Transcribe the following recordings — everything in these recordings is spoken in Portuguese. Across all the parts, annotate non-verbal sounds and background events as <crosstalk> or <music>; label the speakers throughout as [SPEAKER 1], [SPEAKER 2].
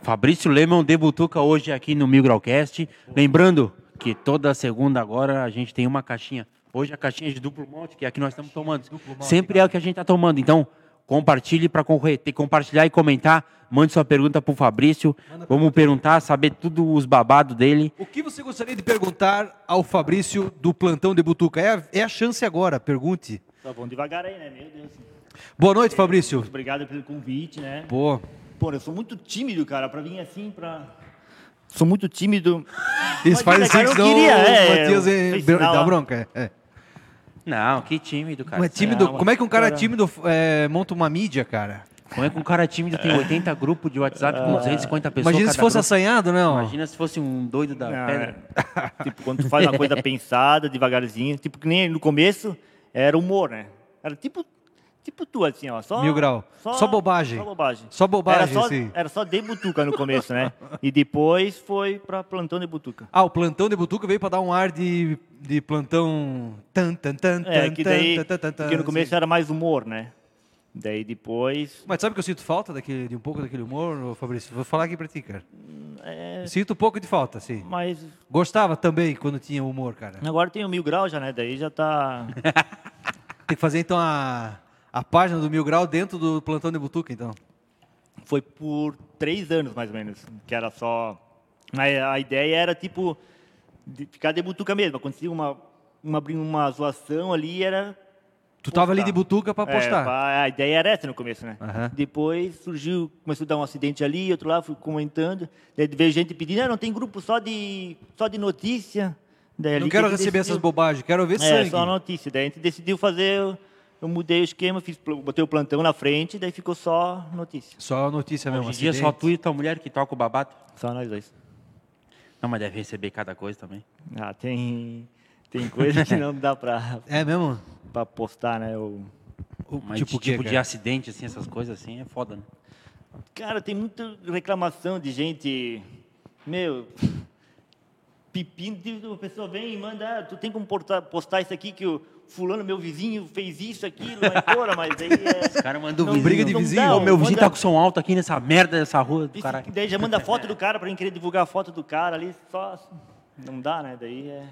[SPEAKER 1] Fabrício Lemon debutuca hoje aqui no Migralcast. Lembrando que toda segunda agora a gente tem uma caixinha. Hoje a caixinha é de duplo malte, que é a que nós estamos tomando. Sempre é o que a gente está tomando. Então, compartilhe para compartilhar e comentar. Mande sua pergunta para o Fabrício. Vamos perguntar, saber tudo os babados dele.
[SPEAKER 2] O que você gostaria de perguntar ao Fabrício do plantão de Butuca? É a, é a chance agora, pergunte.
[SPEAKER 3] Tá bom, devagar aí, né? Meu Deus.
[SPEAKER 2] Boa noite, Fabrício.
[SPEAKER 3] Muito obrigado pelo convite, né?
[SPEAKER 2] Pô,
[SPEAKER 3] Pô, eu sou muito tímido, cara, pra vir assim, pra... Sou muito tímido.
[SPEAKER 2] isso
[SPEAKER 3] Mas,
[SPEAKER 2] faz assim,
[SPEAKER 3] cara, eu
[SPEAKER 2] senão
[SPEAKER 3] queria, é,
[SPEAKER 2] o Matias
[SPEAKER 3] eu
[SPEAKER 2] eh,
[SPEAKER 3] fiz
[SPEAKER 2] deu-
[SPEAKER 3] sinal
[SPEAKER 2] dá
[SPEAKER 3] lá.
[SPEAKER 2] bronca. É.
[SPEAKER 3] Tá,
[SPEAKER 2] é.
[SPEAKER 1] Não, que tímido, cara.
[SPEAKER 2] Mas tímido,
[SPEAKER 3] mas
[SPEAKER 2] como é que um cara
[SPEAKER 3] tá, agora-
[SPEAKER 2] tímido eh, monta uma mídia, cara?
[SPEAKER 1] Como é que um cara tímido tem 80 grupos de WhatsApp com 250 pessoas?
[SPEAKER 2] É. Imagina se
[SPEAKER 1] cada
[SPEAKER 2] fosse
[SPEAKER 1] grupo?
[SPEAKER 2] assanhado, não.
[SPEAKER 1] Imagina se fosse um doido da
[SPEAKER 3] Não,
[SPEAKER 1] pedra.
[SPEAKER 3] é. Ah, <laughs> tipo, quando tu faz uma coisa pensada, devagarzinho, tipo que nem no começo, era humor, né? Era tipo, tipo tu, assim, ó. Só,
[SPEAKER 2] Mil grau. Só bobagem.
[SPEAKER 3] Só bobagem.
[SPEAKER 2] Só bobagem,
[SPEAKER 3] era só,
[SPEAKER 2] sim.
[SPEAKER 3] Era só de butuca no
[SPEAKER 2] <laughs>
[SPEAKER 3] começo, né? E depois foi pra plantão de butuca.
[SPEAKER 2] Ah, o plantão de Butuca veio pra dar um ar de, de plantão. Tan, tan, tan,
[SPEAKER 3] É,
[SPEAKER 2] tan,
[SPEAKER 3] que daí,
[SPEAKER 2] tan, tan, tan, tan,
[SPEAKER 3] porque no começo
[SPEAKER 2] assim.
[SPEAKER 3] era mais humor, né? Daí depois...
[SPEAKER 2] Mas sabe que eu sinto falta daquele, de um pouco daquele humor, ô, Fabrício? Vou falar aqui pra ti, cara.
[SPEAKER 3] Hum, é.
[SPEAKER 2] Sinto um pouco de falta, sim.
[SPEAKER 3] Mas
[SPEAKER 2] Gostava também quando tinha humor, cara.
[SPEAKER 3] agora tem o mil grau já, né? Daí
[SPEAKER 2] <laughs>
[SPEAKER 3] já tá...
[SPEAKER 2] Tem que fazer então a, a página do Mil Grau dentro do plantão de Butuca, então.
[SPEAKER 3] Foi por três anos, mais ou menos, que era só... Mas a ideia era, tipo, de ficar de butuca mesmo. Acontecia uma, uma, brin- uma zoação ali, era...
[SPEAKER 2] Tu tava ali de
[SPEAKER 3] postar.
[SPEAKER 2] Butuca pra
[SPEAKER 3] É,
[SPEAKER 2] postar.
[SPEAKER 3] pra- a ideia era essa no começo, né?
[SPEAKER 2] Aham.
[SPEAKER 3] Depois surgiu, começou a dar um acidente ali, outro lá, fui comentando. Daí veio gente pedindo, ah, não tem grupo só de, só de notícia. Daí, ali
[SPEAKER 2] Não
[SPEAKER 3] que
[SPEAKER 2] quero
[SPEAKER 3] a gente
[SPEAKER 2] receber essas
[SPEAKER 3] decidiu-
[SPEAKER 2] bobagens, quero ver
[SPEAKER 3] É,
[SPEAKER 2] sangue.
[SPEAKER 3] só notícia. Daí a gente decidiu fazer, eu, eu mudei o esquema, fiz, pl- botei o plantão na frente, daí ficou só notícia.
[SPEAKER 2] Só notícia mesmo.
[SPEAKER 1] Hoje em dia
[SPEAKER 3] é
[SPEAKER 1] só
[SPEAKER 2] Um acidente.
[SPEAKER 1] tu e tua mulher que toca o babado.
[SPEAKER 3] Só nós dois.
[SPEAKER 1] Não, mas deve receber cada coisa também.
[SPEAKER 3] Ah, tem, tem coisa que não dá pra,
[SPEAKER 2] É mesmo?
[SPEAKER 3] pra postar, né? Eu-
[SPEAKER 2] O-
[SPEAKER 1] Mas
[SPEAKER 2] tipo
[SPEAKER 1] tipo,
[SPEAKER 2] o quê,
[SPEAKER 1] tipo de
[SPEAKER 2] cara?
[SPEAKER 1] acidente, assim, essas coisas assim, é foda, né?
[SPEAKER 3] Cara, tem muita reclamação de gente. Meu. Pepino, tipo, uma pessoa vem e manda, ah, tu tem como portar- postar isso aqui que o fulano, meu vizinho, fez isso, aquilo, mas fora, mas aí é... Os
[SPEAKER 1] <laughs> O cara manda o
[SPEAKER 3] Não,
[SPEAKER 1] vizinho.
[SPEAKER 2] briga de
[SPEAKER 1] não
[SPEAKER 2] vizinho.
[SPEAKER 1] dá,
[SPEAKER 2] Ô,
[SPEAKER 1] o meu vizinho tá com
[SPEAKER 3] manda-
[SPEAKER 1] som alto aqui nessa merda dessa rua do
[SPEAKER 3] Isso
[SPEAKER 1] caralho.
[SPEAKER 3] que Daí já manda foto do cara pra mim querer divulgar a foto do cara ali, só... Não dá, né? Daí é...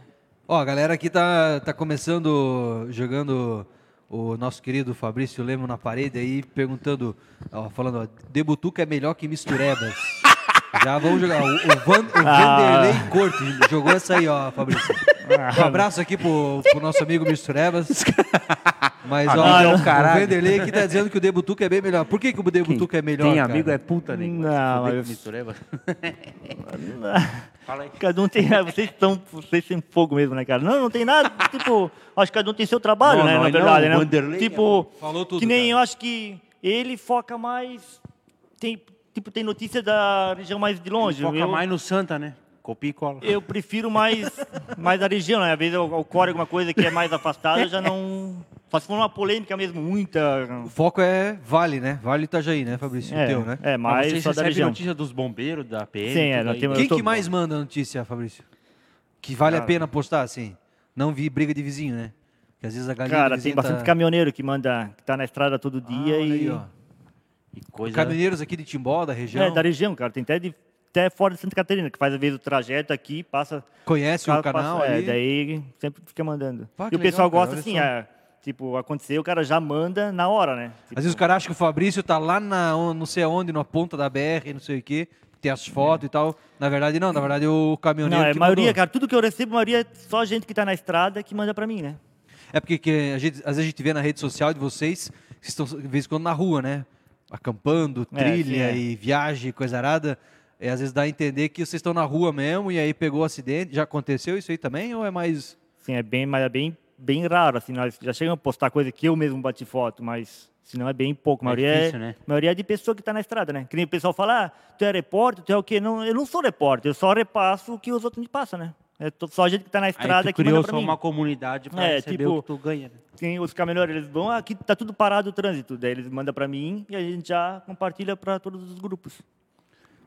[SPEAKER 2] Ó, a galera aqui tá, tá começando, jogando o nosso querido Fabrício Lemo na parede aí, perguntando, ó, falando, ó, Debutuca é melhor que
[SPEAKER 1] <laughs>
[SPEAKER 2] misturebas. Já vamos jogar. O, o, Van, o
[SPEAKER 3] Ah.
[SPEAKER 2] Vanderlei Corte jogou essa aí, ó, Fabrício. Um abraço aqui pro, pro nosso amigo Misturebas. Mas, ó,
[SPEAKER 1] Amigo é
[SPEAKER 2] o
[SPEAKER 1] um caralho.
[SPEAKER 2] Vanderlei aqui tá dizendo que o Debutuca é bem melhor. Por que, que o Debutuca é melhor?
[SPEAKER 1] Tem
[SPEAKER 2] cara?
[SPEAKER 1] amigo é puta, né?
[SPEAKER 3] Não, mas-
[SPEAKER 1] mistureba. Fala aí.
[SPEAKER 3] Cada um tem... <laughs> Vocês estão... Vocês têm fogo mesmo, né, cara? Não, não tem nada, <laughs> tipo... Acho que cada um tem seu trabalho,
[SPEAKER 1] Não,
[SPEAKER 3] né?
[SPEAKER 1] não,
[SPEAKER 3] na
[SPEAKER 1] não,
[SPEAKER 3] verdade,
[SPEAKER 1] o
[SPEAKER 3] né?
[SPEAKER 1] Vanderlei
[SPEAKER 3] tipo...
[SPEAKER 2] Falou tudo,
[SPEAKER 3] Que
[SPEAKER 2] cara.
[SPEAKER 3] nem eu acho que ele foca mais... Tem, tipo, tem notícia da região mais de longe.
[SPEAKER 1] Foca
[SPEAKER 3] eu,
[SPEAKER 1] mais no Santa, né? Copia e cola.
[SPEAKER 3] eu prefiro <laughs> mais, mais a região, né? Às vezes eu, eu corro alguma coisa que é mais afastada, eu já não... Só se for uma polêmica mesmo, muita...
[SPEAKER 2] O foco é Vale, né? Vale Itajaí, né, Fabrício?
[SPEAKER 3] É,
[SPEAKER 2] o teu, né?
[SPEAKER 3] é
[SPEAKER 1] Mas
[SPEAKER 3] mais
[SPEAKER 1] vocês
[SPEAKER 3] só da
[SPEAKER 1] recebem
[SPEAKER 3] região.
[SPEAKER 1] notícia dos bombeiros, da PM.
[SPEAKER 3] Sim, é,
[SPEAKER 1] tudo
[SPEAKER 3] nós
[SPEAKER 1] aí.
[SPEAKER 3] temos-
[SPEAKER 2] Quem
[SPEAKER 3] tô-
[SPEAKER 2] que mais manda notícia, Fabrício? Que vale a
[SPEAKER 3] Cara.
[SPEAKER 2] pena postar, assim? Não vi briga de vizinho, né? Que às vezes a galinha
[SPEAKER 3] Cara,
[SPEAKER 2] de
[SPEAKER 3] tem
[SPEAKER 2] vizinho
[SPEAKER 3] bastante
[SPEAKER 2] tá...
[SPEAKER 3] caminhoneiro que manda, que tá na estrada todo
[SPEAKER 2] Ah,
[SPEAKER 3] dia
[SPEAKER 2] olha
[SPEAKER 3] e.
[SPEAKER 2] aí, ó.
[SPEAKER 1] E coisa...
[SPEAKER 2] Caminhoneiros aqui de Timbó, da região.
[SPEAKER 3] É, da região, cara. Tem até, de, até fora de Santa Catarina, que faz às vezes o trajeto aqui, passa.
[SPEAKER 2] Conhece o
[SPEAKER 3] cara
[SPEAKER 2] canal
[SPEAKER 3] passa-
[SPEAKER 2] ali.
[SPEAKER 3] É, daí sempre fica mandando.
[SPEAKER 2] Pá, que
[SPEAKER 3] e o pessoal
[SPEAKER 2] legal, cara,
[SPEAKER 3] gosta
[SPEAKER 2] olha
[SPEAKER 3] assim,
[SPEAKER 2] só.
[SPEAKER 3] é, tipo, aconteceu, o cara já manda na hora, né? Tipo,
[SPEAKER 2] Às vezes o cara acha que o Fabrício tá lá na, on- não sei onde, na ponta da BR, não sei o quê. Tem as fotos e tal. Na verdade, não. Na verdade, o caminhoneiro
[SPEAKER 3] Não, é
[SPEAKER 2] que
[SPEAKER 3] a maioria,
[SPEAKER 2] mandou.
[SPEAKER 3] cara. Tudo que eu recebo, a maioria é só gente que tá na estrada que manda pra mim, né?
[SPEAKER 2] É porque que a gente- às vezes a gente vê na rede social de vocês, que estão de vez em quando na rua, né? Acampando,
[SPEAKER 3] É,
[SPEAKER 2] trilha
[SPEAKER 3] sim, é.
[SPEAKER 2] e viagem, coisa arada. E às vezes dá a entender que vocês estão na rua mesmo e aí pegou o acidente. Já aconteceu isso aí também? Ou é mais.
[SPEAKER 3] Sim, é bem, mas é bem, bem raro, assim, nós já chegamos a postar coisa que eu mesmo bati foto, mas senão é bem pouco.
[SPEAKER 1] É
[SPEAKER 3] A maioria,
[SPEAKER 1] difícil,
[SPEAKER 3] é,
[SPEAKER 1] né?
[SPEAKER 3] a maioria é de pessoa que está na estrada, né? Que nem o pessoal fala, ah, tu é repórter, tu é o quê? Não, eu não sou repórter, eu só repasso o que os outros me passam, né? É to- só a gente que está na
[SPEAKER 1] Aí
[SPEAKER 3] estrada
[SPEAKER 1] tu
[SPEAKER 3] que manda
[SPEAKER 1] criou
[SPEAKER 3] pra
[SPEAKER 1] só
[SPEAKER 3] mim.
[SPEAKER 1] uma comunidade pra
[SPEAKER 3] É,
[SPEAKER 1] receber
[SPEAKER 3] tipo-
[SPEAKER 1] o que tu ganha, né?
[SPEAKER 3] Tem os caminhoneiros, eles vão, ah, aqui tá tudo parado o trânsito. Daí eles mandam para mim e a gente já compartilha para todos os grupos.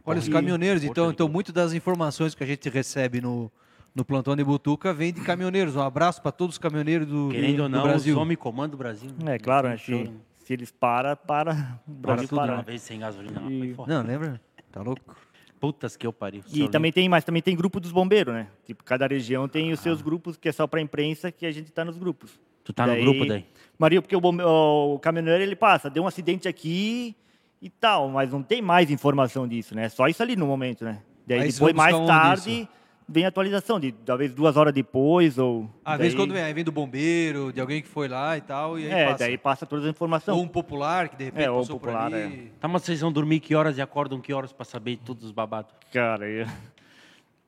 [SPEAKER 2] Olha, os
[SPEAKER 1] Corre-
[SPEAKER 2] caminhoneiros,
[SPEAKER 1] corre
[SPEAKER 2] então,
[SPEAKER 1] ali.
[SPEAKER 2] então muito das informações que a gente recebe no, no plantão de Butuca vem de caminhoneiros. Um abraço para todos os caminhoneiros do,
[SPEAKER 1] Querendo ou
[SPEAKER 2] do
[SPEAKER 1] não, os
[SPEAKER 2] Brasil.
[SPEAKER 1] homens comandam o Brasil.
[SPEAKER 3] É claro, né?
[SPEAKER 1] Hum, Show,
[SPEAKER 3] Se, se eles param, para, <laughs> o Brasil
[SPEAKER 2] tudo,
[SPEAKER 3] para.
[SPEAKER 1] Uma
[SPEAKER 3] né?
[SPEAKER 1] vez sem gasolina,
[SPEAKER 3] E-
[SPEAKER 1] não, foi foda.
[SPEAKER 2] Não, lembra? Tá louco?
[SPEAKER 1] Putas que eu pariu.
[SPEAKER 3] E também tem, mas também tem grupo dos bombeiros, né? Tipo, cada região tem os seus grupos, que é só para imprensa, que a gente está nos grupos.
[SPEAKER 1] Ah. Tu tá no grupo daí?
[SPEAKER 3] Maria, porque o, bombe- o caminhoneiro, ele passa, deu um acidente aqui e tal, mas não tem mais informação disso, né? Só isso ali no momento, né? Daí
[SPEAKER 2] Aí vocês
[SPEAKER 3] depois,
[SPEAKER 2] vão
[SPEAKER 3] mais
[SPEAKER 2] buscar onde
[SPEAKER 3] tarde, vem a atualização, de talvez duas horas depois, ou...
[SPEAKER 2] Às
[SPEAKER 3] daí-
[SPEAKER 2] vezes Ah, quando vem, aí vem do bombeiro, de alguém que foi lá e tal, e aí
[SPEAKER 3] É,
[SPEAKER 2] passa.
[SPEAKER 3] daí passa todas as informações.
[SPEAKER 2] Ou um popular, que de repente
[SPEAKER 3] É, ou um
[SPEAKER 2] passou
[SPEAKER 3] popular,
[SPEAKER 2] por ali.
[SPEAKER 1] Tá, mas vocês vão dormir que horas e acordam que horas pra saber de todos os babados?
[SPEAKER 3] Cara, eu... <laughs>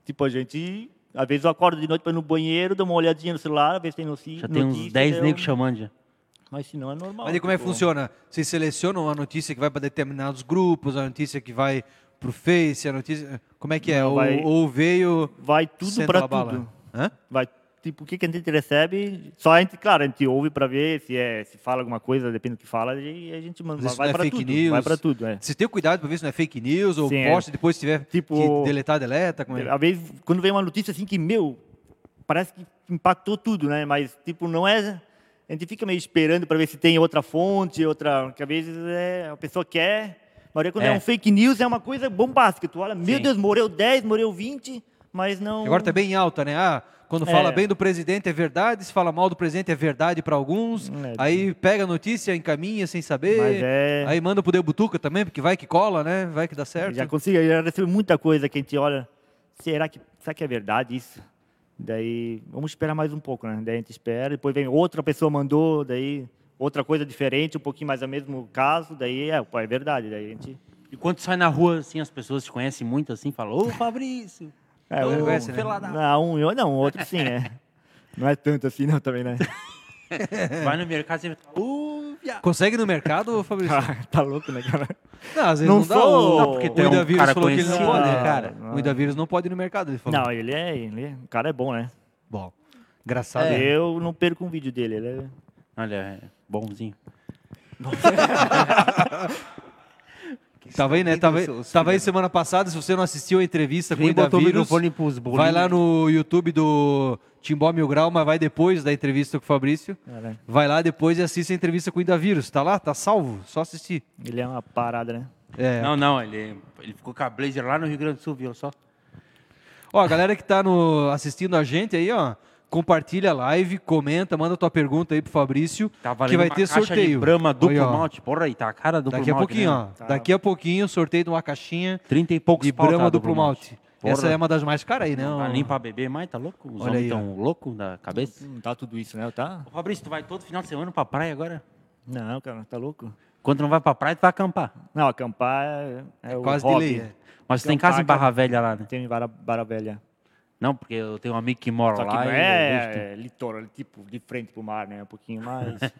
[SPEAKER 3] tipo, a gente. Às vezes eu acordo de noite para ir no banheiro, dou uma olhadinha no celular, às vezes tem noci-
[SPEAKER 1] Já
[SPEAKER 3] notícia.
[SPEAKER 1] tem uns 10
[SPEAKER 3] daí eu-
[SPEAKER 1] negros chamando já.
[SPEAKER 3] Mas se não é normal.
[SPEAKER 2] Mas aí como é que
[SPEAKER 3] tipo,
[SPEAKER 2] funciona? Vocês selecionam a notícia que vai para determinados grupos, a notícia que vai pro Face, a notícia... Como é que é? Ou,
[SPEAKER 3] vai-
[SPEAKER 2] ou veio...
[SPEAKER 3] Vai tudo
[SPEAKER 2] senta
[SPEAKER 3] para
[SPEAKER 2] a bala?
[SPEAKER 3] tudo.
[SPEAKER 2] Hã?
[SPEAKER 3] Vai, tipo, o que, que a gente recebe? Só a gente, claro, a gente ouve para ver se, é, se fala alguma coisa, depende do que fala, e a gente manda.
[SPEAKER 2] Mas isso
[SPEAKER 3] Vai
[SPEAKER 2] não é
[SPEAKER 3] para
[SPEAKER 2] fake
[SPEAKER 3] tudo.
[SPEAKER 2] news?
[SPEAKER 3] Vai para tudo, é.
[SPEAKER 2] Você tem cuidado pra ver se não é fake news ou
[SPEAKER 3] Sim, é.
[SPEAKER 2] posta, depois se tiver
[SPEAKER 3] Tipo-
[SPEAKER 2] que deletar, deleta? Como é?
[SPEAKER 3] Às vezes, quando vem uma notícia assim que, meu, parece que impactou tudo, né? Mas, tipo, não é... A gente fica meio esperando para ver se tem outra fonte, outra... Que às vezes é, a pessoa quer... Mas aí quando é.
[SPEAKER 1] É.
[SPEAKER 3] um fake news, é uma coisa bombástica. Tu olha, meu
[SPEAKER 1] Sim.
[SPEAKER 3] Deus, morreu 10, morreu 20, mas não...
[SPEAKER 2] Agora tá bem em alta, né? Ah, quando
[SPEAKER 3] É.
[SPEAKER 2] fala bem do presidente é verdade, se fala mal do presidente é verdade para alguns.
[SPEAKER 3] É.
[SPEAKER 2] Aí pega a notícia, encaminha sem saber.
[SPEAKER 3] Mas é-
[SPEAKER 2] Aí manda pro Debutuca também, porque vai que cola, né? Vai que dá certo.
[SPEAKER 3] Já consigo, já recebi muita coisa que a gente olha, será que, será que é verdade isso? Daí, vamos esperar mais um pouco, né? Daí a gente espera, depois vem outra pessoa mandou, daí outra coisa diferente, um pouquinho mais o mesmo caso, daí é, pô, é verdade, daí a gente...
[SPEAKER 1] E quando sai na rua, assim, as pessoas te conhecem muito, assim, falam, ô Fabrício,
[SPEAKER 3] É,
[SPEAKER 1] ô,
[SPEAKER 2] eu- conhece, né?
[SPEAKER 1] pelada.
[SPEAKER 3] Não, um, eu não, outro sim, né? <laughs> Não é tanto assim não também, <laughs> né?
[SPEAKER 1] Vai no mercado, você fala, ô, viado.
[SPEAKER 2] Consegue no mercado,
[SPEAKER 3] <laughs>
[SPEAKER 2] Fabrício?
[SPEAKER 3] tá louco, né, cara?
[SPEAKER 2] Não, às vezes
[SPEAKER 3] Não
[SPEAKER 2] não, dá.
[SPEAKER 3] sou-
[SPEAKER 2] O,
[SPEAKER 3] Não,
[SPEAKER 1] porque
[SPEAKER 2] o
[SPEAKER 1] tu é um
[SPEAKER 2] Ida Vírus
[SPEAKER 1] cara
[SPEAKER 2] falou que ele não
[SPEAKER 1] conhecido,
[SPEAKER 2] pode,
[SPEAKER 1] né,
[SPEAKER 2] né,
[SPEAKER 1] cara?
[SPEAKER 2] cara? O Ida Vírus não pode ir no mercado, ele falou.
[SPEAKER 3] Não, ele é, ele é, o cara é bom, né?
[SPEAKER 2] Bom, engraçado.
[SPEAKER 1] É.
[SPEAKER 2] né?
[SPEAKER 3] Eu não perco um vídeo dele, ele é...
[SPEAKER 1] Olha, é bonzinho.
[SPEAKER 2] Tava aí, né? Tava, aí- tava aí semana passada, se você não assistiu a entrevista com o
[SPEAKER 1] Quem
[SPEAKER 2] Ida
[SPEAKER 1] botou o
[SPEAKER 2] Vírus,
[SPEAKER 1] microfone pros bolinhos?
[SPEAKER 2] vai lá no YouTube do Timbó Mil Grau, mas vai depois da entrevista com o Fabrício.
[SPEAKER 3] Caralho.
[SPEAKER 2] Vai lá depois e assiste a entrevista com o Ida Vírus. Tá lá? Tá salvo? Só assistir.
[SPEAKER 3] Ele é uma parada, né?
[SPEAKER 2] É.
[SPEAKER 1] Não, não, ele, ele ficou com a blazer lá no Rio Grande do Sul, viu só?
[SPEAKER 2] Ó, a galera que tá no, assistindo a gente aí, ó, compartilha a live, comenta, manda tua pergunta aí pro Fabrício,
[SPEAKER 1] Tá valendo
[SPEAKER 2] que vai
[SPEAKER 1] uma
[SPEAKER 2] ter
[SPEAKER 1] caixa
[SPEAKER 2] sorteio.
[SPEAKER 1] de Brahma duplo
[SPEAKER 2] Aí, ó,
[SPEAKER 1] malte. Porra, aí tá a cara do
[SPEAKER 2] Daqui a pouquinho, ó. Daqui a pouquinho, sorteio de uma caixinha
[SPEAKER 1] 30 e poucos
[SPEAKER 2] né? de
[SPEAKER 1] pau tá
[SPEAKER 2] Brahma
[SPEAKER 1] a
[SPEAKER 2] duplo malte.
[SPEAKER 1] Porra.
[SPEAKER 2] Essa é uma das mais caras aí, né?
[SPEAKER 1] Não
[SPEAKER 2] ó.
[SPEAKER 1] dá nem pra beber mais, tá louco? Os
[SPEAKER 2] Olha
[SPEAKER 1] homens
[SPEAKER 2] aí, ó.
[SPEAKER 1] tão loucos da cabeça.
[SPEAKER 3] Não tá tudo isso, né? Tá?
[SPEAKER 1] Ô, Fabrício, tu vai todo final de semana pra praia agora?
[SPEAKER 3] Não, cara, tá louco?
[SPEAKER 1] Quando tu não vai pra praia, tu vai acampar.
[SPEAKER 3] Não, acampar é, é, o
[SPEAKER 2] Quase de
[SPEAKER 3] hobby.
[SPEAKER 2] lei. é.
[SPEAKER 1] Mas tu tem
[SPEAKER 3] Acampar,
[SPEAKER 1] casa em Barra Velha lá, né?
[SPEAKER 3] Tem em Vara, Vara Velha.
[SPEAKER 1] Não, porque eu tenho um amigo que mora
[SPEAKER 3] Só que
[SPEAKER 1] lá.
[SPEAKER 3] não
[SPEAKER 1] e eu vejo
[SPEAKER 3] é, é litoral, tipo, de frente pro mar, né? Um pouquinho
[SPEAKER 1] <laughs>
[SPEAKER 3] mais.
[SPEAKER 1] tu-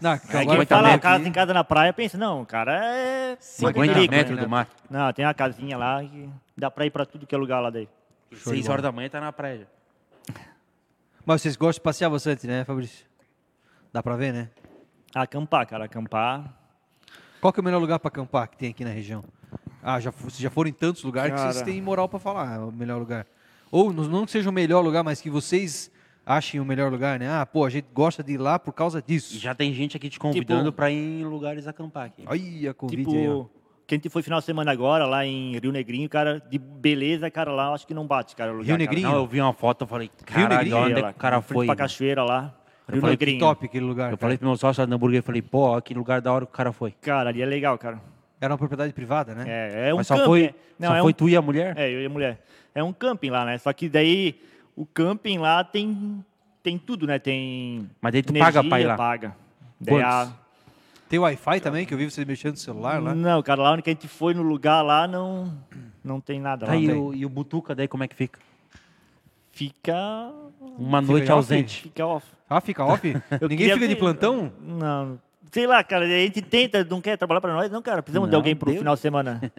[SPEAKER 2] Não,
[SPEAKER 1] Ah,
[SPEAKER 2] É que agora
[SPEAKER 3] Quem
[SPEAKER 2] vai
[SPEAKER 1] tá
[SPEAKER 3] fala
[SPEAKER 2] meio
[SPEAKER 3] casa
[SPEAKER 2] que-
[SPEAKER 3] em casa na praia, pensa, não, o cara é...
[SPEAKER 1] 50
[SPEAKER 3] Rico,
[SPEAKER 1] metros
[SPEAKER 2] né?
[SPEAKER 1] do mar.
[SPEAKER 3] Não, tem uma casinha lá que dá pra ir pra tudo que é lugar lá daí.
[SPEAKER 2] Show de
[SPEAKER 1] 6
[SPEAKER 2] bola.
[SPEAKER 1] horas da manhã tá na praia.
[SPEAKER 2] Mas vocês gostam de passear bastante, né, Fabrício? Dá pra ver, né?
[SPEAKER 3] Acampar, cara, acampar.
[SPEAKER 2] Qual que é o melhor lugar pra acampar que tem aqui na região? Ah, já, fo- vocês já foram em tantos lugares que vocês
[SPEAKER 3] Cara.
[SPEAKER 2] têm moral pra falar é o melhor lugar. Ou no- não que seja o melhor lugar, mas que vocês achem o melhor lugar, né? Ah, pô, a gente gosta de ir lá por causa
[SPEAKER 1] E
[SPEAKER 2] disso.
[SPEAKER 1] já tem gente aqui te convidando pra ir em lugares acampar aqui.
[SPEAKER 2] Olha a convite
[SPEAKER 3] Tipo,
[SPEAKER 2] aí, ó.
[SPEAKER 3] que a gente foi final de semana agora lá em Rio Negrinho, cara, de beleza, cara, lá eu acho que não bate, cara. o Lugar,
[SPEAKER 2] Rio
[SPEAKER 3] cara.
[SPEAKER 2] Negrinho?
[SPEAKER 1] Não, eu vi uma foto, eu falei,
[SPEAKER 2] Negrinho,
[SPEAKER 1] caralho,
[SPEAKER 3] Não,
[SPEAKER 1] onde é
[SPEAKER 3] lá,
[SPEAKER 1] que o cara
[SPEAKER 3] em frente
[SPEAKER 1] foi?
[SPEAKER 3] Pra cachoeira lá.
[SPEAKER 2] Eu
[SPEAKER 3] Rio
[SPEAKER 2] falei que
[SPEAKER 3] Negrinho.
[SPEAKER 2] top aquele lugar.
[SPEAKER 1] Eu
[SPEAKER 2] cara.
[SPEAKER 1] falei pro meu sócio lá da hamburgueria, eu falei, pô, ó, que lugar da hora que o cara foi.
[SPEAKER 3] Cara, ali é legal, cara.
[SPEAKER 2] Era uma propriedade privada, né?
[SPEAKER 3] É, é um
[SPEAKER 1] Mas só
[SPEAKER 3] camping.
[SPEAKER 1] foi,
[SPEAKER 3] Não,
[SPEAKER 1] só
[SPEAKER 3] é
[SPEAKER 1] foi
[SPEAKER 3] um,
[SPEAKER 1] tu e a mulher?
[SPEAKER 3] É, eu e a mulher. É um camping lá, né? Só que daí o camping lá tem tem tudo, né? Tem
[SPEAKER 1] Mas daí tu
[SPEAKER 3] energia,
[SPEAKER 1] paga pra ir lá.
[SPEAKER 3] paga. Daí
[SPEAKER 2] Quantos? Tem Wi-Fi também, que eu vi vocês mexendo no celular lá.
[SPEAKER 3] Não, cara, lá onde que a gente foi no lugar lá não não tem nada
[SPEAKER 1] Tá,
[SPEAKER 3] lá. né?
[SPEAKER 1] e,
[SPEAKER 3] Não tem.
[SPEAKER 1] o, e o Butuca daí como é que fica?
[SPEAKER 3] Fica
[SPEAKER 1] Uma
[SPEAKER 2] Fica
[SPEAKER 1] noite
[SPEAKER 2] em off?
[SPEAKER 1] ausente.
[SPEAKER 3] fica off.
[SPEAKER 2] Ah, fica
[SPEAKER 3] <laughs>
[SPEAKER 2] off? Ninguém
[SPEAKER 3] queria
[SPEAKER 2] fica de
[SPEAKER 3] ver-
[SPEAKER 2] plantão?
[SPEAKER 3] Não. Sei lá, cara, a gente tenta, não quer trabalhar pra nós, não, cara. Precisamos de
[SPEAKER 1] Não,
[SPEAKER 3] alguém pro
[SPEAKER 1] Deus.
[SPEAKER 3] final de semana.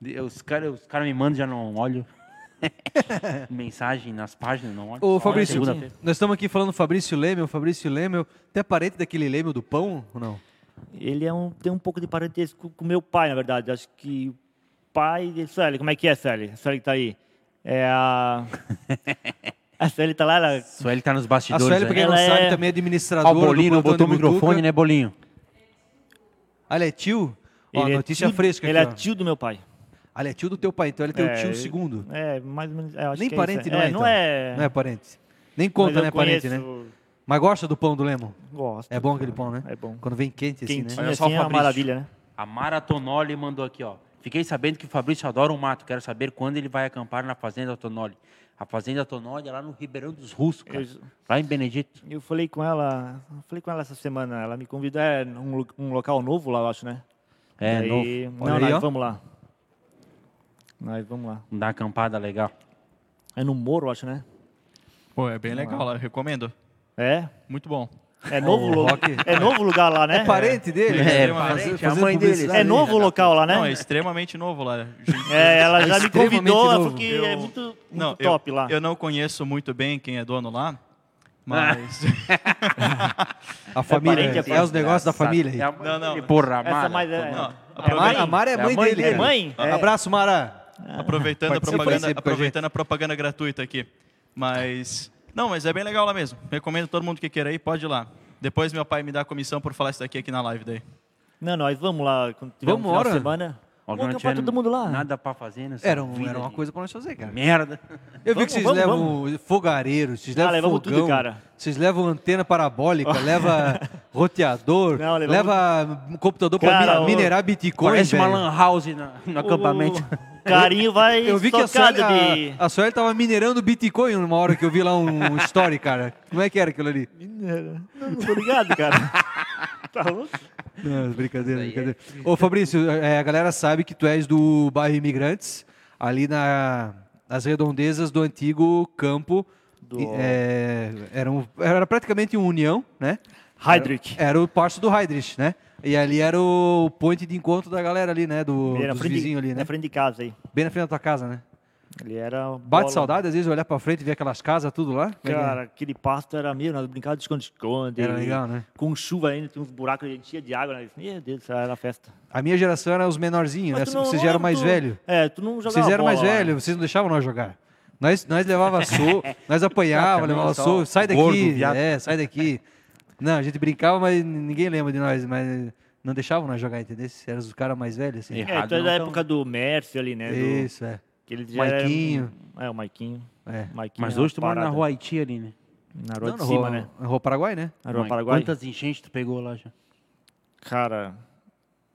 [SPEAKER 1] De- Os caras os cara me mandam, já não olho. <laughs> Mensagem nas páginas, não olho.
[SPEAKER 2] Ô,
[SPEAKER 1] Olha,
[SPEAKER 2] Fabrício,
[SPEAKER 1] segunda-feira.
[SPEAKER 2] nós estamos aqui falando do Fabrício Lemel, Fabrício Lemel. Até parente daquele Lemel do pão ou não?
[SPEAKER 3] Ele é um, tem um pouco de parentesco com meu pai, na verdade. Acho que o pai de Sueli, como é que é, Sueli? Sueli que tá aí. É
[SPEAKER 2] <laughs>
[SPEAKER 3] a. A Sueli tá lá, ela.
[SPEAKER 1] Sueli tá nos
[SPEAKER 2] A
[SPEAKER 1] bastidores.
[SPEAKER 2] Sueli, pra
[SPEAKER 1] né?
[SPEAKER 2] quem não
[SPEAKER 3] Ela é-
[SPEAKER 2] sabe, também é
[SPEAKER 1] Ó,
[SPEAKER 2] administradora
[SPEAKER 1] o Bolinho
[SPEAKER 2] do
[SPEAKER 1] não botou
[SPEAKER 2] plantão
[SPEAKER 1] o
[SPEAKER 2] de Butuca.
[SPEAKER 1] microfone, né, Bolinho?
[SPEAKER 2] Ah, ele é tio? Ó,
[SPEAKER 3] ele é
[SPEAKER 2] notícia
[SPEAKER 3] tio-
[SPEAKER 2] fresca
[SPEAKER 3] Ele
[SPEAKER 2] aqui,
[SPEAKER 3] é
[SPEAKER 2] ó.
[SPEAKER 3] tio do meu pai.
[SPEAKER 2] Ali é tio do teu pai, então ele é teu
[SPEAKER 3] É,
[SPEAKER 2] tio segundo.
[SPEAKER 3] É, mais ou menos. é, acho
[SPEAKER 2] Nem
[SPEAKER 3] que
[SPEAKER 2] parente
[SPEAKER 3] isso,
[SPEAKER 2] não é,
[SPEAKER 3] Não
[SPEAKER 2] então.
[SPEAKER 3] é.
[SPEAKER 2] Não é parente. Nem conta, né? Parente, né? Mas gosta do pão do Lemo?
[SPEAKER 3] Gosto.
[SPEAKER 2] É bom aquele pão, né?
[SPEAKER 3] É bom.
[SPEAKER 2] Quando vem quente assim,
[SPEAKER 3] Quentinho
[SPEAKER 2] né?
[SPEAKER 1] Olha
[SPEAKER 3] assim,
[SPEAKER 1] só o
[SPEAKER 3] é uma
[SPEAKER 1] Fabrício.
[SPEAKER 3] maravilha, né?
[SPEAKER 1] A Maratonoli mandou aqui, ó. Fiquei sabendo que o Fabrício adora o mato. Quero saber quando ele vai acampar na Fazenda Tonoli. A Fazenda Tonoli é lá no Ribeirão dos Russos, cara.
[SPEAKER 3] Eu-
[SPEAKER 1] Lá em Benedito.
[SPEAKER 3] Eu falei com ela, falei com ela essa semana, ela me convidou, é um, lo- um local novo lá, eu acho, né?
[SPEAKER 1] É,
[SPEAKER 3] Daí-
[SPEAKER 1] novo.
[SPEAKER 3] Não,
[SPEAKER 2] Olha aí,
[SPEAKER 3] nós
[SPEAKER 2] ó.
[SPEAKER 3] vamos lá. Nós vamos lá.
[SPEAKER 1] Dá acampada legal.
[SPEAKER 3] É no Moro, eu acho, né?
[SPEAKER 4] Pô, é bem legal, eu recomendo.
[SPEAKER 3] É?
[SPEAKER 4] Muito bom.
[SPEAKER 3] É novo, lo-
[SPEAKER 2] Rock.
[SPEAKER 3] é novo lugar lá, né?
[SPEAKER 2] É parente dele?
[SPEAKER 4] É,
[SPEAKER 1] parente, a mãe dele.
[SPEAKER 2] publicidade.
[SPEAKER 3] É novo local lá, né?
[SPEAKER 4] Não, é extremamente novo lá. Gente,
[SPEAKER 3] É, ela já me
[SPEAKER 2] extremamente
[SPEAKER 3] convidou, ela
[SPEAKER 2] novo.
[SPEAKER 3] falou que é
[SPEAKER 4] Eu-
[SPEAKER 3] muito, muito
[SPEAKER 4] não, eu-
[SPEAKER 3] top lá.
[SPEAKER 4] Eu não conheço muito bem quem é dono lá, mas...
[SPEAKER 2] A família.
[SPEAKER 3] parente, é
[SPEAKER 2] É,
[SPEAKER 3] parente.
[SPEAKER 2] os negócios da família. aí.
[SPEAKER 1] É a mãe
[SPEAKER 4] Não, não.
[SPEAKER 1] dele, Porra, a
[SPEAKER 3] Essa
[SPEAKER 1] Mara.
[SPEAKER 3] mais é-
[SPEAKER 4] Não,
[SPEAKER 2] A Mara, a Mara é
[SPEAKER 1] É a
[SPEAKER 2] mãe,
[SPEAKER 1] mãe
[SPEAKER 2] dele.
[SPEAKER 1] dele.
[SPEAKER 2] cara.
[SPEAKER 3] Mãe? É.
[SPEAKER 2] Abraço, Mara.
[SPEAKER 4] Aproveitando a
[SPEAKER 2] Participa
[SPEAKER 4] propaganda,
[SPEAKER 2] sempre com a
[SPEAKER 4] aproveitando a propaganda gratuita aqui. Mas. Não, mas é bem legal lá mesmo. Recomendo todo mundo que queira ir, pode ir lá. Depois meu pai me dá a comissão por falar isso daqui aqui na live daí.
[SPEAKER 3] Não, nós vamos lá quando tiver um
[SPEAKER 2] Vamos
[SPEAKER 3] final de
[SPEAKER 2] embora?
[SPEAKER 3] semana.
[SPEAKER 1] Ó,
[SPEAKER 3] Vamos
[SPEAKER 1] não
[SPEAKER 3] acampar
[SPEAKER 1] tinha
[SPEAKER 3] todo mundo lá.
[SPEAKER 1] é Nada pra fazer nessa
[SPEAKER 2] Era, um-
[SPEAKER 1] vida
[SPEAKER 2] era uma
[SPEAKER 1] de
[SPEAKER 2] coisa pra nós fazer,
[SPEAKER 1] <laughs>
[SPEAKER 2] cara.
[SPEAKER 1] Merda.
[SPEAKER 2] Eu vi
[SPEAKER 3] Vamos,
[SPEAKER 2] que vocês
[SPEAKER 3] vamos,
[SPEAKER 2] levam fogareiro, vocês levam
[SPEAKER 3] levamos
[SPEAKER 2] fogão,
[SPEAKER 3] tudo, cara.
[SPEAKER 2] vocês levam antena parabólica, leva roteador,
[SPEAKER 3] Não, levamos-
[SPEAKER 2] leva computador para
[SPEAKER 3] Cara, o-
[SPEAKER 2] minerar Bitcoin,
[SPEAKER 1] Parece uma
[SPEAKER 2] velho.
[SPEAKER 1] lan house na-
[SPEAKER 3] Uh.
[SPEAKER 1] no
[SPEAKER 2] <laughs>
[SPEAKER 1] acampamento.
[SPEAKER 3] O carinho vai
[SPEAKER 2] Eu vi que a
[SPEAKER 3] socado
[SPEAKER 2] Sueli, a- <laughs>
[SPEAKER 3] de...
[SPEAKER 2] a Sueli tava minerando Bitcoin numa hora que eu vi lá um story, cara. Como é que era aquilo ali?
[SPEAKER 3] Não, não tô ligado, cara. <laughs> tá louco?
[SPEAKER 2] Não, brincadeira, brincadeira. Ô, Fabrício, é, a galera sabe que tu és do bairro Imigrantes, ali na, nas redondezas do antigo campo.
[SPEAKER 3] Do-
[SPEAKER 2] E, é, era, um- era praticamente uma união, né?
[SPEAKER 3] Heidrich.
[SPEAKER 2] Era o parço do Heidrich, né? E ali era o ponte de encontro da galera ali, né? Do,
[SPEAKER 3] Ele era
[SPEAKER 2] dos vizinhos ali, né?
[SPEAKER 3] Na frente de casa aí.
[SPEAKER 2] Bem na frente da tua casa, né?
[SPEAKER 3] Ele era.
[SPEAKER 2] Bate
[SPEAKER 3] bola.
[SPEAKER 2] saudade, às vezes, olhar pra frente e ver aquelas casas, tudo lá. Como é que é?
[SPEAKER 3] Cara, aquele pasto era meio, nós brincávamos de esconde-esconde.
[SPEAKER 2] Era legal, né?
[SPEAKER 3] Com chuva ainda, tinha uns buracos, a gente tinha de água. Né? Meu Deus, do céu, era festa.
[SPEAKER 2] A minha geração era os menorzinhos, né?
[SPEAKER 3] Mas tu não-
[SPEAKER 2] Vocês
[SPEAKER 3] não
[SPEAKER 2] já eram
[SPEAKER 3] era-
[SPEAKER 2] mais
[SPEAKER 3] tu-
[SPEAKER 2] velhos.
[SPEAKER 3] É, tu não jogava
[SPEAKER 2] Vocês eram mais
[SPEAKER 3] bola lá. né?
[SPEAKER 2] velhos, vocês não deixavam nós jogar. Nós, nós
[SPEAKER 3] <laughs>
[SPEAKER 2] levava soco, nós apanhava,
[SPEAKER 1] Ah,
[SPEAKER 2] levava
[SPEAKER 1] nossa,
[SPEAKER 2] soco, sai daqui,
[SPEAKER 1] gordo, viado.
[SPEAKER 2] é, sai daqui. Não, a gente brincava, mas ninguém lembra de nós, mas não deixavam nós jogar, entendeu? Eram os caras mais velhos, assim.
[SPEAKER 1] É,
[SPEAKER 3] É, tu
[SPEAKER 1] Errado
[SPEAKER 3] é
[SPEAKER 1] não
[SPEAKER 3] da
[SPEAKER 1] tão.
[SPEAKER 3] época do Mércio ali, né? Do-
[SPEAKER 2] Isso, é.
[SPEAKER 3] que ele já era um-
[SPEAKER 2] Maiquinho.
[SPEAKER 3] É, o Maiquinho.
[SPEAKER 2] é.
[SPEAKER 3] Maiquinho
[SPEAKER 1] Mas
[SPEAKER 3] era
[SPEAKER 1] hoje tu
[SPEAKER 3] uma
[SPEAKER 1] mora na
[SPEAKER 3] parada.
[SPEAKER 1] rua Haiti ali, né?
[SPEAKER 3] Na rua
[SPEAKER 2] Não,
[SPEAKER 3] de
[SPEAKER 2] na
[SPEAKER 3] cima,
[SPEAKER 2] rua-
[SPEAKER 3] né?
[SPEAKER 2] Na rua Paraguai, né?
[SPEAKER 3] Na rua
[SPEAKER 1] Mas
[SPEAKER 3] Paraguai.
[SPEAKER 1] Quantas enchentes tu pegou lá já?
[SPEAKER 3] Cara,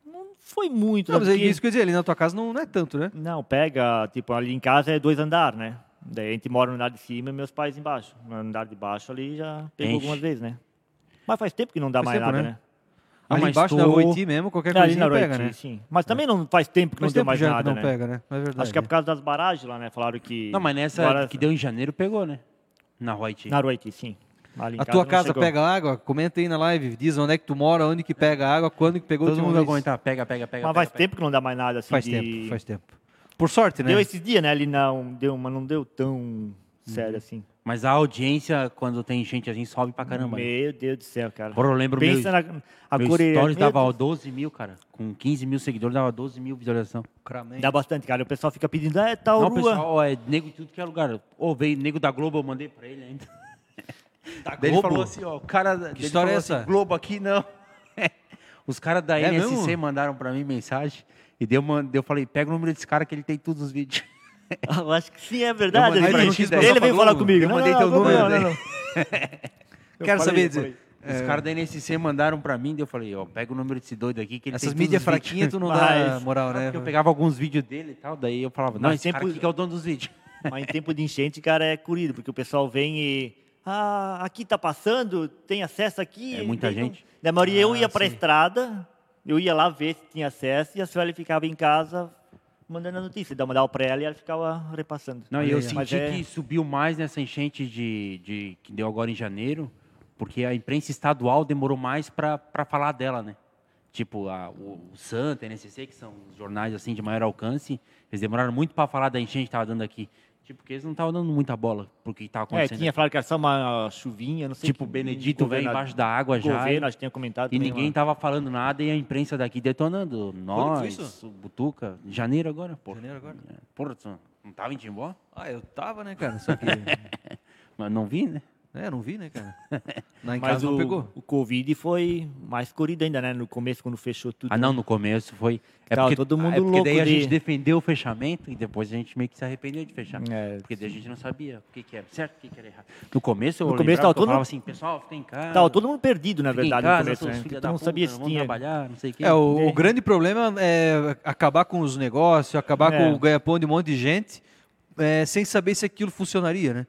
[SPEAKER 3] não foi muito.
[SPEAKER 2] Não,
[SPEAKER 3] né?
[SPEAKER 2] mas é
[SPEAKER 3] Porque-
[SPEAKER 2] isso que eu ia dizer, ali na tua casa não, não é tanto, né?
[SPEAKER 3] Não, pega, tipo, ali em casa é dois andar, né? Daí a gente mora no andar de cima e meus pais embaixo. No andar de baixo ali já pegou
[SPEAKER 1] Enche.
[SPEAKER 3] algumas vezes, né? Mas faz tempo que não dá
[SPEAKER 2] Faz
[SPEAKER 3] mais
[SPEAKER 2] tempo,
[SPEAKER 3] nada,
[SPEAKER 2] né?
[SPEAKER 3] né?
[SPEAKER 1] Ah,
[SPEAKER 2] Ali
[SPEAKER 1] mas
[SPEAKER 2] embaixo da
[SPEAKER 1] tu-
[SPEAKER 2] rua Haiti mesmo, qualquer
[SPEAKER 3] É, Ali na
[SPEAKER 2] coisinha pega,
[SPEAKER 3] Roiti,
[SPEAKER 2] né?
[SPEAKER 3] sim. Mas também não faz tempo que
[SPEAKER 2] Mas
[SPEAKER 3] não deu
[SPEAKER 2] tempo
[SPEAKER 3] mais
[SPEAKER 2] já que
[SPEAKER 3] nada,
[SPEAKER 2] não
[SPEAKER 3] né?
[SPEAKER 2] pega, né? Não é verdade.
[SPEAKER 3] Acho que é por causa das barragens lá, né? Falaram que...
[SPEAKER 1] Não, mas nessa
[SPEAKER 3] agora-
[SPEAKER 1] que deu em janeiro pegou, né? Na rua Haiti.
[SPEAKER 3] Na Roiti, sim. Ali em
[SPEAKER 2] A tua
[SPEAKER 3] não
[SPEAKER 2] casa
[SPEAKER 3] chegou.
[SPEAKER 2] pega água? Comenta aí na live, diz onde é que tu mora, onde que pega água, quando que pegou a
[SPEAKER 1] Todo
[SPEAKER 2] última
[SPEAKER 1] mundo vai
[SPEAKER 2] vez.
[SPEAKER 1] comentar. Pega, pega, pega. pega,
[SPEAKER 3] Mas faz
[SPEAKER 1] pega.
[SPEAKER 3] tempo que não dá mais nada, assim,
[SPEAKER 2] Faz
[SPEAKER 3] de-
[SPEAKER 2] tempo, faz tempo. Por sorte, né?
[SPEAKER 3] Deu esses dias, né? Ali não deu, mas não deu tão
[SPEAKER 2] Uhum.
[SPEAKER 3] sério, assim.
[SPEAKER 1] Mas a audiência, quando tem enchente assim, sobe pra caramba. né?
[SPEAKER 3] Meu Deus do céu, cara.
[SPEAKER 1] Porra, eu lembro
[SPEAKER 3] Pensa
[SPEAKER 1] meu-
[SPEAKER 3] na... A
[SPEAKER 1] Meu
[SPEAKER 3] Coreia-
[SPEAKER 1] stories
[SPEAKER 3] Meu
[SPEAKER 1] dava 12 mil, cara. Com 15 mil seguidores, dava 12 mil visualização.
[SPEAKER 3] Dá bastante, cara. O pessoal fica pedindo, ah, é tal
[SPEAKER 1] Não,
[SPEAKER 3] rua.
[SPEAKER 1] pessoal, é nego de tudo que é lugar. Ô, veio nego da Globo, eu mandei pra ele ainda. Da Ele
[SPEAKER 2] Globo?
[SPEAKER 1] falou assim, ó, o cara... dele
[SPEAKER 2] história
[SPEAKER 1] falou
[SPEAKER 2] é
[SPEAKER 1] assim,
[SPEAKER 2] essa?
[SPEAKER 1] Globo aqui, não. <laughs> Os caras da
[SPEAKER 2] É
[SPEAKER 1] NSC
[SPEAKER 2] mesmo?
[SPEAKER 1] mandaram pra mim mensagem. E daí eu, mandei, eu falei, pega o número desse cara que ele tem todos os vídeos.
[SPEAKER 3] <laughs>
[SPEAKER 1] <laughs>
[SPEAKER 3] Eu acho que sim, é verdade.
[SPEAKER 1] Eu mandei
[SPEAKER 3] Ele,
[SPEAKER 1] pra
[SPEAKER 3] falou-
[SPEAKER 1] ti,
[SPEAKER 3] ele
[SPEAKER 1] daí.
[SPEAKER 2] Eu
[SPEAKER 3] veio falar
[SPEAKER 2] falei,
[SPEAKER 3] comigo.
[SPEAKER 2] eu
[SPEAKER 3] Não,
[SPEAKER 2] mandei
[SPEAKER 3] não,
[SPEAKER 2] teu
[SPEAKER 3] não,
[SPEAKER 2] número,
[SPEAKER 3] não,
[SPEAKER 1] né?
[SPEAKER 2] daí.
[SPEAKER 1] <laughs>
[SPEAKER 3] não, não. Eu
[SPEAKER 2] Quero
[SPEAKER 3] falei,
[SPEAKER 2] saber
[SPEAKER 3] eu
[SPEAKER 2] dizer.
[SPEAKER 1] Os caras da NSC mandaram pra mim, daí eu falei, ó, pega o número desse doido aqui que ele
[SPEAKER 2] Essas
[SPEAKER 1] tem todos
[SPEAKER 2] mídias
[SPEAKER 1] os vídeos.
[SPEAKER 2] fraquinhas tu não dá
[SPEAKER 3] Mas-
[SPEAKER 2] moral, né?
[SPEAKER 1] Porque eu pegava alguns vídeos dele e tal, daí eu falava, não,
[SPEAKER 3] Mas
[SPEAKER 1] esse cara
[SPEAKER 3] sempre-
[SPEAKER 1] aqui que é o dono dos vídeos.
[SPEAKER 3] Mas em tempo de enchente, cara, é corrido, porque o pessoal vem e. Ah, aqui tá passando, tem acesso aqui.
[SPEAKER 1] É muita
[SPEAKER 3] Daí não-
[SPEAKER 1] gente.
[SPEAKER 3] Da maioria eu
[SPEAKER 2] Ah,
[SPEAKER 3] ia pra
[SPEAKER 2] sim.
[SPEAKER 3] estrada, eu ia lá ver se tinha acesso e a Sueli ficava em casa mandando a notícia. Daí Eu mandava pra ela e ela ficava repassando. é,
[SPEAKER 1] Não, e eu
[SPEAKER 2] Olha aí, ó.
[SPEAKER 1] senti que subiu mais nessa enchente de, de- que deu agora em janeiro, porque a imprensa estadual demorou mais para falar dela, né? Tipo, a, o, o Santa, NSC, que são os jornais assim de maior alcance, eles demoraram muito para falar da enchente que estava dando aqui. Tipo, porque eles não estavam dando muita bola pro que estava
[SPEAKER 3] É,
[SPEAKER 1] acontecendo.
[SPEAKER 3] tinha
[SPEAKER 1] aqui.
[SPEAKER 3] falado que era só uma chuvinha, não sei
[SPEAKER 1] tipo, o
[SPEAKER 3] que-
[SPEAKER 1] Benedito veio
[SPEAKER 3] governo-
[SPEAKER 1] embaixo da água já.
[SPEAKER 3] governo, acho que tinha comentado.
[SPEAKER 1] E
[SPEAKER 3] também,
[SPEAKER 1] ninguém
[SPEAKER 3] mano.
[SPEAKER 1] tava falando nada e a imprensa daqui detonando.
[SPEAKER 2] foi
[SPEAKER 1] Nós,
[SPEAKER 2] isso?
[SPEAKER 1] o Butuca. Janeiro agora, pô.
[SPEAKER 2] Janeiro agora?
[SPEAKER 1] É, Porra, tu não tava em Timbó?
[SPEAKER 3] <laughs>
[SPEAKER 2] Ah, eu tava, né, cara? Só que...
[SPEAKER 1] Mas não vi, né?
[SPEAKER 2] É, não vi, né, cara? Lá em
[SPEAKER 3] Mas
[SPEAKER 2] casa
[SPEAKER 3] o,
[SPEAKER 2] não pegou.
[SPEAKER 3] o Covid foi mais corrido ainda, né? No começo, quando fechou tudo.
[SPEAKER 1] Ah, não, no começo foi. É
[SPEAKER 3] Tava
[SPEAKER 1] porque,
[SPEAKER 3] todo mundo
[SPEAKER 1] é porque
[SPEAKER 3] louco
[SPEAKER 1] daí a
[SPEAKER 3] de-
[SPEAKER 1] gente defendeu o fechamento e depois a gente meio que se arrependeu de fechar.
[SPEAKER 3] É,
[SPEAKER 1] porque daí a gente não sabia o que, que era certo, o que, que era errado. No começo eu
[SPEAKER 3] No começo
[SPEAKER 1] lembrava
[SPEAKER 3] tava
[SPEAKER 1] que
[SPEAKER 3] todo
[SPEAKER 1] eu falava
[SPEAKER 3] mundo-
[SPEAKER 1] assim, pessoal, fica em casa.
[SPEAKER 3] Tava Tá, todo mundo perdido, na
[SPEAKER 1] fica em
[SPEAKER 3] verdade,
[SPEAKER 1] casa,
[SPEAKER 3] no começo.
[SPEAKER 1] seus
[SPEAKER 3] Né?
[SPEAKER 1] filhos
[SPEAKER 3] Porque Tu
[SPEAKER 1] da
[SPEAKER 3] não
[SPEAKER 1] puta,
[SPEAKER 3] sabia se
[SPEAKER 1] vamos
[SPEAKER 3] tinha.
[SPEAKER 1] trabalhar, não sei o quê.
[SPEAKER 2] É, o, o grande problema é acabar com os negócios, acabar
[SPEAKER 3] É.
[SPEAKER 2] com o ganha-pão de um monte de gente, é, sem saber se aquilo funcionaria, né?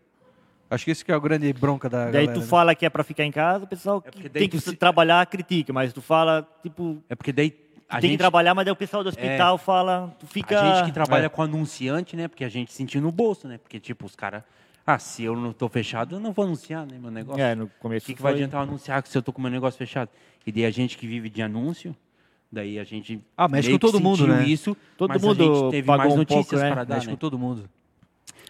[SPEAKER 2] Acho que esse que é a grande bronca da
[SPEAKER 3] Daí
[SPEAKER 2] galera.
[SPEAKER 3] tu
[SPEAKER 2] né?
[SPEAKER 3] fala que é pra ficar em casa, o pessoal
[SPEAKER 1] É
[SPEAKER 3] que
[SPEAKER 1] porque daí
[SPEAKER 3] tem que
[SPEAKER 1] tu se-
[SPEAKER 3] trabalhar, critica. Mas tu fala, tipo,
[SPEAKER 1] É porque daí a
[SPEAKER 3] tem que
[SPEAKER 1] gente, É.
[SPEAKER 3] trabalhar, mas daí o pessoal do hospital fala, tu
[SPEAKER 1] a
[SPEAKER 3] fica...
[SPEAKER 1] gente que trabalha
[SPEAKER 2] É.
[SPEAKER 1] com anunciante, né? Porque a gente sentiu no bolso, né? Porque, tipo, os caras... Ah, se eu não tô fechado, eu não vou anunciar, né, meu negócio.
[SPEAKER 3] É, no começo
[SPEAKER 1] O que, que
[SPEAKER 3] foi-
[SPEAKER 1] vai adiantar eu anunciar se eu tô com o meu negócio fechado? E daí a gente que vive de anúncio, daí a gente.
[SPEAKER 2] Ah, mexe
[SPEAKER 1] meio
[SPEAKER 2] com
[SPEAKER 1] que
[SPEAKER 2] todo mundo,
[SPEAKER 1] sentiu
[SPEAKER 2] né?
[SPEAKER 1] isso,
[SPEAKER 3] Todo
[SPEAKER 1] mas
[SPEAKER 3] mundo
[SPEAKER 1] a gente teve
[SPEAKER 3] pagou
[SPEAKER 1] mais
[SPEAKER 3] um
[SPEAKER 1] notícias
[SPEAKER 3] pouco, né?
[SPEAKER 1] para dar.
[SPEAKER 2] Mexe
[SPEAKER 1] Né?
[SPEAKER 2] com todo mundo.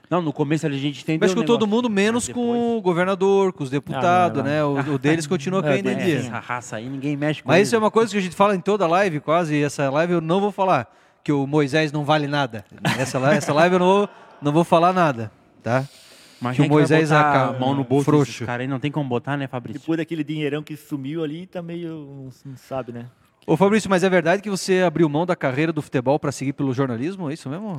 [SPEAKER 1] Não, no começo a gente entendeu.
[SPEAKER 2] Mexe
[SPEAKER 1] o
[SPEAKER 2] com todo
[SPEAKER 1] negócio,
[SPEAKER 2] mundo, menos
[SPEAKER 1] mas
[SPEAKER 2] com
[SPEAKER 1] depois-
[SPEAKER 2] o governador, com os deputados,
[SPEAKER 3] Ah,
[SPEAKER 2] né? O, o deles
[SPEAKER 3] <laughs>
[SPEAKER 2] continua
[SPEAKER 3] É,
[SPEAKER 2] caindo em
[SPEAKER 3] mas
[SPEAKER 1] É,
[SPEAKER 2] dia.
[SPEAKER 1] essa raça aí, ninguém mexe com
[SPEAKER 2] Mas
[SPEAKER 1] eles,
[SPEAKER 2] isso é
[SPEAKER 1] né?
[SPEAKER 2] uma coisa que a gente fala em toda live, quase. E essa live eu não vou falar que o Moisés não vale nada. Essa, li- essa live eu não vou, não vou falar nada, tá?
[SPEAKER 1] Mas
[SPEAKER 2] que o
[SPEAKER 1] quem vai
[SPEAKER 2] Moisés
[SPEAKER 1] botar
[SPEAKER 2] acaba-
[SPEAKER 1] a mão no bolso
[SPEAKER 2] frouxo.
[SPEAKER 1] desses caras aí não tem como botar, né, Fabrício?
[SPEAKER 3] Depois daquele dinheirão que sumiu ali, tá meio... não- Não sabe, né?
[SPEAKER 2] Ô Fabrício, mas é verdade que você abriu mão da carreira do futebol pra seguir pelo jornalismo? É isso mesmo?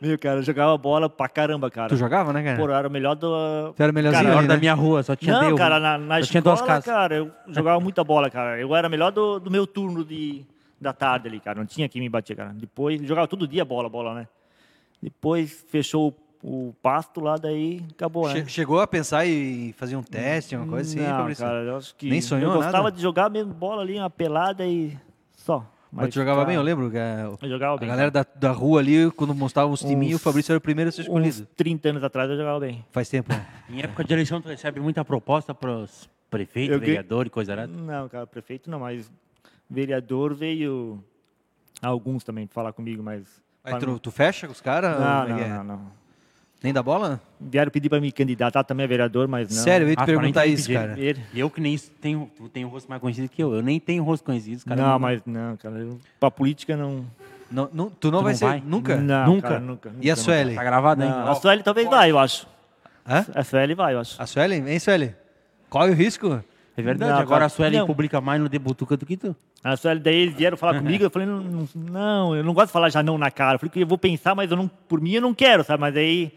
[SPEAKER 3] Meu, cara, eu jogava bola pra caramba, cara.
[SPEAKER 2] Tu jogava, né, cara?
[SPEAKER 3] Pô, eu era o melhor do...
[SPEAKER 2] Tu era melhorzinho
[SPEAKER 1] Melhor
[SPEAKER 2] ali,
[SPEAKER 1] da
[SPEAKER 2] né?
[SPEAKER 1] minha rua, só tinha
[SPEAKER 3] Não,
[SPEAKER 1] eu.
[SPEAKER 3] cara, na, na
[SPEAKER 1] só tinha duas
[SPEAKER 3] escola,
[SPEAKER 1] casas.
[SPEAKER 3] cara, eu jogava muita bola, cara. Eu era melhor do, do meu turno de, da tarde ali, cara. Não tinha quem me bater, cara. Depois, jogava todo dia bola, bola, né? Depois fechou o, o pasto lá, daí acabou, né?
[SPEAKER 2] Che- Chegou a pensar em fazer um teste, uma coisa assim,
[SPEAKER 3] Não,
[SPEAKER 2] Fabrício?
[SPEAKER 3] cara, eu acho que
[SPEAKER 2] Nem sonhou
[SPEAKER 3] Eu gostava
[SPEAKER 2] nada?
[SPEAKER 3] de jogar mesmo bola ali, uma pelada e só.
[SPEAKER 2] Mas tu jogava
[SPEAKER 3] cara,
[SPEAKER 2] bem, eu lembro. que a-
[SPEAKER 3] Eu jogava bem.
[SPEAKER 2] A galera da, da rua ali, quando mostrava os timinhos,
[SPEAKER 3] Uns-
[SPEAKER 2] o Fabrício era o primeiro a ser
[SPEAKER 3] Uns
[SPEAKER 2] escolhido.
[SPEAKER 3] 30 anos atrás eu jogava bem.
[SPEAKER 2] Faz tempo. né?
[SPEAKER 1] Em época de eleição, tu recebe muita proposta pros prefeitos,
[SPEAKER 3] Eu que-
[SPEAKER 1] vereador e coisa arada.
[SPEAKER 3] Não, cara, prefeito não, mas vereador veio alguns também falar comigo, mas...
[SPEAKER 2] Aí tu, tu fecha com os caras?
[SPEAKER 3] Não,
[SPEAKER 2] Ou como é
[SPEAKER 3] não,
[SPEAKER 2] que é?
[SPEAKER 3] não, não.
[SPEAKER 2] Nem da bola?
[SPEAKER 3] Vieram pedir para me candidatar também a vereador, mas não.
[SPEAKER 2] Sério, eu ia te
[SPEAKER 1] Ah,
[SPEAKER 2] perguntar
[SPEAKER 1] 40
[SPEAKER 2] isso,
[SPEAKER 1] pediram.
[SPEAKER 2] cara.
[SPEAKER 3] Ele-
[SPEAKER 1] E eu que nem tenho, tu tem um rosto mais conhecido que eu. Eu nem tenho rosto conhecido, os caras.
[SPEAKER 3] não, mas não, cara. eu- Pra política não.
[SPEAKER 2] Não, não- tu não
[SPEAKER 1] Tu
[SPEAKER 2] vai
[SPEAKER 1] não
[SPEAKER 2] ser
[SPEAKER 1] vai?
[SPEAKER 2] nunca?
[SPEAKER 3] Não,
[SPEAKER 1] Nunca?
[SPEAKER 3] cara, nunca, nunca,
[SPEAKER 2] E a
[SPEAKER 3] nunca.
[SPEAKER 2] Sueli?
[SPEAKER 1] Tá gravado, hein?
[SPEAKER 3] Não,
[SPEAKER 1] Ó,
[SPEAKER 3] a Sueli talvez vai, eu acho.
[SPEAKER 2] Hã?
[SPEAKER 3] A Sueli vai, eu acho.
[SPEAKER 2] A Sueli? Hein, Sueli? Corre o risco?
[SPEAKER 1] É verdade,
[SPEAKER 3] Não,
[SPEAKER 1] agora
[SPEAKER 3] cara,
[SPEAKER 1] a Sueli
[SPEAKER 3] não.
[SPEAKER 1] publica mais no Debutuca do que tu.
[SPEAKER 3] A Sueli, daí eles vieram falar comigo, eu falei, não, não, não, eu não gosto de falar já não na cara. Eu falei que eu vou pensar, mas eu não, por mim eu não quero, sabe? Mas aí.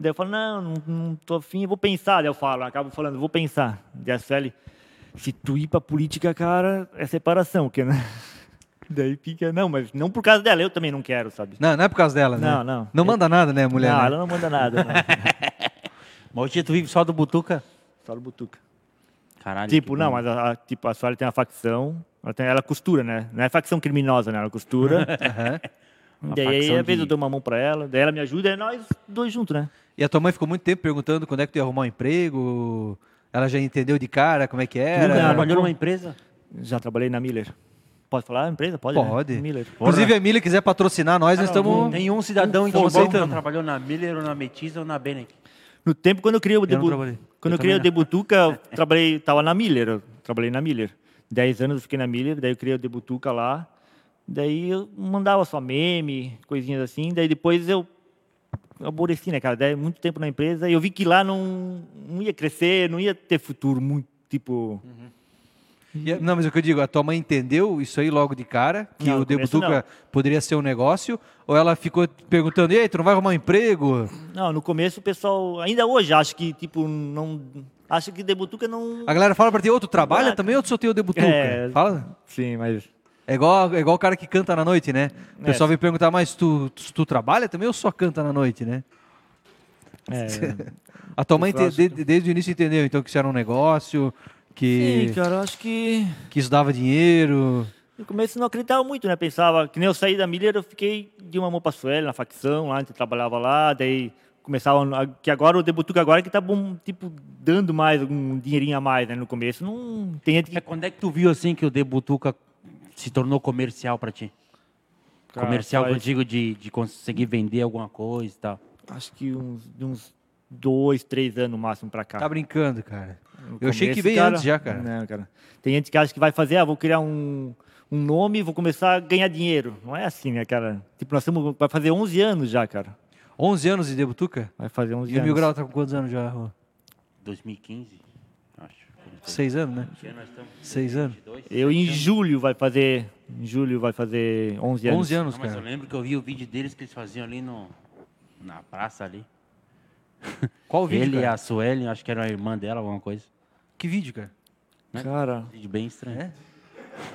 [SPEAKER 3] Daí eu falo, não, não, não tô afim, eu vou pensar. Daí eu falo, acabo falando, vou pensar. Daí a Sueli, se tu ir pra política, cara, é separação, que né? <laughs> Daí fica, não, mas não por causa dela, eu também não quero, sabe?
[SPEAKER 2] Não, não é por causa dela, né?
[SPEAKER 3] Não, não.
[SPEAKER 2] Não manda nada, né, mulher?
[SPEAKER 3] não,
[SPEAKER 2] né?
[SPEAKER 3] ela não manda nada. Não.
[SPEAKER 1] Mas hoje tu vive só do Butuca?
[SPEAKER 3] Só no Butuca.
[SPEAKER 1] Caralho.
[SPEAKER 3] Tipo,
[SPEAKER 1] que
[SPEAKER 3] não,
[SPEAKER 1] bom.
[SPEAKER 3] mas a, a- tipo, a Sueli tem uma facção. Ela, tem- ela costura, né? Não é facção criminosa, né? Ela <laughs> costura.
[SPEAKER 2] Aham.
[SPEAKER 3] daí,
[SPEAKER 1] Uma
[SPEAKER 3] aí,
[SPEAKER 1] facção
[SPEAKER 3] às vezes,
[SPEAKER 1] de-
[SPEAKER 3] eu dou uma mão pra ela. Daí ela me ajuda e nós dois juntos, né?
[SPEAKER 2] E a tua mãe ficou muito tempo perguntando quando é que tu ia arrumar um emprego? Ela já entendeu de cara como é que
[SPEAKER 1] Tu nunca
[SPEAKER 2] era?
[SPEAKER 3] Não,
[SPEAKER 1] trabalhou
[SPEAKER 3] não.
[SPEAKER 1] numa empresa?
[SPEAKER 3] Já trabalhei na Miller. Pode falar a empresa? Pode. né?
[SPEAKER 2] Pode.
[SPEAKER 3] Miller.
[SPEAKER 2] Inclusive, a Emília quiser patrocinar nós, nós estamos...
[SPEAKER 1] Nenhum um cidadão
[SPEAKER 3] Um
[SPEAKER 1] em
[SPEAKER 2] Pô,
[SPEAKER 1] São Paulo
[SPEAKER 2] aceitando.
[SPEAKER 1] que
[SPEAKER 3] né?
[SPEAKER 1] não trabalhou na Miller ou na Metiza ou na Benek.
[SPEAKER 3] No tempo, quando eu criei o
[SPEAKER 2] não
[SPEAKER 3] Debu...
[SPEAKER 2] trabalhei.
[SPEAKER 3] Quando eu,
[SPEAKER 1] Eu
[SPEAKER 3] criei o
[SPEAKER 1] também
[SPEAKER 3] Debutuca, eu <laughs> trabalhei, tava na Miller. Eu trabalhei na Miller. Dez anos eu fiquei na Miller, daí eu criei o Debutuca lá. Daí eu mandava só meme, coisinhas assim. Daí depois eu aborreci, né, cara? Daí muito tempo na empresa. E eu vi que lá não, não ia crescer, não ia ter futuro muito, tipo...
[SPEAKER 2] E a- Não, mas o que eu digo, a tua mãe entendeu isso aí logo de cara, que
[SPEAKER 3] Não, no
[SPEAKER 2] o
[SPEAKER 3] começo
[SPEAKER 2] Debutuca poderia ser um negócio, ou ela ficou perguntando, ei, tu não vai arrumar um emprego?
[SPEAKER 3] Não, no começo o pessoal, ainda hoje, acho que, tipo, não... Acha que Debutuca não...
[SPEAKER 2] A galera fala pra ti, ô, tu trabalha
[SPEAKER 3] Ah,
[SPEAKER 2] também ou tu só tem o Debutuca?
[SPEAKER 3] É.
[SPEAKER 2] Fala.
[SPEAKER 3] Sim, mas...
[SPEAKER 2] É igual, é igual o cara que canta na noite, né? O
[SPEAKER 3] É.
[SPEAKER 2] pessoal vem perguntar, mas tu, tu, tu trabalha também ou só canta na noite, né?
[SPEAKER 3] <laughs> É,
[SPEAKER 2] A tua mãe,
[SPEAKER 3] Eu
[SPEAKER 2] te-
[SPEAKER 3] acho que-
[SPEAKER 2] de- desde o início, entendeu, então, que isso era um negócio, que,
[SPEAKER 3] Sim, cara, eu acho que
[SPEAKER 2] que isso dava dinheiro.
[SPEAKER 3] no começo não acreditava muito, né? Pensava, que nem eu saí da Miller, eu fiquei de uma mão pra Sueli, na facção, lá, antes eu trabalhava lá, daí começava, a- que agora o Debutuca agora que tá bom, tipo, dando mais, um dinheirinho a mais, né? No começo, não tem gente que...
[SPEAKER 1] É, quando é que tu viu assim que o Debutuca se tornou comercial pra ti?
[SPEAKER 3] Cara,
[SPEAKER 1] comercial,
[SPEAKER 3] faz-
[SPEAKER 1] eu digo, de, de conseguir vender alguma coisa e tal.
[SPEAKER 3] Acho que uns, de uns dois, três anos no máximo pra cá.
[SPEAKER 2] Tá brincando, cara.
[SPEAKER 3] No
[SPEAKER 2] eu achei
[SPEAKER 3] começo, né?
[SPEAKER 2] que bem antes já, cara.
[SPEAKER 3] Não, cara. Tem gente que acha que vai fazer, ah, vou criar um, um nome, vou começar a ganhar dinheiro. Não é assim, né, cara? Tipo, nós estamos, vai fazer 11 anos já, cara.
[SPEAKER 2] 11 anos de Debutuca?
[SPEAKER 3] Vai fazer 11
[SPEAKER 2] E o
[SPEAKER 3] anos.
[SPEAKER 2] Mil Grau tá com quantos anos já, Rô?
[SPEAKER 1] 2015, acho.
[SPEAKER 2] Seis anos, né?
[SPEAKER 1] Que ano nós estamos?
[SPEAKER 2] Seis anos.
[SPEAKER 1] 22?
[SPEAKER 3] Eu em julho vai fazer, em julho vai fazer 11 anos. Tá
[SPEAKER 2] 11 anos,
[SPEAKER 1] Não, mas eu
[SPEAKER 2] cara.
[SPEAKER 1] lembro que eu vi o vídeo deles que eles faziam ali no, na praça ali.
[SPEAKER 2] Qual vídeo,
[SPEAKER 1] Ele e
[SPEAKER 2] cara?
[SPEAKER 1] a Suelen, acho que era a irmã dela, alguma coisa.
[SPEAKER 3] é-
[SPEAKER 2] Que vídeo, cara?
[SPEAKER 3] Cara,
[SPEAKER 1] Um vídeo bem estranho.
[SPEAKER 2] É?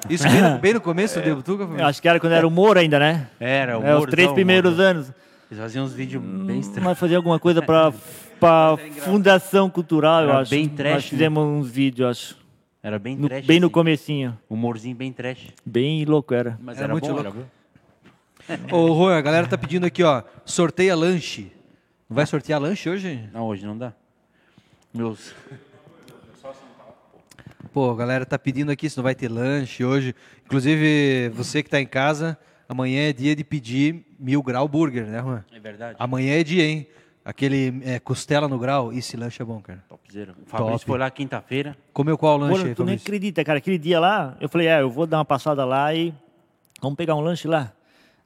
[SPEAKER 2] Isso bem no, bem no começo
[SPEAKER 3] É.
[SPEAKER 2] do Debutuca?
[SPEAKER 3] eu acho que era quando era o Moro ainda, né?
[SPEAKER 1] Era, o
[SPEAKER 3] É, os
[SPEAKER 1] Mourzão,
[SPEAKER 3] três
[SPEAKER 1] o
[SPEAKER 3] primeiros
[SPEAKER 1] Mourzão.
[SPEAKER 3] anos.
[SPEAKER 1] Eles faziam uns vídeos
[SPEAKER 2] Hum,
[SPEAKER 1] bem estranhos.
[SPEAKER 3] Nós fazia alguma coisa para
[SPEAKER 1] <laughs>
[SPEAKER 3] para Fundação Cultural, eu
[SPEAKER 1] Era
[SPEAKER 3] acho.
[SPEAKER 1] bem trash,
[SPEAKER 3] Nós fizemos uns vídeos, eu acho.
[SPEAKER 1] Era bem
[SPEAKER 3] No-
[SPEAKER 1] trash.
[SPEAKER 3] bem no
[SPEAKER 1] assim.
[SPEAKER 3] comecinho.
[SPEAKER 1] Humorzinho bem trash.
[SPEAKER 3] Bem louco era.
[SPEAKER 1] Mas
[SPEAKER 2] Era
[SPEAKER 1] era,
[SPEAKER 2] muito
[SPEAKER 1] bom,
[SPEAKER 2] louco.
[SPEAKER 1] era bom.
[SPEAKER 3] É.
[SPEAKER 2] Ô, Juan, a galera tá pedindo aqui, ó. Sorteia lanche. Não vai sortear lanche hoje?
[SPEAKER 1] Não, hoje não dá. Meus...
[SPEAKER 2] Pô, a galera tá pedindo aqui se não vai ter lanche hoje. Inclusive, você que tá em casa, amanhã é dia de pedir mil grau burger, né, Juan?
[SPEAKER 1] É verdade.
[SPEAKER 2] Amanhã é dia, hein? Aquele é, costela no grau. Ih, Esse lanche é bom, cara.
[SPEAKER 1] Topzera. O Fabrício
[SPEAKER 2] Top.
[SPEAKER 1] foi lá quinta-feira.
[SPEAKER 2] Comeu qual
[SPEAKER 3] Pô,
[SPEAKER 2] lanche aí,
[SPEAKER 3] tu nem
[SPEAKER 2] Fabrício?
[SPEAKER 3] acredita, cara. Aquele dia lá, eu falei, é, eu vou dar uma passada lá e vamos pegar um lanche lá.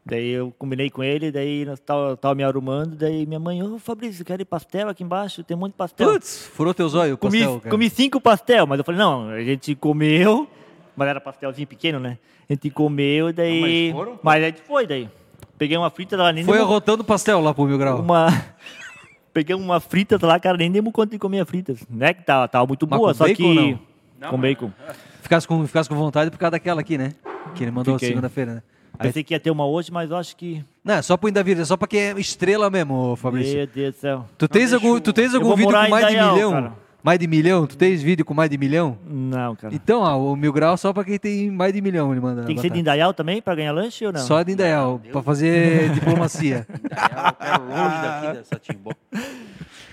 [SPEAKER 3] Daí eu combinei com ele, daí nós tava, tava me arrumando, daí minha mãe, ô Fabrício, quero ir pastel aqui embaixo, tem um monte de pastel.
[SPEAKER 2] Putz, furou teus olhos o
[SPEAKER 3] comi,
[SPEAKER 2] pastel, cara.
[SPEAKER 3] comi cinco pastel, mas eu falei, não, a gente comeu, mas era pastelzinho pequeno, né? A gente comeu,
[SPEAKER 2] Ah,
[SPEAKER 3] daí...
[SPEAKER 1] mas foram?
[SPEAKER 3] mas a gente foi, daí. Peguei uma frita da Nina,
[SPEAKER 2] Foi
[SPEAKER 3] uma...
[SPEAKER 2] arrotando pastel lá pro mil grau.
[SPEAKER 3] uma- <laughs> Peguei uma frita lá, cara, nem demos conta de comer a frita. Né, que tava, tava muito
[SPEAKER 2] Mas
[SPEAKER 3] boa,
[SPEAKER 2] com
[SPEAKER 3] só
[SPEAKER 2] bacon
[SPEAKER 3] que...
[SPEAKER 2] ou não?
[SPEAKER 1] Não,
[SPEAKER 3] com
[SPEAKER 1] mas-
[SPEAKER 2] <laughs>
[SPEAKER 3] bacon.
[SPEAKER 2] Ficasse com, ficasse com vontade por causa daquela aqui, né? Que ele mandou
[SPEAKER 3] Fiquei.
[SPEAKER 2] segunda-feira, né? Aí-
[SPEAKER 3] Pensei que ia ter uma hoje, mas eu acho que.
[SPEAKER 2] não, é só pro Ainda Vira, é só pra quem é estrela mesmo, ô, Fabrício.
[SPEAKER 3] Meu Deus do céu.
[SPEAKER 2] Tu tens,
[SPEAKER 1] deixa
[SPEAKER 2] algum,
[SPEAKER 1] eu-
[SPEAKER 2] tu tens
[SPEAKER 3] Eu
[SPEAKER 2] algum
[SPEAKER 3] vou
[SPEAKER 2] vídeo
[SPEAKER 3] morar
[SPEAKER 2] com
[SPEAKER 3] em
[SPEAKER 2] mais de
[SPEAKER 3] Dayal,
[SPEAKER 2] milhão?
[SPEAKER 3] cara.
[SPEAKER 2] Mais de milhão? Tu tens vídeo com mais de milhão?
[SPEAKER 3] Não, cara.
[SPEAKER 2] Então, ó, o Mil Grau só pra quem tem mais de milhão ele manda. na
[SPEAKER 3] Tem que ser Ah, de
[SPEAKER 2] batata.
[SPEAKER 3] Indaial também pra ganhar lanche ou não?
[SPEAKER 2] Só de Indaial, pra fazer diplomacia.
[SPEAKER 3] <laughs>
[SPEAKER 1] Eu quero longe
[SPEAKER 2] Ah.
[SPEAKER 1] daqui dessa timbó.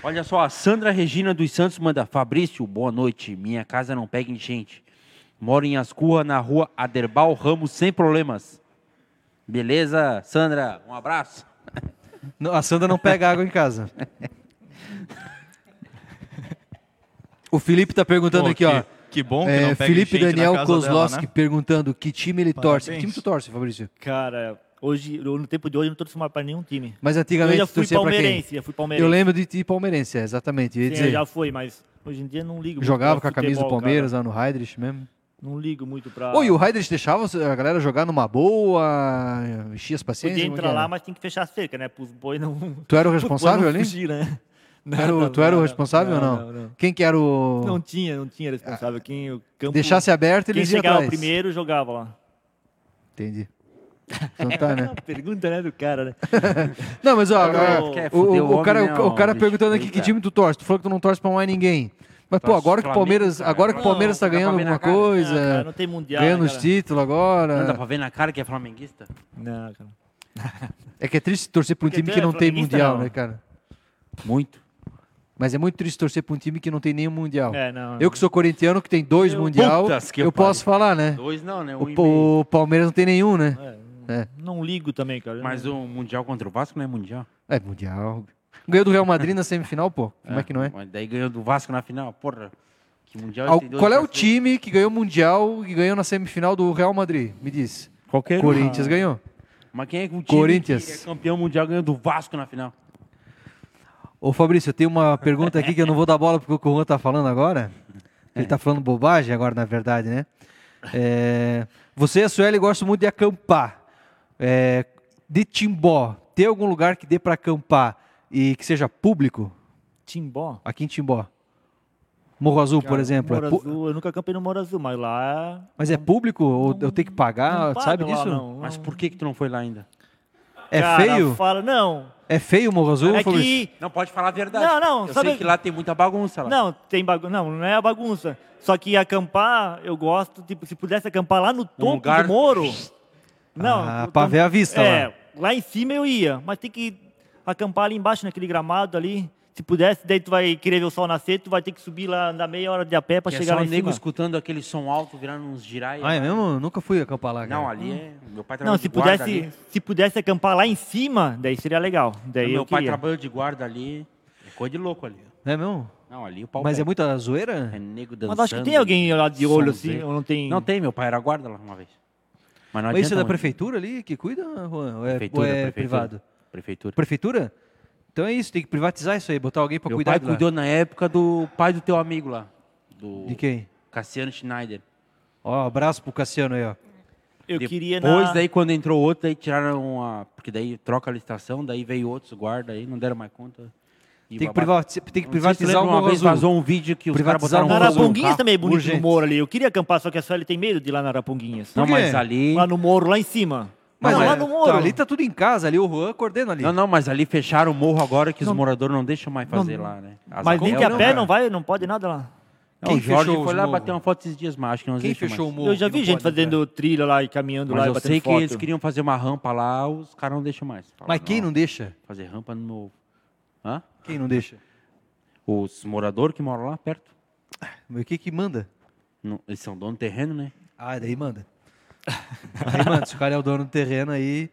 [SPEAKER 1] Olha só, a Sandra Regina dos Santos manda. Fabrício, boa noite. Minha casa não pega enchente. Moro em Ascurra, na rua Aderbal Ramos, sem problemas. Beleza, Sandra? Um abraço.
[SPEAKER 2] Não, A Sandra não pega água em casa. O Felipe tá perguntando
[SPEAKER 4] Pô,
[SPEAKER 2] aqui, ó.
[SPEAKER 4] que- que bom que
[SPEAKER 2] é,
[SPEAKER 4] não pega
[SPEAKER 2] Felipe
[SPEAKER 4] enchente na
[SPEAKER 2] Daniel
[SPEAKER 4] casa dela,
[SPEAKER 2] Kozlowski
[SPEAKER 4] né?
[SPEAKER 2] perguntando que time ele torce. Que
[SPEAKER 4] Parabéns.
[SPEAKER 2] time tu torce, Fabrício?
[SPEAKER 3] Cara, hoje, eu- no tempo de hoje, eu não torço mais pra nenhum time.
[SPEAKER 2] Mas antigamente
[SPEAKER 3] eu já
[SPEAKER 2] tu
[SPEAKER 3] fui
[SPEAKER 2] torcia pra quem?
[SPEAKER 3] palmeirense, eu fui palmeirense.
[SPEAKER 2] Eu lembro de ti palmeirense, é, exatamente. Eu ia
[SPEAKER 3] Sim,
[SPEAKER 2] dizer,
[SPEAKER 3] eu já fui, mas hoje em dia eu não ligo muito
[SPEAKER 2] jogava com
[SPEAKER 3] pra
[SPEAKER 2] a camisa do
[SPEAKER 3] futebol, Ah.
[SPEAKER 2] Palmeiras lá no Heidrich mesmo.
[SPEAKER 3] cara. Não ligo muito pra.
[SPEAKER 2] Ô, e o Heidrich deixava a galera jogar numa boa, enchia as paciências?
[SPEAKER 3] Podia
[SPEAKER 2] como é que
[SPEAKER 3] entrar
[SPEAKER 2] era?
[SPEAKER 3] lá, mas tem que fechar a cerca, né? Pros boi <laughs> não.
[SPEAKER 2] Tu era o
[SPEAKER 3] pros boi
[SPEAKER 2] responsável
[SPEAKER 3] não
[SPEAKER 2] ali?
[SPEAKER 3] Fugir, né?
[SPEAKER 2] <laughs> Tu era o-
[SPEAKER 3] Não,
[SPEAKER 2] tu era o
[SPEAKER 3] não,
[SPEAKER 2] responsável ou não?
[SPEAKER 3] Não, não.
[SPEAKER 2] Quem que era o...
[SPEAKER 3] Não tinha, não tinha responsável. Quem o campo.
[SPEAKER 2] Deixasse aberto,
[SPEAKER 3] Quem
[SPEAKER 2] eles iam
[SPEAKER 3] chegava
[SPEAKER 2] atrás.
[SPEAKER 3] primeiro jogava lá.
[SPEAKER 2] Entendi. Então tá,
[SPEAKER 3] <laughs>
[SPEAKER 2] né?
[SPEAKER 3] Pergunta, né, do cara, né?
[SPEAKER 2] Não, mas ó,
[SPEAKER 1] Agora,
[SPEAKER 2] ó,
[SPEAKER 1] quer
[SPEAKER 2] o,
[SPEAKER 1] fuder
[SPEAKER 2] o
[SPEAKER 1] o homem,
[SPEAKER 2] cara,
[SPEAKER 1] né,
[SPEAKER 2] o,
[SPEAKER 1] ó,
[SPEAKER 2] cara
[SPEAKER 1] bicho,
[SPEAKER 2] perguntando aqui
[SPEAKER 1] vem
[SPEAKER 2] que
[SPEAKER 1] cá.
[SPEAKER 2] time tu torce. Tu falou que tu não torce pra mais ninguém. Mas, pô,
[SPEAKER 1] Torce
[SPEAKER 2] agora que o
[SPEAKER 1] Flamengo,
[SPEAKER 2] Palmeiras,
[SPEAKER 1] cara.
[SPEAKER 2] agora que o
[SPEAKER 1] Não,
[SPEAKER 2] Palmeiras tá
[SPEAKER 1] dá pra
[SPEAKER 2] ganhando
[SPEAKER 1] ver na
[SPEAKER 2] alguma
[SPEAKER 1] cara.
[SPEAKER 3] Ah, cara,
[SPEAKER 2] coisa,
[SPEAKER 3] não tem mundial.
[SPEAKER 2] é. ganhando
[SPEAKER 3] né,
[SPEAKER 2] os
[SPEAKER 3] cara?
[SPEAKER 2] títulos
[SPEAKER 1] Não dá pra
[SPEAKER 2] agora.
[SPEAKER 1] ver na cara que é flamenguista?
[SPEAKER 3] Não, cara.
[SPEAKER 2] É que é triste torcer pra um
[SPEAKER 3] Porque
[SPEAKER 2] time
[SPEAKER 3] tu
[SPEAKER 2] que
[SPEAKER 3] é
[SPEAKER 2] não tem
[SPEAKER 3] flamenguista,
[SPEAKER 2] mundial,
[SPEAKER 3] não?
[SPEAKER 2] né, cara?
[SPEAKER 1] Muito.
[SPEAKER 2] Mas é muito triste torcer pra um time que não tem nenhum mundial.
[SPEAKER 3] É, não.
[SPEAKER 2] Eu que sou corintiano, que tem dois
[SPEAKER 1] Eu-
[SPEAKER 2] mundial,
[SPEAKER 1] Putas que
[SPEAKER 2] eu
[SPEAKER 1] eu
[SPEAKER 2] posso falar, né?
[SPEAKER 1] Dois não, né? Um
[SPEAKER 2] O,
[SPEAKER 1] e meio.
[SPEAKER 2] o Palmeiras não tem nenhum, né?
[SPEAKER 3] É,
[SPEAKER 2] É.
[SPEAKER 3] Não ligo também, cara.
[SPEAKER 1] Mas o um Mundial contra o Vasco não é Mundial.
[SPEAKER 2] É, mundial. Ganhou do Real Madrid na semifinal, pô. Como é que não é?
[SPEAKER 1] Mas daí ganhou do Vasco na final. Porra, que Mundial
[SPEAKER 2] Al-
[SPEAKER 1] tem dois
[SPEAKER 2] qual é o
[SPEAKER 1] brasileiros?
[SPEAKER 2] time que ganhou o Mundial e ganhou na semifinal do Real Madrid? Me diz.
[SPEAKER 1] Qualquer um.
[SPEAKER 2] Corinthians ganhou.
[SPEAKER 1] Mas quem é que o time
[SPEAKER 2] Corinthians.
[SPEAKER 1] que é campeão mundial ganhou do Vasco na final?
[SPEAKER 2] Ô Fabrício, eu tenho uma pergunta aqui que eu não vou dar bola porque o que o Juan tá falando agora. Ele tá falando bobagem agora, na verdade, né? É, você e a Sueli gostam muito de acampar. É, de Timbó, tem algum lugar que dê pra acampar e que seja público?
[SPEAKER 3] Timbó.
[SPEAKER 2] Aqui em Timbó. Morro Azul, por exemplo. é
[SPEAKER 3] Moro
[SPEAKER 2] pu-
[SPEAKER 3] Azul, eu nunca acampei no Moro Azul, mas lá.
[SPEAKER 2] Mas é público? Ou eu tenho que pagar?
[SPEAKER 3] não
[SPEAKER 2] Ah, sabe
[SPEAKER 3] paga lá,
[SPEAKER 2] disso?
[SPEAKER 3] não.
[SPEAKER 1] Mas por que que tu não foi lá ainda?
[SPEAKER 2] É
[SPEAKER 3] Cara,
[SPEAKER 2] feio?
[SPEAKER 3] Fala, não.
[SPEAKER 2] É feio o Morro Azul?
[SPEAKER 3] é
[SPEAKER 2] Fabrício?
[SPEAKER 3] que.
[SPEAKER 1] Não, pode falar a verdade.
[SPEAKER 3] Não, não,
[SPEAKER 1] Eu
[SPEAKER 3] sabe-
[SPEAKER 1] sei que lá tem muita bagunça lá.
[SPEAKER 3] Não, tem bagunça. Não, não é a bagunça. Só que acampar, eu gosto. Tipo, se pudesse acampar lá no topo
[SPEAKER 1] lugar-
[SPEAKER 3] do Moro. Não.
[SPEAKER 2] Ah,
[SPEAKER 3] eu-
[SPEAKER 2] pra ver a vista
[SPEAKER 3] é,
[SPEAKER 2] lá.
[SPEAKER 3] em cima eu ia. Mas tem que acampar ali embaixo, naquele gramado ali. Se pudesse, daí tu vai querer ver o sol nascer, tu vai ter que subir lá na meia hora de a pé pra
[SPEAKER 1] Que é
[SPEAKER 3] chegar
[SPEAKER 1] só
[SPEAKER 3] lá
[SPEAKER 1] um
[SPEAKER 3] em
[SPEAKER 1] nego
[SPEAKER 3] cima.
[SPEAKER 1] escutando aquele som alto, virando uns girais.
[SPEAKER 2] Ah, é mesmo? Eu nunca fui acampar lá. cara.
[SPEAKER 1] Não, ali é... Meu pai trabalha
[SPEAKER 3] Não,
[SPEAKER 1] de
[SPEAKER 3] se
[SPEAKER 1] guarda
[SPEAKER 3] pudesse,
[SPEAKER 1] ali.
[SPEAKER 3] se pudesse acampar lá em cima, daí seria legal. Daí
[SPEAKER 1] Meu
[SPEAKER 3] eu
[SPEAKER 1] pai
[SPEAKER 3] queria.
[SPEAKER 1] trabalhou de guarda ali. É coisa de louco ali.
[SPEAKER 2] É mesmo?
[SPEAKER 1] Não, ali o pau
[SPEAKER 2] Mas é
[SPEAKER 1] pega.
[SPEAKER 2] muita zoeira?
[SPEAKER 1] É nego dançando.
[SPEAKER 3] Mas acho que tem alguém lá de olho assim,
[SPEAKER 1] sonzeiro.
[SPEAKER 3] ou não tem?
[SPEAKER 1] Não tem, meu pai era guarda lá uma vez. Mas não
[SPEAKER 2] Mas isso é
[SPEAKER 1] adianta
[SPEAKER 2] da
[SPEAKER 1] muito.
[SPEAKER 2] prefeitura ali que cuida, Juan? Ou é, ou é
[SPEAKER 1] Prefeitura, prefeitura.
[SPEAKER 2] privado?
[SPEAKER 1] Prefeitura.
[SPEAKER 2] Prefeitura? Então é isso, tem que privatizar isso aí, botar alguém pra
[SPEAKER 1] Meu
[SPEAKER 2] cuidar
[SPEAKER 1] pai
[SPEAKER 2] de lá.
[SPEAKER 1] cuidou na época do pai do teu amigo lá. Do
[SPEAKER 2] De quem?
[SPEAKER 1] Cassiano Schneider.
[SPEAKER 2] Ó, abraço pro Cassiano aí, ó.
[SPEAKER 3] Eu
[SPEAKER 1] Depois
[SPEAKER 3] queria na...
[SPEAKER 1] daí, quando entrou outro, aí tiraram a. Porque daí troca a licitação, daí veio outros guarda aí, não deram mais conta. E
[SPEAKER 2] Tem que,
[SPEAKER 1] babá-
[SPEAKER 2] privati- tem que
[SPEAKER 1] Não sei se tu
[SPEAKER 2] privatizar o
[SPEAKER 1] lembra, uma
[SPEAKER 2] Morro
[SPEAKER 1] vez
[SPEAKER 2] Azul.
[SPEAKER 1] vazou um vídeo que os caras
[SPEAKER 2] Privatizar
[SPEAKER 1] botaram
[SPEAKER 2] o Morro
[SPEAKER 1] um
[SPEAKER 2] Azul.
[SPEAKER 1] carro.
[SPEAKER 3] Araponguinhas também é bonito
[SPEAKER 2] urgente.
[SPEAKER 3] no morro ali. Eu queria acampar, só que a Sueli tem medo de ir lá na Araponguinhas.
[SPEAKER 1] Não,
[SPEAKER 2] quê?
[SPEAKER 1] mas ali.
[SPEAKER 3] Lá no morro, lá em cima.
[SPEAKER 2] Mas
[SPEAKER 3] não,
[SPEAKER 2] é,
[SPEAKER 3] lá no morro.
[SPEAKER 2] tá, ali tá tudo em casa, ali o Juan coordena ali.
[SPEAKER 1] Não, não, mas ali fecharam o morro agora que os
[SPEAKER 2] Não.
[SPEAKER 1] moradores não deixam mais fazer
[SPEAKER 2] Não.
[SPEAKER 1] lá, né? As
[SPEAKER 3] Mas
[SPEAKER 2] É
[SPEAKER 3] nem
[SPEAKER 1] Abel
[SPEAKER 3] que a
[SPEAKER 1] não,
[SPEAKER 3] pé
[SPEAKER 1] cara.
[SPEAKER 3] não vai, não pode nada lá.
[SPEAKER 1] Não,
[SPEAKER 2] Quem
[SPEAKER 1] o Jorge
[SPEAKER 2] fechou os
[SPEAKER 1] foi lá
[SPEAKER 2] morros?
[SPEAKER 1] bater uma foto esses dias mais, acho que não
[SPEAKER 2] Quem
[SPEAKER 1] deixa
[SPEAKER 2] fechou
[SPEAKER 1] mais.
[SPEAKER 2] o morro?
[SPEAKER 3] eu já
[SPEAKER 2] que
[SPEAKER 3] vi
[SPEAKER 2] não
[SPEAKER 3] gente
[SPEAKER 2] pode né? entrar?
[SPEAKER 3] fazendo trilha lá e caminhando lá
[SPEAKER 1] Mas
[SPEAKER 3] e
[SPEAKER 1] eu
[SPEAKER 3] batendo
[SPEAKER 1] sei que
[SPEAKER 3] foto.
[SPEAKER 1] eles queriam fazer uma rampa lá, os caras não deixam mais. Falaram,
[SPEAKER 2] Mas quem não deixa?
[SPEAKER 1] Fazer rampa no meu... Hã?
[SPEAKER 2] Quem não deixa?
[SPEAKER 1] Os moradores que moram lá perto.
[SPEAKER 2] Mas o que que manda?
[SPEAKER 1] não- eles são dono do terreno, né?
[SPEAKER 2] Ah, daí <laughs> manda. Aí manda, se o cara é o dono do terreno aí,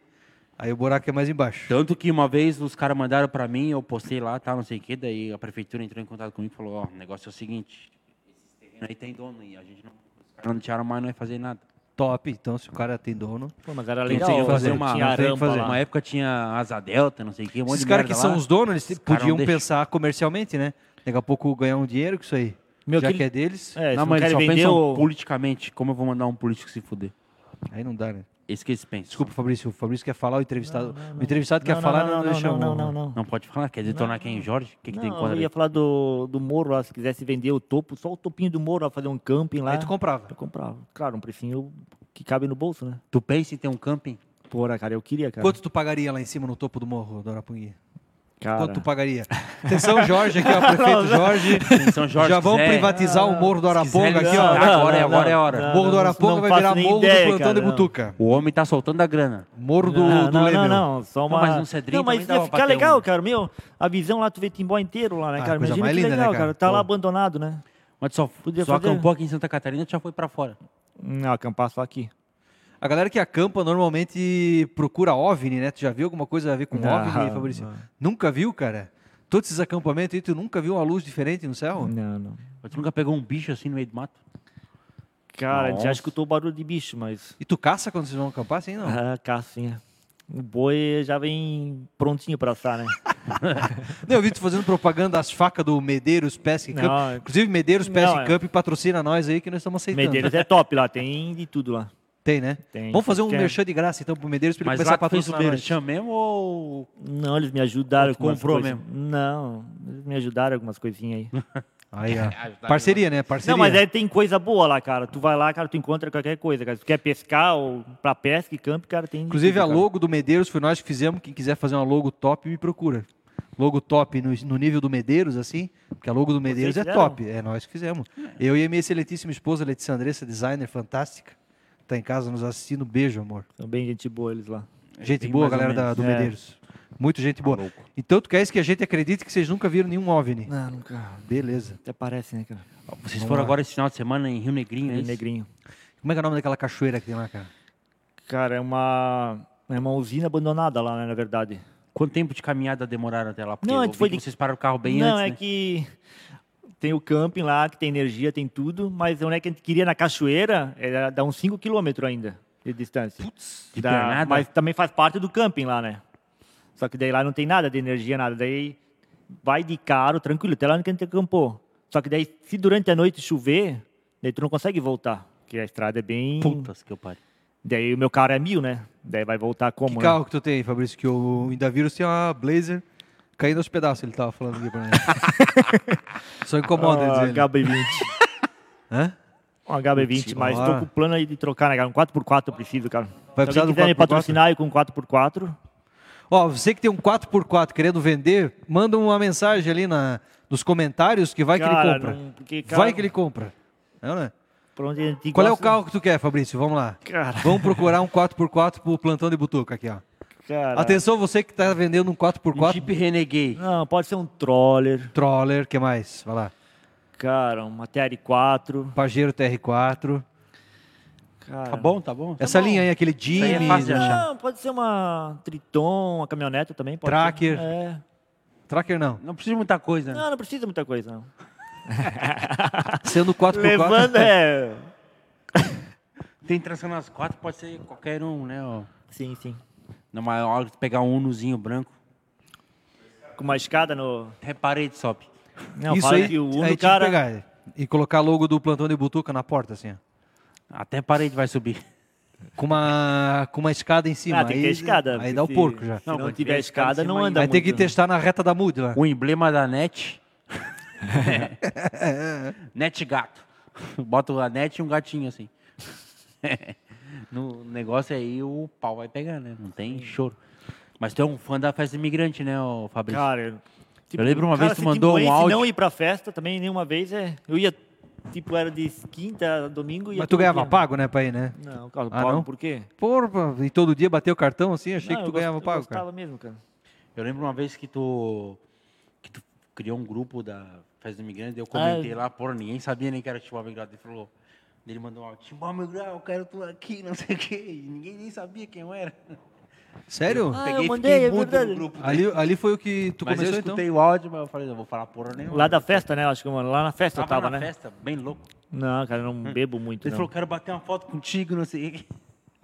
[SPEAKER 2] aí o buraco é mais embaixo.
[SPEAKER 1] Tanto que uma vez os caras mandaram pra mim, eu postei lá, tá, não sei o quê, daí a prefeitura entrou em contato comigo e falou, ó, o negócio é o seguinte, esses terrenos aí tem dono e a gente não... Os caras não deixaram mais, não vai fazer nada.
[SPEAKER 2] Top, então se o cara tem dono.
[SPEAKER 1] Um
[SPEAKER 3] Pô, mas era
[SPEAKER 1] Quem
[SPEAKER 3] legal.
[SPEAKER 1] tem que fazer
[SPEAKER 3] tinha
[SPEAKER 1] uma-
[SPEAKER 2] não tem que
[SPEAKER 3] rampa
[SPEAKER 2] fazer.
[SPEAKER 3] lá.
[SPEAKER 1] Uma época tinha asa delta, não sei o quê, um monte
[SPEAKER 2] Esses
[SPEAKER 1] de
[SPEAKER 2] caras que
[SPEAKER 1] merda
[SPEAKER 2] são
[SPEAKER 1] lá.
[SPEAKER 2] os donos, eles
[SPEAKER 1] caras não
[SPEAKER 2] podiam
[SPEAKER 1] deixam.
[SPEAKER 2] pensar comercialmente, né? Daqui a pouco ganhar um dinheiro com isso aí.
[SPEAKER 3] Meu,
[SPEAKER 2] Já
[SPEAKER 3] aquele-
[SPEAKER 2] que é deles,
[SPEAKER 3] É, se
[SPEAKER 1] não,
[SPEAKER 3] não,
[SPEAKER 1] mas eles
[SPEAKER 3] querem
[SPEAKER 1] só
[SPEAKER 3] vender
[SPEAKER 2] um
[SPEAKER 1] pensam
[SPEAKER 3] o...
[SPEAKER 1] politicamente. Como eu vou mandar um político se fuder?
[SPEAKER 2] aí não dá, né?
[SPEAKER 1] Esse que eles pensam.
[SPEAKER 2] Desculpa, Fabrício. O Fabrício quer falar, o entrevistado. O entrevistado quer falar, não, deixa
[SPEAKER 3] não, não,
[SPEAKER 2] o-
[SPEAKER 3] não, não.
[SPEAKER 1] Não pode falar? Quer detonar quem, Jorge? O que, que tem
[SPEAKER 3] Não,
[SPEAKER 1] contra
[SPEAKER 3] eu ia
[SPEAKER 1] ele?
[SPEAKER 3] falar do, do Moro lá, se quisesse vender o topo, só o topinho do Moro, lá, fazer um camping lá.
[SPEAKER 2] Aí tu comprava.
[SPEAKER 3] Eu comprava. Claro, um precinho que cabe no bolso, né?
[SPEAKER 1] Tu pensa em ter um camping?
[SPEAKER 3] Porra, cara, eu queria, cara.
[SPEAKER 2] Quanto tu pagaria lá em cima no topo do morro, Dona Punguinha?
[SPEAKER 3] cara.
[SPEAKER 2] Quanto tu pagaria? Atenção, Jorge,
[SPEAKER 3] <laughs>
[SPEAKER 2] aqui, ó, prefeito Jorge. Ah,
[SPEAKER 1] São Jorge,
[SPEAKER 2] Já vão
[SPEAKER 1] quiser,
[SPEAKER 2] privatizar o Morro do Araponga
[SPEAKER 1] quiser,
[SPEAKER 2] aqui,
[SPEAKER 1] não,
[SPEAKER 2] ó.
[SPEAKER 1] não. agora é- agora é a hora.
[SPEAKER 3] não,
[SPEAKER 2] Morro do
[SPEAKER 3] não,
[SPEAKER 2] Araponga
[SPEAKER 3] não
[SPEAKER 2] vai
[SPEAKER 3] faço
[SPEAKER 2] virar
[SPEAKER 3] nem
[SPEAKER 2] Morro
[SPEAKER 3] ideia,
[SPEAKER 2] do Plantão
[SPEAKER 3] cara,
[SPEAKER 2] de
[SPEAKER 3] não.
[SPEAKER 2] Butuca.
[SPEAKER 1] O homem tá soltando a grana.
[SPEAKER 2] Morro do,
[SPEAKER 3] não,
[SPEAKER 2] do
[SPEAKER 3] não,
[SPEAKER 2] Leme.
[SPEAKER 3] não, não, só uma...
[SPEAKER 1] Não, mas um cedrinho
[SPEAKER 3] Não, mas
[SPEAKER 1] também
[SPEAKER 3] ia
[SPEAKER 1] dava pra
[SPEAKER 3] ficar
[SPEAKER 1] ter
[SPEAKER 3] legal,
[SPEAKER 1] um.
[SPEAKER 3] cara, meu. A visão lá, tu vê Timbó inteiro lá, né,
[SPEAKER 2] Ah,
[SPEAKER 3] cara?
[SPEAKER 2] coisa
[SPEAKER 3] Imagina
[SPEAKER 2] mais
[SPEAKER 3] que
[SPEAKER 2] linda, né,
[SPEAKER 3] legal,
[SPEAKER 2] cara?
[SPEAKER 3] cara? Tá
[SPEAKER 2] Pô.
[SPEAKER 3] lá abandonado, né?
[SPEAKER 1] Mas só,
[SPEAKER 3] Podia
[SPEAKER 1] só
[SPEAKER 3] fazer.
[SPEAKER 1] acampou aqui em Santa Catarina, tu já foi pra fora.
[SPEAKER 3] Não, acampar
[SPEAKER 2] tá
[SPEAKER 3] só aqui.
[SPEAKER 2] A galera que acampa normalmente procura OVNI, né? Tu já viu alguma coisa a ver com
[SPEAKER 3] Não,
[SPEAKER 2] OVNI, Fabrício?
[SPEAKER 3] não.
[SPEAKER 2] Nunca viu, cara? Todos esses acampamentos aí, tu nunca viu uma luz diferente no céu?
[SPEAKER 3] Não, não.
[SPEAKER 1] Mas Tu nunca pegou um bicho assim no meio do mato?
[SPEAKER 3] Cara, a gente já
[SPEAKER 1] Nossa.
[SPEAKER 3] escutou barulho de bicho, mas...
[SPEAKER 2] E tu caça quando vocês vão acampar, assim, não?
[SPEAKER 3] Ah, cacinha. O boi já vem prontinho pra
[SPEAKER 2] <laughs>
[SPEAKER 3] assar, né?
[SPEAKER 2] Não, eu vi tu fazendo propaganda das facas do Medeiros Pesca e
[SPEAKER 3] Não,
[SPEAKER 2] Camp.
[SPEAKER 3] é-
[SPEAKER 2] Inclusive, Medeiros Pesca
[SPEAKER 3] Não,
[SPEAKER 2] e
[SPEAKER 3] é-
[SPEAKER 2] Camp patrocina nós aí que nós estamos aceitando.
[SPEAKER 3] Medeiros é top lá, tem de tudo lá.
[SPEAKER 2] Tem, né?
[SPEAKER 3] Tem.
[SPEAKER 2] Vamos fazer um
[SPEAKER 3] Tem.
[SPEAKER 2] merchan de graça então pro Medeiros pra ele
[SPEAKER 1] Mas
[SPEAKER 2] começar
[SPEAKER 1] lá
[SPEAKER 2] a
[SPEAKER 1] tu fez o
[SPEAKER 2] patrocinar nós.
[SPEAKER 1] merchan mesmo ou...
[SPEAKER 3] Não, eles me ajudaram
[SPEAKER 1] Ou tu
[SPEAKER 3] com umas
[SPEAKER 1] comprou
[SPEAKER 3] coisas. Não, eles me ajudaram algumas coisinhas aí.
[SPEAKER 2] Aí,
[SPEAKER 3] <laughs>
[SPEAKER 2] ó. Parceria, né? Parceria.
[SPEAKER 3] Não, mas é aí tem coisa boa lá, cara. Tu vai lá, cara, tu encontra qualquer coisa, cara. Se tu quer pescar ou pra pesca e campo, cara, tem. de
[SPEAKER 2] Inclusive,
[SPEAKER 3] tudo,
[SPEAKER 2] a
[SPEAKER 3] cara.
[SPEAKER 2] logo do Medeiros foi nós que fizemos. Quem quiser fazer uma logo top, me procura. Logo top no, no nível do Medeiros, assim, porque a logo do Medeiros é
[SPEAKER 3] fizeram?
[SPEAKER 2] top. É nós que fizemos. Eu e a minha excelentíssima esposa, Letícia Andressa, designer fantástica. Tá em casa nos assistindo. Beijo, amor.
[SPEAKER 3] São bem gente boa eles lá.
[SPEAKER 2] Gente
[SPEAKER 1] bem
[SPEAKER 2] boa,
[SPEAKER 1] mais ou
[SPEAKER 2] galera da-
[SPEAKER 1] menos.
[SPEAKER 2] do
[SPEAKER 3] É.
[SPEAKER 2] Medeiros. Muito gente boa.
[SPEAKER 1] louco.
[SPEAKER 2] então, tu queres que a gente acredite que vocês nunca viram nenhum OVNI?
[SPEAKER 3] Não, nunca.
[SPEAKER 2] Beleza.
[SPEAKER 3] Até parece, né, cara?
[SPEAKER 1] Vocês foram agora esse final de semana em Rio Negrinho, é isso?
[SPEAKER 3] Negrinho.
[SPEAKER 2] Como é que é o nome daquela cachoeira que tem lá, cara?
[SPEAKER 3] Cara, é uma. É uma usina abandonada lá, né, na verdade.
[SPEAKER 1] Quanto tempo de caminhada demoraram até lá? Porque
[SPEAKER 3] Não,
[SPEAKER 1] eu
[SPEAKER 3] a gente
[SPEAKER 1] vi
[SPEAKER 3] foi
[SPEAKER 1] que
[SPEAKER 3] de-
[SPEAKER 1] vocês pararam o carro bem
[SPEAKER 3] Não,
[SPEAKER 1] antes,
[SPEAKER 3] é
[SPEAKER 1] né?
[SPEAKER 3] que tem o camping lá, que tem energia, tem tudo, mas onde é que a gente queria na cachoeira, era dá uns 5 km ainda de distância. Putz,
[SPEAKER 1] de pernada?
[SPEAKER 3] Mas também faz parte do camping lá, né? Só que daí lá não tem nada de energia, nada. Daí vai de caro, tranquilo, até lá onde a gente acampou. Só que daí, se durante a noite chover, daí tu não consegue voltar, porque a estrada é bem...
[SPEAKER 1] Putas que eu pariu.
[SPEAKER 3] Daí o meu carro é mil, né? Daí vai voltar como,
[SPEAKER 2] Que
[SPEAKER 3] né?
[SPEAKER 2] carro que tu tem, aí, Fabrício? Que o Indavírus tem uma Blazer caindo aos pedaços, ele tava falando aqui pra mim. Só incomoda
[SPEAKER 3] Ah,
[SPEAKER 2] ele dizer.
[SPEAKER 3] HB20.
[SPEAKER 2] Hã?
[SPEAKER 3] Um HB20, mas
[SPEAKER 2] Bora.
[SPEAKER 3] tô com o plano aí de trocar, né, cara? Um 4x4 eu preciso, cara.
[SPEAKER 2] Vai
[SPEAKER 3] Se
[SPEAKER 2] precisar
[SPEAKER 3] alguém
[SPEAKER 2] de um
[SPEAKER 3] quiser me
[SPEAKER 2] 4x4?
[SPEAKER 3] patrocinar aí com um 4x4,
[SPEAKER 2] Ó, você que tem um 4x4 querendo vender, manda uma mensagem ali na, nos comentários que vai que ele
[SPEAKER 3] Cara,
[SPEAKER 2] compra.
[SPEAKER 3] não- porque, cara-
[SPEAKER 2] Vai que ele compra. Não, né?
[SPEAKER 3] pra onde a gente
[SPEAKER 2] Qual é o
[SPEAKER 3] gosta-
[SPEAKER 2] carro que tu quer, Fabrício? Vamos lá.
[SPEAKER 3] Cara.
[SPEAKER 2] Vamos procurar um 4x4 pro plantão de butuca aqui, ó.
[SPEAKER 3] Cara,
[SPEAKER 2] Atenção, você que tá vendendo um
[SPEAKER 1] Um
[SPEAKER 2] 4x4
[SPEAKER 1] Jeep Renegade.
[SPEAKER 3] Não, pode ser um Troller,
[SPEAKER 2] Troller, que mais? Vai lá.
[SPEAKER 3] cara, uma TR4.
[SPEAKER 2] Pajero TR4.
[SPEAKER 3] Cara.
[SPEAKER 1] Tá bom, tá bom?
[SPEAKER 2] Essa linha aí, aquele
[SPEAKER 1] aí
[SPEAKER 2] Jimmy.
[SPEAKER 1] é fácil de
[SPEAKER 2] né?
[SPEAKER 1] achar.
[SPEAKER 3] Não, pode ser uma Triton, uma caminhoneta também. Pode
[SPEAKER 2] Tracker.
[SPEAKER 3] ser. É.
[SPEAKER 2] Tracker não.
[SPEAKER 1] Não precisa de muita coisa, né?
[SPEAKER 3] Não, não precisa muita coisa, não.
[SPEAKER 2] Sendo 4x4.
[SPEAKER 3] Levando é...
[SPEAKER 1] Tem tração nas quatro, pode ser qualquer um, né? ó.
[SPEAKER 3] Sim, sim.
[SPEAKER 1] Na maior hora, pegar um Unozinho branco.
[SPEAKER 3] com uma escada no.
[SPEAKER 1] Reparei de sop.
[SPEAKER 3] Não,
[SPEAKER 2] Isso
[SPEAKER 3] fala
[SPEAKER 2] aí,
[SPEAKER 3] que o
[SPEAKER 2] aí
[SPEAKER 3] único
[SPEAKER 2] tinha que
[SPEAKER 3] cara.
[SPEAKER 2] pegar e colocar logo do plantão de butuca na porta, assim, ó.
[SPEAKER 1] Até parede vai subir.
[SPEAKER 2] com uma, com uma escada em cima.
[SPEAKER 3] Ah, tem que ter
[SPEAKER 2] aí,
[SPEAKER 3] escada.
[SPEAKER 2] Aí
[SPEAKER 3] porque
[SPEAKER 2] dá o
[SPEAKER 3] se-
[SPEAKER 2] porco já.
[SPEAKER 3] Se não,
[SPEAKER 1] Não, quando
[SPEAKER 3] tiver
[SPEAKER 1] tiver escada,
[SPEAKER 3] escada,
[SPEAKER 1] você
[SPEAKER 3] não
[SPEAKER 1] vai-
[SPEAKER 3] anda
[SPEAKER 2] Vai ter
[SPEAKER 3] muito,
[SPEAKER 2] que
[SPEAKER 3] né?
[SPEAKER 2] testar na reta da mude lá.
[SPEAKER 1] O Um emblema da
[SPEAKER 3] <laughs>
[SPEAKER 1] net. net gato. Bota a net e um gatinho assim. <laughs> no negócio aí o pau vai pegar, né? Não tem choro. Mas tu é um fã da festa imigrante, né, ô Fabrício?
[SPEAKER 3] Cara, tipo,
[SPEAKER 1] lembro uma
[SPEAKER 3] cara,
[SPEAKER 1] vez tu
[SPEAKER 3] se
[SPEAKER 1] mandou um
[SPEAKER 3] doente,
[SPEAKER 1] áudio-
[SPEAKER 3] não ir pra festa também, nenhuma vez. É, eu ia, tipo, era de quinta a domingo. e ia
[SPEAKER 2] Mas tu
[SPEAKER 3] todo
[SPEAKER 2] ganhava
[SPEAKER 3] dia.
[SPEAKER 2] pago, né, pra ir, né?
[SPEAKER 3] Não, cara,
[SPEAKER 2] Ah,
[SPEAKER 3] pago
[SPEAKER 2] não?
[SPEAKER 3] por quê?
[SPEAKER 2] Porra, e todo dia bater o cartão assim, achei
[SPEAKER 3] Não,
[SPEAKER 2] que
[SPEAKER 3] eu
[SPEAKER 2] tu ganhava
[SPEAKER 3] gost- eu
[SPEAKER 2] pago,
[SPEAKER 3] gostava
[SPEAKER 2] cara.
[SPEAKER 3] mesmo, cara.
[SPEAKER 1] Eu lembro uma vez que tu, que tu criou um grupo da Festa do Imigrante, eu
[SPEAKER 3] Ah.
[SPEAKER 1] comentei lá, porra, ninguém sabia nem que era Timbó Migrante. Ele falou, ele mandou um áudio, Timbó Migrante, eu quero tu aqui, <laughs> não sei o quê. E ninguém nem sabia quem eu era.
[SPEAKER 2] Sério?
[SPEAKER 3] Ah, eu
[SPEAKER 1] Peguei e
[SPEAKER 3] mandei,
[SPEAKER 1] fiquei
[SPEAKER 3] é
[SPEAKER 1] mudo
[SPEAKER 3] verdade.
[SPEAKER 1] no grupo. tá
[SPEAKER 2] Ali, ali foi o que tu
[SPEAKER 1] mas eu
[SPEAKER 2] começou, então?
[SPEAKER 1] escutei o áudio, mas eu falei, não vou falar porra nenhuma.
[SPEAKER 3] Lá da festa, né? Acho que mano, lá na festa
[SPEAKER 1] tava,
[SPEAKER 3] eu tava,
[SPEAKER 1] na
[SPEAKER 3] né?
[SPEAKER 1] festa, bem louco.
[SPEAKER 3] Não, cara, eu não bebo muito.
[SPEAKER 1] Ele
[SPEAKER 3] Não.
[SPEAKER 1] falou, quero bater uma foto contigo, não sei o quê.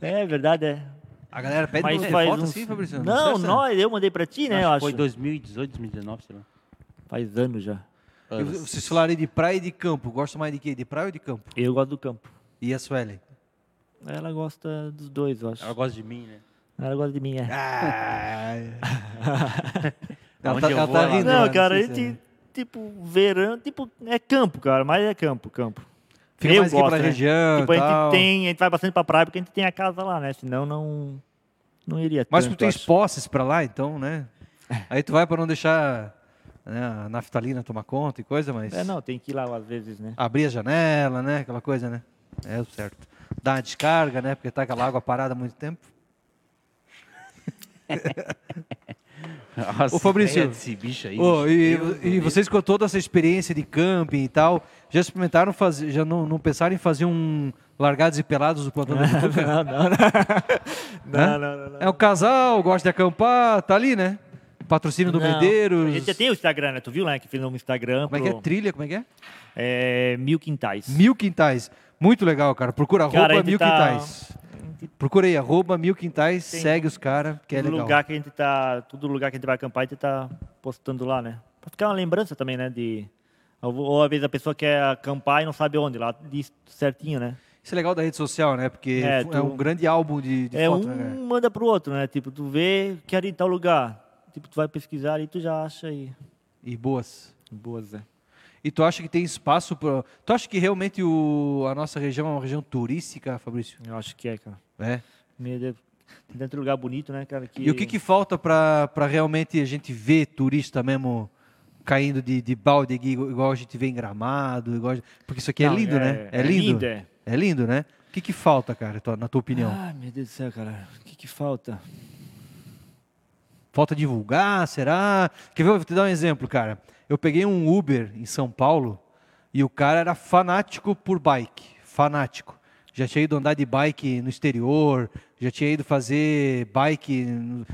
[SPEAKER 3] É verdade, é.
[SPEAKER 2] A galera pede
[SPEAKER 3] Mas
[SPEAKER 2] pra-
[SPEAKER 3] faz
[SPEAKER 2] foto
[SPEAKER 3] um-
[SPEAKER 2] assim, Fabrício?
[SPEAKER 3] Não,
[SPEAKER 2] Festa?
[SPEAKER 3] nós, eu mandei pra ti, né? Eu
[SPEAKER 1] Acho que
[SPEAKER 3] acho.
[SPEAKER 1] Foi 2018, 2019, sei lá.
[SPEAKER 3] Faz anos já.
[SPEAKER 2] Eu- Vocês falaram de praia e de campo. Gosto mais de quê? De praia ou de campo?
[SPEAKER 3] Eu gosto do campo.
[SPEAKER 2] E a Suelen?
[SPEAKER 3] Ela gosta dos dois, eu acho.
[SPEAKER 1] Ela gosta de mim, né?
[SPEAKER 3] Ela gosta de mim, é.
[SPEAKER 2] Ah,
[SPEAKER 3] <laughs>
[SPEAKER 2] ela
[SPEAKER 1] <laughs> Onde
[SPEAKER 2] tá,
[SPEAKER 1] eu
[SPEAKER 2] ela
[SPEAKER 1] vou,
[SPEAKER 2] tá
[SPEAKER 1] ela-
[SPEAKER 2] rindo.
[SPEAKER 3] Não,
[SPEAKER 2] né?
[SPEAKER 3] cara, a
[SPEAKER 2] sei se é.
[SPEAKER 3] gente, tipo, verão, tipo, é campo, cara, mas é campo, campo.
[SPEAKER 2] Fica mais aqui pra
[SPEAKER 3] né?
[SPEAKER 2] região,
[SPEAKER 3] Tipo, a
[SPEAKER 2] tal.
[SPEAKER 3] gente tem, a gente vai bastante pra praia porque a gente tem a casa lá, né? Senão não, não iria
[SPEAKER 2] Mas tu
[SPEAKER 3] tanto,
[SPEAKER 2] tens
[SPEAKER 3] acho.
[SPEAKER 2] posses pra lá, então, né?
[SPEAKER 3] É.
[SPEAKER 2] Aí tu vai pra não deixar né, a naftalina tomar conta e coisa, mas...
[SPEAKER 3] É, não, tem que ir lá às
[SPEAKER 2] <laughs>
[SPEAKER 3] vezes, né?
[SPEAKER 2] Abrir a janela, né? Aquela coisa, né? É o certo. Dar uma descarga, né? Porque tá aquela água parada há muito tempo.
[SPEAKER 1] Nossa,
[SPEAKER 2] Ô, Fabrício.
[SPEAKER 1] é Esse bicho aí.
[SPEAKER 2] Ô, e,
[SPEAKER 1] bicho.
[SPEAKER 2] e vocês com toda essa experiência de camping e tal, já experimentaram fazer, já não, não pensaram em fazer um largados e pelados do plantão da
[SPEAKER 3] <laughs>
[SPEAKER 2] Bituca?
[SPEAKER 3] Não, não, não. Não, não, não, não.
[SPEAKER 2] É um casal, gosta de acampar, tá ali, né? Patrocínio do
[SPEAKER 3] Não.
[SPEAKER 2] Medeiros.
[SPEAKER 3] A gente já tem o Instagram, né? Tu viu lá que fez um Instagram
[SPEAKER 2] Como é que é?
[SPEAKER 3] pro-
[SPEAKER 2] Trilha, como é que é?
[SPEAKER 3] é, Mil Quintais.
[SPEAKER 2] Mil quintais. Muito legal, cara. Procura
[SPEAKER 3] Cara, a
[SPEAKER 2] arroba
[SPEAKER 3] gente
[SPEAKER 2] mil
[SPEAKER 3] tá-
[SPEAKER 2] quintais. Procura aí, arroba mil quintais, segue os caras, que é
[SPEAKER 3] Todo
[SPEAKER 2] legal.
[SPEAKER 3] lugar que a gente tá, todo lugar que a gente vai acampar, a gente tá postando lá, né? Pra ficar uma lembrança também, né? De, ou ou às vezes a pessoa quer acampar e não sabe onde, lá diz certinho, né?
[SPEAKER 2] Isso é legal da rede social, né? Porque
[SPEAKER 3] É,
[SPEAKER 2] é,
[SPEAKER 3] tu-
[SPEAKER 2] um grande álbum de, de
[SPEAKER 3] é
[SPEAKER 2] foto,
[SPEAKER 3] um
[SPEAKER 2] né?
[SPEAKER 3] manda pro outro, né? Tipo, tu vê, quer ir em tal lugar. Tipo, tu vai pesquisar e tu já acha e
[SPEAKER 2] E boas. é.
[SPEAKER 3] boas, né?
[SPEAKER 2] E tu acha que tem espaço para? Tu acha que realmente o... a nossa região é uma região turística, Fabrício?
[SPEAKER 3] Eu acho que é, cara.
[SPEAKER 2] É.
[SPEAKER 3] Meu Deus. Tem tanto lugar bonito, né, cara? Que...
[SPEAKER 2] E o que, que falta para realmente a gente ver turista mesmo caindo de, de balde, aqui, igual a gente vê em Gramado, igual a gente- porque isso aqui é
[SPEAKER 3] Não,
[SPEAKER 2] lindo,
[SPEAKER 3] é-
[SPEAKER 2] né?
[SPEAKER 3] é
[SPEAKER 2] lindo.
[SPEAKER 3] lindo, é.
[SPEAKER 2] É lindo, né? O que, que falta, cara, tua- na tua opinião?
[SPEAKER 3] Ai, Ah, meu Deus do céu, cara. O que que falta?
[SPEAKER 2] Falta divulgar, será? Quer ver? Eu Vou te dar um exemplo, cara. Eu peguei um Uber em São Paulo e o cara era fanático por bike. Fanático. Já tinha ido andar de bike no exterior, já tinha ido fazer bike. no-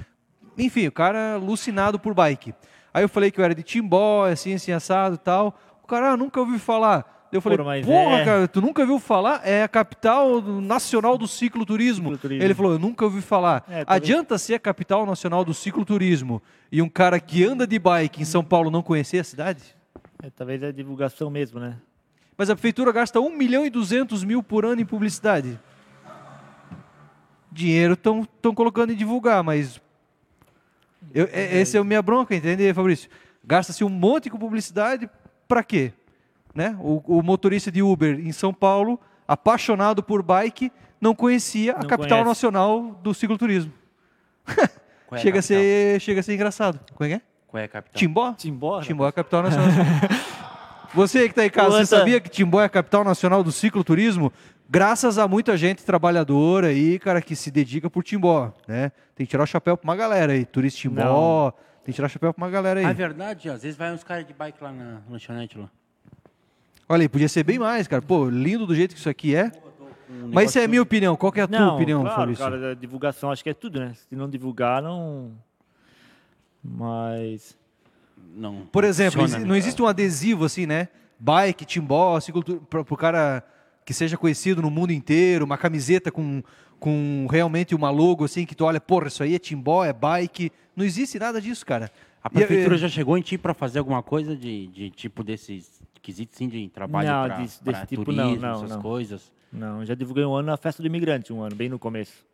[SPEAKER 2] Enfim, o cara alucinado por bike. Aí eu falei que eu era de Timbó, assim, assim, assado e tal. O cara, ah, nunca ouvi falar. Eu falei,
[SPEAKER 3] Porra, mas
[SPEAKER 2] porra,
[SPEAKER 3] é."
[SPEAKER 2] cara, tu nunca ouviu falar? É a capital do- nacional do cicloturismo.
[SPEAKER 3] Cicloturismo.
[SPEAKER 2] Ele falou, eu nunca ouvi falar.
[SPEAKER 3] É, talvez-
[SPEAKER 2] Adianta ser a capital nacional do cicloturismo e um cara que anda de bike em São Paulo não conhecer a cidade?
[SPEAKER 3] É, talvez é divulgação mesmo, né?
[SPEAKER 2] Mas a prefeitura gasta 1 milhão e 200 mil por ano em publicidade. Dinheiro estão colocando em divulgar, mas. Eu, é, essa é a minha bronca, entende, Fabrício? Gasta-se um monte com publicidade, pra quê? Né? O, o motorista de Uber em São Paulo, apaixonado por bike, não conhecia a
[SPEAKER 3] Não
[SPEAKER 2] capital
[SPEAKER 3] conhece.
[SPEAKER 2] nacional do cicloturismo. <laughs>
[SPEAKER 1] Qual é
[SPEAKER 2] chega,
[SPEAKER 1] capital?
[SPEAKER 2] a ser, chega a ser engraçado. Como é que é?
[SPEAKER 1] Qual é a capital?
[SPEAKER 2] Timbó?
[SPEAKER 3] Timbó, né?
[SPEAKER 2] Timbó é a capital nacional. Você que tá aí em casa,
[SPEAKER 3] Ô,
[SPEAKER 2] você
[SPEAKER 3] Anta.
[SPEAKER 2] sabia que Timbó é a capital nacional do cicloturismo? Graças a muita gente trabalhadora aí, cara, que se dedica por Timbó, né? Tem que tirar o chapéu pra uma galera aí, turista Timbó, tem que tirar o chapéu pra uma galera aí.
[SPEAKER 1] Ah, é verdade, às vezes vai uns caras de bike lá na lanchonete lá.
[SPEAKER 2] Olha aí, podia ser bem mais, cara. Pô, lindo do jeito que isso aqui é.
[SPEAKER 1] Um
[SPEAKER 2] Mas isso
[SPEAKER 1] negócio-
[SPEAKER 2] é a minha opinião, qual que é a tua
[SPEAKER 3] Não,
[SPEAKER 2] opinião,
[SPEAKER 3] claro,
[SPEAKER 2] Fabrício?
[SPEAKER 3] cara, a divulgação acho que é tudo, né? Se não divulgar, não. Mas.
[SPEAKER 1] Não.
[SPEAKER 2] Por exemplo,
[SPEAKER 1] funciona,
[SPEAKER 2] exi-
[SPEAKER 1] né?
[SPEAKER 2] não existe um adesivo assim, né? Bike, timbó, ciclotur... pro, pro cara que seja conhecido no mundo inteiro, uma camiseta com, com realmente uma logo assim, que tu olha, porra, isso aí é timbó, é bike. Não existe nada disso, cara.
[SPEAKER 1] A prefeitura
[SPEAKER 2] e-
[SPEAKER 1] já chegou em ti para fazer alguma coisa de, de tipo desses quesitos sim de trabalho
[SPEAKER 3] Não,
[SPEAKER 1] para
[SPEAKER 3] desse- desse tipo, não,
[SPEAKER 1] turismo,
[SPEAKER 3] não,
[SPEAKER 1] essas
[SPEAKER 3] não.
[SPEAKER 1] coisas?
[SPEAKER 3] Não, já divulguei um ano na festa do imigrante, um ano, bem no começo.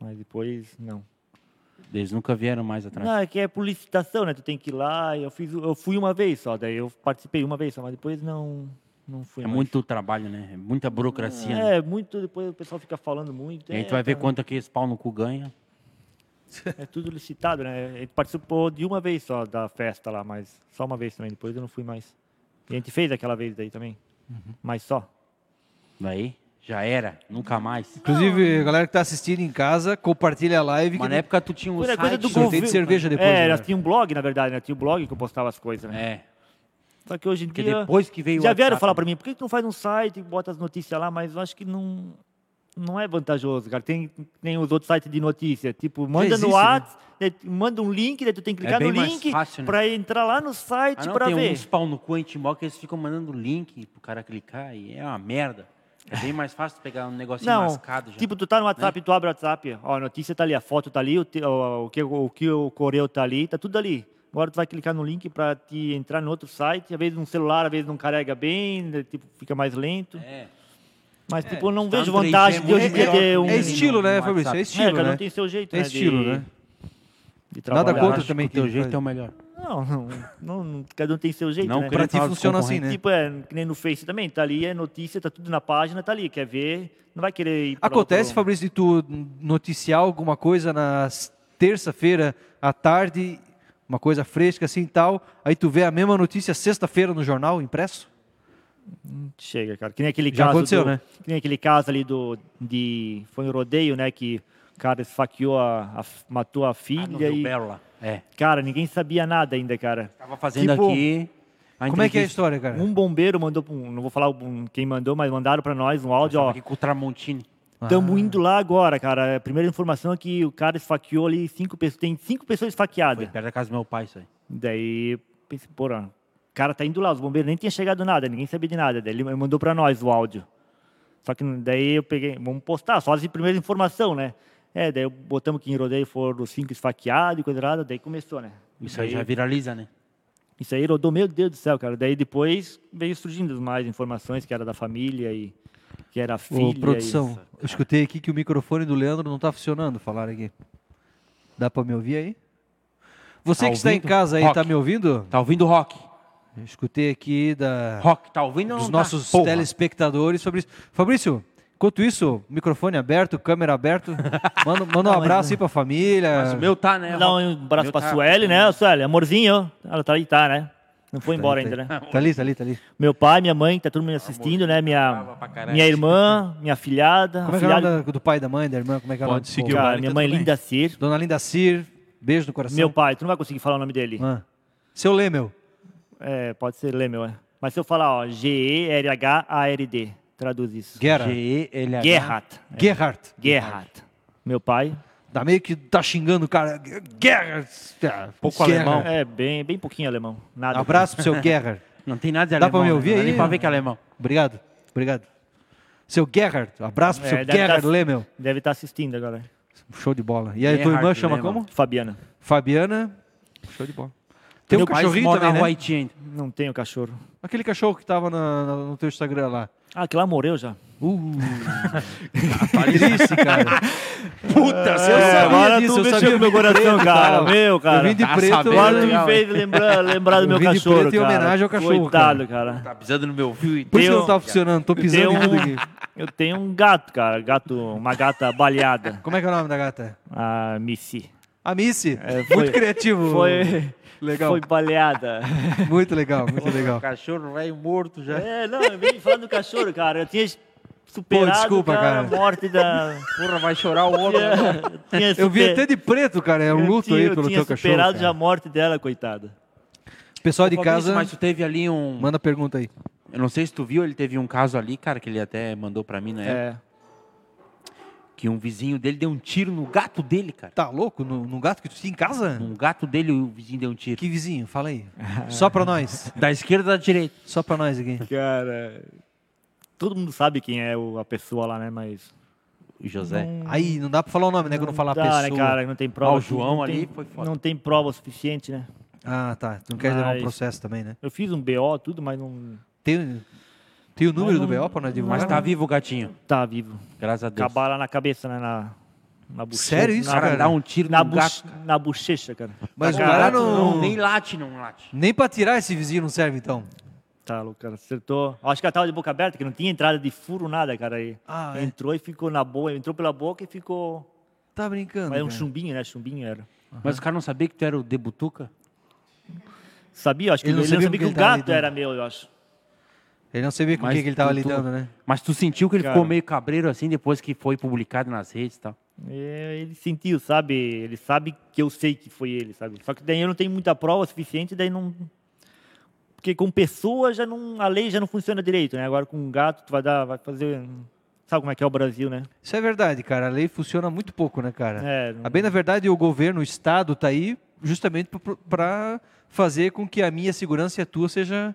[SPEAKER 3] Mas depois, não.
[SPEAKER 1] Eles nunca vieram mais atrás.
[SPEAKER 3] Não, é que é por licitação, né? Tu tem que ir lá. Eu, fiz, eu fui uma vez só, daí eu participei uma vez só, mas depois não, não fui
[SPEAKER 1] é
[SPEAKER 3] mais.
[SPEAKER 1] muito trabalho, né? É muita burocracia. né?
[SPEAKER 3] É, muito, depois o pessoal fica falando muito.
[SPEAKER 1] E a gente
[SPEAKER 3] é,
[SPEAKER 1] vai ver
[SPEAKER 3] tá,
[SPEAKER 1] quanto que esse pau no cu ganha.
[SPEAKER 3] É tudo licitado, né? A gente participou de uma vez só da festa lá, mas só uma vez também, depois eu não fui mais. E a gente fez aquela vez daí também,
[SPEAKER 1] Uhum.
[SPEAKER 3] mas só.
[SPEAKER 1] Daí já era, nunca mais.
[SPEAKER 2] Inclusive, a galera que tá assistindo em casa, compartilha a live.
[SPEAKER 1] Mas
[SPEAKER 2] que
[SPEAKER 1] na época tu tinha um
[SPEAKER 3] Tudo é
[SPEAKER 1] site...
[SPEAKER 3] coisa do
[SPEAKER 2] sorteio de
[SPEAKER 3] governo.
[SPEAKER 2] cerveja depois,
[SPEAKER 3] É,
[SPEAKER 2] né?
[SPEAKER 3] tinha um blog, na verdade, né? Tinha um blog que eu postava as coisas, né?
[SPEAKER 1] É,
[SPEAKER 3] Só que hoje em
[SPEAKER 1] porque
[SPEAKER 3] dia...
[SPEAKER 1] depois que veio o
[SPEAKER 3] Já vieram
[SPEAKER 1] WhatsApp, né?
[SPEAKER 3] falar para mim, por que tu não faz um site e bota as notícias lá? Mas eu acho que não, não é vantajoso, cara. Tem, tem os outros sites de notícia, tipo, manda
[SPEAKER 2] existe,
[SPEAKER 3] no
[SPEAKER 2] né?
[SPEAKER 3] WhatsApp, daí tu manda um link, daí tu tem que clicar
[SPEAKER 1] É bem
[SPEAKER 3] no
[SPEAKER 1] mais
[SPEAKER 3] link
[SPEAKER 1] fácil, né?
[SPEAKER 3] para entrar lá no site
[SPEAKER 1] Ah, não,
[SPEAKER 3] para
[SPEAKER 1] tem
[SPEAKER 3] ver.
[SPEAKER 1] uns pau no cu antimó que eles ficam mandando link pro cara clicar e é uma merda. É bem mais fácil pegar um negocinho
[SPEAKER 3] Não,
[SPEAKER 1] mascado já. né?
[SPEAKER 3] tipo, tu tá no WhatsApp, tu abre o WhatsApp, ó, a notícia tá ali, a foto tá ali, o, te- ó, o que, o que ocorreu tá ali, tá tudo ali. Agora tu vai clicar no link para te entrar no outro site, às vezes no celular, às vezes não carrega bem, daí, tipo, fica mais lento.
[SPEAKER 1] É.
[SPEAKER 3] Mas, tipo, eu não
[SPEAKER 1] tá
[SPEAKER 3] vejo
[SPEAKER 1] no 3G
[SPEAKER 3] vantagem de hoje em
[SPEAKER 1] muito
[SPEAKER 3] dia ter
[SPEAKER 1] melhor
[SPEAKER 3] um...
[SPEAKER 1] que
[SPEAKER 2] É estilo, né,
[SPEAKER 1] no
[SPEAKER 2] Fabrício? É
[SPEAKER 1] WhatsApp.
[SPEAKER 3] É,
[SPEAKER 2] estilo,
[SPEAKER 3] cada
[SPEAKER 2] né?
[SPEAKER 3] um tem seu jeito,
[SPEAKER 2] É
[SPEAKER 3] né?
[SPEAKER 2] estilo,
[SPEAKER 3] de,
[SPEAKER 2] né?
[SPEAKER 3] de
[SPEAKER 2] Nada
[SPEAKER 1] Eu
[SPEAKER 3] trabalhar.
[SPEAKER 2] contra
[SPEAKER 1] acho
[SPEAKER 2] também
[SPEAKER 1] que o teu
[SPEAKER 2] quem
[SPEAKER 1] jeito
[SPEAKER 2] faz.
[SPEAKER 1] é o melhor.
[SPEAKER 3] Não, não, não, não, cada um tem seu jeito,
[SPEAKER 1] Não
[SPEAKER 3] né?
[SPEAKER 1] creio.
[SPEAKER 2] Pra ti
[SPEAKER 1] Fala dos
[SPEAKER 2] funciona assim, né?
[SPEAKER 3] Tipo, é, que nem no Face também, tá ali, é notícia, tá tudo na página, tá ali, quer ver, não vai querer ir pra
[SPEAKER 2] Acontece,
[SPEAKER 3] outro...
[SPEAKER 2] Fabrício, de tu noticiar alguma coisa na terça-feira à tarde, uma coisa fresca assim e tal, aí tu vê a mesma notícia sexta-feira no jornal impresso?
[SPEAKER 3] Chega, cara. Que nem aquele
[SPEAKER 2] Já
[SPEAKER 3] caso.
[SPEAKER 2] aconteceu,
[SPEAKER 3] do-
[SPEAKER 2] né?
[SPEAKER 3] Que nem aquele caso ali do. De, foi um rodeio, né? Que o cara esfaqueou, a, a- matou a
[SPEAKER 1] Ah, no
[SPEAKER 3] filha.
[SPEAKER 1] Rio
[SPEAKER 3] e,
[SPEAKER 1] Belo lá. É.
[SPEAKER 3] cara, ninguém sabia nada ainda, cara.
[SPEAKER 1] Tava né? fazendo
[SPEAKER 3] Tipo,
[SPEAKER 1] aqui. a
[SPEAKER 2] Como é que é a
[SPEAKER 1] entrevista.
[SPEAKER 2] história, cara?
[SPEAKER 3] Um bombeiro mandou. pra um- Não vou falar um- quem mandou, mas mandaram pra nós um áudio, ó.
[SPEAKER 1] Aqui com o Tramontini. Ah.
[SPEAKER 3] Estamos indo lá agora, cara. A primeira informação é que o cara esfaqueou ali cinco pessoas. Tem cinco pessoas
[SPEAKER 1] Foi
[SPEAKER 3] esfaqueadas.
[SPEAKER 1] perto da casa do meu pai, isso aí.
[SPEAKER 3] Daí, pensei, porra, o cara tá indo lá, os bombeiros nem tinha chegado nada, ninguém sabia de nada. Daí ele mandou pra nós o áudio. Só que daí eu peguei, vamos postar, só as primeiras informação, né? É, daí eu botamos que em rodeio foram os cinco esfaqueados e coisa errada, daí começou, né?
[SPEAKER 1] Isso aí
[SPEAKER 3] Daí-
[SPEAKER 1] já viraliza, né?
[SPEAKER 3] Isso aí rodou, meu Deus do céu, cara. Daí depois veio surgindo mais informações que era da família e que era a filha.
[SPEAKER 2] Ô,
[SPEAKER 1] é
[SPEAKER 3] e-
[SPEAKER 2] produção, eu escutei aqui que o microfone do Leandro não tá funcionando, falaram aqui. Dá pra me ouvir aí? Você
[SPEAKER 1] Tá
[SPEAKER 2] que está em
[SPEAKER 1] ouvindo?
[SPEAKER 2] casa aí,
[SPEAKER 1] Rock.
[SPEAKER 2] tá me ouvindo?
[SPEAKER 1] Tá ouvindo rock?
[SPEAKER 2] Eu escutei aqui da...
[SPEAKER 1] Rock, tá ouvindo ou
[SPEAKER 2] dos
[SPEAKER 3] Então
[SPEAKER 1] não tá?
[SPEAKER 2] nossos
[SPEAKER 1] Porra.
[SPEAKER 2] telespectadores sobre isso. Fabrício, enquanto isso, microfone aberto, câmera aberto, manda,
[SPEAKER 3] <laughs>
[SPEAKER 2] manda um abraço aí pra família.
[SPEAKER 1] Mas o meu tá, né?
[SPEAKER 3] Dá
[SPEAKER 1] rock?
[SPEAKER 3] um
[SPEAKER 1] O
[SPEAKER 3] abraço
[SPEAKER 1] meu
[SPEAKER 3] pra
[SPEAKER 1] tá-
[SPEAKER 3] Sueli, né? Sueli, amorzinho. Ela tá aí, tá, né? Não foi
[SPEAKER 2] Tá ali,
[SPEAKER 3] embora
[SPEAKER 2] tá
[SPEAKER 3] ainda,
[SPEAKER 2] ali.
[SPEAKER 3] né?
[SPEAKER 2] Tá ali, tá ali, tá ali.
[SPEAKER 3] Meu pai, minha mãe, que tá todo mundo assistindo,
[SPEAKER 1] brava
[SPEAKER 3] né? Minha,
[SPEAKER 1] pra caralho.
[SPEAKER 3] minha irmã, minha filhada.
[SPEAKER 2] Como é que é o
[SPEAKER 3] afilhada,
[SPEAKER 2] nome da- do pai, da mãe, da irmã? Como é que é o
[SPEAKER 4] Pode
[SPEAKER 2] nome?
[SPEAKER 4] seguir
[SPEAKER 2] Pô,
[SPEAKER 4] o-
[SPEAKER 3] cara,
[SPEAKER 4] Linda
[SPEAKER 1] tá
[SPEAKER 3] minha mãe
[SPEAKER 4] também.
[SPEAKER 3] Linda Cir.
[SPEAKER 2] Dona Linda Cir, beijo no coração.
[SPEAKER 3] Meu pai, tu não vai conseguir falar o nome dele.
[SPEAKER 2] Ah. Seu Lemel.
[SPEAKER 3] É, pode ser Lemel, é. Mas se eu falar, ó, G-E-R-H-A-R-D, traduz isso.
[SPEAKER 2] Guerra.
[SPEAKER 1] G-E-L-H.
[SPEAKER 3] Gerhard.
[SPEAKER 2] Gerhardt.
[SPEAKER 3] Gerhard. Meu pai.
[SPEAKER 2] Tá meio que tá xingando o cara. Guerra.
[SPEAKER 1] Pouco alemão.
[SPEAKER 3] É, bem, bem pouquinho alemão. Nada.
[SPEAKER 2] Abraço pro seu Guerra.
[SPEAKER 1] Não tem nada de
[SPEAKER 2] Dá
[SPEAKER 1] alemão.
[SPEAKER 2] pra me
[SPEAKER 1] né?
[SPEAKER 2] ouvir
[SPEAKER 1] Não dá
[SPEAKER 2] aí?
[SPEAKER 1] Nem pra ver que é alemão.
[SPEAKER 2] Obrigado, obrigado. Seu Gerhard, abraço pro
[SPEAKER 3] É,
[SPEAKER 2] seu
[SPEAKER 3] deve
[SPEAKER 2] Gerhard
[SPEAKER 3] tá-
[SPEAKER 2] Lemel.
[SPEAKER 3] Deve estar assistindo agora.
[SPEAKER 2] Show de bola. E aí, tua
[SPEAKER 1] Gerhard
[SPEAKER 2] irmã chama
[SPEAKER 1] Lemel.
[SPEAKER 2] como?
[SPEAKER 3] Fabiana.
[SPEAKER 2] Fabiana. Show de bola. Tem um
[SPEAKER 1] Meu pai
[SPEAKER 2] cachorrinho
[SPEAKER 1] mora
[SPEAKER 2] também,
[SPEAKER 1] na
[SPEAKER 2] né?
[SPEAKER 1] rua Haiti ainda.
[SPEAKER 3] Não tenho cachorro.
[SPEAKER 2] Aquele cachorro que tava na- na- no teu Instagram
[SPEAKER 1] <laughs>
[SPEAKER 2] lá.
[SPEAKER 3] Ah, aquele lá morreu já.
[SPEAKER 2] Uh. Triste, cara.
[SPEAKER 1] <laughs>
[SPEAKER 2] É,
[SPEAKER 1] Puta,
[SPEAKER 2] Eu sabia
[SPEAKER 3] agora
[SPEAKER 2] disso,
[SPEAKER 3] tu
[SPEAKER 2] eu
[SPEAKER 3] mexeu
[SPEAKER 2] sabia, eu
[SPEAKER 3] com
[SPEAKER 2] vim de
[SPEAKER 3] meu coração,
[SPEAKER 2] preto e
[SPEAKER 3] cara.
[SPEAKER 2] tal.
[SPEAKER 3] Meu, cara.
[SPEAKER 2] Eu vim de
[SPEAKER 1] Tá
[SPEAKER 2] preto.
[SPEAKER 1] sabendo,
[SPEAKER 3] Agora
[SPEAKER 2] né?
[SPEAKER 3] tu me
[SPEAKER 1] legal,
[SPEAKER 3] fez lembrar, lembrar do meu
[SPEAKER 2] Eu vim de
[SPEAKER 3] cachorro,
[SPEAKER 2] preto em
[SPEAKER 3] cara.
[SPEAKER 2] homenagem ao cachorro,
[SPEAKER 3] Coitado, cara.
[SPEAKER 1] Tá pisando no meu fio e...
[SPEAKER 2] Por isso que
[SPEAKER 3] Deu-
[SPEAKER 2] não tá funcionando, tô pisando em
[SPEAKER 3] Tem
[SPEAKER 2] tudo
[SPEAKER 3] um-
[SPEAKER 2] aqui.
[SPEAKER 3] <laughs> Eu tenho um gato, cara. Gato, uma gata baleada.
[SPEAKER 2] Como é que é o nome da gata?
[SPEAKER 3] A Missy.
[SPEAKER 2] A Missy.
[SPEAKER 3] É, foi-
[SPEAKER 2] muito criativo.
[SPEAKER 3] Foi,
[SPEAKER 2] Oh, Legal.
[SPEAKER 3] foi
[SPEAKER 2] <laughs>
[SPEAKER 3] baleada.
[SPEAKER 2] Muito legal, muito legal.
[SPEAKER 1] Cachorro velho morto já.
[SPEAKER 3] É, não, eu vim falando do cachorro, cara. Eu tinha superado
[SPEAKER 2] Pô, desculpa,
[SPEAKER 3] cara, a
[SPEAKER 2] cara. <laughs>
[SPEAKER 3] morte da...
[SPEAKER 1] Porra, vai chorar o homem.
[SPEAKER 3] Eu, tinha
[SPEAKER 2] Eu vi
[SPEAKER 3] super-
[SPEAKER 2] até de preto, cara. É um luto
[SPEAKER 3] eu tinha,
[SPEAKER 2] aí pelo
[SPEAKER 3] eu tinha
[SPEAKER 2] teu cachorro.
[SPEAKER 3] superado já um a
[SPEAKER 2] cara.
[SPEAKER 3] morte dela, coitada.
[SPEAKER 2] Pessoal de
[SPEAKER 1] Fabrício,
[SPEAKER 2] casa,
[SPEAKER 1] Mas tu teve ali um...
[SPEAKER 2] manda pergunta aí.
[SPEAKER 1] Eu não sei se tu viu, ele teve um caso ali, cara, que ele até mandou pra mim, né?
[SPEAKER 3] É.
[SPEAKER 1] Que um vizinho dele deu um tiro no gato dele, cara.
[SPEAKER 2] Tá louco? No, no gato que tu tinha em casa?
[SPEAKER 1] Um gato dele, o vizinho deu um tiro.
[SPEAKER 2] Que vizinho? Fala aí. Só pra nós.
[SPEAKER 1] Da esquerda ou da direita?
[SPEAKER 2] Só pra nós aqui.
[SPEAKER 3] Cara... Todo mundo sabe quem é o- a pessoa lá, né? Mas...
[SPEAKER 1] O José.
[SPEAKER 2] Aí, é não dá pra falar o nome, né? Quando falar a
[SPEAKER 3] dá,
[SPEAKER 2] pessoa.
[SPEAKER 3] Né, cara, não tem prova.
[SPEAKER 1] Ah, o João
[SPEAKER 3] não tem-
[SPEAKER 1] ali foi foda.
[SPEAKER 3] Não tem prova suficiente, né?
[SPEAKER 2] Ah, tá. Tu não quer levar um
[SPEAKER 3] Mas-
[SPEAKER 2] processo também, né?
[SPEAKER 3] Eu fiz um BO, tudo, mas não
[SPEAKER 2] Tem, tem o número do
[SPEAKER 3] não-
[SPEAKER 2] BO pra nós divulgar?
[SPEAKER 1] Mas tá vivo o gatinho,
[SPEAKER 3] tá vivo.
[SPEAKER 1] graças a Deus.
[SPEAKER 3] Acabaram na cabeça, né? Na, na bochecha.
[SPEAKER 2] Sério isso,
[SPEAKER 1] O
[SPEAKER 3] na,
[SPEAKER 1] cara
[SPEAKER 2] cara?
[SPEAKER 1] dá um tiro
[SPEAKER 3] Na,
[SPEAKER 1] no
[SPEAKER 3] buche-
[SPEAKER 1] gato.
[SPEAKER 3] na bochecha, cara.
[SPEAKER 2] Mas o
[SPEAKER 3] Tá caraca,
[SPEAKER 2] cara não...
[SPEAKER 1] Nem
[SPEAKER 2] nem...
[SPEAKER 1] late, não late.
[SPEAKER 2] pra tirar esse vizinho não serve, então.
[SPEAKER 3] Tá louco, cara. Acertou. Acho que ela tava de boca aberta, que não tinha entrada de furo, nada, cara. E
[SPEAKER 2] Ah, é?
[SPEAKER 3] entrou e ficou na boa. Entrou pela boca e ficou.
[SPEAKER 2] Tá brincando,
[SPEAKER 3] Mas era um
[SPEAKER 2] cara.
[SPEAKER 3] chumbinho, né? Chumbinho era.
[SPEAKER 1] Mas o cara não sabia que tu era o Debutuca?
[SPEAKER 3] Sabia? Acho que
[SPEAKER 2] Ele
[SPEAKER 3] ele,
[SPEAKER 2] não
[SPEAKER 3] ele não
[SPEAKER 2] sabia
[SPEAKER 3] sabia
[SPEAKER 2] com
[SPEAKER 3] que o
[SPEAKER 2] quem ele tava né?
[SPEAKER 3] gato era meu, eu acho.
[SPEAKER 2] Ele não sabia com o
[SPEAKER 1] Mas
[SPEAKER 2] que, que ele tava
[SPEAKER 1] tu- tu-
[SPEAKER 2] lidando, né?
[SPEAKER 1] Mas tu sentiu que ele
[SPEAKER 3] Cara.
[SPEAKER 1] ficou meio cabreiro assim depois que foi publicado nas redes e tal?
[SPEAKER 3] É, Ele sentiu, sabe? Ele sabe que eu sei que foi ele, sabe? Só que daí eu não tenho muita prova suficiente, daí não. Porque com pessoa já não. A lei já não funciona direito, né? Agora com um gato, tu vai dar. Vai fazer. Sabe como é que é o Brasil, né?
[SPEAKER 2] Isso é verdade, cara. A lei funciona muito pouco, né, cara?
[SPEAKER 3] É, não-
[SPEAKER 2] A bem, na verdade, o governo, o Estado, tá aí justamente para fazer com que a minha segurança e a tua seja,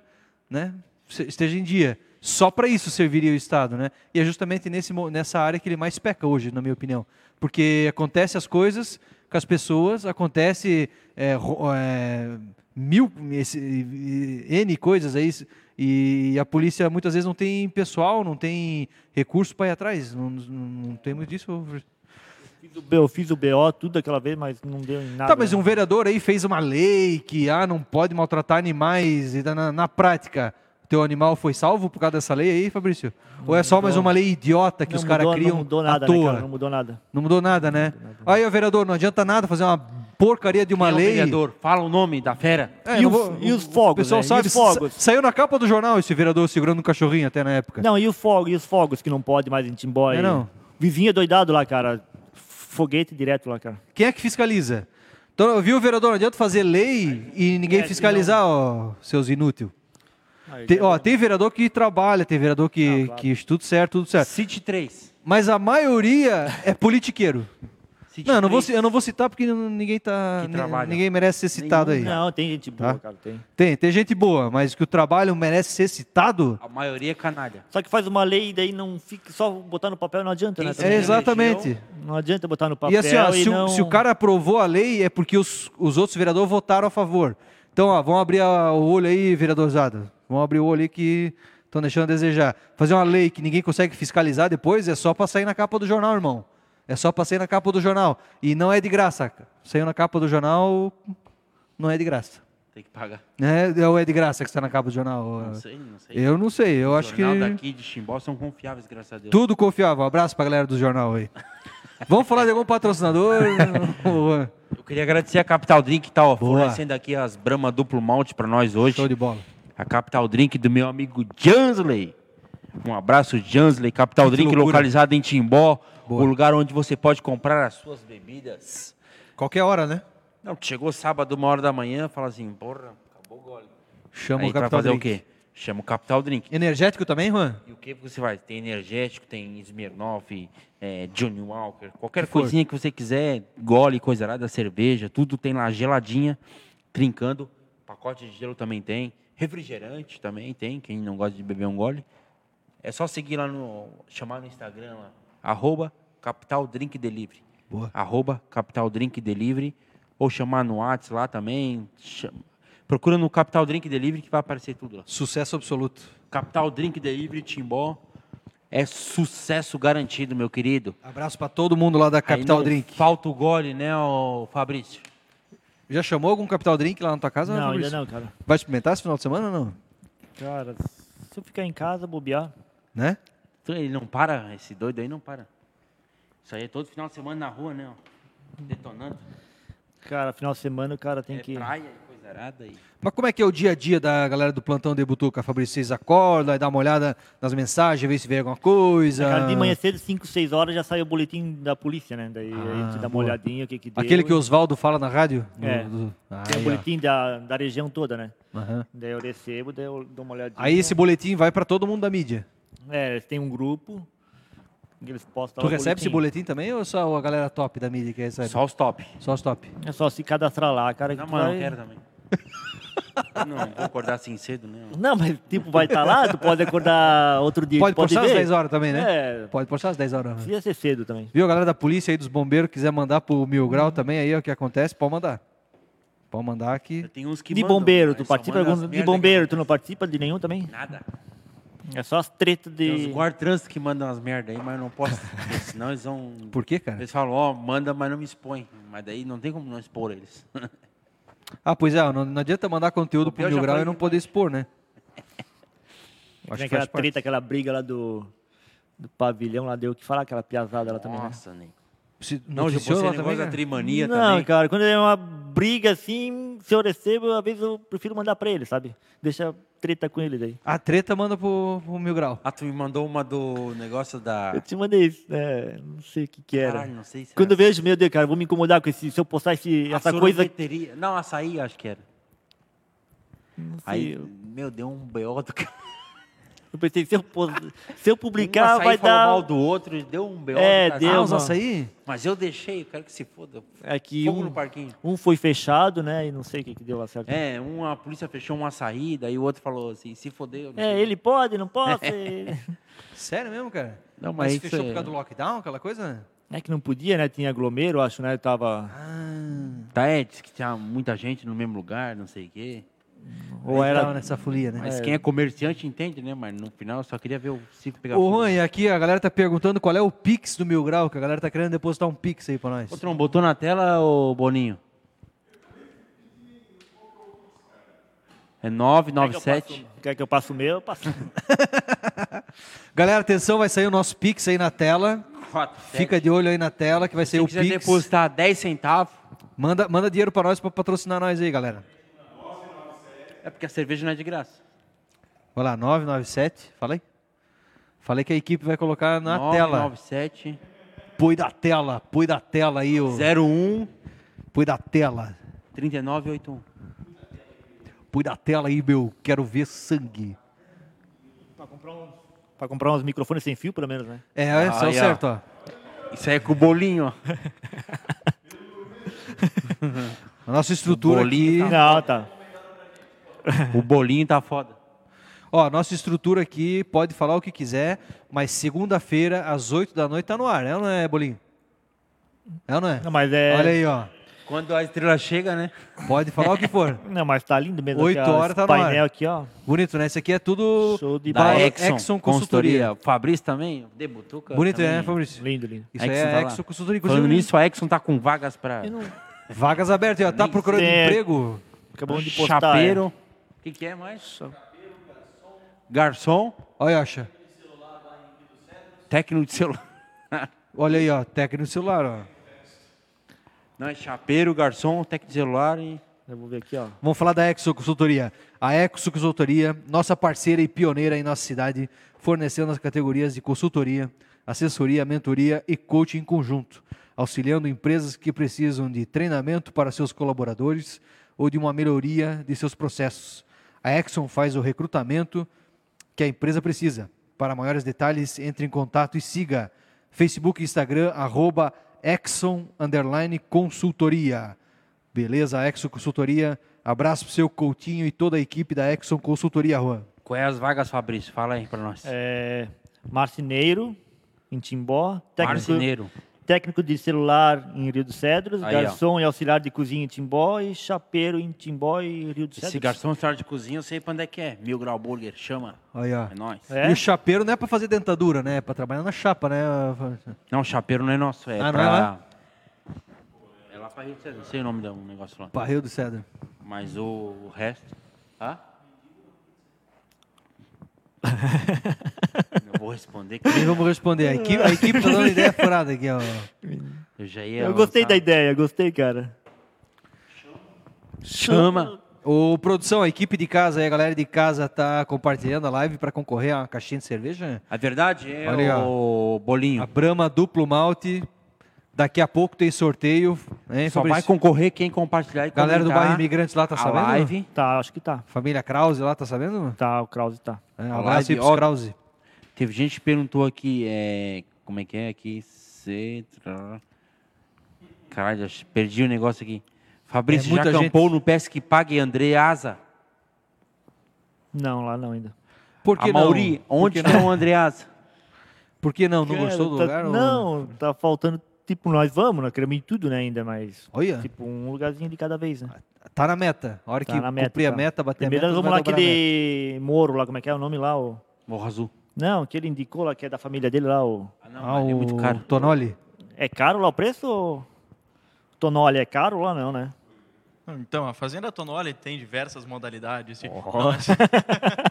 [SPEAKER 2] né, se- esteja em dia. Só para isso serviria o Estado, né? E é justamente nesse, mo- nessa área que ele mais peca hoje, na minha opinião. Porque acontece as coisas com as pessoas, acontece é, ro- é, mil, esse- e- e- N coisas aí, e a polícia muitas vezes não tem pessoal, não tem recurso para ir atrás. Não, não, não temos disso,
[SPEAKER 3] Fiz o B- Eu fiz o BO tudo aquela vez, mas não deu em nada.
[SPEAKER 2] Tá, mas
[SPEAKER 3] né?
[SPEAKER 2] um vereador aí fez uma lei que ah, não pode maltratar animais e tá na, na prática. Teu animal foi salvo por causa dessa lei aí, Fabrício? Ou é só mais uma lei idiota que
[SPEAKER 3] Não
[SPEAKER 2] os caras
[SPEAKER 3] mudou-
[SPEAKER 2] criam
[SPEAKER 3] Não mudou
[SPEAKER 2] à
[SPEAKER 3] nada, né,
[SPEAKER 2] toa?
[SPEAKER 3] cara? Não mudou nada.
[SPEAKER 2] Não mudou nada, né? Aí, ó, vereador, não adianta nada fazer uma porcaria de uma
[SPEAKER 1] Quem é o
[SPEAKER 2] lei.
[SPEAKER 1] vereador? Fala o nome da fera.
[SPEAKER 2] É,
[SPEAKER 3] E
[SPEAKER 2] não
[SPEAKER 3] o- e os fogos,
[SPEAKER 2] O pessoal
[SPEAKER 3] né? E
[SPEAKER 2] sabe,
[SPEAKER 3] os fogos?
[SPEAKER 2] sa- saiu na capa do jornal esse vereador segurando um cachorrinho até na época.
[SPEAKER 3] Não, e, o fogo, e os fogos que não pode mais em Timbó?
[SPEAKER 2] É,
[SPEAKER 3] e-
[SPEAKER 2] não.
[SPEAKER 3] Vizinho doidado lá, cara. Foguete direto lá, cara.
[SPEAKER 2] Quem é que fiscaliza? Então, viu, vereador, não adianta fazer lei e ninguém
[SPEAKER 3] É,
[SPEAKER 2] fiscalizar, ó, seus inúteis.
[SPEAKER 3] Aí,
[SPEAKER 2] Tem, ó, tem vereador que trabalha, tem vereador que,
[SPEAKER 3] Ah, claro.
[SPEAKER 2] que tudo certo, tudo certo.
[SPEAKER 1] City 3.
[SPEAKER 2] Mas a maioria é politiqueiro.
[SPEAKER 1] City
[SPEAKER 2] Não, eu não vou,
[SPEAKER 1] 3.
[SPEAKER 2] ci- eu não vou citar porque não- ninguém tá.
[SPEAKER 1] Que
[SPEAKER 2] ni-
[SPEAKER 1] trabalha.
[SPEAKER 2] Ninguém merece ser citado aí.
[SPEAKER 3] Não, tem gente boa,
[SPEAKER 2] Tá?
[SPEAKER 3] cara. Tem.
[SPEAKER 2] Tem, tem gente boa, mas que o trabalho merece ser citado.
[SPEAKER 1] A maioria é canalha.
[SPEAKER 3] Só que faz uma lei e daí não fica só botar no papel, não adianta, né?
[SPEAKER 1] Isso
[SPEAKER 2] É
[SPEAKER 3] também.
[SPEAKER 2] exatamente.
[SPEAKER 3] Não adianta botar no papel
[SPEAKER 2] E assim, ó, se, o-
[SPEAKER 3] não...
[SPEAKER 2] se o cara aprovou a lei, é porque os, os outros vereadores votaram a favor. Então, ó, vamos abrir a- o olho aí, vereadorzada. Vamos abrir o olho aí que estão deixando a desejar. Fazer uma lei que ninguém consegue fiscalizar depois é só pra sair na capa do jornal, irmão. É só pra sair na capa do jornal. E não é de graça. cara. Saiu na capa do jornal, não é de graça.
[SPEAKER 1] Tem que pagar.
[SPEAKER 2] É, ou é de graça que está na capa do jornal?
[SPEAKER 1] Não sei, não sei.
[SPEAKER 2] Eu não sei, eu
[SPEAKER 1] Os
[SPEAKER 2] acho que...
[SPEAKER 1] jornal tá daqui de Chimbó são confiáveis, graças a Deus.
[SPEAKER 2] Tudo confiável. Um abraço pra galera do jornal aí. Vamos falar de
[SPEAKER 1] <laughs>
[SPEAKER 2] algum patrocinador? Ou-
[SPEAKER 1] Eu queria agradecer a Capital Drink que tá ó,
[SPEAKER 2] Boa.
[SPEAKER 1] fornecendo aqui as Brahma Duplo Malte para nós hoje.
[SPEAKER 2] Show de bola.
[SPEAKER 1] A Capital Drink do meu amigo Jansley. Um abraço, Jansley. Capital
[SPEAKER 2] Que
[SPEAKER 1] Drink
[SPEAKER 2] loucura.
[SPEAKER 1] localizado em Timbó,
[SPEAKER 2] Boa.
[SPEAKER 1] o lugar onde você pode comprar as suas bebidas.
[SPEAKER 2] Qualquer hora, né?
[SPEAKER 1] Não, chegou sábado, uma hora da manhã, fala assim, porra, acabou o gole.
[SPEAKER 2] Chama
[SPEAKER 1] Aí
[SPEAKER 2] o
[SPEAKER 1] tu vai
[SPEAKER 2] Capitão
[SPEAKER 1] fazer
[SPEAKER 2] Drink.
[SPEAKER 1] o quê? Chama o Capital Drink.
[SPEAKER 2] Energético também, Juan?
[SPEAKER 1] E o que você vai? Tem energético, tem Smirnoff, eh, Johnny Walker, qualquer
[SPEAKER 2] for.
[SPEAKER 1] coisinha que você quiser, gole, coisa arada, cerveja, tudo tem lá geladinha, trincando. Pacote de gelo também tem. Refrigerante também tem, quem não gosta de beber um gole. É só seguir lá no. chamar no Instagram lá. Arroba Capital Drink Delivery.
[SPEAKER 2] Boa.
[SPEAKER 1] Arroba Capital Drink Delivery. Ou chamar no WhatsApp lá também. chama- Procura no Capital Drink Delivery que vai aparecer tudo lá.
[SPEAKER 2] Sucesso absoluto.
[SPEAKER 1] Capital Drink Delivery Timbó é sucesso garantido, meu querido.
[SPEAKER 2] Abraço pra todo mundo lá da Capital
[SPEAKER 1] Aí não
[SPEAKER 2] Drink.
[SPEAKER 1] Falta o gole, né, ô Fabrício?
[SPEAKER 2] Já chamou algum Capital Drink lá na tua casa?
[SPEAKER 3] Não, ainda
[SPEAKER 2] Fabrício?
[SPEAKER 3] não, cara.
[SPEAKER 2] Vai experimentar esse final de semana ou não?
[SPEAKER 3] Cara, se eu ficar em casa, bobear...
[SPEAKER 2] Né?
[SPEAKER 1] Tu- Ele não para, esse doido aí não para. Isso aí é todo final de semana na rua, né? ó, Detonando.
[SPEAKER 3] Cara, final de semana o cara tem
[SPEAKER 1] É
[SPEAKER 3] que...
[SPEAKER 1] praia e coisa arada. E...
[SPEAKER 2] Mas como é que é o dia a dia da galera do plantão de Butuca? Fabrício, vocês acordam, aí dá uma olhada nas mensagens, vê se veio alguma coisa.
[SPEAKER 3] É, Cara, de manhã cedo, 5, 6 horas, já sai o boletim da polícia, né? Daí
[SPEAKER 2] Ah,
[SPEAKER 3] a gente dá uma
[SPEAKER 2] boa.
[SPEAKER 3] olhadinha, o que que deu.
[SPEAKER 2] Aquele que o Oswaldo fala na rádio? Do-
[SPEAKER 3] É.
[SPEAKER 2] do-
[SPEAKER 3] Tem o
[SPEAKER 2] Aí, ó.
[SPEAKER 3] boletim da, da região toda, né?
[SPEAKER 2] Aham.
[SPEAKER 3] Daí eu recebo, daí eu dou uma olhadinha.
[SPEAKER 2] Aí esse boletim vai pra todo mundo da mídia.
[SPEAKER 3] É, eles têm um grupo, que eles postam
[SPEAKER 2] tu
[SPEAKER 3] lá o
[SPEAKER 2] recebe esse boletim também ou só a galera top da mídia que recebe?
[SPEAKER 1] Só os top.
[SPEAKER 2] Só os top.
[SPEAKER 3] É só se cadastrar lá, cara. que
[SPEAKER 1] Não,
[SPEAKER 3] tu
[SPEAKER 1] mas eu
[SPEAKER 3] vai-
[SPEAKER 1] não quero
[SPEAKER 3] <laughs>
[SPEAKER 1] também. não, vou acordar assim cedo, né? ó.
[SPEAKER 3] Não, mas tipo, vai estar lá, tu pode acordar outro dia.
[SPEAKER 2] Pode
[SPEAKER 3] tu pode
[SPEAKER 2] postar às
[SPEAKER 3] ver.
[SPEAKER 2] 10 horas também, né?
[SPEAKER 3] É.
[SPEAKER 2] Pode postar às 10 horas. né?
[SPEAKER 3] Precisa ser cedo também.
[SPEAKER 2] Viu, a galera da polícia aí, dos bombeiros, quiser mandar pro Mil Grau também, aí é o que acontece, pode mandar. Pode mandar aqui.
[SPEAKER 1] Tem uns que
[SPEAKER 3] De
[SPEAKER 1] mandam,
[SPEAKER 3] bombeiro, tu
[SPEAKER 1] mas só
[SPEAKER 3] participa de
[SPEAKER 1] manda
[SPEAKER 3] algum-
[SPEAKER 1] as
[SPEAKER 3] de
[SPEAKER 1] é merda que-
[SPEAKER 3] bombeiro, tu não participa de nenhum também?
[SPEAKER 1] Nada.
[SPEAKER 3] É só as tretas
[SPEAKER 1] Tem uns
[SPEAKER 3] de.
[SPEAKER 1] guarda-trânsito que mandam as merda aí, mas eu não posso. porque senão eles vão...
[SPEAKER 2] Por quê,
[SPEAKER 3] É.
[SPEAKER 2] cara?
[SPEAKER 1] Eles falam, ó, manda, mas não me expõe. Mas daí não tem como não expor eles.
[SPEAKER 2] Ah, pois é, não, não adianta mandar conteúdo pro
[SPEAKER 1] Eu já
[SPEAKER 2] Mil Grau
[SPEAKER 1] falei
[SPEAKER 2] e não poder expor, né?
[SPEAKER 3] Acho é
[SPEAKER 1] é
[SPEAKER 3] que aquela treta, aquela briga lá do, do pavilhão lá, deu o que falar, aquela piazada lá também, né?
[SPEAKER 1] Nossa, Nico.
[SPEAKER 2] Se,
[SPEAKER 1] Não, já
[SPEAKER 2] noticiou
[SPEAKER 1] postei
[SPEAKER 2] lá
[SPEAKER 1] é um negócio da
[SPEAKER 2] cara?
[SPEAKER 1] trimania
[SPEAKER 3] é. não,
[SPEAKER 1] também.
[SPEAKER 3] cara, quando é uma briga assim, se eu recebo, às vezes eu prefiro mandar pra ele, sabe? Deixa treta com ele daí.
[SPEAKER 2] A treta manda pro, pro Mil Grau.
[SPEAKER 1] Ah, tu me mandou uma do negócio da...
[SPEAKER 3] Eu te mandei isso, né? Não sei o que que era.
[SPEAKER 1] Caralho, não sei se
[SPEAKER 3] Quando eu
[SPEAKER 1] era.
[SPEAKER 3] vejo, meu Deus, cara, vou me incomodar com esse, se eu postar esse,
[SPEAKER 1] A
[SPEAKER 3] essa coisa.
[SPEAKER 1] sorveteria- Não, açaí, acho que era.
[SPEAKER 3] Não sei,
[SPEAKER 1] Aí,
[SPEAKER 3] eu-
[SPEAKER 1] meu, deu um B.O. do cara.
[SPEAKER 3] eu pensei, se eu, pos- se eu
[SPEAKER 1] Um
[SPEAKER 3] publicar,
[SPEAKER 1] açaí
[SPEAKER 3] vai
[SPEAKER 1] falou
[SPEAKER 3] dar.
[SPEAKER 1] mal do outro, e deu um B.O. do
[SPEAKER 3] É,
[SPEAKER 1] cara.
[SPEAKER 3] deu.
[SPEAKER 2] ah,
[SPEAKER 1] Ah,
[SPEAKER 2] os
[SPEAKER 3] mano.
[SPEAKER 2] açaí?
[SPEAKER 1] Mas eu deixei, eu quero que se foda.
[SPEAKER 3] É que
[SPEAKER 1] Fogo no
[SPEAKER 3] um,
[SPEAKER 1] parquinho.
[SPEAKER 3] um foi fechado, né? E não sei o que, que deu lá certo.
[SPEAKER 1] É, um, a polícia fechou um açaí, daí o outro falou assim, se fodeu. não
[SPEAKER 3] É,
[SPEAKER 1] sei.
[SPEAKER 3] ele pode,
[SPEAKER 1] <laughs>
[SPEAKER 3] não pode. é
[SPEAKER 2] Sério mesmo, cara?
[SPEAKER 1] Não,
[SPEAKER 2] Mas
[SPEAKER 1] mas
[SPEAKER 2] fechou
[SPEAKER 1] isso
[SPEAKER 2] por
[SPEAKER 1] é-
[SPEAKER 2] causa do lockdown, aquela coisa?
[SPEAKER 3] que não podia, né? Tinha aglomero, acho, né? Tava.
[SPEAKER 1] Ah, Tá, é, disse que tinha muita gente no mesmo lugar, não sei o quê.
[SPEAKER 3] Ou
[SPEAKER 2] Aí
[SPEAKER 3] era.
[SPEAKER 2] tava nessa folia, né?
[SPEAKER 1] Mas quem é comerciante entende, né? Mas no final eu só queria ver o circo pegar
[SPEAKER 2] Ô,
[SPEAKER 1] fogo.
[SPEAKER 2] Juan, e aqui a galera tá perguntando qual é o Pix do Mil Grau, que a galera tá querendo depositar um Pix aí pra nós.
[SPEAKER 1] Ô, Tron, botou na tela, ô Boninho? É
[SPEAKER 3] Quer é que
[SPEAKER 1] 997.
[SPEAKER 3] eu passe o- Quer que eu passe o meu? Eu passo. <laughs>
[SPEAKER 2] Galera, atenção, vai sair o nosso Pix aí na tela. Fica de olho aí na tela que vai sair
[SPEAKER 1] Quem
[SPEAKER 2] o
[SPEAKER 1] quiser
[SPEAKER 2] Pix.
[SPEAKER 1] depositar 10 centavos,
[SPEAKER 2] Manda, manda dinheiro pra nós pra patrocinar nós aí, galera.
[SPEAKER 1] é porque a cerveja não é de graça.
[SPEAKER 2] Olha lá, 997, falei? Falei que a equipe vai colocar na tela.
[SPEAKER 1] 997
[SPEAKER 2] Põe da tela, põe da tela aí, ô.
[SPEAKER 1] 01
[SPEAKER 2] Põe da tela.
[SPEAKER 1] 3981.
[SPEAKER 2] Põe da tela aí, meu. Quero ver sangue.
[SPEAKER 3] pra, comprar um- pra comprar uns microfones sem fio, pelo menos, né?
[SPEAKER 2] É, é
[SPEAKER 1] Ah,
[SPEAKER 2] só o
[SPEAKER 1] aí, ó.
[SPEAKER 2] certo, ó.
[SPEAKER 1] Isso aí é com o bolinho, ó.
[SPEAKER 2] A nossa estrutura aqui.
[SPEAKER 1] Bolinho
[SPEAKER 3] Não, tá.
[SPEAKER 1] <laughs> O bolinho tá foda.
[SPEAKER 2] Ó, nossa estrutura aqui pode falar o que quiser, mas segunda-feira, às 8 da noite, tá no ar, é ou não é, Bolinho? É ou não é?
[SPEAKER 3] Não, mas é.
[SPEAKER 2] Olha aí, ó.
[SPEAKER 1] Quando a estrela chega, né?
[SPEAKER 2] Pode falar o que
[SPEAKER 1] <laughs>
[SPEAKER 2] for.
[SPEAKER 3] Não, mas tá lindo mesmo.
[SPEAKER 2] Oito
[SPEAKER 3] aqui, ó,
[SPEAKER 2] horas tá
[SPEAKER 3] esse
[SPEAKER 2] no ar.
[SPEAKER 3] painel aqui, ó.
[SPEAKER 2] Bonito, né? Isso aqui é tudo.
[SPEAKER 3] Show de
[SPEAKER 2] Da
[SPEAKER 1] Da
[SPEAKER 3] bola.
[SPEAKER 2] Exxon
[SPEAKER 1] Exxon,
[SPEAKER 2] Consultoria.
[SPEAKER 1] consultoria. Fabrício também, Debutuca.
[SPEAKER 2] Bonito,
[SPEAKER 1] também.
[SPEAKER 2] né, Fabrício?
[SPEAKER 3] Lindo, lindo.
[SPEAKER 2] Isso
[SPEAKER 1] Exxon
[SPEAKER 2] é
[SPEAKER 1] tá
[SPEAKER 2] a
[SPEAKER 1] lá.
[SPEAKER 2] Exxo Consultoria, inclusive.
[SPEAKER 1] Falando nisso, a Exxon tá com vagas pra
[SPEAKER 3] Eu não-
[SPEAKER 2] Vagas abertas, ó. Tá procurando
[SPEAKER 3] É.
[SPEAKER 2] emprego?
[SPEAKER 3] Acabamos de postar. é.
[SPEAKER 1] chapeiro. O que, que é mais? Garçom,
[SPEAKER 2] Olha, acha.
[SPEAKER 1] técnico de celular. <laughs>
[SPEAKER 2] Olha aí, ó. Técnico de celular, ó.
[SPEAKER 1] Não, é chapeiro, garçom, técnico de celular e...
[SPEAKER 3] é. Eu vou ver aqui, ó.
[SPEAKER 2] Vamos falar da Exo Consultoria. A Exo Consultoria, nossa parceira e pioneira em nossa cidade, fornecendo as categorias de consultoria, assessoria, mentoria e coaching em conjunto, auxiliando empresas que precisam de treinamento para seus colaboradores ou de uma melhoria de seus processos. A Exxon faz o recrutamento que a empresa precisa. Para maiores detalhes, entre em contato e siga Facebook e Instagram, arroba Exxon underline consultoria. Beleza, a Exxon Consultoria. Abraço pro seu Coutinho e toda a equipe da Exxon Consultoria, Juan.
[SPEAKER 1] Qual é as vagas, Fabrício? Fala aí pra nós.
[SPEAKER 3] É, marceneiro, em Timbó.
[SPEAKER 1] Marceneiro.
[SPEAKER 3] Técnico de celular em Rio dos Cedros.
[SPEAKER 1] Aí, ó.
[SPEAKER 3] garçom e auxiliar de cozinha em Timbó. E chapeiro em Timbó e Rio dos
[SPEAKER 2] é
[SPEAKER 3] Cedros.
[SPEAKER 1] Esse garçom celular de cozinha, eu sei pra onde é que é. Mil Grau Burger, chama.
[SPEAKER 2] Aí, ó.
[SPEAKER 1] É nóis.
[SPEAKER 3] É?
[SPEAKER 2] E o chapeiro não Ah. é pra fazer dentadura, né? É pra trabalhar na chapa, né?
[SPEAKER 1] Não, chapeiro não é nosso, é
[SPEAKER 2] Ah, não é
[SPEAKER 1] pra...
[SPEAKER 2] lá?
[SPEAKER 1] É lá pra Rio de Janeiro, não sei o nome do negócio lá.
[SPEAKER 2] Parreio do Cedro.
[SPEAKER 1] Mas o, o resto... Hã? Não vou responder, que
[SPEAKER 2] E vamos responder. A equipe, a equipe tá dando ideia furada aqui, ó.
[SPEAKER 1] eu já ia...
[SPEAKER 3] Eu gostei
[SPEAKER 2] tá.
[SPEAKER 1] lançar.
[SPEAKER 3] da ideia, gostei, cara.
[SPEAKER 1] Chama.
[SPEAKER 2] Ô, produção, a equipe de casa aí, a galera de casa tá compartilhando a live pra concorrer a uma caixinha de cerveja.
[SPEAKER 1] A verdade é
[SPEAKER 2] Olha aí,
[SPEAKER 1] o bolinho.
[SPEAKER 2] A Brahma duplo malte. Daqui a pouco tem sorteio. Hein,
[SPEAKER 1] Só
[SPEAKER 2] Fabrício?
[SPEAKER 1] vai concorrer quem compartilhar e
[SPEAKER 2] Galera do
[SPEAKER 1] comentar
[SPEAKER 2] bairro Imigrantes lá tá
[SPEAKER 1] a
[SPEAKER 2] sabendo?
[SPEAKER 1] live.
[SPEAKER 3] Tá, acho que tá.
[SPEAKER 2] Família Krause lá, tá sabendo?
[SPEAKER 3] Tá, o Krause tá.
[SPEAKER 2] É,
[SPEAKER 1] A
[SPEAKER 2] abraço aí
[SPEAKER 1] live,
[SPEAKER 2] pros
[SPEAKER 1] ó.
[SPEAKER 2] Krause.
[SPEAKER 1] Teve gente que perguntou aqui, é, como é que é aqui? Cetra... Caralho, acho- perdi o negócio aqui.
[SPEAKER 2] É,
[SPEAKER 1] Fabrício
[SPEAKER 2] muita
[SPEAKER 1] já acampou
[SPEAKER 2] gente.
[SPEAKER 1] no Pesque Pague André Asa.
[SPEAKER 3] Não, lá não ainda.
[SPEAKER 2] Por
[SPEAKER 1] A
[SPEAKER 2] que não?
[SPEAKER 1] Mauri, onde
[SPEAKER 2] Por que
[SPEAKER 1] está o André Asa?
[SPEAKER 2] Por que não? Não gostou do
[SPEAKER 3] Cara, tá-
[SPEAKER 2] lugar? ou-
[SPEAKER 3] Não, tá faltando. Tipo, nós vamos, nós queremos ir tudo, né, ainda, mas.
[SPEAKER 2] Olha.
[SPEAKER 3] Tipo, um lugarzinho de cada vez, né?
[SPEAKER 2] Tá na meta. A hora
[SPEAKER 3] Tá
[SPEAKER 2] que
[SPEAKER 3] na meta,
[SPEAKER 2] cumprir
[SPEAKER 3] tá.
[SPEAKER 2] a meta, bater
[SPEAKER 3] Primeiro
[SPEAKER 2] a
[SPEAKER 3] nós
[SPEAKER 2] meta.
[SPEAKER 3] vamos
[SPEAKER 2] vai
[SPEAKER 3] lá
[SPEAKER 2] dobrar a meta.
[SPEAKER 3] aquele Moro, lá, como é que é o nome lá? O...
[SPEAKER 1] Morro Azul.
[SPEAKER 3] Não, que ele indicou lá, que é da família dele lá. O...
[SPEAKER 1] Ah,
[SPEAKER 2] Ah,
[SPEAKER 1] ali
[SPEAKER 2] o
[SPEAKER 1] é muito caro.
[SPEAKER 2] Tonoli?
[SPEAKER 3] É caro lá o preço? ou- Tonoli é caro lá não, né?
[SPEAKER 4] Então, a Fazenda Tonoli tem diversas modalidades.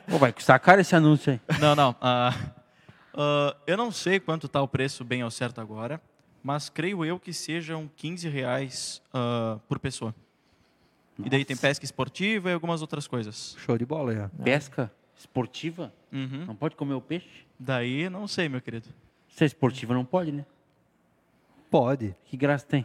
[SPEAKER 1] Pô, vai custar caro esse anúncio aí.
[SPEAKER 4] Não, não. ah, ah, eu não sei quanto está o preço bem ao certo agora, mas creio eu que sejam 15 reais ah, por pessoa. E daí tem pesca esportiva e algumas outras coisas.
[SPEAKER 2] Show de bola já.
[SPEAKER 1] Pesca esportiva?
[SPEAKER 4] Uhum.
[SPEAKER 1] Não pode comer o peixe?
[SPEAKER 4] Daí, não sei, meu querido.
[SPEAKER 1] Se é esportiva, não pode, né?
[SPEAKER 2] Pode,
[SPEAKER 1] Que graça tem?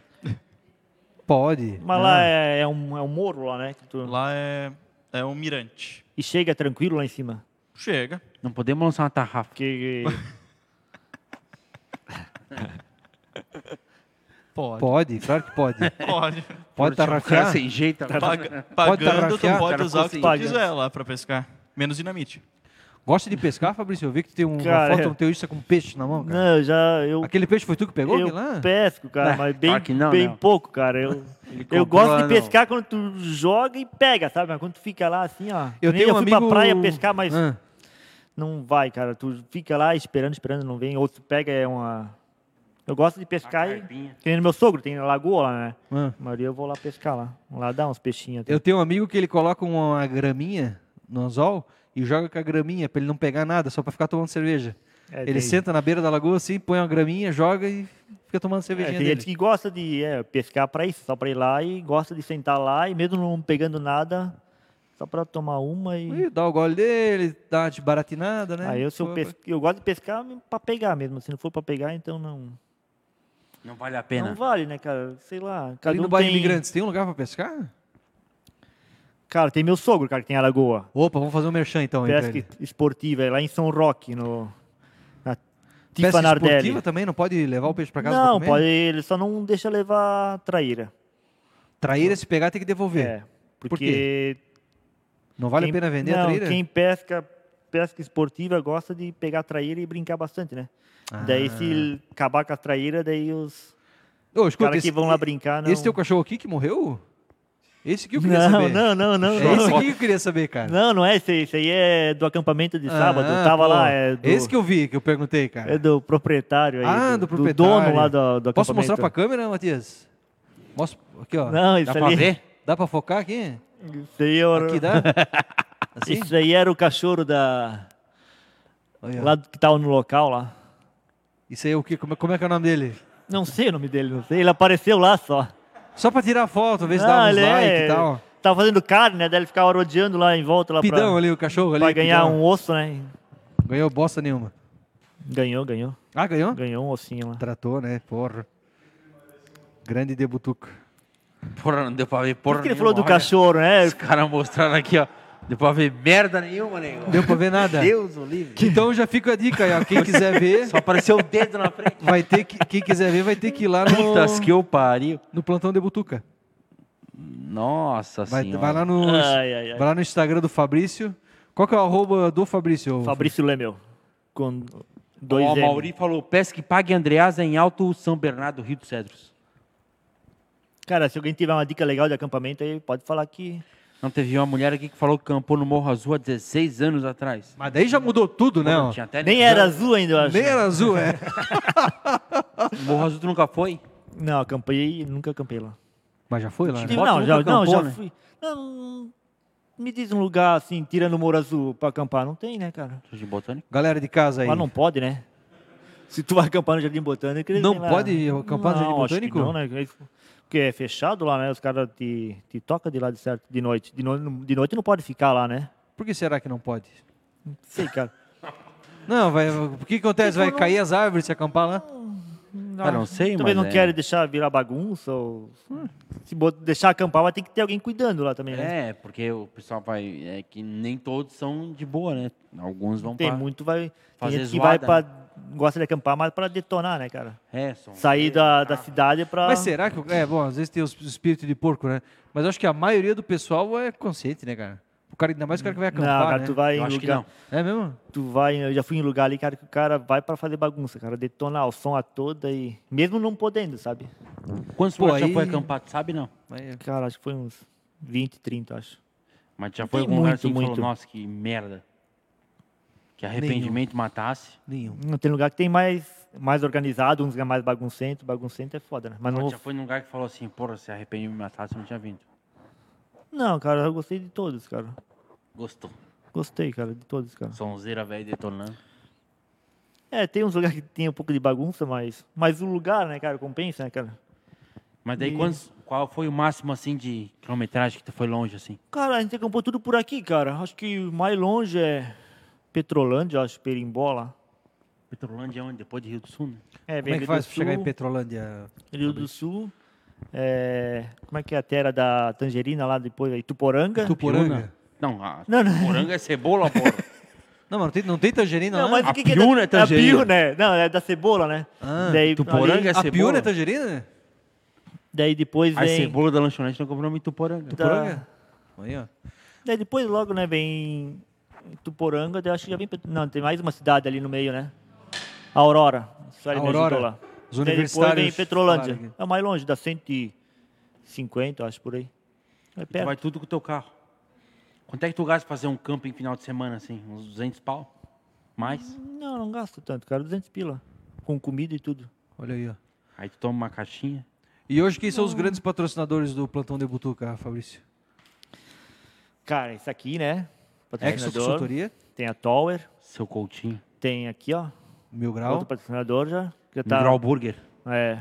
[SPEAKER 2] pode. Ah,
[SPEAKER 3] Mas lá é, é um, é um morro lá, né? que tu-
[SPEAKER 4] Lá é, é um mirante.
[SPEAKER 3] E chega tranquilo lá em cima.
[SPEAKER 4] Chega.
[SPEAKER 1] Não podemos lançar uma tarrafa.
[SPEAKER 3] Porque
[SPEAKER 4] Pode.
[SPEAKER 2] Pode, claro que
[SPEAKER 3] <laughs>
[SPEAKER 2] pode.
[SPEAKER 4] Pode. <laughs> Tá
[SPEAKER 2] Pode
[SPEAKER 1] Tinha um cara
[SPEAKER 2] tarrafiar.
[SPEAKER 1] sem jeito. agora.
[SPEAKER 4] Paga-
[SPEAKER 2] tarrafiar?
[SPEAKER 4] pagando, tu
[SPEAKER 2] O
[SPEAKER 4] pode
[SPEAKER 1] cara
[SPEAKER 4] usar o que
[SPEAKER 1] ficou
[SPEAKER 4] tu
[SPEAKER 3] sem-
[SPEAKER 4] quiser lá para pescar. Menos dinamite.
[SPEAKER 2] Gosta de pescar, Fabrício? Eu vi que tu tem um-
[SPEAKER 3] Cara,
[SPEAKER 2] uma foto
[SPEAKER 3] é.
[SPEAKER 2] no teu Insta com um peixe na mão, cara.
[SPEAKER 3] não, eu já eu
[SPEAKER 2] Aquele peixe foi tu que pegou?
[SPEAKER 3] eu
[SPEAKER 2] aquele é lá?
[SPEAKER 3] pesco, cara,
[SPEAKER 1] Ah, claro
[SPEAKER 3] mas bem,
[SPEAKER 1] que não,
[SPEAKER 3] bem
[SPEAKER 1] não.
[SPEAKER 3] pouco, cara. Eu,
[SPEAKER 1] comprou
[SPEAKER 3] eu gosto
[SPEAKER 1] lá,
[SPEAKER 3] de
[SPEAKER 1] não.
[SPEAKER 3] pescar quando tu joga e pega, sabe? Mas quando tu fica lá assim, ó. que
[SPEAKER 2] Eu
[SPEAKER 3] nem
[SPEAKER 2] tenho um
[SPEAKER 3] fui
[SPEAKER 2] amigo...
[SPEAKER 3] pra praia pescar, mas
[SPEAKER 2] Ah,
[SPEAKER 3] não vai, cara. Tu fica lá esperando, esperando, não vem. Ou tu pega é uma. Eu gosto de pescar e.
[SPEAKER 1] carpinha.
[SPEAKER 3] Que nem no meu sogro, tem a lagoa lá, né?
[SPEAKER 2] ah.
[SPEAKER 3] A maioria eu vou lá pescar lá. Vamos lá dar uns peixinhos. até.
[SPEAKER 2] Eu tenho um amigo que ele coloca uma graminha no anzol e joga com a graminha pra ele não pegar nada, só pra ficar tomando cerveja.
[SPEAKER 3] É,
[SPEAKER 2] ele
[SPEAKER 3] tem-
[SPEAKER 2] senta na beira da lagoa assim, põe uma graminha, joga e fica tomando
[SPEAKER 3] É,
[SPEAKER 2] cervejinha
[SPEAKER 3] tem gente
[SPEAKER 2] dele.
[SPEAKER 3] que gosta de é, pescar pra isso, só pra ir lá e gosta de sentar lá e mesmo não pegando nada, só pra tomar uma e.
[SPEAKER 2] Ih, dá o gole dele, dá uma de baratinada, né?
[SPEAKER 3] Aí Ah, eu, se eu,
[SPEAKER 2] Pô,
[SPEAKER 3] pes- eu gosto de pescar pra pegar mesmo. Se não for pra pegar, então não.
[SPEAKER 1] Não vale a
[SPEAKER 3] Não
[SPEAKER 1] pena.
[SPEAKER 3] vale, né, cara? Sei lá. Cada
[SPEAKER 2] Ali no
[SPEAKER 3] um
[SPEAKER 2] Bairro
[SPEAKER 3] tem...
[SPEAKER 2] Imigrantes, tem um lugar pra pescar?
[SPEAKER 3] Cara, tem meu sogro, cara, que tem a lagoa.
[SPEAKER 2] Opa, vamos fazer um merchan então. aí pra
[SPEAKER 3] Pesca
[SPEAKER 2] ele.
[SPEAKER 3] esportiva, é lá em São Roque, no. Na
[SPEAKER 2] Pesca
[SPEAKER 3] Tifa Nardelli.
[SPEAKER 2] esportiva também? Não pode levar o peixe pra casa pra
[SPEAKER 3] Não,
[SPEAKER 2] comer?
[SPEAKER 3] pode, ele só não deixa levar traíra.
[SPEAKER 2] Traíra, se pegar, tem que devolver.
[SPEAKER 3] É. Porque
[SPEAKER 2] quê? Não vale
[SPEAKER 3] quem-
[SPEAKER 2] a pena vender
[SPEAKER 3] não,
[SPEAKER 2] a traíra?
[SPEAKER 3] Quem pesca pesca esportiva gosta de pegar traíra e brincar bastante, né? Daí se
[SPEAKER 2] Ah.
[SPEAKER 3] acabar com a traíra, daí os
[SPEAKER 2] Ô, escuta,
[SPEAKER 3] caras que
[SPEAKER 2] esse-
[SPEAKER 3] vão lá brincar não.
[SPEAKER 2] Esse teu cachorro aqui que morreu? Esse aqui eu queria
[SPEAKER 3] não,
[SPEAKER 2] saber.
[SPEAKER 3] não, não, não,
[SPEAKER 2] É esse
[SPEAKER 3] não.
[SPEAKER 2] aqui que eu queria saber, cara.
[SPEAKER 3] Não, não é esse, aí, esse aí é do acampamento de
[SPEAKER 2] Ah,
[SPEAKER 3] sábado. Tava
[SPEAKER 2] pô.
[SPEAKER 3] lá, é do,
[SPEAKER 2] Esse que eu vi, que eu perguntei, cara.
[SPEAKER 3] é do proprietário aí.
[SPEAKER 2] ah, do, proprietário.
[SPEAKER 3] dono lá do, do acampamento.
[SPEAKER 2] Posso mostrar pra câmera, Matias? Mostra aqui, ó.
[SPEAKER 3] Não,
[SPEAKER 1] Dá
[SPEAKER 3] isso
[SPEAKER 1] pra
[SPEAKER 3] ali.
[SPEAKER 1] ver?
[SPEAKER 2] Dá pra focar aqui?
[SPEAKER 3] <laughs> Isso aí era, <laughs>
[SPEAKER 2] Aqui dá? Assim?
[SPEAKER 3] isso aí era o cachorro da.
[SPEAKER 2] Olha,
[SPEAKER 3] Lá do- que tava no local lá.
[SPEAKER 2] Isso aí é o que? Como, é- como é que é o nome dele?
[SPEAKER 3] Não sei o nome dele, não sei. Ele apareceu lá só.
[SPEAKER 2] Só pra tirar foto, ver se
[SPEAKER 3] Ah,
[SPEAKER 2] dá uns
[SPEAKER 3] ele
[SPEAKER 2] like
[SPEAKER 3] é-
[SPEAKER 2] e tal.
[SPEAKER 3] Tava fazendo carne, né? Daí ele ficava rodeando lá em volta lá
[SPEAKER 2] Pidão
[SPEAKER 3] pra,
[SPEAKER 2] ali, o cachorro ali.
[SPEAKER 3] pra ganhar
[SPEAKER 2] pidão.
[SPEAKER 3] um osso, né?
[SPEAKER 2] Ganhou bosta nenhuma.
[SPEAKER 3] Ganhou, ganhou.
[SPEAKER 2] Ah, ganhou?
[SPEAKER 3] Ganhou um ossinho lá.
[SPEAKER 2] Tratou, né? Porra. Grande debutuca.
[SPEAKER 1] Porra, não deu pra ver
[SPEAKER 3] Por
[SPEAKER 1] porra
[SPEAKER 3] isso que ele
[SPEAKER 1] nenhuma,
[SPEAKER 3] falou do
[SPEAKER 1] olha.
[SPEAKER 3] cachorro, né?
[SPEAKER 1] Os caras mostraram aqui, ó. Deu pra ver merda nenhuma, nego.
[SPEAKER 2] Deu pra ver nada?
[SPEAKER 1] Deus, o livre.
[SPEAKER 2] Então já fica a dica aí, ó. Quem quiser
[SPEAKER 3] <laughs>
[SPEAKER 2] ver,
[SPEAKER 1] Só apareceu o dedo na
[SPEAKER 2] <laughs>
[SPEAKER 1] frente.
[SPEAKER 2] vai ter que. Quem quiser ver, vai ter que ir lá no,
[SPEAKER 1] Putas que eu pariu.
[SPEAKER 2] no plantão de Butuca.
[SPEAKER 1] Nossa
[SPEAKER 2] Vai,
[SPEAKER 1] senhora.
[SPEAKER 2] vai lá no,
[SPEAKER 3] Ai, ai, ai.
[SPEAKER 2] vai lá no Instagram do Fabrício. Qual que é o arroba do Fabrício?
[SPEAKER 3] Fabrício Lemel. Com dois
[SPEAKER 1] Ó, o
[SPEAKER 3] M.
[SPEAKER 1] Mauri falou, pesca e pague Andreasa em Alto São Bernardo, Rio dos Cedros.
[SPEAKER 3] Cara, se alguém tiver uma dica legal de acampamento aí, pode falar que.
[SPEAKER 1] Não teve uma mulher aqui que falou que campou no Morro Azul há 16 anos atrás.
[SPEAKER 2] Mas daí já mudou tudo, né? ó?
[SPEAKER 1] Tinha até
[SPEAKER 3] Nem
[SPEAKER 1] lesão.
[SPEAKER 3] era azul ainda, eu acho.
[SPEAKER 2] Nem era azul,
[SPEAKER 3] <laughs>
[SPEAKER 2] é.
[SPEAKER 1] Morro Azul tu nunca foi?
[SPEAKER 3] Não, acampei, nunca acampei lá.
[SPEAKER 2] Mas já foi lá. né?
[SPEAKER 1] Tive-
[SPEAKER 3] não,
[SPEAKER 1] nunca
[SPEAKER 3] já, não,
[SPEAKER 1] acampou,
[SPEAKER 3] já
[SPEAKER 1] né?
[SPEAKER 3] fui. Não, me diz um lugar assim, tirando o Moro Azul pra acampar. Não tem, né, cara?
[SPEAKER 1] Jardim Botânico?
[SPEAKER 2] Galera de casa aí.
[SPEAKER 3] Mas não pode, né? Se tu vai acampar no Jardim Botânico, eles
[SPEAKER 2] Não
[SPEAKER 3] têm lá-
[SPEAKER 2] pode acampar no Jardim
[SPEAKER 3] Não, acho que
[SPEAKER 2] Botânico?
[SPEAKER 3] Não, né? Porque é fechado lá, né? Os caras te, te tocam de lá de certo, de noite. De, no- de noite não pode ficar lá, né?
[SPEAKER 2] Por que será que não pode?
[SPEAKER 3] Não sei, cara.
[SPEAKER 2] Não, vai. O que acontece? Vai
[SPEAKER 3] né?
[SPEAKER 2] cair as árvores se acampar lá?
[SPEAKER 1] Cara, não sei,
[SPEAKER 3] Também
[SPEAKER 1] mas
[SPEAKER 3] não
[SPEAKER 1] é-
[SPEAKER 3] querem deixar virar bagunça ou... Se bot- deixar acampar, vai ter que ter alguém cuidando lá também, né?
[SPEAKER 1] É, porque o pessoal vai. É que nem todos são de boa, né? Alguns
[SPEAKER 2] É,
[SPEAKER 1] vão
[SPEAKER 3] Tem
[SPEAKER 1] pra-
[SPEAKER 3] muito, vai. Tem
[SPEAKER 1] fazer
[SPEAKER 3] gente que vai
[SPEAKER 1] zoada,
[SPEAKER 3] pra.
[SPEAKER 2] né?
[SPEAKER 3] Gosta de acampar, mas pra detonar, né, cara?
[SPEAKER 1] É, são.
[SPEAKER 3] Sair da, da cidade pra.
[SPEAKER 2] Ah. Mas será que. É, bom, às vezes tem os espírito de porco, né? Mas acho que a maioria do pessoal é consciente, né, cara? O cara, ainda mais o cara que vai
[SPEAKER 3] Não,
[SPEAKER 2] acampar.
[SPEAKER 3] cara,
[SPEAKER 2] né?
[SPEAKER 3] tu vai
[SPEAKER 1] Eu
[SPEAKER 3] em
[SPEAKER 1] acho que
[SPEAKER 3] lugar.
[SPEAKER 1] não.
[SPEAKER 2] É mesmo?
[SPEAKER 3] Tu vai, eu já fui em lugar ali, cara, que o cara vai pra fazer bagunça, cara. Detonar o som a toda e. Mesmo não podendo, sabe?
[SPEAKER 1] Quantos
[SPEAKER 2] Pô,
[SPEAKER 1] por aí... já
[SPEAKER 2] aí-
[SPEAKER 1] foi acampar, tu sabe não?
[SPEAKER 2] Mas-
[SPEAKER 3] Cara, acho que foi uns 20, 30, acho.
[SPEAKER 1] Mas já
[SPEAKER 3] Não
[SPEAKER 1] foi
[SPEAKER 3] tem
[SPEAKER 1] algum lugar
[SPEAKER 3] muito,
[SPEAKER 1] assim que falou,
[SPEAKER 3] muito.
[SPEAKER 1] nossa, que merda. Que arrependimento matasse.
[SPEAKER 2] Nenhum.
[SPEAKER 3] Não tem lugar que tem mais, mais organizado, uns é mais baguncento. Baguncento é foda, né? Mas não,
[SPEAKER 1] Mas
[SPEAKER 3] vou-
[SPEAKER 1] já foi num lugar que falou assim, porra, se arrependimento matasse, eu não tinha vindo.
[SPEAKER 3] não, cara, eu gostei de todos, cara.
[SPEAKER 1] Gostou.
[SPEAKER 3] Gostei, cara, de todos, cara.
[SPEAKER 1] Sonzeira velho detonando.
[SPEAKER 3] É, tem uns lugares que tem um pouco de bagunça, mas, mas o lugar, né, cara, compensa, né, cara?
[SPEAKER 1] Mas daí,
[SPEAKER 3] E-
[SPEAKER 1] quantos, qual foi o máximo, assim, de quilometragem que tu foi longe, assim?
[SPEAKER 3] Cara, a gente acampou tudo por aqui, cara. Acho que o mais longe é Petrolândia, acho, Perimbola.
[SPEAKER 1] Petrolândia é onde? Depois de Rio do Sul, né?
[SPEAKER 3] É,
[SPEAKER 2] Como é que
[SPEAKER 3] Rio
[SPEAKER 2] faz
[SPEAKER 3] do
[SPEAKER 2] pra chegar em
[SPEAKER 3] Sul,
[SPEAKER 2] Petrolândia?
[SPEAKER 3] Rio do Sul. é, como é que é a terra da Tangerina lá depois? Aí, Tuporanga?
[SPEAKER 2] Tuporanga?
[SPEAKER 1] Não, a
[SPEAKER 3] Não, não.
[SPEAKER 1] moranga é cebola, <laughs> porra.
[SPEAKER 2] Não, mas não tem, não tem tangerina
[SPEAKER 3] Não,
[SPEAKER 2] lá?
[SPEAKER 3] mas
[SPEAKER 1] A
[SPEAKER 3] o que que
[SPEAKER 1] piúna é
[SPEAKER 3] da, a
[SPEAKER 1] tangerina.
[SPEAKER 3] piúna, é- Não, é da cebola, né?
[SPEAKER 2] Ah,
[SPEAKER 1] Tuporanga é
[SPEAKER 3] ali-
[SPEAKER 2] a
[SPEAKER 1] cebola.
[SPEAKER 2] piúna é tangerina?
[SPEAKER 3] Daí depois
[SPEAKER 1] A
[SPEAKER 3] vem...
[SPEAKER 1] cebola da lanchonete não comprou muito tuporanga.
[SPEAKER 3] Tá.
[SPEAKER 2] Tuporanga? Aí, ó.
[SPEAKER 3] Daí depois logo, né, vem Tuporanga, daí eu acho que já vem... Pet- Não, tem mais uma cidade ali no meio, né? Aurora. Só ele me ajudou
[SPEAKER 2] Aurora.
[SPEAKER 3] lá.
[SPEAKER 2] Os
[SPEAKER 3] Daí depois vem
[SPEAKER 2] universitários
[SPEAKER 3] Petrolândia.
[SPEAKER 2] falaram
[SPEAKER 3] É mais longe, dá 150, acho, por aí. É
[SPEAKER 1] Tu
[SPEAKER 3] perto.
[SPEAKER 1] vai tudo com o teu carro. Quanto é que tu gasta pra fazer um camping final de semana, assim? Uns 200 pau? Mais?
[SPEAKER 3] Não, não gasto tanto, cara. 200 pila. Com comida e tudo.
[SPEAKER 2] Olha aí, ó.
[SPEAKER 1] Aí tu toma uma caixinha.
[SPEAKER 2] E hoje quem são os grandes patrocinadores do Plantão de Butuca, Fabrício?
[SPEAKER 3] Cara, isso aqui,
[SPEAKER 2] Exo
[SPEAKER 3] né? Patrocinador.
[SPEAKER 2] Consultoria,
[SPEAKER 3] Tem a Tower.
[SPEAKER 1] Seu Coutinho.
[SPEAKER 3] Tem aqui, ó.
[SPEAKER 2] Mil
[SPEAKER 3] Outro
[SPEAKER 2] Grau.
[SPEAKER 3] patrocinador já. Já
[SPEAKER 1] Tá.
[SPEAKER 3] tá...
[SPEAKER 1] Burger.
[SPEAKER 3] É.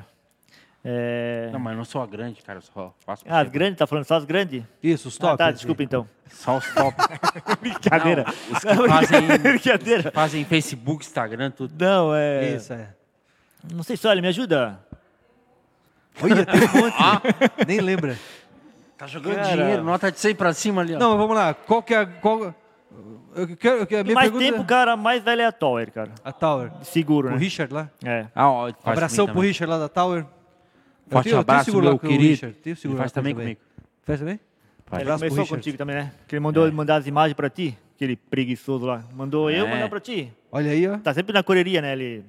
[SPEAKER 3] É...
[SPEAKER 1] Não, mas eu não sou a grande, cara. Eu só faço...
[SPEAKER 3] Ah, as grandes, tá falando só as grandes?
[SPEAKER 2] Isso, os top.
[SPEAKER 3] Ah, tá, desculpa então.
[SPEAKER 2] <laughs>
[SPEAKER 1] Só os top.
[SPEAKER 3] Brincadeira.
[SPEAKER 1] os que fazem-
[SPEAKER 3] <laughs> Brincadeira.
[SPEAKER 1] Fazem Facebook, Instagram, tudo.
[SPEAKER 3] Não, é.
[SPEAKER 2] Isso, é.
[SPEAKER 3] Não sei se olha, me ajuda.
[SPEAKER 2] Olha, tem um
[SPEAKER 3] <laughs> Ah.
[SPEAKER 2] monte. Nem lembra.
[SPEAKER 1] Tá jogando
[SPEAKER 3] Cara.
[SPEAKER 1] dinheiro. Nota de 100 pra cima ali, ó.
[SPEAKER 2] Não, mas vamos lá. Qual que é a... Qual... Eu quero, eu quero, a minha
[SPEAKER 3] mais
[SPEAKER 2] pergunta...
[SPEAKER 3] tempo, cara, mais velho é a Tower, cara.
[SPEAKER 2] A Tower.
[SPEAKER 3] Seguro,
[SPEAKER 2] O
[SPEAKER 3] né?
[SPEAKER 2] Richard lá.
[SPEAKER 3] É.
[SPEAKER 1] Ah, ó, faz
[SPEAKER 2] Abração pro
[SPEAKER 1] comigo
[SPEAKER 2] Richard lá da Tower.
[SPEAKER 1] também. Forte
[SPEAKER 2] tenho- eu tenho
[SPEAKER 1] abraço,
[SPEAKER 2] seguro lá
[SPEAKER 1] meu
[SPEAKER 2] com o
[SPEAKER 1] querido.
[SPEAKER 2] Richard, tenho seguro
[SPEAKER 1] Ele faz
[SPEAKER 2] lá com ele
[SPEAKER 1] também comigo.
[SPEAKER 2] Faz também?
[SPEAKER 3] Ele
[SPEAKER 2] Abraço pro
[SPEAKER 3] começou
[SPEAKER 2] Richard. É.
[SPEAKER 3] contigo também, né? Que ele mandou mandar as imagens pra ti. Aquele preguiçoso lá. Mandou eu,
[SPEAKER 1] É.
[SPEAKER 3] mandou pra ti.
[SPEAKER 2] Olha aí, ó.
[SPEAKER 3] Tá sempre na correria, né? Ele...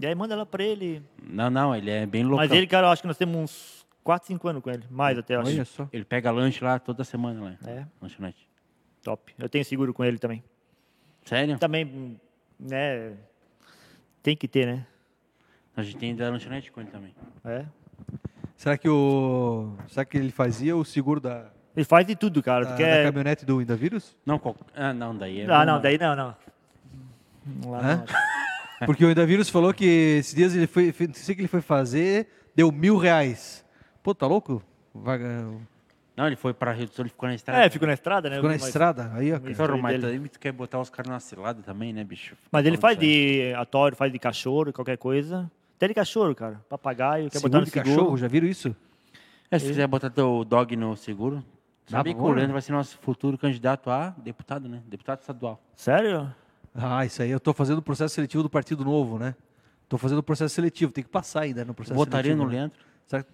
[SPEAKER 3] E aí manda ela pra ele.
[SPEAKER 1] Não, não, ele é bem louco.
[SPEAKER 3] Mas ele, cara, eu acho que nós temos uns 4, 5 anos com ele. Mais até, eu acho.
[SPEAKER 2] Olha só.
[SPEAKER 1] Ele pega lanche lá toda semana, lá.
[SPEAKER 3] É.
[SPEAKER 1] Lanchonete.
[SPEAKER 3] Top. Eu tenho seguro com ele também.
[SPEAKER 1] Sério?
[SPEAKER 3] Também, né? Tem que ter, né?
[SPEAKER 1] A gente tem da lanchonete com ele também.
[SPEAKER 3] É.
[SPEAKER 2] Será que o... Será que ele fazia o seguro da,
[SPEAKER 3] Ele faz de tudo, cara.
[SPEAKER 2] da,
[SPEAKER 3] tu
[SPEAKER 2] da
[SPEAKER 3] quer...
[SPEAKER 2] caminhonete do Indavírus?
[SPEAKER 1] Não, qual... Ah, não, daí é...
[SPEAKER 3] Ah, não, daí não, não. Lá
[SPEAKER 2] Hã?
[SPEAKER 3] não.
[SPEAKER 2] Porque o Indavírus falou que esses dias ele foi... fe- Não sei o que ele foi fazer, deu mil reais. Pô, tá louco? eh, Vaga...
[SPEAKER 1] Não, ele foi pra Rio do Sul, ele ficou na estrada.
[SPEAKER 3] É, ficou na estrada, né?
[SPEAKER 2] Ficou na
[SPEAKER 3] Mas-
[SPEAKER 2] estrada. Aí, ó. cara.
[SPEAKER 1] Claro, mas
[SPEAKER 3] dele.
[SPEAKER 1] daí tu quer botar os caras na cilada também, né, bicho?
[SPEAKER 3] Mas ele
[SPEAKER 1] Falando
[SPEAKER 3] faz
[SPEAKER 1] sério.
[SPEAKER 3] de atório, faz de cachorro, qualquer coisa. Até de cachorro, cara. Papagaio, quer botar
[SPEAKER 2] Seguro
[SPEAKER 3] no
[SPEAKER 2] de
[SPEAKER 3] seguro.
[SPEAKER 2] cachorro, já viram isso?
[SPEAKER 1] É, se quiser botar teu dog no seguro...
[SPEAKER 2] Dá
[SPEAKER 1] Sabia que
[SPEAKER 2] pra
[SPEAKER 1] o
[SPEAKER 2] boa,
[SPEAKER 1] Leandro
[SPEAKER 2] né?
[SPEAKER 1] vai ser nosso futuro candidato a deputado, né? Deputado estadual.
[SPEAKER 3] Sério?
[SPEAKER 2] Ah, isso aí. Eu tô fazendo o processo seletivo do Partido Novo, né? Tô fazendo o processo seletivo. Tem que passar ainda no processo
[SPEAKER 1] Votaria
[SPEAKER 2] seletivo. né?
[SPEAKER 1] no Leandro.
[SPEAKER 2] Será que-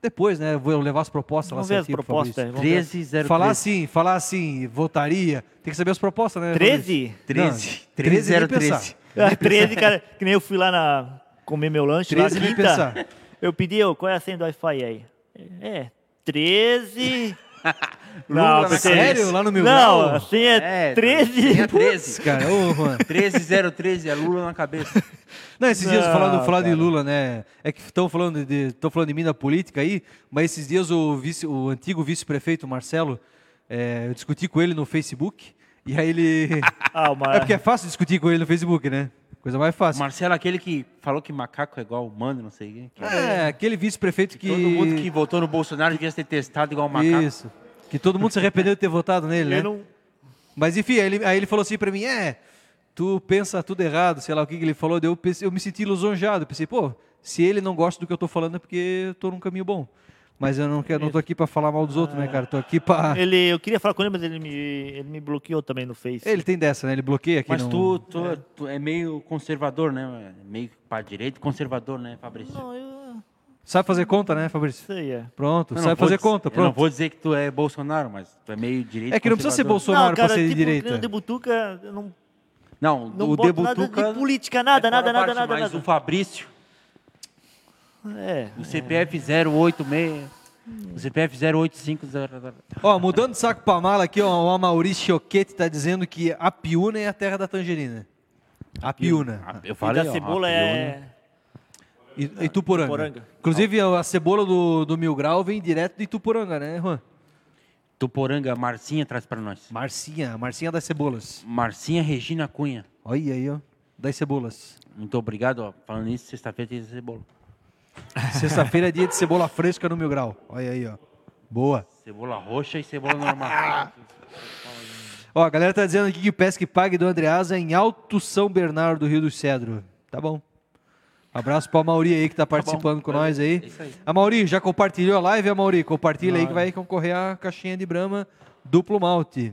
[SPEAKER 2] Depois, né? Vou levar as propostas
[SPEAKER 3] Vamos
[SPEAKER 2] lá
[SPEAKER 3] ver as
[SPEAKER 2] certinho pro
[SPEAKER 3] propostas.
[SPEAKER 2] Fabrício.
[SPEAKER 3] Vamos ver.
[SPEAKER 1] 1303.
[SPEAKER 2] Falar assim, falar assim, votaria. Tem que saber as propostas, né?
[SPEAKER 3] 13?
[SPEAKER 2] Fabrício?
[SPEAKER 1] 13?
[SPEAKER 2] Não, 13 nem
[SPEAKER 1] 13.
[SPEAKER 2] pensar.
[SPEAKER 3] Ah, 13, cara. Que nem eu fui lá na comer meu lanche lá
[SPEAKER 2] 13 nem
[SPEAKER 3] quinta.
[SPEAKER 2] né, pensar.
[SPEAKER 3] Eu pedi, ô, qual é a senha do Wi-Fi aí? É,
[SPEAKER 2] <laughs>
[SPEAKER 3] 13...
[SPEAKER 1] Lula na
[SPEAKER 3] pensei-
[SPEAKER 2] sério? Lá no Mil
[SPEAKER 3] Não,
[SPEAKER 2] Grau? tá
[SPEAKER 3] a senha
[SPEAKER 1] tá
[SPEAKER 3] é, 13...
[SPEAKER 1] Tinha 13.
[SPEAKER 2] Esse cara, ô, mano.
[SPEAKER 1] 13013, é Lula na cabeça.
[SPEAKER 2] Não, esses dias
[SPEAKER 3] Não,
[SPEAKER 2] falando, falar de
[SPEAKER 3] cara.
[SPEAKER 2] Lula, né? É que estão falando de estão falando de mim na política aí, mas esses dias o vice, o antigo vice-prefeito Marcelo, é, eu discuti com ele no Facebook e aí ele
[SPEAKER 3] <laughs>
[SPEAKER 2] <laughs>
[SPEAKER 3] Ah, uma...
[SPEAKER 2] É porque é fácil discutir com ele no Facebook, né? Coisa mais fácil.
[SPEAKER 1] Marcelo, é aquele que falou que macaco é igual humano, não sei o quê.
[SPEAKER 2] É, aquele vice-prefeito que
[SPEAKER 1] Todo mundo que votou no Bolsonaro devia ser testado igual um macaco.
[SPEAKER 2] Isso. Que todo mundo se arrependeu de ter votado nele, né?
[SPEAKER 3] Eu não...
[SPEAKER 2] Mas enfim, aí ele, aí ele falou assim pra mim: é, tu pensa tudo errado, sei lá o que, que ele falou. Daí eu, pensei- eu me senti lisonjeado. Pensei, pô, se ele não gosta do que eu tô falando é porque eu tô num caminho bom. Mas eu não, quero, não tô aqui pra falar mal dos outros, né, cara? Tô aqui pra.
[SPEAKER 1] Ah.
[SPEAKER 2] Ele,
[SPEAKER 3] Ele, eu queria falar com ele, mas ele me, ele me bloqueou também no Face.
[SPEAKER 2] tem dessa, né? Ele bloqueia aqui.
[SPEAKER 1] Mas
[SPEAKER 2] não-
[SPEAKER 1] tu, tu, tu é. meio conservador, né? Meio pra direita e conservador, né, Fabrício?
[SPEAKER 3] Não, eu
[SPEAKER 2] Sabe fazer conta, né, Fabrício?
[SPEAKER 3] sei, é.
[SPEAKER 1] Eu
[SPEAKER 2] Pronto,
[SPEAKER 1] não
[SPEAKER 2] sabe
[SPEAKER 1] vou
[SPEAKER 2] fazer
[SPEAKER 1] dizer-
[SPEAKER 2] conta,
[SPEAKER 1] Eu não
[SPEAKER 2] pronto.
[SPEAKER 1] vou dizer que tu é Bolsonaro, mas tu é meio direita
[SPEAKER 2] É que não precisa ser
[SPEAKER 1] conservador.
[SPEAKER 2] Bolsonaro pra ser de
[SPEAKER 3] tipo, o
[SPEAKER 2] direita.
[SPEAKER 3] de Butuca, eu não,
[SPEAKER 1] Não,
[SPEAKER 3] não
[SPEAKER 1] o
[SPEAKER 3] boto
[SPEAKER 1] Debutuca...
[SPEAKER 3] nada de política,
[SPEAKER 1] é
[SPEAKER 3] nada,
[SPEAKER 1] fora
[SPEAKER 3] nada, nada,
[SPEAKER 1] parte,
[SPEAKER 3] nada,
[SPEAKER 1] Mas
[SPEAKER 3] nada.
[SPEAKER 1] o Fabrício,
[SPEAKER 3] É,
[SPEAKER 1] o CPF 086... O CPF 085. zero-
[SPEAKER 2] Ó, mudando de saco pra mala aqui, ó, o Amaury Choquete tá dizendo que a Piúna é a terra da tangerina. A Piúna.
[SPEAKER 1] Ah, Eu
[SPEAKER 5] E
[SPEAKER 1] falei,
[SPEAKER 5] da
[SPEAKER 1] ó,
[SPEAKER 5] cebola
[SPEAKER 2] né?
[SPEAKER 5] é...
[SPEAKER 2] E Ituporanga.
[SPEAKER 5] Ituporanga.
[SPEAKER 2] Inclusive, a cebola do, do Mil Grau vem direto de Ituporanga, né, Juan?
[SPEAKER 1] Tuporanga, Marcinha traz pra nós.
[SPEAKER 2] Marcinha, Marcinha das Cebolas.
[SPEAKER 1] Marcinha Regina Cunha.
[SPEAKER 2] Olha aí, ó. Das <laughs> Cebolas.
[SPEAKER 1] Muito obrigado, ó. Falando isso, sexta-feira tem cebola.
[SPEAKER 2] Sexta-feira é dia de cebola fresca no Mil Grau. Olha aí, ó. Boa.
[SPEAKER 1] Cebola roxa e cebola
[SPEAKER 2] <laughs> Ah,
[SPEAKER 1] normal.
[SPEAKER 2] Ó, a galera tá dizendo aqui que pesca e pague do Andreasa em Alto São Bernardo, Rio do Cedro. Tá bom. Abraço pra Mauri aí que tá participando com nós aí. né? A Mauri, já compartilhou a live, a Mauri? Compartilha aí que vai concorrer a caixinha de Brahma duplo malte.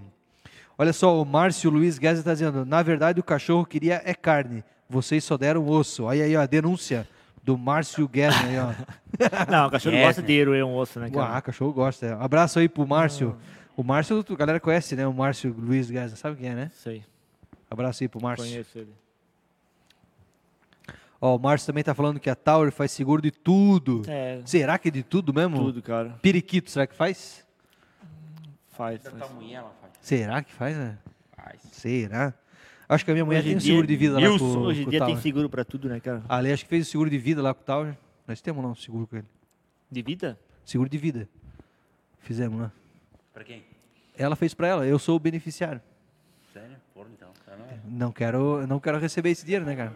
[SPEAKER 2] Olha só, o Márcio Luiz Guedes tá dizendo, na verdade o cachorro queria é carne, vocês só deram osso. Aí aí, ó, a denúncia do Márcio Guedes aí, <laughs> ó.
[SPEAKER 3] <laughs> Não, o
[SPEAKER 2] É.
[SPEAKER 3] cachorro
[SPEAKER 1] Yes,
[SPEAKER 3] gosta
[SPEAKER 1] né?
[SPEAKER 3] de roer um osso, né, cara?
[SPEAKER 2] Ah, cachorro gosta. Abraço aí pro Márcio. O Márcio, a galera conhece, né? O Márcio Luiz Guedes, sabe quem é, né?
[SPEAKER 3] Sei,
[SPEAKER 2] Abraço aí pro Márcio.
[SPEAKER 3] conheço ele.
[SPEAKER 2] Ó, o Márcio também tá falando que a Tower faz seguro de tudo.
[SPEAKER 3] É,
[SPEAKER 2] Será que é de tudo mesmo?
[SPEAKER 5] Tudo, cara.
[SPEAKER 2] Periquito, será que faz?
[SPEAKER 5] Faz, faz.
[SPEAKER 1] mulher, ela faz.
[SPEAKER 2] Será que faz, né?
[SPEAKER 1] Faz.
[SPEAKER 2] Será? Acho que a minha mulher
[SPEAKER 5] Hoje
[SPEAKER 2] tem
[SPEAKER 5] em
[SPEAKER 2] um
[SPEAKER 5] dia-
[SPEAKER 2] seguro de vida lá com,
[SPEAKER 5] Nilson, Hoje em
[SPEAKER 2] com o
[SPEAKER 5] dia tem
[SPEAKER 2] Tower.
[SPEAKER 5] seguro pra tudo, né, cara?
[SPEAKER 2] Ali, acho que fez o seguro de vida lá com o Tower. Nós temos lá um seguro com ele.
[SPEAKER 5] De vida?
[SPEAKER 2] Seguro de vida. Fizemos lá.
[SPEAKER 1] Pra quem?
[SPEAKER 2] Ela fez pra ela, eu sou o beneficiário.
[SPEAKER 1] Sério? Porra, então. Tá, não é.
[SPEAKER 2] Não quero, não quero receber esse dinheiro, né, cara?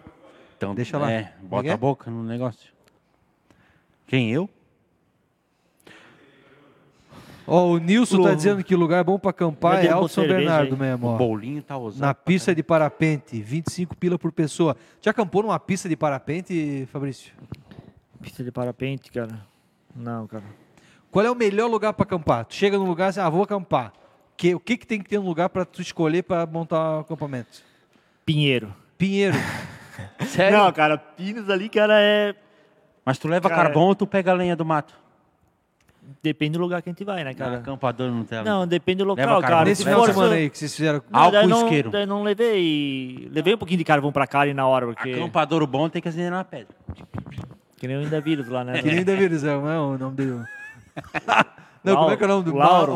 [SPEAKER 1] Então,
[SPEAKER 2] Deixa lá.
[SPEAKER 1] É, bota
[SPEAKER 2] Ninguém?
[SPEAKER 1] a boca no negócio. Quem, eu?
[SPEAKER 2] Ó, o Nilson tá dizendo que lugar bom pra acampar
[SPEAKER 5] Mas
[SPEAKER 2] é
[SPEAKER 5] deu
[SPEAKER 2] Alto
[SPEAKER 5] uma
[SPEAKER 2] São
[SPEAKER 5] cerveja
[SPEAKER 2] Bernardo
[SPEAKER 5] aí.
[SPEAKER 2] mesmo,
[SPEAKER 1] O
[SPEAKER 2] ó.
[SPEAKER 1] bolinho tá usando.
[SPEAKER 2] Na pista de parapente, 25 pila por pessoa. Já acampou numa pista de parapente, Fabrício?
[SPEAKER 3] pista de parapente, cara. Não, cara.
[SPEAKER 2] Qual é o melhor lugar para acampar? Tu chega num lugar e assim, ah, vou acampar. Que, o que, que tem que ter no lugar para tu escolher para montar o acampamento?
[SPEAKER 3] Pinheiro.
[SPEAKER 2] Pinheiro.
[SPEAKER 1] Sério?
[SPEAKER 5] Não, cara, Pinos ali, cara, é...
[SPEAKER 1] Mas tu leva
[SPEAKER 5] Cara,
[SPEAKER 1] carvão ou tu pega a lenha do mato?
[SPEAKER 3] Depende do lugar que a gente vai, né, cara?
[SPEAKER 1] Acampador no tela.
[SPEAKER 3] Não, depende do
[SPEAKER 1] Leva
[SPEAKER 3] local,
[SPEAKER 1] carvão.
[SPEAKER 3] cara.
[SPEAKER 2] Nesse
[SPEAKER 3] Se
[SPEAKER 2] final de
[SPEAKER 3] for-
[SPEAKER 2] semana aí que vocês fizeram.
[SPEAKER 1] Ah, Álcool
[SPEAKER 3] daí
[SPEAKER 1] e
[SPEAKER 3] não,
[SPEAKER 1] isqueiro.
[SPEAKER 3] daí não levei. Levei um pouquinho de carvão pra carne na hora, porque.
[SPEAKER 1] Acampador bom tem que acender na pedra.
[SPEAKER 3] Que nem o Indavírus lá, né?
[SPEAKER 2] Que nem Daviris, é não <laughs> é o nome dele. Não, como é que é o nome do
[SPEAKER 3] Lauro,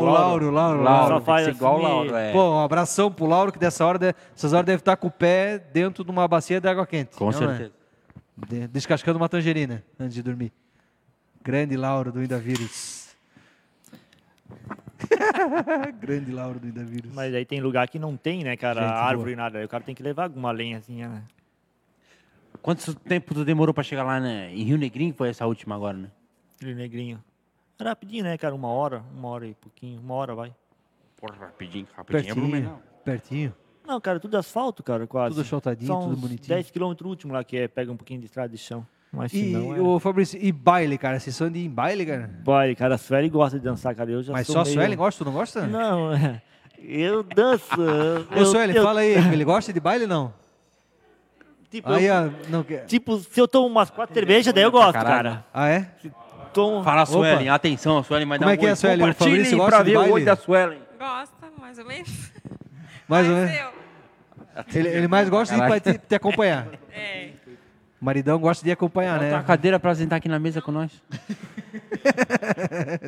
[SPEAKER 2] Lauro, Lauro, Lauro,
[SPEAKER 3] Lauro. Lauro.
[SPEAKER 2] Lauro.
[SPEAKER 3] Só faz
[SPEAKER 1] tem que ser igual o
[SPEAKER 3] assim
[SPEAKER 1] Lauro,
[SPEAKER 3] e-
[SPEAKER 1] é.
[SPEAKER 2] Pô, um abração pro Lauro, que dessa hora, de- essas horas deve estar com o pé dentro de uma bacia de água quente.
[SPEAKER 1] Com
[SPEAKER 2] não é?
[SPEAKER 1] certeza.
[SPEAKER 2] De- Descascando uma tangerina antes de dormir. Grande Lauro do Indavírus. <laughs> Grande Lauro do Indavírus.
[SPEAKER 3] Mas aí tem lugar que não tem, né, cara?
[SPEAKER 2] Gente boa.
[SPEAKER 3] árvore e nada. Aí o cara tem que levar alguma lenhazinha, né?
[SPEAKER 2] é.
[SPEAKER 1] Quanto tempo tu demorou pra chegar lá né? em Rio Negrinho? que Foi essa última agora, né?
[SPEAKER 3] De negrinho. Rapidinho, né, cara? Uma hora, uma hora e pouquinho. Uma hora vai.
[SPEAKER 1] Porra, rapidinho, rapidinho. É
[SPEAKER 2] Pertinho,
[SPEAKER 1] Blumenau.
[SPEAKER 2] pertinho.
[SPEAKER 3] Não, cara, tudo asfalto, cara, quase.
[SPEAKER 2] Tudo asfaltadinho,
[SPEAKER 3] Só
[SPEAKER 2] tudo
[SPEAKER 3] uns
[SPEAKER 2] bonitinho.
[SPEAKER 3] 10 km último lá que é, pega um pouquinho de estrada de chão. Mas se
[SPEAKER 2] E,
[SPEAKER 3] não, é...
[SPEAKER 2] ô, Fabrício, e baile, cara? Vocês são de ir em baile, cara?
[SPEAKER 3] Boy, cara, a Sueli gosta de dançar, cara. Eu já
[SPEAKER 2] Mas
[SPEAKER 3] sou
[SPEAKER 2] só a
[SPEAKER 3] meio...
[SPEAKER 2] Suelen gosta? Tu não gosta?
[SPEAKER 3] Não, é. Eu danço.
[SPEAKER 2] <laughs> Ô,
[SPEAKER 3] eu,
[SPEAKER 2] Suelen,
[SPEAKER 3] eu,
[SPEAKER 2] fala aí. Ele gosta de baile ou não?
[SPEAKER 3] Tipo,
[SPEAKER 2] Aí,
[SPEAKER 3] eu-
[SPEAKER 2] ó, não quer.
[SPEAKER 3] tipo, se eu tomo umas quatro cervejas, daí eu gosto, cara. um-
[SPEAKER 2] Ah, é?
[SPEAKER 3] Tomo...
[SPEAKER 1] Fala, Suelen. Atenção, Suelen. Mas
[SPEAKER 2] Como é
[SPEAKER 1] dá um
[SPEAKER 2] que é,
[SPEAKER 1] oi.
[SPEAKER 2] Suelen? O
[SPEAKER 1] Compartilhem
[SPEAKER 2] Fabrício gosta
[SPEAKER 1] pra
[SPEAKER 2] de
[SPEAKER 1] ver o
[SPEAKER 2] baile?
[SPEAKER 1] olho da Suelen.
[SPEAKER 6] Gosta, mais ou menos.
[SPEAKER 2] Mais ou
[SPEAKER 6] Mas
[SPEAKER 2] menos.
[SPEAKER 6] eu.
[SPEAKER 2] Ele, ele mais gosta de pra te, te acompanhar.
[SPEAKER 6] É.
[SPEAKER 2] O maridão gosta de acompanhar,
[SPEAKER 3] tá
[SPEAKER 1] Bota uma
[SPEAKER 2] né?
[SPEAKER 1] Tá cadeira pra sentar aqui na mesa com nós.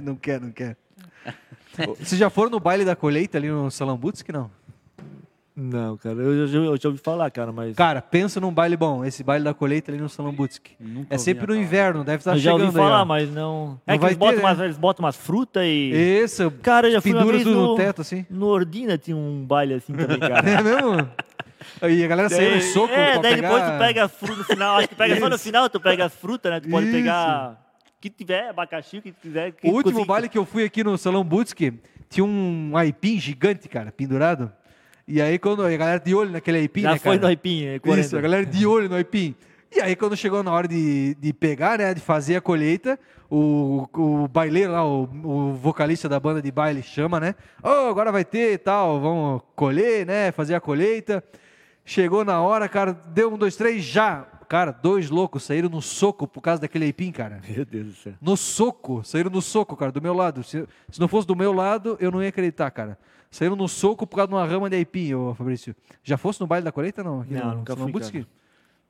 [SPEAKER 2] não quer, não quer. Ô, <laughs> Vocês já foram no baile da colheita ali no Salambuts que não?
[SPEAKER 3] Não, cara, eu, eu, eu já ouvi falar, cara, mas.
[SPEAKER 2] Cara, pensa num baile bom, esse baile da colheita ali no Salambutsk. É sempre no inverno, deve estar
[SPEAKER 3] eu já
[SPEAKER 2] chegando
[SPEAKER 3] ouvi falar,
[SPEAKER 2] aí, ó.
[SPEAKER 3] mas não.
[SPEAKER 2] Não
[SPEAKER 3] É que
[SPEAKER 2] vai
[SPEAKER 3] eles botam,
[SPEAKER 2] ter,
[SPEAKER 3] umas,
[SPEAKER 2] né?
[SPEAKER 3] eles botam umas frutas e.
[SPEAKER 2] Isso,
[SPEAKER 3] Cara, eu já fui uma
[SPEAKER 2] pendura
[SPEAKER 3] vez
[SPEAKER 2] tudo
[SPEAKER 3] no,
[SPEAKER 2] no teto, assim.
[SPEAKER 3] No Ordina tinha um baile assim também,
[SPEAKER 2] Não <laughs>
[SPEAKER 3] cara.
[SPEAKER 2] É mesmo? E a galera saiu no um soco
[SPEAKER 3] é,
[SPEAKER 2] pra
[SPEAKER 3] daí
[SPEAKER 2] pegar...
[SPEAKER 3] depois tu pega a fruta no final. Acho que pega só no final, tu pega as frutas, né? Tu pode pegar. O que tiver, abacaxi, o que tiver. que
[SPEAKER 2] O último
[SPEAKER 3] conseguir.
[SPEAKER 2] baile que eu fui aqui no Salão Butski, tinha um aipim gigante, cara, pendurado. E aí quando a galera de olho naquele aipim,
[SPEAKER 3] Já
[SPEAKER 2] né,
[SPEAKER 3] foi
[SPEAKER 2] cara?
[SPEAKER 3] no Aipim, é,
[SPEAKER 2] Isso, a
[SPEAKER 3] 40.
[SPEAKER 2] galera de olho no aipim. E aí, quando chegou na hora de, de pegar, né, de fazer a colheita, o, o baileiro lá, o, o vocalista da banda de baile chama, né? Ô, agora vai ter e tal, vamos colher, né? Fazer a colheita. Chegou na hora, cara, deu um, dois, três, já. Cara, dois loucos saíram no soco por causa daquele aipim, cara.
[SPEAKER 3] Meu Deus do céu.
[SPEAKER 2] No soco, saíram no soco, cara, do meu lado. Se, se não fosse do meu lado, eu não ia acreditar, cara. Saíram no soco por causa de uma rama de aipim, ô Fabrício. Já fosse no baile da colheita, não? Aqui
[SPEAKER 3] Não,
[SPEAKER 2] no
[SPEAKER 3] nunca fui,
[SPEAKER 2] Salambutski?
[SPEAKER 3] cara.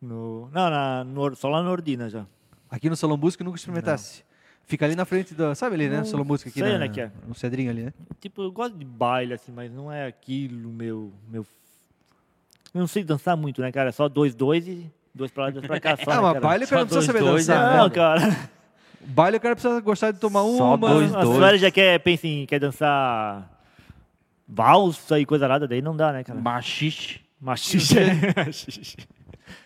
[SPEAKER 3] No, não, na, no, Or- só lá na Ordina já.
[SPEAKER 2] Aqui no Salão Busca eu nunca experimentasse. Fica ali na frente da. Sabe ali, né? Solo música aqui,
[SPEAKER 3] sei
[SPEAKER 2] né?
[SPEAKER 3] onde é que é.
[SPEAKER 2] No Cedrinho ali, né?
[SPEAKER 3] Tipo, eu gosto de baile, assim, mas não é aquilo, meu. meu... Eu não sei dançar muito, né, cara? É só dois, dois e dois pra lá, dois pra cá. Só,
[SPEAKER 2] Ah,
[SPEAKER 3] né,
[SPEAKER 2] mas
[SPEAKER 3] cara?
[SPEAKER 2] baile o cara não
[SPEAKER 1] dois,
[SPEAKER 2] precisa saber
[SPEAKER 1] dois,
[SPEAKER 2] dançar.
[SPEAKER 3] Não,
[SPEAKER 2] né?
[SPEAKER 3] cara.
[SPEAKER 2] Baile o cara precisa gostar de tomar
[SPEAKER 1] Só
[SPEAKER 2] uma.
[SPEAKER 1] dois,
[SPEAKER 3] A senhora já quer, pensa em, quer dançar valsa e coisa nada, daí não dá, né, cara?
[SPEAKER 1] Machiste.
[SPEAKER 2] <laughs>
[SPEAKER 3] Machista.
[SPEAKER 2] E vocês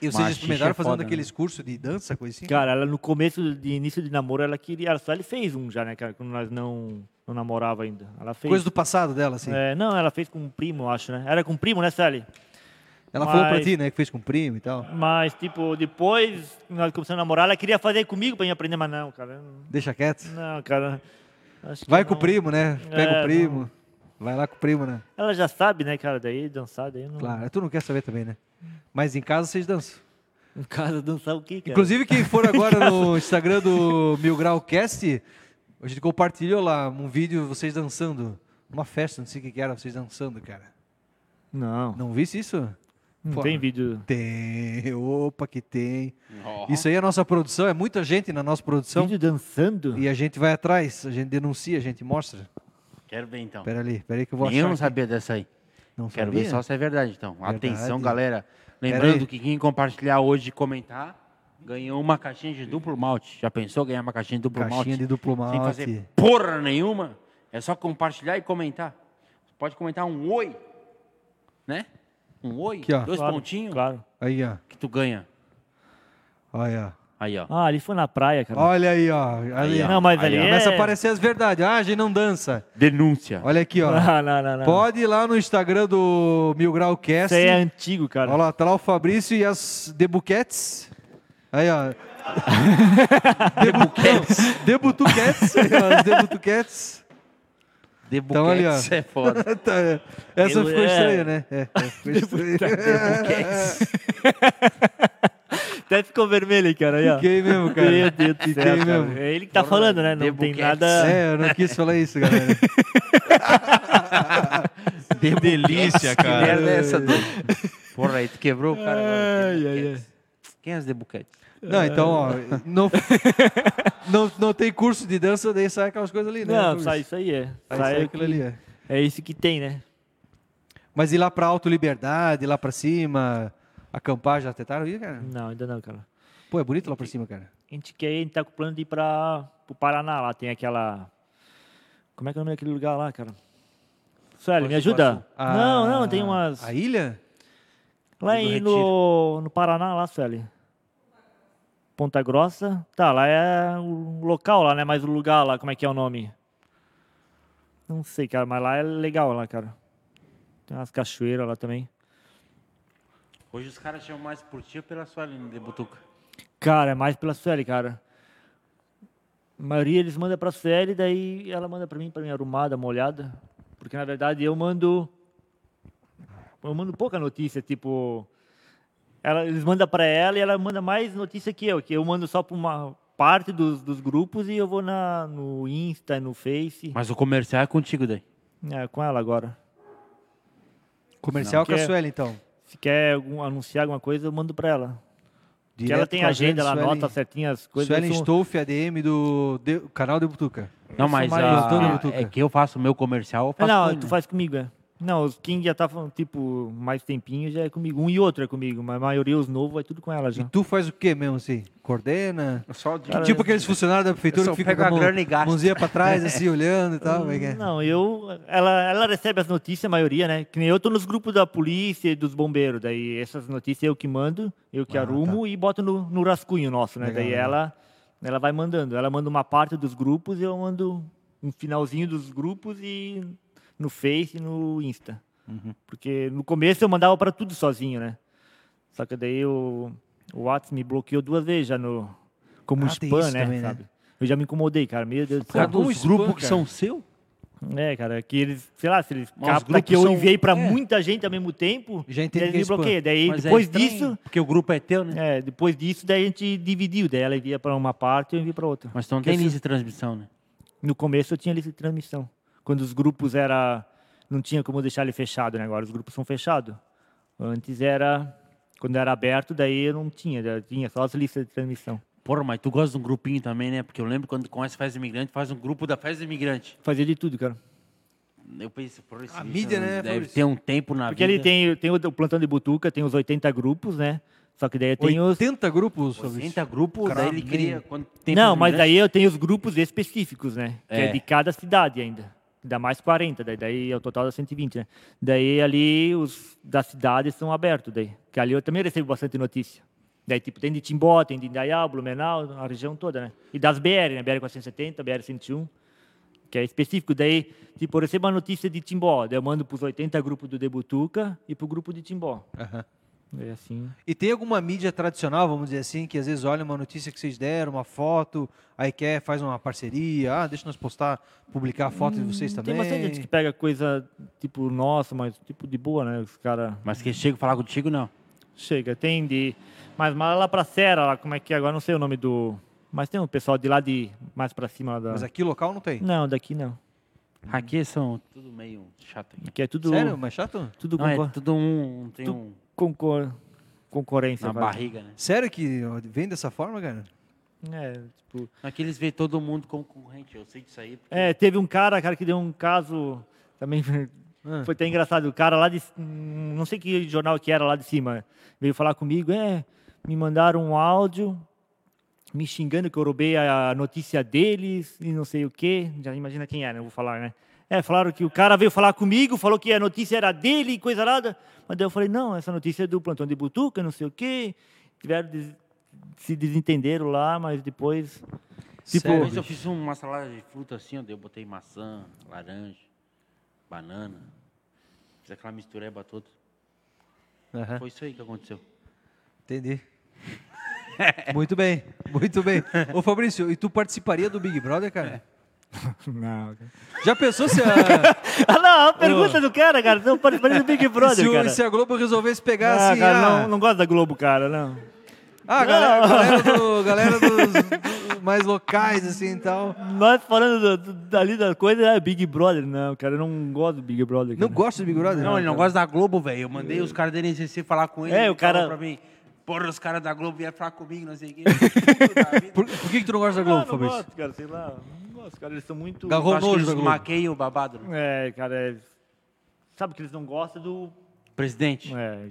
[SPEAKER 1] Mas xixi
[SPEAKER 2] experimentaram
[SPEAKER 1] é
[SPEAKER 2] fazendo
[SPEAKER 3] né?
[SPEAKER 1] foda,
[SPEAKER 2] aqueles cursos de dança, coisa assim?
[SPEAKER 3] Cara, ela no começo de início de namoro, ela queria. Ela só ele fez um já, né, cara? Quando nós não, não namorava ainda. Ela fez.
[SPEAKER 2] Coisa do passado dela, assim.
[SPEAKER 3] É, não, ela fez com um primo, eu acho, né? Era com um primo, né, Sally?
[SPEAKER 2] Ela falou pra
[SPEAKER 3] mas-
[SPEAKER 2] ti, né? Que fez com o primo e tal.
[SPEAKER 3] Mas, tipo, depois nós começamos a namorar, ela queria fazer comigo pra mim aprender, mas não, cara. eu não-
[SPEAKER 2] Deixa quieto.
[SPEAKER 3] Não, cara. acho que
[SPEAKER 2] Vai com
[SPEAKER 3] não.
[SPEAKER 2] o primo, né? Pega
[SPEAKER 3] É,
[SPEAKER 2] o primo. Vai lá com o primo, né?
[SPEAKER 3] Ela já sabe, né, cara? Daí dançar, daí não.
[SPEAKER 2] Claro, tu não quer saber também, né? Mas em casa vocês dançam.
[SPEAKER 3] No caso, dançar o quê, cara?
[SPEAKER 2] Inclusive, quem for agora no Instagram do Mil Grau Cast, a gente compartilhou lá um vídeo vocês dançando. Uma festa, não sei o que que era, vocês dançando, cara.
[SPEAKER 3] Não.
[SPEAKER 2] Não visse isso?
[SPEAKER 3] Não
[SPEAKER 2] Pô,
[SPEAKER 3] tem vídeo.
[SPEAKER 2] Tem, opa, que tem. Isso aí é a nossa produção, é muita gente na nossa produção.
[SPEAKER 3] Vídeo dançando?
[SPEAKER 2] E a gente vai atrás, a gente denuncia, a gente mostra.
[SPEAKER 1] Quero ver então.
[SPEAKER 2] Pera ali, pera aí que eu vou
[SPEAKER 1] Nem eu não
[SPEAKER 2] achar. aqui.
[SPEAKER 1] sabia dessa aí.
[SPEAKER 2] Não
[SPEAKER 1] Quero
[SPEAKER 2] sabia?
[SPEAKER 1] ver só se é verdade, então. Atenção,
[SPEAKER 2] Verdade.
[SPEAKER 1] galera.
[SPEAKER 2] Pera aí.
[SPEAKER 1] Lembrando que quem compartilhar hoje e comentar ganhou uma caixinha de duplo malte. Já pensou ganhar uma caixinha de duplo
[SPEAKER 2] Caixinha
[SPEAKER 1] malte?
[SPEAKER 2] de duplo malte.
[SPEAKER 1] Sem fazer porra nenhuma. É só compartilhar e comentar. Pode comentar um oi, né? Um oi,
[SPEAKER 2] Aqui, ó.
[SPEAKER 1] dois
[SPEAKER 3] Claro,
[SPEAKER 1] pontinhos
[SPEAKER 3] Claro.
[SPEAKER 2] Aí, ó.
[SPEAKER 1] que tu ganha.
[SPEAKER 2] Olha,
[SPEAKER 1] Aí, ó.
[SPEAKER 3] Ah, ali foi na praia,
[SPEAKER 2] ó.
[SPEAKER 3] cara.
[SPEAKER 2] Olha aí, ó. Ali,
[SPEAKER 1] Aí, ó.
[SPEAKER 3] Não, mas
[SPEAKER 1] Aí,
[SPEAKER 3] ali
[SPEAKER 1] ó.
[SPEAKER 3] é...
[SPEAKER 2] Começa a aparecer as verdades. Ah, a gente não dança.
[SPEAKER 1] Denúncia.
[SPEAKER 2] Olha aqui,
[SPEAKER 3] <laughs>
[SPEAKER 2] ó.
[SPEAKER 3] <laughs> Não, não, Ah, não, não.
[SPEAKER 2] Pode ir lá no Instagram do Mil Grau Cast.
[SPEAKER 3] Isso aí é antigo, cara.
[SPEAKER 2] Olha lá, tá lá o Fabrício e as Debuquetes. Aí,
[SPEAKER 3] <laughs>
[SPEAKER 2] ó. Debuquetes.
[SPEAKER 3] <laughs>
[SPEAKER 2] Debutuquetes. As Debutuquetes. Então, olha, ó.
[SPEAKER 1] Debuquetes é foda.
[SPEAKER 2] Tá, é. Essa
[SPEAKER 3] Eu-
[SPEAKER 2] ficou
[SPEAKER 3] é.
[SPEAKER 2] estranha, né? É, é,
[SPEAKER 3] <laughs>
[SPEAKER 2] ficou estranha. <laughs>
[SPEAKER 3] Até ficou vermelho, aí, cara. Aí, ó.
[SPEAKER 2] <laughs> Fiquei mesmo, cara.
[SPEAKER 3] Meu Deus do
[SPEAKER 2] Fiquei
[SPEAKER 3] céu, cara.
[SPEAKER 2] mesmo.
[SPEAKER 3] É ele que tá falando, né? Não
[SPEAKER 1] The
[SPEAKER 3] tem
[SPEAKER 1] Buquets.
[SPEAKER 3] nada...
[SPEAKER 2] É, eu não quis falar isso, galera.
[SPEAKER 4] um Delícia,
[SPEAKER 1] Que
[SPEAKER 4] cara.
[SPEAKER 1] merda é essa, doido? Porra, aí tu quebrou o cara agora. Debuquetes. Quem é as debuquetes?
[SPEAKER 3] É.
[SPEAKER 2] Não, então, ó,
[SPEAKER 3] <laughs>
[SPEAKER 2] não, não, não tem curso de dança, daí sai aquelas coisas ali, né?
[SPEAKER 3] Não,
[SPEAKER 2] Curso.
[SPEAKER 3] sai isso aí, é.
[SPEAKER 2] Aí
[SPEAKER 3] Sai
[SPEAKER 2] sai
[SPEAKER 3] o
[SPEAKER 2] aquilo
[SPEAKER 3] que-
[SPEAKER 2] ali, é.
[SPEAKER 3] É isso que tem, né?
[SPEAKER 2] Mas ir lá pra Auto-Liberdade, lá pra cima, acampar, já tentaram ir, cara?
[SPEAKER 3] Não, ainda não, cara.
[SPEAKER 2] Pô, é bonito lá pra cima, cara.
[SPEAKER 3] A gente quer, ir, a gente tá com o plano de ir pra, pro Paraná lá. Tem aquela... Como é que é o nome daquele lugar lá, cara? Sério, me ajuda.
[SPEAKER 2] Ah,
[SPEAKER 3] Não, não, tem umas...
[SPEAKER 2] A ilha?
[SPEAKER 3] Lá
[SPEAKER 1] Ali do
[SPEAKER 3] em,
[SPEAKER 1] Retiro.
[SPEAKER 3] no, no Paraná, lá, Célio. Ponta Grossa. Tá, lá é o local lá, né? Mas o lugar lá, como é que é o nome? Não sei, cara, mas lá é legal lá, cara. Tem umas cachoeiras lá também.
[SPEAKER 1] Hoje os caras chamam mais por ti ou pela sua linha de butuca?
[SPEAKER 3] Cara, é mais pela Sueli, cara. A maioria eles mandam pra Sueli, daí ela manda pra mim, pra mim arrumada, molhada. Porque na verdade eu mando. Eu mando pouca notícia, tipo. Ela, eles mandam pra ela e ela manda mais notícia que eu, que eu mando só pra uma parte dos, dos grupos e eu vou na, no Insta, no Face.
[SPEAKER 1] Mas o comercial é contigo daí.
[SPEAKER 3] É, com ela agora.
[SPEAKER 2] Comercial
[SPEAKER 3] Não. é-
[SPEAKER 2] com a Sueli, então.
[SPEAKER 3] Se quer algum- anunciar alguma coisa, eu mando pra ela. Porque ela
[SPEAKER 2] Direto
[SPEAKER 3] tem
[SPEAKER 2] com a
[SPEAKER 3] agenda, ela
[SPEAKER 2] Sueli-
[SPEAKER 3] anota certinho as coisas.
[SPEAKER 2] Sueli
[SPEAKER 3] eu sou-
[SPEAKER 2] Stolf, ADM do de- canal de Butuca.
[SPEAKER 1] Não, mas
[SPEAKER 3] mais
[SPEAKER 1] a-
[SPEAKER 2] doutor, Butuca.
[SPEAKER 1] é que eu faço o meu comercial, eu
[SPEAKER 3] Ah,
[SPEAKER 1] faço
[SPEAKER 3] Não,
[SPEAKER 1] com ele,
[SPEAKER 3] tu
[SPEAKER 1] né?
[SPEAKER 3] faz comigo, é. Não, os King já tá falando, tipo, mais tempinho já é comigo. Um e outro é comigo, mas a maioria, os novos, é tudo com ela
[SPEAKER 2] E
[SPEAKER 3] já.
[SPEAKER 2] tu faz o quê mesmo, assim? Coordena?
[SPEAKER 1] Só de...
[SPEAKER 2] tipo aqueles funcionários da
[SPEAKER 1] eu
[SPEAKER 2] prefeitura
[SPEAKER 1] só
[SPEAKER 2] que ficam
[SPEAKER 1] pego
[SPEAKER 2] com
[SPEAKER 1] a grana e
[SPEAKER 2] a mão,
[SPEAKER 1] gasto.
[SPEAKER 2] mãozinha
[SPEAKER 1] <laughs>
[SPEAKER 2] pra trás, assim, olhando e tal. como é que é?
[SPEAKER 3] Não, eu. Ela, ela recebe as notícias, a maioria, né? Que nem eu tô nos grupos da polícia e dos bombeiros. Daí essas notícias eu que mando, eu que arrumo e boto no, no rascunho nosso, né?
[SPEAKER 2] Ah, tá. Legal,
[SPEAKER 3] daí
[SPEAKER 2] legal.
[SPEAKER 3] ela ela vai mandando. Ela manda uma parte dos grupos e eu mando um finalzinho dos grupos e no Face e no Insta.
[SPEAKER 2] Uhum.
[SPEAKER 3] Porque no começo eu mandava para tudo sozinho, né? Só que daí o, o WhatsApp me bloqueou duas vezes já no. Como
[SPEAKER 2] Ah, tem
[SPEAKER 3] spam,
[SPEAKER 2] isso
[SPEAKER 3] né,
[SPEAKER 2] também, né?
[SPEAKER 3] sabe? Eu já me incomodei, cara. Meu Deus do
[SPEAKER 1] Cara,
[SPEAKER 3] céu.
[SPEAKER 2] como
[SPEAKER 1] dos
[SPEAKER 2] spam,
[SPEAKER 1] grupos que
[SPEAKER 2] cara.
[SPEAKER 1] são seu?
[SPEAKER 3] É, cara, que eles, sei lá, se eles
[SPEAKER 1] Mas os
[SPEAKER 3] captam
[SPEAKER 1] grupos
[SPEAKER 3] que eu
[SPEAKER 1] são-
[SPEAKER 3] enviei pra
[SPEAKER 1] é.
[SPEAKER 3] muita gente ao mesmo tempo,
[SPEAKER 2] Já
[SPEAKER 3] daí
[SPEAKER 2] entende
[SPEAKER 3] eles
[SPEAKER 2] que é
[SPEAKER 3] me
[SPEAKER 2] spam.
[SPEAKER 3] bloqueiam. Daí
[SPEAKER 1] Mas é
[SPEAKER 3] depois
[SPEAKER 1] estranho,
[SPEAKER 3] disso,
[SPEAKER 1] Porque o grupo é teu, né?
[SPEAKER 3] é, depois disso, daí a gente dividiu. Daí ela envia pra uma parte e eu envia pra outra.
[SPEAKER 1] Mas tu não
[SPEAKER 3] Porque
[SPEAKER 1] tem
[SPEAKER 3] esses-
[SPEAKER 1] lista de transmissão, né?
[SPEAKER 3] No começo eu tinha lista de transmissão. Quando os grupos era não tinha como deixar ele fechado, né? Agora os grupos são fechados. Antes era quando era aberto, daí eu não tinha, daí eu tinha só as listas de transmissão.
[SPEAKER 1] Porra, mas tu gosta de um grupinho também, né? Porque eu lembro quando começa a festa imigrante, faz um grupo da festa imigrante.
[SPEAKER 3] Fazia de tudo, cara.
[SPEAKER 1] Eu penso, porra, esse
[SPEAKER 2] A
[SPEAKER 1] bicho
[SPEAKER 2] mídia, né,
[SPEAKER 1] deve
[SPEAKER 2] Fabrício?
[SPEAKER 1] ter um tempo na
[SPEAKER 3] Porque
[SPEAKER 1] vida.
[SPEAKER 3] ele tem, tem o o plantão de butuca, tem os 80 grupos, né? Só que daí tem os.
[SPEAKER 2] 80 grupos, Fabrício.
[SPEAKER 1] 80 grupos, daí ele cria... Quando tem
[SPEAKER 3] Não,
[SPEAKER 1] festa
[SPEAKER 3] mas
[SPEAKER 1] imigrante-
[SPEAKER 3] daí eu tenho os grupos específicos, né? Que é,
[SPEAKER 1] É.
[SPEAKER 3] de cada cidade ainda. Dá mais 40, daí, daí é o total dá 120, né? Daí ali os da cidade são abertos, daí. Que ali eu também recebo bastante notícia. Daí, tipo, tem de Timbó, tem de Indaiá, Blumenau, a região toda, né? E das BR, né? BR-470, BR-101, que é específico. Daí, tipo, eu recebo uma notícia de Timbó, daí eu mando para os 80 grupos do Debutuca e para o grupo de Timbó.
[SPEAKER 2] Aham.
[SPEAKER 3] É assim.
[SPEAKER 2] E tem alguma mídia tradicional, vamos dizer assim, que às vezes olha uma notícia que vocês deram, uma foto, aí quer, faz uma parceria, ah, deixa nós postar, publicar a foto de vocês também.
[SPEAKER 3] Hum, Tem bastante gente que pega coisa, tipo, nossa, mas tipo de boa, né? Os caras...
[SPEAKER 1] Mas que chega falar contigo, não.
[SPEAKER 3] Chega, tem de. Mas mais lá pra Serra, lá, como é que é? Agora não sei o nome do. Mas tem um pessoal de lá de. Mais pra cima lá da.
[SPEAKER 2] Mas aqui local não tem.
[SPEAKER 3] Não, daqui não.
[SPEAKER 1] Aqui são tudo meio chato. aqui.
[SPEAKER 3] Que é tudo.
[SPEAKER 2] Sério? Ah, Mas chato?
[SPEAKER 3] Tudo
[SPEAKER 1] Não, é
[SPEAKER 3] concor...
[SPEAKER 1] tudo um... Tem um...
[SPEAKER 3] concor- concorrência.
[SPEAKER 1] Na
[SPEAKER 3] vai.
[SPEAKER 1] barriga, né?
[SPEAKER 2] Sério que vem dessa forma, cara?
[SPEAKER 3] É, tipo.
[SPEAKER 1] Aqui eles veem todo mundo como concorrente, eu sei disso aí. porque-
[SPEAKER 3] É, teve um cara, cara, que deu um caso também. <laughs>
[SPEAKER 2] Ah.
[SPEAKER 3] Foi até engraçado. O cara lá de. hum, Não sei que jornal que era lá de cima. Veio falar comigo. É, me mandaram um áudio me xingando que eu roubei a notícia deles e não sei o quê. Já imagina quem era, não vou falar, né? É, falaram que o cara veio falar comigo, falou que a notícia era dele e coisa nada. Mas daí eu falei, não, essa notícia é do plantão de Butuca, não sei o quê. Tiveram. des- Se desentenderam lá, mas depois. Tipo,
[SPEAKER 2] Sério,
[SPEAKER 1] Depois eu
[SPEAKER 2] bicho?
[SPEAKER 1] fiz uma salada de fruta assim, ó, daí eu botei maçã, laranja, banana. Fiz aquela mistureba toda.
[SPEAKER 2] Aham.
[SPEAKER 1] Foi isso aí que aconteceu.
[SPEAKER 2] Entendi. <laughs> muito bem, muito bem. Ô Fabrício, e tu participaria do Big Brother, cara?
[SPEAKER 3] <laughs> Não,
[SPEAKER 2] Já pensou
[SPEAKER 3] <laughs>
[SPEAKER 2] se a,
[SPEAKER 3] Ah, não, a pergunta do cara, cara. Não pode parecer do Big
[SPEAKER 2] se,
[SPEAKER 3] Brother,
[SPEAKER 2] o-
[SPEAKER 3] cara.
[SPEAKER 2] se a Globo resolvesse pegar
[SPEAKER 3] Ah,
[SPEAKER 2] assim?
[SPEAKER 3] cara,
[SPEAKER 2] ah,
[SPEAKER 3] não, não gosto da Globo, cara, não.
[SPEAKER 2] ah, galera, galera, do- galera
[SPEAKER 3] <laughs>
[SPEAKER 2] dos, dos mais locais, assim e tal.
[SPEAKER 3] Nós falando do- do- dali da coisa, é Big Brother, não, cara. Eu não gosto do Big Brother.
[SPEAKER 2] Não
[SPEAKER 3] cara.
[SPEAKER 2] gosta do Big Brother?
[SPEAKER 1] Não, ele não gosta da Globo, velho. Eu mandei os caras da NCC falar com ele.
[SPEAKER 3] É,
[SPEAKER 1] ele
[SPEAKER 3] o cara-
[SPEAKER 1] falou Pra mim. Porra, os caras da Globo vieram falar comigo, não sei o quê. Puta vida.
[SPEAKER 2] Por, por que, que tu não gosta da
[SPEAKER 3] Ah,
[SPEAKER 2] Globo,
[SPEAKER 3] não
[SPEAKER 2] Fabrício?
[SPEAKER 3] gosto, cara, sei lá. Não gosto, cara. Eles são muito.
[SPEAKER 1] Eu
[SPEAKER 2] Garrou
[SPEAKER 1] acho que
[SPEAKER 2] nojo
[SPEAKER 1] eles
[SPEAKER 2] da Globo.
[SPEAKER 1] maqueiam o babado. né?
[SPEAKER 3] É, cara. é- Sabe que eles não gostam do.
[SPEAKER 1] Presidente.
[SPEAKER 3] É.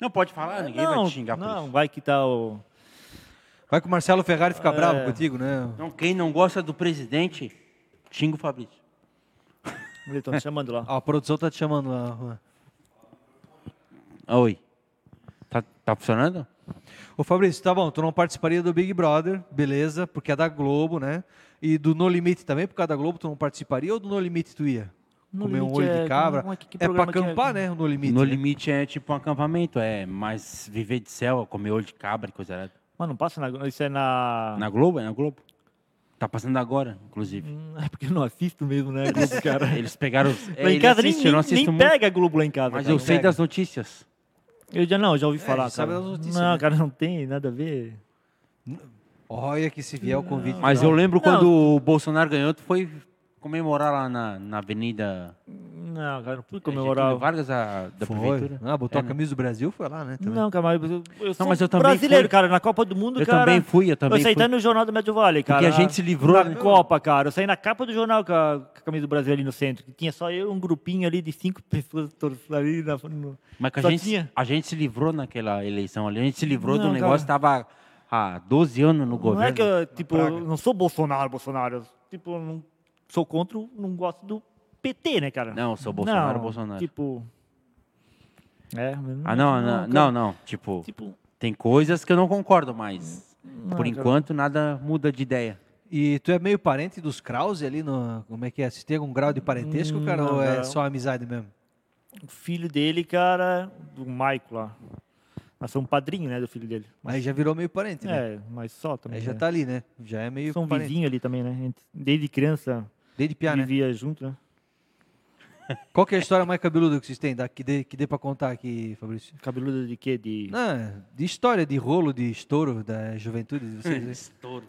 [SPEAKER 1] Não pode falar, ninguém
[SPEAKER 3] não,
[SPEAKER 1] vai te xingar por
[SPEAKER 3] não,
[SPEAKER 1] isso.
[SPEAKER 3] vai que tá o.
[SPEAKER 2] Vai que o Marcelo Ferrari
[SPEAKER 3] É.
[SPEAKER 2] fica bravo contigo, né?
[SPEAKER 1] Então, quem não gosta do presidente, xinga o Fabrício.
[SPEAKER 3] Eles estão chamando lá.
[SPEAKER 2] Ah, a produção tá te chamando lá. Juan.
[SPEAKER 1] Ah, Oi. Tá, tá funcionando?
[SPEAKER 2] Ô Fabrício, tá bom, tu não participaria do Big Brother, beleza, porque é da Globo, né? E do No Limite também, por causa da Globo, tu não participaria ou do No Limite tu ia?
[SPEAKER 3] No
[SPEAKER 2] <laughs> Comer um
[SPEAKER 3] Limite
[SPEAKER 2] olho
[SPEAKER 3] é-
[SPEAKER 2] de cabra.
[SPEAKER 3] como é que- que
[SPEAKER 2] é pra
[SPEAKER 3] programa que é?
[SPEAKER 2] acampar, né? O No Limite.
[SPEAKER 1] No
[SPEAKER 2] né?
[SPEAKER 1] limite é tipo um acampamento, é mais viver de céu, comer olho de cabra e coisa errada.
[SPEAKER 3] Mas não passa na Globo. Isso é na.
[SPEAKER 1] Na Globo? É na Globo. Tá passando agora, inclusive.
[SPEAKER 3] Hum, <laughs> É porque eu não assisto mesmo, né,
[SPEAKER 2] <laughs>
[SPEAKER 3] Globo, cara.
[SPEAKER 1] Eles pegaram. <laughs> os- É,
[SPEAKER 3] lá em
[SPEAKER 1] ele
[SPEAKER 3] casa
[SPEAKER 1] assiste,
[SPEAKER 3] nem,
[SPEAKER 1] eu não
[SPEAKER 3] nem
[SPEAKER 1] assisto muito,
[SPEAKER 3] pega a Globo lá em casa.
[SPEAKER 1] mas
[SPEAKER 3] cara.
[SPEAKER 1] eu sei É,
[SPEAKER 2] pega.
[SPEAKER 1] das notícias.
[SPEAKER 3] Eu já não, já ouvi falar,
[SPEAKER 2] a
[SPEAKER 3] cara.
[SPEAKER 2] gente sabe das notícias,
[SPEAKER 3] não,
[SPEAKER 2] né?
[SPEAKER 3] cara, não tem nada a ver.
[SPEAKER 2] Olha que se vier o convite.
[SPEAKER 1] Mas eu lembro
[SPEAKER 3] Não.
[SPEAKER 1] quando o Bolsonaro ganhou, tu foi comemorar lá na, na Avenida é,
[SPEAKER 3] Não, cara, não fui
[SPEAKER 1] Getúlio
[SPEAKER 3] comemorar.
[SPEAKER 1] Vargas, a, da
[SPEAKER 2] Foi.
[SPEAKER 1] prefeitura.
[SPEAKER 2] Ah, botou
[SPEAKER 1] É,
[SPEAKER 2] a
[SPEAKER 1] né?
[SPEAKER 2] camisa do Brasil, foi lá, né? Também.
[SPEAKER 3] Não, cara, mas eu, eu sou
[SPEAKER 1] mas eu também
[SPEAKER 3] brasileiro,
[SPEAKER 1] fui.
[SPEAKER 3] cara, na Copa do Mundo,
[SPEAKER 1] Eu
[SPEAKER 3] cara.
[SPEAKER 1] também fui, eu também
[SPEAKER 3] Eu tá saí
[SPEAKER 1] fui.
[SPEAKER 3] até no jornal do Médio Vale, cara.
[SPEAKER 1] Porque a gente se livrou,
[SPEAKER 3] da
[SPEAKER 1] né?
[SPEAKER 3] Copa, cara. Eu saí na capa do jornal com a, com a camisa do Brasil ali no centro. Que tinha só eu e um grupinho ali de cinco <laughs> pessoas tor- ali na. No...
[SPEAKER 1] Mas que a
[SPEAKER 3] Só
[SPEAKER 1] gente,
[SPEAKER 3] tinha.
[SPEAKER 1] a gente se livrou naquela eleição ali. A gente se livrou do
[SPEAKER 3] Não,
[SPEAKER 1] negócio que tava há 12 anos no
[SPEAKER 3] Não
[SPEAKER 1] governo.
[SPEAKER 3] é que eu, tipo, eu não sou Bolsonaro, Bolsonaro. Eu, tipo, eu não sou contra, o- não gosto do PT, né, cara?
[SPEAKER 1] Não, eu sou Bolsonaro, Bolsonaro.
[SPEAKER 3] Tipo. É, mas
[SPEAKER 1] Ah, não, não,
[SPEAKER 3] cara.
[SPEAKER 1] não, não. Tipo,
[SPEAKER 3] Tipo,
[SPEAKER 1] tem coisas que eu não concordo, mas por
[SPEAKER 3] cara.
[SPEAKER 1] enquanto nada muda de ideia.
[SPEAKER 2] E tu é meio parente dos Krause ali no. Como é que é? Se tem algum grau de parentesco,
[SPEAKER 3] Hum,
[SPEAKER 2] cara,
[SPEAKER 3] não,
[SPEAKER 2] ou é
[SPEAKER 3] não.
[SPEAKER 2] só amizade mesmo?
[SPEAKER 3] o filho dele, cara, do Michael lá. Nós somos padrinho, né, do filho dele.
[SPEAKER 2] Aí já virou meio parente, né?
[SPEAKER 3] É, mas só também.
[SPEAKER 2] Aí já
[SPEAKER 3] né?
[SPEAKER 2] tá ali, né? Já é meio
[SPEAKER 3] São
[SPEAKER 2] parente.
[SPEAKER 3] vizinho ali também, né? A gente- Desde criança
[SPEAKER 2] Desde piá, né?
[SPEAKER 3] vivia junto, né?
[SPEAKER 2] Qual que é a história mais cabeluda que vocês têm? Da, que, dê, que dê pra contar aqui, Fabrício?
[SPEAKER 3] Cabeludo de quê? De.
[SPEAKER 2] Ah, de história, de rolo, de estouro da juventude de
[SPEAKER 3] <laughs>
[SPEAKER 2] vocês. né?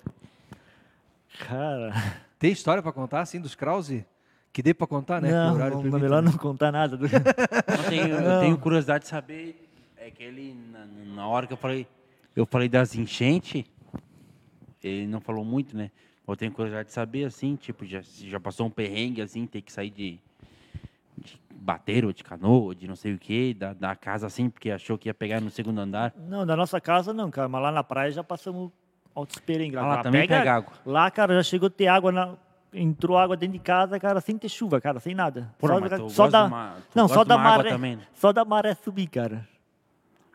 [SPEAKER 3] Cara.
[SPEAKER 2] Tem história pra contar, assim, dos Krause? Que dê pra contar, né? Que o
[SPEAKER 3] não,
[SPEAKER 2] horário
[SPEAKER 3] não,
[SPEAKER 2] permite,
[SPEAKER 3] melhor
[SPEAKER 2] né?
[SPEAKER 3] não contar nada.
[SPEAKER 2] <laughs>
[SPEAKER 3] do-
[SPEAKER 1] Eu tenho, eu tenho curiosidade de saber. É que ele, na, na hora que eu falei, eu falei das enchentes, Ele não falou muito, né? Eu tenho curiosidade de saber, assim, tipo, já, se já passou um perrengue, assim, ter que sair de, de bater ou de canoa, ou de não sei o quê, da, da casa, assim, porque achou que ia pegar no segundo andar.
[SPEAKER 3] Não, na nossa casa não, cara. Mas lá na praia já passamos altos perrengues.
[SPEAKER 1] Ah, lá
[SPEAKER 3] cara.
[SPEAKER 1] também pega água.
[SPEAKER 3] Lá, cara, já chegou a ter água na... Entrou água dentro de casa, cara, sem ter chuva, cara, sem nada.
[SPEAKER 1] Porra, mas tu gosta de uma- tu
[SPEAKER 3] não,
[SPEAKER 1] gosta
[SPEAKER 3] só
[SPEAKER 1] de
[SPEAKER 3] da
[SPEAKER 1] uma água
[SPEAKER 3] maré.
[SPEAKER 1] também, né?
[SPEAKER 3] Só da maré subir, cara.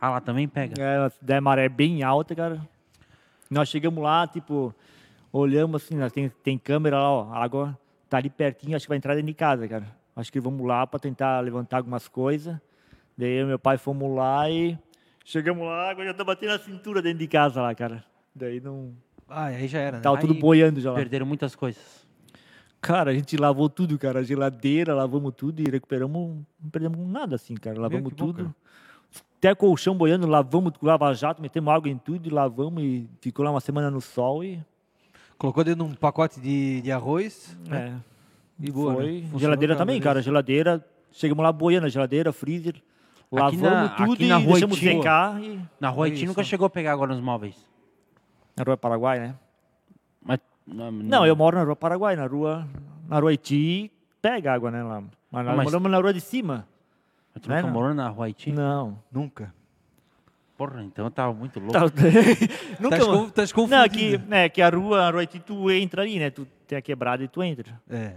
[SPEAKER 1] Ah, lá também pega.
[SPEAKER 3] É, daí a maré é bem alta, cara. Nós chegamos lá, tipo, olhamos assim, nós tem, tem câmera lá, ó, a água tá ali pertinho, acho que vai entrar dentro de casa, cara. Acho que vamos lá para tentar levantar algumas coisas. Daí eu e meu pai fomos lá e chegamos lá, a água já tá batendo a cintura dentro de casa lá, cara. Daí não.
[SPEAKER 2] Ah, aí já era, né?
[SPEAKER 3] Tava tudo
[SPEAKER 1] Aí,
[SPEAKER 3] boiando já lá.
[SPEAKER 1] Perderam muitas coisas.
[SPEAKER 3] Cara, a gente lavou tudo, cara. A geladeira, lavamos tudo e recuperamos. Não perdemos nada assim, cara. Lavamos
[SPEAKER 2] que bom,
[SPEAKER 3] tudo. Até colchão boiando, lavamos com lava-jato, metemos água em tudo e lavamos e ficou lá uma semana no sol e.
[SPEAKER 2] Colocou dentro de um pacote de, de arroz
[SPEAKER 3] É.
[SPEAKER 2] e boa. né?
[SPEAKER 3] foi.
[SPEAKER 2] Funcionou
[SPEAKER 3] Geladeira
[SPEAKER 2] aquela
[SPEAKER 3] também,
[SPEAKER 2] beleza.
[SPEAKER 3] cara. Geladeira. Chegamos lá boiando a geladeira, freezer. Lavamos
[SPEAKER 1] na-
[SPEAKER 3] tudo
[SPEAKER 1] aqui
[SPEAKER 3] e
[SPEAKER 1] na rua
[SPEAKER 3] deixamos
[SPEAKER 1] Itinho.
[SPEAKER 3] secar e.
[SPEAKER 1] Na rua
[SPEAKER 2] Olha
[SPEAKER 1] Haiti nunca
[SPEAKER 2] só.
[SPEAKER 1] chegou a pegar agora nos móveis.
[SPEAKER 3] Na rua Paraguai, né?
[SPEAKER 1] Mas, não,
[SPEAKER 3] Não, eu moro na rua Paraguai, na rua. Na rua Haiti pega água, né? Lá. Mas nós
[SPEAKER 1] Mas-
[SPEAKER 3] moramos na rua de cima.
[SPEAKER 1] mas tu
[SPEAKER 3] não é,
[SPEAKER 1] nunca
[SPEAKER 3] não.
[SPEAKER 1] morou na rua Haiti?
[SPEAKER 3] Não.
[SPEAKER 2] Nunca.
[SPEAKER 1] Porra, então eu tava muito louco. <laughs>
[SPEAKER 3] Tá, nunca.
[SPEAKER 2] Tá escon- tá esconfundido.
[SPEAKER 3] Não, é que, é que a rua, a rua Haiti, tu entra ali, né? Tu tem a quebrada e tu entra.
[SPEAKER 2] É.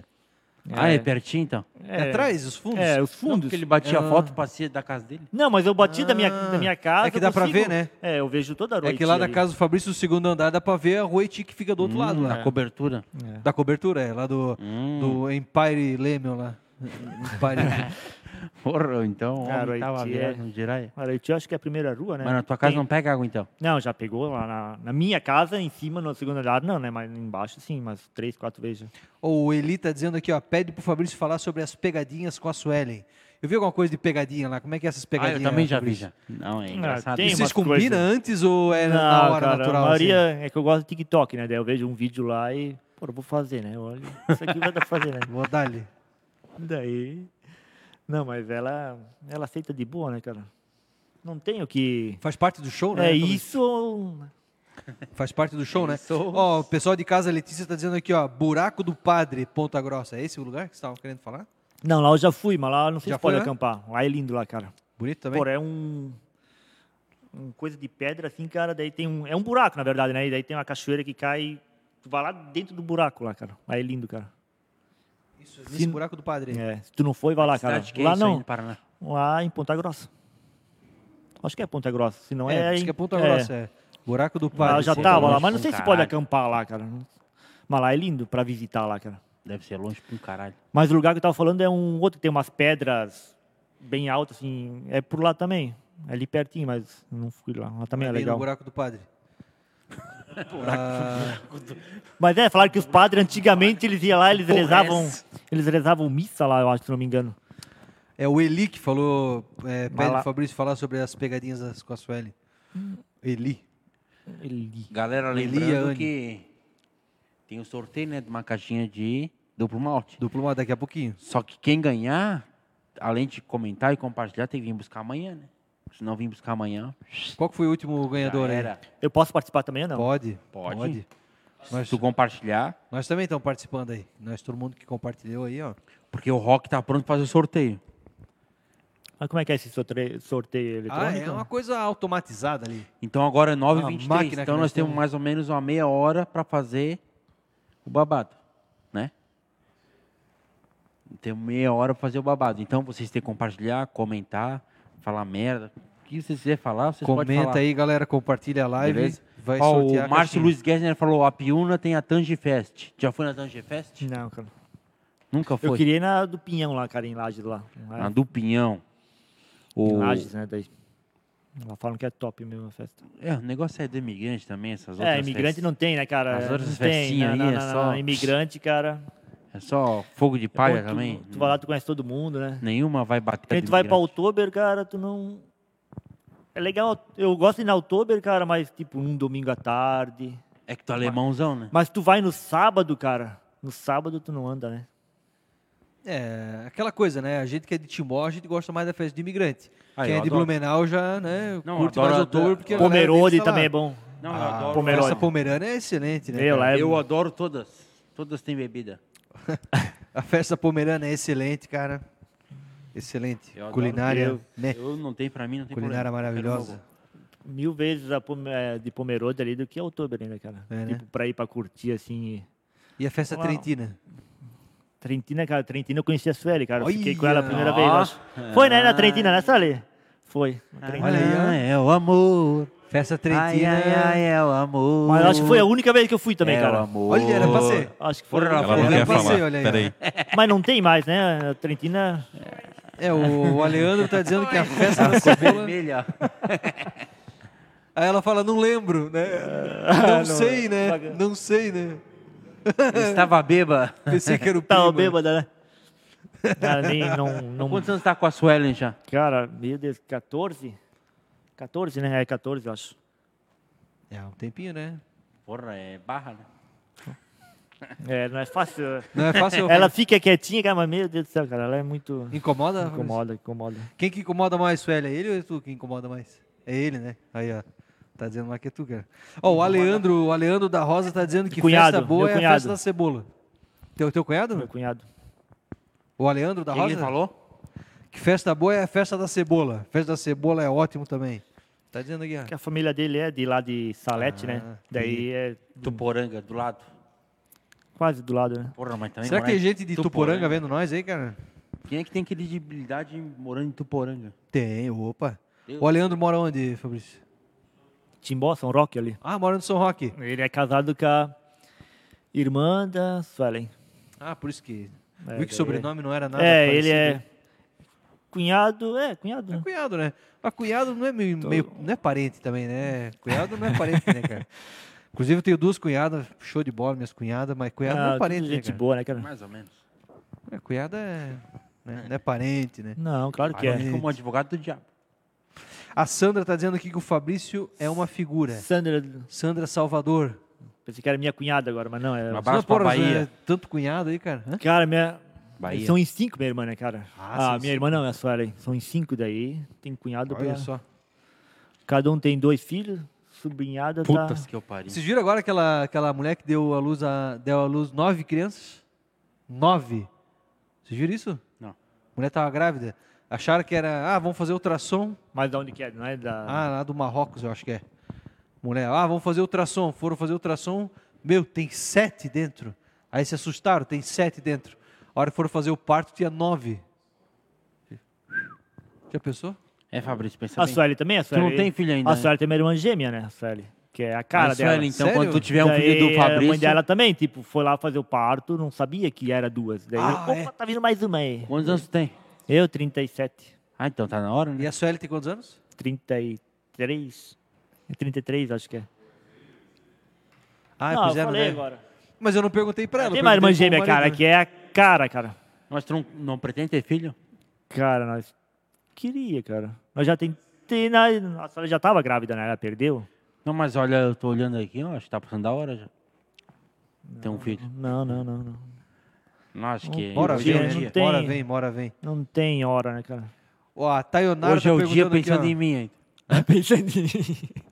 [SPEAKER 1] Ah, é pertinho então?
[SPEAKER 2] É atrás, os fundos?
[SPEAKER 3] É, os
[SPEAKER 1] Não,
[SPEAKER 3] fundos.
[SPEAKER 1] porque ele batia
[SPEAKER 2] Ah.
[SPEAKER 1] a foto passeia da casa dele.
[SPEAKER 3] Não, mas eu bati da, minha,
[SPEAKER 2] Ah,
[SPEAKER 3] da minha casa.
[SPEAKER 2] é que
[SPEAKER 3] eu
[SPEAKER 2] dá pra
[SPEAKER 3] consigo-
[SPEAKER 2] ver, né?
[SPEAKER 3] É, eu vejo toda a rua
[SPEAKER 2] É que lá
[SPEAKER 3] Haiti
[SPEAKER 2] da
[SPEAKER 3] ali.
[SPEAKER 2] casa do Fabrício, o segundo andar, dá pra ver a rua Haiti que fica do outro
[SPEAKER 3] né?
[SPEAKER 2] lado
[SPEAKER 3] Hum,
[SPEAKER 2] lá.
[SPEAKER 1] Hum, Na cobertura.
[SPEAKER 2] Da cobertura, é. Lá do, do Empire Lemon lá.
[SPEAKER 3] <laughs>
[SPEAKER 2] Empire.
[SPEAKER 1] Porra, então o homem
[SPEAKER 3] Cara,
[SPEAKER 1] tava
[SPEAKER 3] Haiti é-
[SPEAKER 1] virado no giraia.
[SPEAKER 3] Cara, Haiti, eu acho que é a primeira rua, né?
[SPEAKER 1] Mas na tua casa
[SPEAKER 3] Tem-
[SPEAKER 1] não pega água então?
[SPEAKER 3] Não, já pegou lá na, na minha casa, em cima, no segundo andar, não, né? Mas embaixo, sim, mas três, quatro vezes.
[SPEAKER 2] Ou o Eli tá dizendo aqui, ó, pede pro Fabrício falar sobre as pegadinhas com a Suelen. Eu vi alguma coisa de pegadinha lá, como é que é essas
[SPEAKER 1] Ah,
[SPEAKER 2] pegadinhas?
[SPEAKER 3] né,
[SPEAKER 1] eu também já vi
[SPEAKER 2] Fabrício?
[SPEAKER 1] já. Não, é engraçado.
[SPEAKER 3] Ah, tem
[SPEAKER 2] E
[SPEAKER 1] isso.
[SPEAKER 2] vocês
[SPEAKER 3] umas
[SPEAKER 2] combinam
[SPEAKER 3] coisas.
[SPEAKER 2] antes ou é na
[SPEAKER 3] Não,
[SPEAKER 2] hora
[SPEAKER 3] cara,
[SPEAKER 2] natural?
[SPEAKER 3] A maioria
[SPEAKER 2] assim?
[SPEAKER 3] é que eu gosto de TikTok, né? Daí eu vejo um vídeo lá e, pô, eu vou fazer, né? Olha, isso aqui vai dar pra fazer, né? <laughs>
[SPEAKER 2] Vou dar ali.
[SPEAKER 3] Daí. Não, mas ela, ela aceita de boa, né, cara? Não tem o que.
[SPEAKER 2] Faz parte do show, né?
[SPEAKER 3] É
[SPEAKER 2] Fabrício?
[SPEAKER 3] isso.
[SPEAKER 2] Faz parte do show, né? Ó, o pessoal de casa, a Letícia tá dizendo aqui, ó, Buraco do Padre, Ponta Grossa. É esse o lugar que vocês estavam querendo falar?
[SPEAKER 3] Não, lá eu já fui, mas lá não sei
[SPEAKER 2] Já
[SPEAKER 3] se pode
[SPEAKER 2] foi, né? Tá
[SPEAKER 3] acampar. Lá é lindo lá, cara.
[SPEAKER 2] Bonito também?
[SPEAKER 3] Porra, é um. Um coisa de pedra assim, cara. Daí tem um. É um buraco, na verdade, né? E daí tem uma cachoeira que cai. Tu vai lá dentro do buraco lá, cara. Lá é lindo, cara.
[SPEAKER 2] Isso, nesse Buraco do Padre.
[SPEAKER 3] É, se tu não foi, vai lá, cara.
[SPEAKER 1] Cidade que é
[SPEAKER 3] Lá
[SPEAKER 1] isso aí
[SPEAKER 3] não.
[SPEAKER 1] no Paraná?
[SPEAKER 3] Lá em Ponta Grossa. Acho que é Ponta Grossa. Se não é.
[SPEAKER 2] É, acho
[SPEAKER 3] em-
[SPEAKER 2] que é Ponta Grossa, é. um Buraco do Padre.
[SPEAKER 3] Lá já tá, é
[SPEAKER 2] Ponta
[SPEAKER 3] tava
[SPEAKER 2] Grossa.
[SPEAKER 3] lá, mas não sei se pode
[SPEAKER 1] Caralho.
[SPEAKER 3] acampar lá, cara. Mas lá é lindo pra visitar lá, cara.
[SPEAKER 1] Deve ser longe pra um caralho.
[SPEAKER 3] Mas o lugar que eu tava falando é um outro que tem umas pedras bem altas, assim. É por lá também. É ali pertinho, mas não fui lá. Lá também é
[SPEAKER 2] Ali no
[SPEAKER 3] legal.
[SPEAKER 2] Buraco do Padre.
[SPEAKER 3] Mas é, falaram que os padres antigamente eles iam lá, eles rezavam. Eles rezavam missa lá, eu acho, se não me engano.
[SPEAKER 2] É o Eli que falou, é, pede
[SPEAKER 3] lá-
[SPEAKER 2] pro Fabrício falar sobre as pegadinhas das, com a Sueli.
[SPEAKER 1] Hum.
[SPEAKER 2] Eli.
[SPEAKER 3] Ele-
[SPEAKER 1] Galera,
[SPEAKER 2] Eli e
[SPEAKER 1] lembrando
[SPEAKER 2] Anne.
[SPEAKER 1] que tem o sorteio, né? De uma caixinha de duplo malte.
[SPEAKER 2] Duplo uma daqui a pouquinho.
[SPEAKER 1] Só que quem ganhar, além de comentar e compartilhar, tem que vir buscar amanhã, né? Se não vir buscar amanhã,
[SPEAKER 2] Qual que foi o último
[SPEAKER 1] já
[SPEAKER 2] ganhador aí?
[SPEAKER 1] era.
[SPEAKER 3] Eu posso participar também ou não?
[SPEAKER 2] Pode?
[SPEAKER 1] Pode.
[SPEAKER 2] Nós,
[SPEAKER 1] Se tu compartilhar,
[SPEAKER 2] nós também estamos participando aí. Nós, todo mundo que compartilhou aí, ó.
[SPEAKER 1] porque o Rock tá pronto pra fazer o sorteio.
[SPEAKER 3] Mas como é que é esse sorteio, sorteio
[SPEAKER 2] Ah,
[SPEAKER 3] eletrônico?
[SPEAKER 2] é uma coisa automatizada ali.
[SPEAKER 1] Então agora é
[SPEAKER 2] Ah,
[SPEAKER 1] 9h23,
[SPEAKER 2] máquina
[SPEAKER 1] então
[SPEAKER 2] que
[SPEAKER 1] nós
[SPEAKER 2] nós
[SPEAKER 1] temos
[SPEAKER 2] temos.
[SPEAKER 1] mais ou menos uma meia hora para fazer o babado, né? Temos meia hora para fazer o babado. Então vocês têm que compartilhar, comentar, falar merda. O que vocês quiserem falar, vocês podem
[SPEAKER 2] Comenta
[SPEAKER 1] falar.
[SPEAKER 2] aí, galera. Compartilha a live.
[SPEAKER 1] beleza?
[SPEAKER 2] Vai
[SPEAKER 1] Ó,
[SPEAKER 2] sortear.
[SPEAKER 1] o
[SPEAKER 2] a
[SPEAKER 1] Márcio
[SPEAKER 2] caixinha.
[SPEAKER 1] Luiz Gessner falou, a Piúna tem a Tange Fest. Já foi na Tange Fest?
[SPEAKER 3] Não, cara.
[SPEAKER 1] Nunca
[SPEAKER 3] Eu
[SPEAKER 1] foi.
[SPEAKER 3] queria ir na do Pinhão lá, cara, em Lages lá. é?
[SPEAKER 1] Na do Pinhão. O...
[SPEAKER 3] Em Lages, né? Daí. Lá falam que é top mesmo a festa.
[SPEAKER 1] É, o negócio é do imigrante também, essas outras
[SPEAKER 3] É, imigrante
[SPEAKER 1] festas.
[SPEAKER 3] não tem, né, cara?
[SPEAKER 1] As outras
[SPEAKER 3] não tem.
[SPEAKER 1] festinhas
[SPEAKER 3] Não,
[SPEAKER 1] aí
[SPEAKER 3] não,
[SPEAKER 1] é
[SPEAKER 3] não, não,
[SPEAKER 1] só-
[SPEAKER 3] não. Imigrante, cara.
[SPEAKER 1] É só fogo de
[SPEAKER 3] Pô,
[SPEAKER 1] palha
[SPEAKER 3] tu,
[SPEAKER 1] também. Tá
[SPEAKER 3] Tu vai lá, tu conhece todo mundo, né?
[SPEAKER 1] Nenhuma vai bater.
[SPEAKER 3] Quando
[SPEAKER 1] do
[SPEAKER 3] tu vai pra
[SPEAKER 1] imigrante.
[SPEAKER 3] Outubro, cara, tu não. É legal, eu gosto de ir na Outubro, cara, mas tipo um domingo à tarde.
[SPEAKER 1] É que tu é alemãozão, né?
[SPEAKER 3] Mas tu vai no sábado, cara. No sábado tu não anda, né?
[SPEAKER 2] É, aquela coisa, né? A gente que é de Timó, a gente gosta mais da festa de imigrante.
[SPEAKER 1] Ah,
[SPEAKER 2] Quem
[SPEAKER 1] eu
[SPEAKER 2] é de
[SPEAKER 1] adoro.
[SPEAKER 2] Blumenau já, né?
[SPEAKER 1] Não,
[SPEAKER 2] curte
[SPEAKER 1] adoro
[SPEAKER 2] mais
[SPEAKER 1] a-
[SPEAKER 2] outubro. porque a galera é bem
[SPEAKER 3] Pomerode também é
[SPEAKER 2] instalada.
[SPEAKER 3] bom.
[SPEAKER 1] Não, eu
[SPEAKER 2] Ah,
[SPEAKER 1] adoro.
[SPEAKER 3] Pomerode.
[SPEAKER 2] Essa pomerana é excelente, né?
[SPEAKER 3] Meu,
[SPEAKER 2] cara?
[SPEAKER 3] lá é
[SPEAKER 1] Eu adoro todas. Todas têm bebida. é
[SPEAKER 2] A festa pomerana é excelente, cara. Excelente.
[SPEAKER 1] Eu adoro,
[SPEAKER 2] Culinária,
[SPEAKER 1] eu-
[SPEAKER 2] né?
[SPEAKER 1] Eu não tenho pra mim, não tem
[SPEAKER 2] Culinária
[SPEAKER 1] problema.
[SPEAKER 2] maravilhosa.
[SPEAKER 3] mil vezes a Pome- eh, de Pomerode ali do que outubro ainda, cara.
[SPEAKER 2] É, né?
[SPEAKER 3] tipo, pra ir pra curtir, assim. e-
[SPEAKER 2] E a festa
[SPEAKER 3] Uau.
[SPEAKER 2] trentina?
[SPEAKER 3] Trentina, cara, Trentina eu conheci a Sueli, cara. Eu fiquei com ela a
[SPEAKER 2] Olha! Ah.
[SPEAKER 3] primeira vez. eu acho. Foi, né, na Trentina, nessa ali? Foi. na Trentina.
[SPEAKER 2] Olha aí, ó.
[SPEAKER 1] Ah, é o amor.
[SPEAKER 2] Festa
[SPEAKER 1] Ai,
[SPEAKER 2] trentina.
[SPEAKER 1] ai, ai, é o amor.
[SPEAKER 3] Mas eu acho que foi a única vez que eu fui também,
[SPEAKER 1] É o
[SPEAKER 3] cara.
[SPEAKER 1] amor.
[SPEAKER 2] Olha, era pra ser.
[SPEAKER 3] Acho que foi.
[SPEAKER 1] Porra,
[SPEAKER 4] Ela não
[SPEAKER 2] Ela
[SPEAKER 4] quer
[SPEAKER 2] passei,
[SPEAKER 4] falar.
[SPEAKER 2] olha aí, ó.
[SPEAKER 4] Peraí.
[SPEAKER 3] Mas não tem mais, né? A Trentina.
[SPEAKER 2] É, o, o Aleandro tá
[SPEAKER 1] <laughs>
[SPEAKER 2] dizendo que a festa da
[SPEAKER 1] Ficou é
[SPEAKER 2] cebola.
[SPEAKER 1] <laughs> vermelha.
[SPEAKER 2] Aí ela fala, não lembro, né?
[SPEAKER 1] Ah,
[SPEAKER 2] Não sei, né? Não sei, né?
[SPEAKER 1] Estava beba.
[SPEAKER 2] Pensei que
[SPEAKER 1] Tá
[SPEAKER 2] era o
[SPEAKER 3] Tava
[SPEAKER 2] primo.
[SPEAKER 3] bêbada, né? Cara, nem, não, não,
[SPEAKER 2] <laughs>
[SPEAKER 1] Quantos anos tá com a Suelen já?
[SPEAKER 3] cara, meu Deus, 14? 14, né? É 14, eu acho.
[SPEAKER 2] É, um tempinho, né?
[SPEAKER 1] Porra, é barra, né?
[SPEAKER 3] É, não é fácil.
[SPEAKER 2] Não é fácil.
[SPEAKER 3] Ela fica quietinha, cara, mas meu Deus do céu, cara, ela é muito.
[SPEAKER 2] Incomoda?
[SPEAKER 3] Incomoda, incomoda.
[SPEAKER 2] Quem que incomoda mais, Sueli? É ele ou é tu que incomoda mais? É ele, né? Aí, ó. Tá dizendo lá que é tu, cara. Ó, o Aleandro, o Aleandro da Rosa tá dizendo que
[SPEAKER 3] Cunhado,
[SPEAKER 2] festa boa
[SPEAKER 3] meu
[SPEAKER 2] é a
[SPEAKER 3] cunhado.
[SPEAKER 2] festa da cebola. Teu, teu cunhado?
[SPEAKER 3] Meu cunhado.
[SPEAKER 2] O Aleandro da
[SPEAKER 1] O que que
[SPEAKER 2] Rosa?
[SPEAKER 1] ele falou?
[SPEAKER 2] Que festa boa é a festa da cebola. Festa da cebola é ótimo também. Tá dizendo aqui, ó.
[SPEAKER 3] Que a família dele é de lá de Salete, né?
[SPEAKER 2] Ah,
[SPEAKER 3] Daí é
[SPEAKER 1] Tuporanga, do lado.
[SPEAKER 3] quase do lado, né?
[SPEAKER 1] Porra, mas também
[SPEAKER 2] Será
[SPEAKER 1] morar
[SPEAKER 2] que tem
[SPEAKER 1] em
[SPEAKER 2] gente de Tuporanga vendo nós aí, cara?
[SPEAKER 1] Quem é que tem credibilidade morando em Tuporanga?
[SPEAKER 2] Tem, opa.
[SPEAKER 1] Deus.
[SPEAKER 2] O Aleandro mora onde, Fabrício?
[SPEAKER 3] Timbó, São Roque ali.
[SPEAKER 2] Ah, mora no São Roque.
[SPEAKER 3] Ele é casado com a irmã da Suelen.
[SPEAKER 2] Ah, por isso que.
[SPEAKER 3] É,
[SPEAKER 2] Viu que
[SPEAKER 3] daí-
[SPEAKER 2] sobrenome não era nada.
[SPEAKER 3] é, ele
[SPEAKER 2] parecido. né?
[SPEAKER 3] é cunhado, é, cunhado.
[SPEAKER 2] É
[SPEAKER 3] né?
[SPEAKER 2] cunhado, né? Mas cunhado não é meio, meio- Não é parente também, né? Cunhado não é parente, né, cara? Inclusive, eu tenho duas cunhadas, show de bola, minhas cunhadas, mas cunhado não
[SPEAKER 3] Ah,
[SPEAKER 2] é
[SPEAKER 3] tudo
[SPEAKER 2] parente, né?
[SPEAKER 3] gente
[SPEAKER 2] Cara?
[SPEAKER 3] boa, né, cara?
[SPEAKER 1] Mais ou menos.
[SPEAKER 2] É, Cunhada é. né, Não é parente, né?
[SPEAKER 3] Não, claro que
[SPEAKER 1] Aí eu
[SPEAKER 3] é.
[SPEAKER 1] fico como advogado do diabo.
[SPEAKER 2] A Sandra tá dizendo aqui que o Fabrício é uma figura.
[SPEAKER 3] Sandra,
[SPEAKER 2] Sandra Salvador.
[SPEAKER 3] pensei que era minha cunhada agora, mas não, é.
[SPEAKER 1] Mas Abraço
[SPEAKER 2] Não, porra,
[SPEAKER 1] pra Bahia.
[SPEAKER 2] é Tanto cunhado aí, cara. Hã?
[SPEAKER 3] Cara, minha.
[SPEAKER 1] Bahia.
[SPEAKER 3] São em cinco, minha irmã, né, cara?
[SPEAKER 2] Ah,
[SPEAKER 3] Ah,
[SPEAKER 2] sim, sim.
[SPEAKER 3] minha irmã não, é a Suelen. São em cinco daí. Tem cunhado pra...
[SPEAKER 2] Olha só.
[SPEAKER 3] Cada um tem dois filhos, sobrinhada tá.
[SPEAKER 1] Putas que eu pari.
[SPEAKER 2] Vocês viram agora aquela, aquela mulher que deu à luz a, deu à luz nove crianças? Nove. Vocês viram isso?
[SPEAKER 1] Não.
[SPEAKER 2] A mulher estava grávida. Acharam que era, ah, vamos fazer ultrassom.
[SPEAKER 3] Mas da onde que é, não é? Da...
[SPEAKER 2] Ah, lá do Marrocos, eu acho que é. Mulher, ah, vamos fazer ultrassom. Foram fazer ultrassom. Meu, tem sete dentro. Aí se assustaram, tem sete dentro. A hora que foram fazer o parto, tinha nove. Já pensou?
[SPEAKER 1] É, Fabrício, pensa
[SPEAKER 3] a
[SPEAKER 1] bem.
[SPEAKER 3] Sueli também? A Sueli...
[SPEAKER 1] não tem filho ainda,
[SPEAKER 3] A
[SPEAKER 1] né?
[SPEAKER 3] Sueli tem minha irmã gêmea, né? A Sueli. Que é a cara
[SPEAKER 1] Mas,
[SPEAKER 3] dela.
[SPEAKER 1] Suelen, então,
[SPEAKER 2] Sério?
[SPEAKER 1] quando tu tiver um filho
[SPEAKER 3] Daí,
[SPEAKER 1] do Fabrício...
[SPEAKER 3] A mãe dela também, tipo, foi lá fazer o parto, não sabia que era duas. Daí,
[SPEAKER 2] Ah,
[SPEAKER 3] opa,
[SPEAKER 2] é?
[SPEAKER 3] tá vindo mais uma aí.
[SPEAKER 1] Quantos anos tu tem?
[SPEAKER 3] Eu, 37.
[SPEAKER 1] Ah, então tá na hora,
[SPEAKER 2] E
[SPEAKER 1] né?
[SPEAKER 2] a Sueli tem quantos anos?
[SPEAKER 3] 33. É 33, acho que é.
[SPEAKER 2] Ah,
[SPEAKER 3] não,
[SPEAKER 2] pois é,
[SPEAKER 3] eu falei
[SPEAKER 2] né?
[SPEAKER 3] agora.
[SPEAKER 2] Mas eu não perguntei pra ela.
[SPEAKER 3] Tem
[SPEAKER 2] eu
[SPEAKER 3] uma irmã
[SPEAKER 2] perguntei pro
[SPEAKER 3] gêmea,
[SPEAKER 2] marido,
[SPEAKER 3] cara,
[SPEAKER 2] né?
[SPEAKER 3] que é a cara, cara.
[SPEAKER 1] Mas tu não, não pretende ter filho?
[SPEAKER 3] Cara, nós queria, cara. Nós já tentei, na... a senhora já tava grávida, né? Ela perdeu?
[SPEAKER 1] Não, mas olha, eu tô olhando aqui, eu acho que tá passando da hora já. Ter um filho.
[SPEAKER 3] Não, não, não, não.
[SPEAKER 1] Não, acho que...
[SPEAKER 2] Mora
[SPEAKER 1] hoje
[SPEAKER 3] dia,
[SPEAKER 2] vem,
[SPEAKER 1] é o
[SPEAKER 3] não
[SPEAKER 2] né?
[SPEAKER 1] dia.
[SPEAKER 3] tem.
[SPEAKER 2] Mora vem, mora vem.
[SPEAKER 3] Não tem hora, né, cara?
[SPEAKER 2] Ó, a Tayonara
[SPEAKER 1] Hoje
[SPEAKER 2] tá
[SPEAKER 1] é o dia
[SPEAKER 2] perguntando aqui,
[SPEAKER 1] pensando
[SPEAKER 2] ó.
[SPEAKER 1] em mim ainda.
[SPEAKER 3] Pensando <laughs>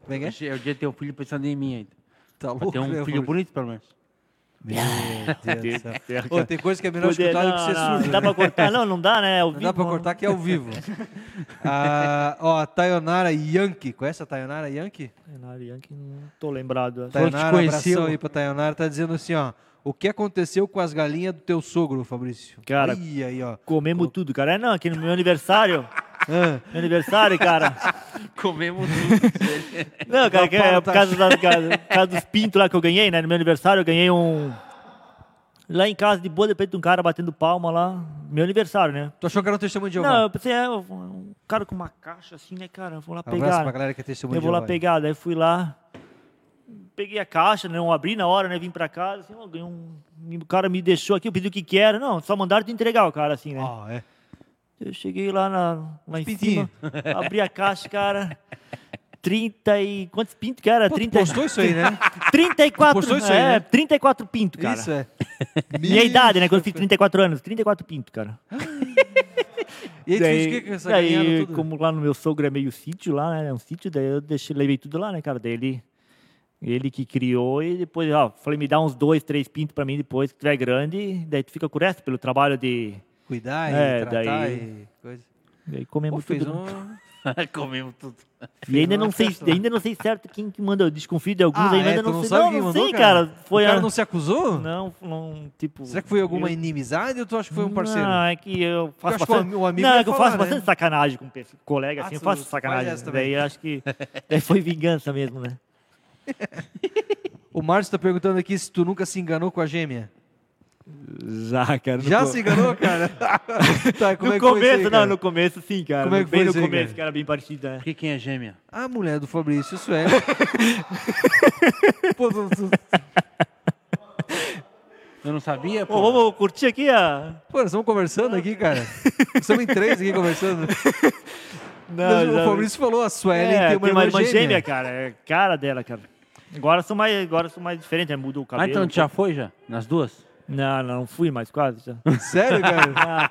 [SPEAKER 2] Como é que é?
[SPEAKER 1] Hoje é o dia ter um filho pensando em mim ainda.
[SPEAKER 2] Tá
[SPEAKER 1] Pra
[SPEAKER 2] louco,
[SPEAKER 1] ter
[SPEAKER 2] né,
[SPEAKER 1] um filho
[SPEAKER 2] Fabrício?
[SPEAKER 1] bonito, pelo menos.
[SPEAKER 2] Meu Deus do
[SPEAKER 3] <laughs>
[SPEAKER 2] céu.
[SPEAKER 3] Deus
[SPEAKER 2] Ô, tem coisa que é melhor escutar do que ser
[SPEAKER 3] não,
[SPEAKER 2] surdo.
[SPEAKER 3] dá
[SPEAKER 2] né?
[SPEAKER 3] pra cortar? Não, não dá, né? Ao
[SPEAKER 2] Não
[SPEAKER 3] vivo,
[SPEAKER 2] dá pra cortar que é ao
[SPEAKER 3] <laughs>
[SPEAKER 2] vivo. Ah, ó, a Tayonara Yankee. Conhece a Tayonara Yankee?
[SPEAKER 3] Renato Yankee, não tô lembrado.
[SPEAKER 1] Tá. Quando te
[SPEAKER 2] Tayonara,
[SPEAKER 1] conheceu.
[SPEAKER 2] abração aí pra Tayonara. Tá dizendo assim, ó. O que aconteceu com as galinhas do teu sogro, Fabrício?
[SPEAKER 3] Cara-
[SPEAKER 2] Ih, aí, ó.
[SPEAKER 3] Comemos tudo, cara. É, não, aqui no meu aniversário.
[SPEAKER 2] Ah,
[SPEAKER 3] Meu aniversário, cara.
[SPEAKER 1] <laughs> Comemos tudo.
[SPEAKER 3] Não, cara, que é
[SPEAKER 2] Paulo
[SPEAKER 3] por
[SPEAKER 2] tá
[SPEAKER 3] causa, das, por causa dos pintos lá que eu ganhei, né? No meu aniversário eu ganhei um. Lá em casa, de boa, de repente, um cara batendo palma lá. Meu aniversário, né?
[SPEAKER 2] tu achou que era um testemunho de
[SPEAKER 3] Não,
[SPEAKER 2] Jeová?
[SPEAKER 3] eu pensei, é, um cara com uma caixa assim, né, cara? Eu vou lá
[SPEAKER 2] Abraço
[SPEAKER 3] pegar.
[SPEAKER 2] pra galera que é testemunho
[SPEAKER 3] Eu
[SPEAKER 2] de
[SPEAKER 3] vou lá
[SPEAKER 2] Jeová.
[SPEAKER 3] pegar, daí fui lá, peguei a caixa, não abri na hora, né? Vim pra casa, assim, ó, ganhei um. O cara me deixou aqui, eu pedi o que que era. Não, só mandaram te entregar o cara, assim, né?
[SPEAKER 2] Ó, é.
[SPEAKER 3] Eu cheguei lá, na, lá em
[SPEAKER 2] Pintinho.
[SPEAKER 3] cima, abri a caixa, cara. 30 e. Quantos pintos que era?
[SPEAKER 2] Pô, tu
[SPEAKER 3] 30,
[SPEAKER 2] postou isso aí, né?
[SPEAKER 3] 34.
[SPEAKER 2] postou isso aí,
[SPEAKER 3] é,
[SPEAKER 2] né?
[SPEAKER 3] 34 pintos, <laughs> cara. <laughs>
[SPEAKER 2] Isso é.
[SPEAKER 3] Minha idade, né? Quando eu fiz 34 anos, 34 pintos, cara.
[SPEAKER 2] E aí, tu fez o
[SPEAKER 3] Daí-
[SPEAKER 2] que tá com essa
[SPEAKER 3] daí,
[SPEAKER 2] galinha?
[SPEAKER 3] como lá no meu sogro é meio sítio lá, né? É um sítio, daí eu deixei, levei tudo lá, né, cara? Daí ele Ele que criou e depois, ó, falei, me dá uns dois, três pintos pra mim depois, que tiver grande, daí tu fica com o resto pelo trabalho de.
[SPEAKER 2] Cuidar
[SPEAKER 3] É,
[SPEAKER 2] e tratar
[SPEAKER 3] daí-
[SPEAKER 2] e coisa.
[SPEAKER 3] Daí
[SPEAKER 2] Pô,
[SPEAKER 3] comemos
[SPEAKER 2] fez
[SPEAKER 3] tudo. né?
[SPEAKER 2] um...
[SPEAKER 1] Comemos tudo.
[SPEAKER 3] E ainda
[SPEAKER 2] uma
[SPEAKER 3] não, sei,
[SPEAKER 2] festa, né?
[SPEAKER 3] ainda não sei certo quem que mandou. Eu desconfio de alguns
[SPEAKER 2] Ah,
[SPEAKER 3] ainda,
[SPEAKER 2] é,
[SPEAKER 3] ainda
[SPEAKER 2] tu
[SPEAKER 3] não,
[SPEAKER 2] não
[SPEAKER 3] sei.
[SPEAKER 2] sabe
[SPEAKER 3] Não,
[SPEAKER 2] quem
[SPEAKER 3] não
[SPEAKER 2] mandou,
[SPEAKER 3] sei,
[SPEAKER 2] cara?
[SPEAKER 3] cara. Foi
[SPEAKER 2] o cara
[SPEAKER 3] a-
[SPEAKER 2] não se acusou?
[SPEAKER 3] Não, não, tipo.
[SPEAKER 2] Será que foi alguma
[SPEAKER 3] eu-
[SPEAKER 2] inimizade ou tu acha que foi um parceiro?
[SPEAKER 3] Não, é que eu faço
[SPEAKER 2] acho que o
[SPEAKER 3] bastante.
[SPEAKER 2] ami- o amigo
[SPEAKER 3] não,
[SPEAKER 2] ia
[SPEAKER 3] é que eu
[SPEAKER 2] falar,
[SPEAKER 3] faço
[SPEAKER 2] né?
[SPEAKER 3] bastante sacanagem com pe- colega,
[SPEAKER 2] Ah,
[SPEAKER 3] assim, eu
[SPEAKER 2] tu
[SPEAKER 3] faço
[SPEAKER 2] faz
[SPEAKER 3] sacanagem.
[SPEAKER 2] essa também.
[SPEAKER 3] Daí eu acho que. Daí foi vingança mesmo, né?
[SPEAKER 2] O Márcio tá perguntando aqui se tu nunca se enganou com a gêmea.
[SPEAKER 3] Já, cara.
[SPEAKER 2] <laughs> Já se enganou, cara? <laughs> tá, como
[SPEAKER 3] no
[SPEAKER 2] é que foi isso aí,
[SPEAKER 3] começo, não,
[SPEAKER 2] cara?
[SPEAKER 3] no começo sim, cara.
[SPEAKER 2] Como é que
[SPEAKER 3] bem
[SPEAKER 2] foi
[SPEAKER 3] no
[SPEAKER 2] isso aí,
[SPEAKER 3] começo,
[SPEAKER 2] cara?
[SPEAKER 3] que era bem parecida, né?
[SPEAKER 1] Por que quem é gêmea?
[SPEAKER 2] A Ah, mulher do Fabrício <laughs> Sué. Pô, tu- tu-
[SPEAKER 1] Eu não sabia, pô.
[SPEAKER 3] Ô, vamos curtir aqui a.
[SPEAKER 2] Pô, nós estamos conversando aqui, cara. Estamos em três aqui <laughs> conversando. Mas o
[SPEAKER 3] já-
[SPEAKER 2] Fabrício falou, a Suelen
[SPEAKER 3] É,
[SPEAKER 2] tem uma irmã, gêmea.
[SPEAKER 3] cara. É cara dela, cara. Agora são mais, agora são mais diferentes, né? mudou o cabelo.
[SPEAKER 1] Ah, então tu já foi já? Nas duas?
[SPEAKER 3] Não, não fui, mas quase
[SPEAKER 2] <laughs>
[SPEAKER 3] já.
[SPEAKER 2] Sério, <laughs> cara?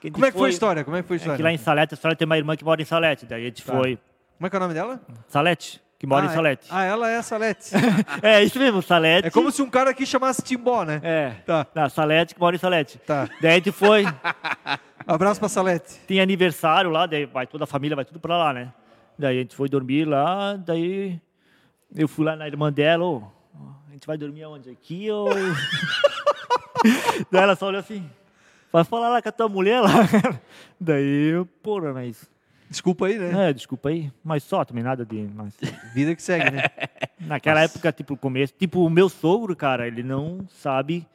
[SPEAKER 3] Quem
[SPEAKER 2] Como é que foi a
[SPEAKER 3] foi
[SPEAKER 2] história? Como é que foi a
[SPEAKER 3] É que
[SPEAKER 2] história?
[SPEAKER 3] lá em Salete, a senhora tem uma irmã que mora em Salete. Daí a gente foi.
[SPEAKER 2] Como é que é o nome dela?
[SPEAKER 3] Salete, que mora
[SPEAKER 2] Ah,
[SPEAKER 3] em
[SPEAKER 2] é-
[SPEAKER 3] Salete.
[SPEAKER 2] Ah, ela <laughs> é a Salete.
[SPEAKER 3] <laughs> É, isso mesmo, Salete.
[SPEAKER 2] é como se um cara aqui chamasse Timbó, né?
[SPEAKER 3] É.
[SPEAKER 2] Tá.
[SPEAKER 3] Na Salete, que mora em Salete.
[SPEAKER 2] Tá.
[SPEAKER 3] Daí a gente foi, <laughs>
[SPEAKER 2] Abraço pra Salete.
[SPEAKER 3] tem aniversário lá, daí vai toda a família, vai tudo pra lá, né? Daí a gente foi dormir lá, daí eu fui lá na irmã dela, ô, a gente vai dormir aonde? Aqui ou. <laughs> daí ela só olhou assim, vai falar lá com a tua mulher lá. <laughs> Daí eu, porra, mas.
[SPEAKER 2] Desculpa aí, né?
[SPEAKER 3] É, desculpa aí, mas só, também nada de. Mas...
[SPEAKER 2] Vida que segue, né?
[SPEAKER 3] Naquela época, tipo, o começo, tipo, o meu sogro, cara, ele não sabe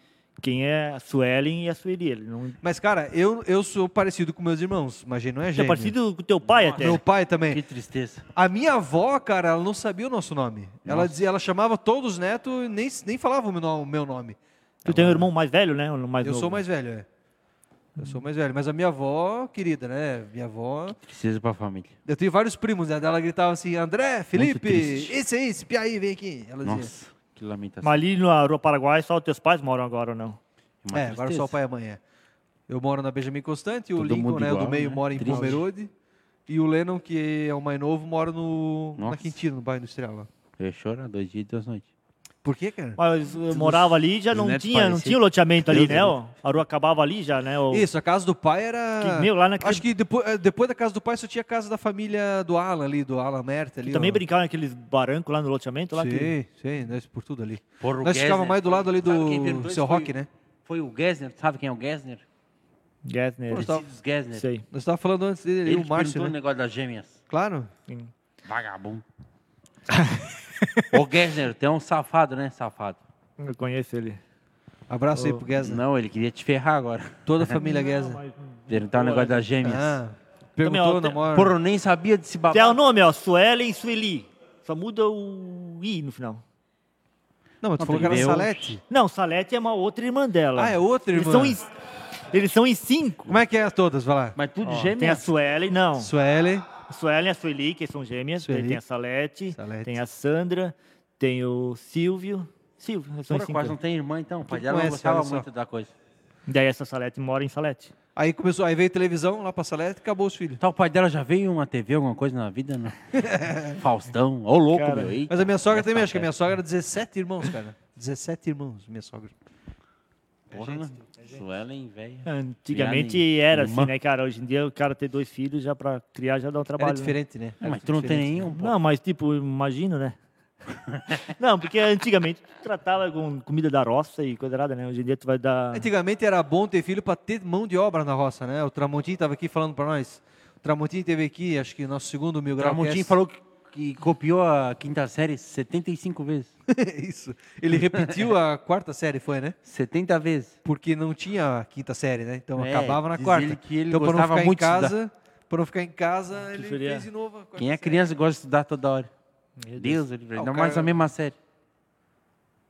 [SPEAKER 3] quem é a Suelen e a Sueli. Ele não. é
[SPEAKER 2] Mas, cara, eu, eu sou parecido com meus irmãos, mas a gente não é
[SPEAKER 3] Você é
[SPEAKER 2] gêmeo.
[SPEAKER 3] parecido É. com teu pai até.
[SPEAKER 2] Meu pai também.
[SPEAKER 1] Que tristeza.
[SPEAKER 2] A minha avó, cara, ela não sabia o nosso nome. Ela dizia, ela chamava todos os netos e nem, nem falava o meu no- o meu nome.
[SPEAKER 3] Tu tem um irmão mais velho, né? Um Mais
[SPEAKER 2] Eu
[SPEAKER 3] novo.
[SPEAKER 2] sou mais velho, é. Eu sou mais velho. Mas a minha avó, querida, né? Minha avó.
[SPEAKER 1] Tristeza pra família.
[SPEAKER 2] Eu tenho vários primos, né? Ela gritava assim: André, Felipe,
[SPEAKER 1] triste.
[SPEAKER 2] esse aí, esse piá aí, vem aqui. Ela dizia.
[SPEAKER 1] Nossa, que lamentação.
[SPEAKER 3] Mas ali na Rua Paraguai, só os teus pais moram agora ou não?
[SPEAKER 1] Que uma
[SPEAKER 2] É, agora
[SPEAKER 1] tristeza.
[SPEAKER 2] só o pai e a mãe. é. Eu moro na Benjamin Constante, o
[SPEAKER 1] Todo
[SPEAKER 2] Lincoln,
[SPEAKER 1] mundo
[SPEAKER 2] né, o do
[SPEAKER 1] igual,
[SPEAKER 2] meio,
[SPEAKER 1] né?
[SPEAKER 2] mora em
[SPEAKER 1] Triste.
[SPEAKER 2] Pomerode. E o Lennon, que é o mais novo, mora no, na
[SPEAKER 1] Nossa.
[SPEAKER 2] Quintino, no bairro industrial lá.
[SPEAKER 1] Eu ia chorar né? dois dias e duas noites.
[SPEAKER 2] Por que, cara?
[SPEAKER 3] Mas eu morava ali e já
[SPEAKER 1] os
[SPEAKER 3] não
[SPEAKER 1] netos
[SPEAKER 3] tinha, não
[SPEAKER 1] parecidos.
[SPEAKER 3] tinha o loteamento ali,
[SPEAKER 1] Deus
[SPEAKER 3] né?
[SPEAKER 1] me
[SPEAKER 3] ó? A rua acabava ali já, né? ó?
[SPEAKER 2] Isso, a casa do pai era.
[SPEAKER 3] Que, meu, lá naquele-
[SPEAKER 2] Acho que depois, eh, depois da casa do pai só tinha a casa da família do Alan ali, do Alan Merta ali.
[SPEAKER 3] E também
[SPEAKER 2] ó.
[SPEAKER 3] brincava naqueles barrancos lá no loteamento? Lá que...
[SPEAKER 2] Sim, sim, nós por tudo ali.
[SPEAKER 1] Porra, o
[SPEAKER 2] nós ficava
[SPEAKER 1] Gessner
[SPEAKER 2] mais do
[SPEAKER 1] foi-
[SPEAKER 2] lado ali
[SPEAKER 1] né? sabe quem inventou
[SPEAKER 2] do
[SPEAKER 1] isso?
[SPEAKER 2] seu
[SPEAKER 1] Foi-
[SPEAKER 2] rock, né?
[SPEAKER 1] Foi o Gessner, sabe quem é o Gessner? É.
[SPEAKER 3] Gessner,
[SPEAKER 2] Pô,
[SPEAKER 3] esse-
[SPEAKER 2] tá-
[SPEAKER 1] Tecidos Gessner.
[SPEAKER 3] Sei.
[SPEAKER 2] Nós estávamos falando antes dele,
[SPEAKER 1] Ele
[SPEAKER 2] o
[SPEAKER 1] que
[SPEAKER 2] Márcio,
[SPEAKER 1] perguntou o
[SPEAKER 2] né?
[SPEAKER 1] negócio das gêmeas.
[SPEAKER 2] Claro.
[SPEAKER 1] <laughs> Vagabundo. Ô Gessner, tu é um safado, né, safado?
[SPEAKER 3] Eu conheço ele.
[SPEAKER 2] Abraço aí pro Gessner.
[SPEAKER 1] Não, ele queria te ferrar agora.
[SPEAKER 2] Toda a família Gessner.
[SPEAKER 1] Perguntar o negócio das gêmeas.
[SPEAKER 2] Ah,
[SPEAKER 3] Também,
[SPEAKER 2] perguntou,
[SPEAKER 3] ó, tem-
[SPEAKER 2] namora.
[SPEAKER 1] Porra, eu nem sabia desse babado.
[SPEAKER 3] Até é o nome, ó, Suelen e Sueli. Só muda o I no final.
[SPEAKER 2] Não, mas tu
[SPEAKER 1] Não,
[SPEAKER 2] falou que era
[SPEAKER 1] entendeu?
[SPEAKER 2] Salete.
[SPEAKER 3] Não, Salete é uma outra irmã dela.
[SPEAKER 2] Ah, é outra
[SPEAKER 3] Eles
[SPEAKER 2] irmã.
[SPEAKER 3] são em, eles são em cinco.
[SPEAKER 2] Como é que é todas, vai lá?
[SPEAKER 1] Mas tudo
[SPEAKER 3] Ó,
[SPEAKER 1] gêmea.
[SPEAKER 3] Tem a Suelen, não.
[SPEAKER 2] Suelen,
[SPEAKER 3] A Suelen e a Sueli, que são gêmeas. daí
[SPEAKER 2] Sueli.
[SPEAKER 3] Tem a Salete,
[SPEAKER 2] Salete.
[SPEAKER 3] tem a Sandra, tem o Silvio. Silvio, eles são em
[SPEAKER 1] Porra,
[SPEAKER 3] cinco.
[SPEAKER 1] quase não tem irmã então. O pai
[SPEAKER 2] Tu
[SPEAKER 1] dela não
[SPEAKER 2] conhece,
[SPEAKER 1] gostava
[SPEAKER 2] olha só.
[SPEAKER 1] muito da coisa.
[SPEAKER 2] um
[SPEAKER 3] Daí essa Salete mora em Salete.
[SPEAKER 2] aí começou, aí veio televisão lá pra Salete e acabou os filhos.
[SPEAKER 1] Tá, o pai dela já veio uma TV, alguma coisa na vida, né? Faustão. Ô, louco,
[SPEAKER 3] Cara,
[SPEAKER 1] meu. eita.
[SPEAKER 2] Mas é a minha sogra também, acho que a minha sogra era 17 irmãos, cara. 17 irmãos, minha sogra.
[SPEAKER 1] Porra, né? Suelen, velho.
[SPEAKER 3] Antigamente
[SPEAKER 1] Criar nem-
[SPEAKER 3] era assim,
[SPEAKER 1] irmã.
[SPEAKER 3] né, cara? Hoje em dia o cara ter dois filhos já pra criar já dá um trabalho.
[SPEAKER 2] Era
[SPEAKER 3] né?
[SPEAKER 2] diferente, né? Era
[SPEAKER 1] Mas tu não tem
[SPEAKER 2] diferente, né?
[SPEAKER 1] nenhum, pô.
[SPEAKER 3] Não, mas tipo,
[SPEAKER 2] <laughs>
[SPEAKER 3] imagino, né? não, porque antigamente tu tratava com comida da roça e coisa errada, né? Hoje em dia tu vai dar.
[SPEAKER 2] Antigamente era bom ter filho para ter mão de obra na roça, né? O Tramontim estava aqui falando para nós. O Tramontim teve aqui, acho que nosso segundo mil
[SPEAKER 1] O
[SPEAKER 2] grau.
[SPEAKER 1] Tramontim
[SPEAKER 2] cast.
[SPEAKER 1] falou que, que copiou a quinta série 75 vezes.
[SPEAKER 2] <laughs> isso. Ele repetiu a quarta série, foi, né?
[SPEAKER 1] 70 vezes.
[SPEAKER 2] Porque não tinha a quinta série, né? Então
[SPEAKER 1] É,
[SPEAKER 2] acabava na
[SPEAKER 1] diz
[SPEAKER 2] quarta.
[SPEAKER 1] ele que ele
[SPEAKER 2] então pra não
[SPEAKER 1] gostava
[SPEAKER 2] ficar
[SPEAKER 1] muito
[SPEAKER 2] em casa, para não ficar em casa, ele
[SPEAKER 3] seria-
[SPEAKER 2] fez de novo. a quarta
[SPEAKER 1] Quem é
[SPEAKER 2] série.
[SPEAKER 1] criança gosta de estudar toda hora.
[SPEAKER 3] Meu
[SPEAKER 1] Deus, ele
[SPEAKER 2] Ah, o
[SPEAKER 1] ainda mais
[SPEAKER 2] cara-
[SPEAKER 1] a mesma série.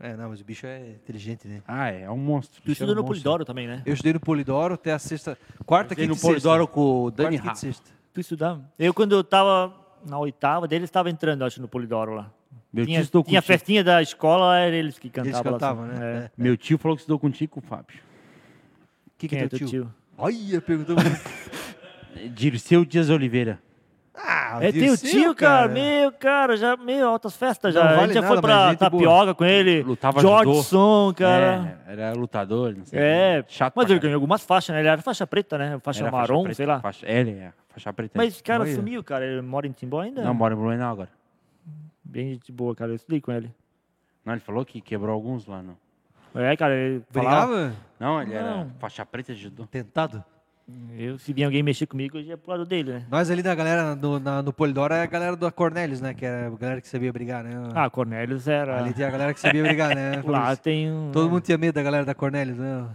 [SPEAKER 2] É, não, mas o bicho é inteligente, né?
[SPEAKER 1] Ah, é, é um monstro.
[SPEAKER 3] Tu estuda no
[SPEAKER 2] monstro.
[SPEAKER 3] Polidoro também, né?
[SPEAKER 2] Eu estudei no Polidoro até a sexta, quarta,
[SPEAKER 1] Tem
[SPEAKER 2] quinta,
[SPEAKER 1] no
[SPEAKER 2] e sexta.
[SPEAKER 1] Polidoro com o
[SPEAKER 2] quarta,
[SPEAKER 1] Dani
[SPEAKER 2] quinta, e
[SPEAKER 1] Rafa.
[SPEAKER 2] sexta. É
[SPEAKER 3] Tu estudava? Eu, quando eu tava na oitava, dele estava entrando, acho, no Polidoro lá.
[SPEAKER 1] Meu
[SPEAKER 3] tinha
[SPEAKER 1] tio estudou
[SPEAKER 3] tinha a
[SPEAKER 1] contigo.
[SPEAKER 3] festinha da escola, era eles que cantavam.
[SPEAKER 2] Eles
[SPEAKER 3] lá,
[SPEAKER 2] cantavam,
[SPEAKER 3] assim.
[SPEAKER 2] né?
[SPEAKER 3] É.
[SPEAKER 2] É.
[SPEAKER 1] Meu tio falou que estudou contigo, com o Fábio.
[SPEAKER 2] Que que
[SPEAKER 3] Quem é
[SPEAKER 2] é
[SPEAKER 3] teu tio? <laughs>
[SPEAKER 2] Olha, perguntou.
[SPEAKER 1] Dirceu Dias Oliveira.
[SPEAKER 2] Ah, Ah,
[SPEAKER 3] É teu
[SPEAKER 2] Dirceu,
[SPEAKER 3] tio, cara. né? Meu, cara, já, meu, altas festas já.
[SPEAKER 2] Não
[SPEAKER 3] a
[SPEAKER 2] vale
[SPEAKER 3] gente já
[SPEAKER 2] nada,
[SPEAKER 3] foi
[SPEAKER 2] mas
[SPEAKER 3] pra
[SPEAKER 2] gente boa.
[SPEAKER 3] tapioca com ele.
[SPEAKER 1] Lutava
[SPEAKER 3] Jordson, cara.
[SPEAKER 1] É, era lutador, não sei.
[SPEAKER 3] É,
[SPEAKER 1] chato. pra
[SPEAKER 3] mas ele
[SPEAKER 1] caralho.
[SPEAKER 3] ganhou algumas faixas, né? Ele era faixa preta, né? Faixa
[SPEAKER 1] Era
[SPEAKER 3] marrom,
[SPEAKER 1] preta,
[SPEAKER 3] sei lá.
[SPEAKER 1] Faixa, ele é, faixa preta.
[SPEAKER 3] Mas, cara,
[SPEAKER 2] Olha.
[SPEAKER 3] sumiu, cara. Ele mora em Timbó ainda?
[SPEAKER 1] Não, mora em Blumenau agora.
[SPEAKER 3] Bem de boa, cara. Eu estudei com ele.
[SPEAKER 1] Não, ele falou que quebrou alguns lá, não.
[SPEAKER 3] É, cara, ele falava.
[SPEAKER 2] Brigava?
[SPEAKER 1] Não, ele
[SPEAKER 3] Não.
[SPEAKER 1] era faixa preta de judô.
[SPEAKER 2] Tentado.
[SPEAKER 3] Eu, se vinha alguém mexer comigo, eu ia pro lado dele, né?
[SPEAKER 2] Nós ali da galera no, na, no Polidoro é a galera da Cornelius, né? Que era a galera que sabia brigar, né?
[SPEAKER 3] Ah, Cornelius era.
[SPEAKER 2] ali tem a galera que sabia brigar,
[SPEAKER 3] <laughs>
[SPEAKER 2] né?
[SPEAKER 3] Lá tem um.
[SPEAKER 2] Todo mundo tinha medo da galera da Cornelius, né?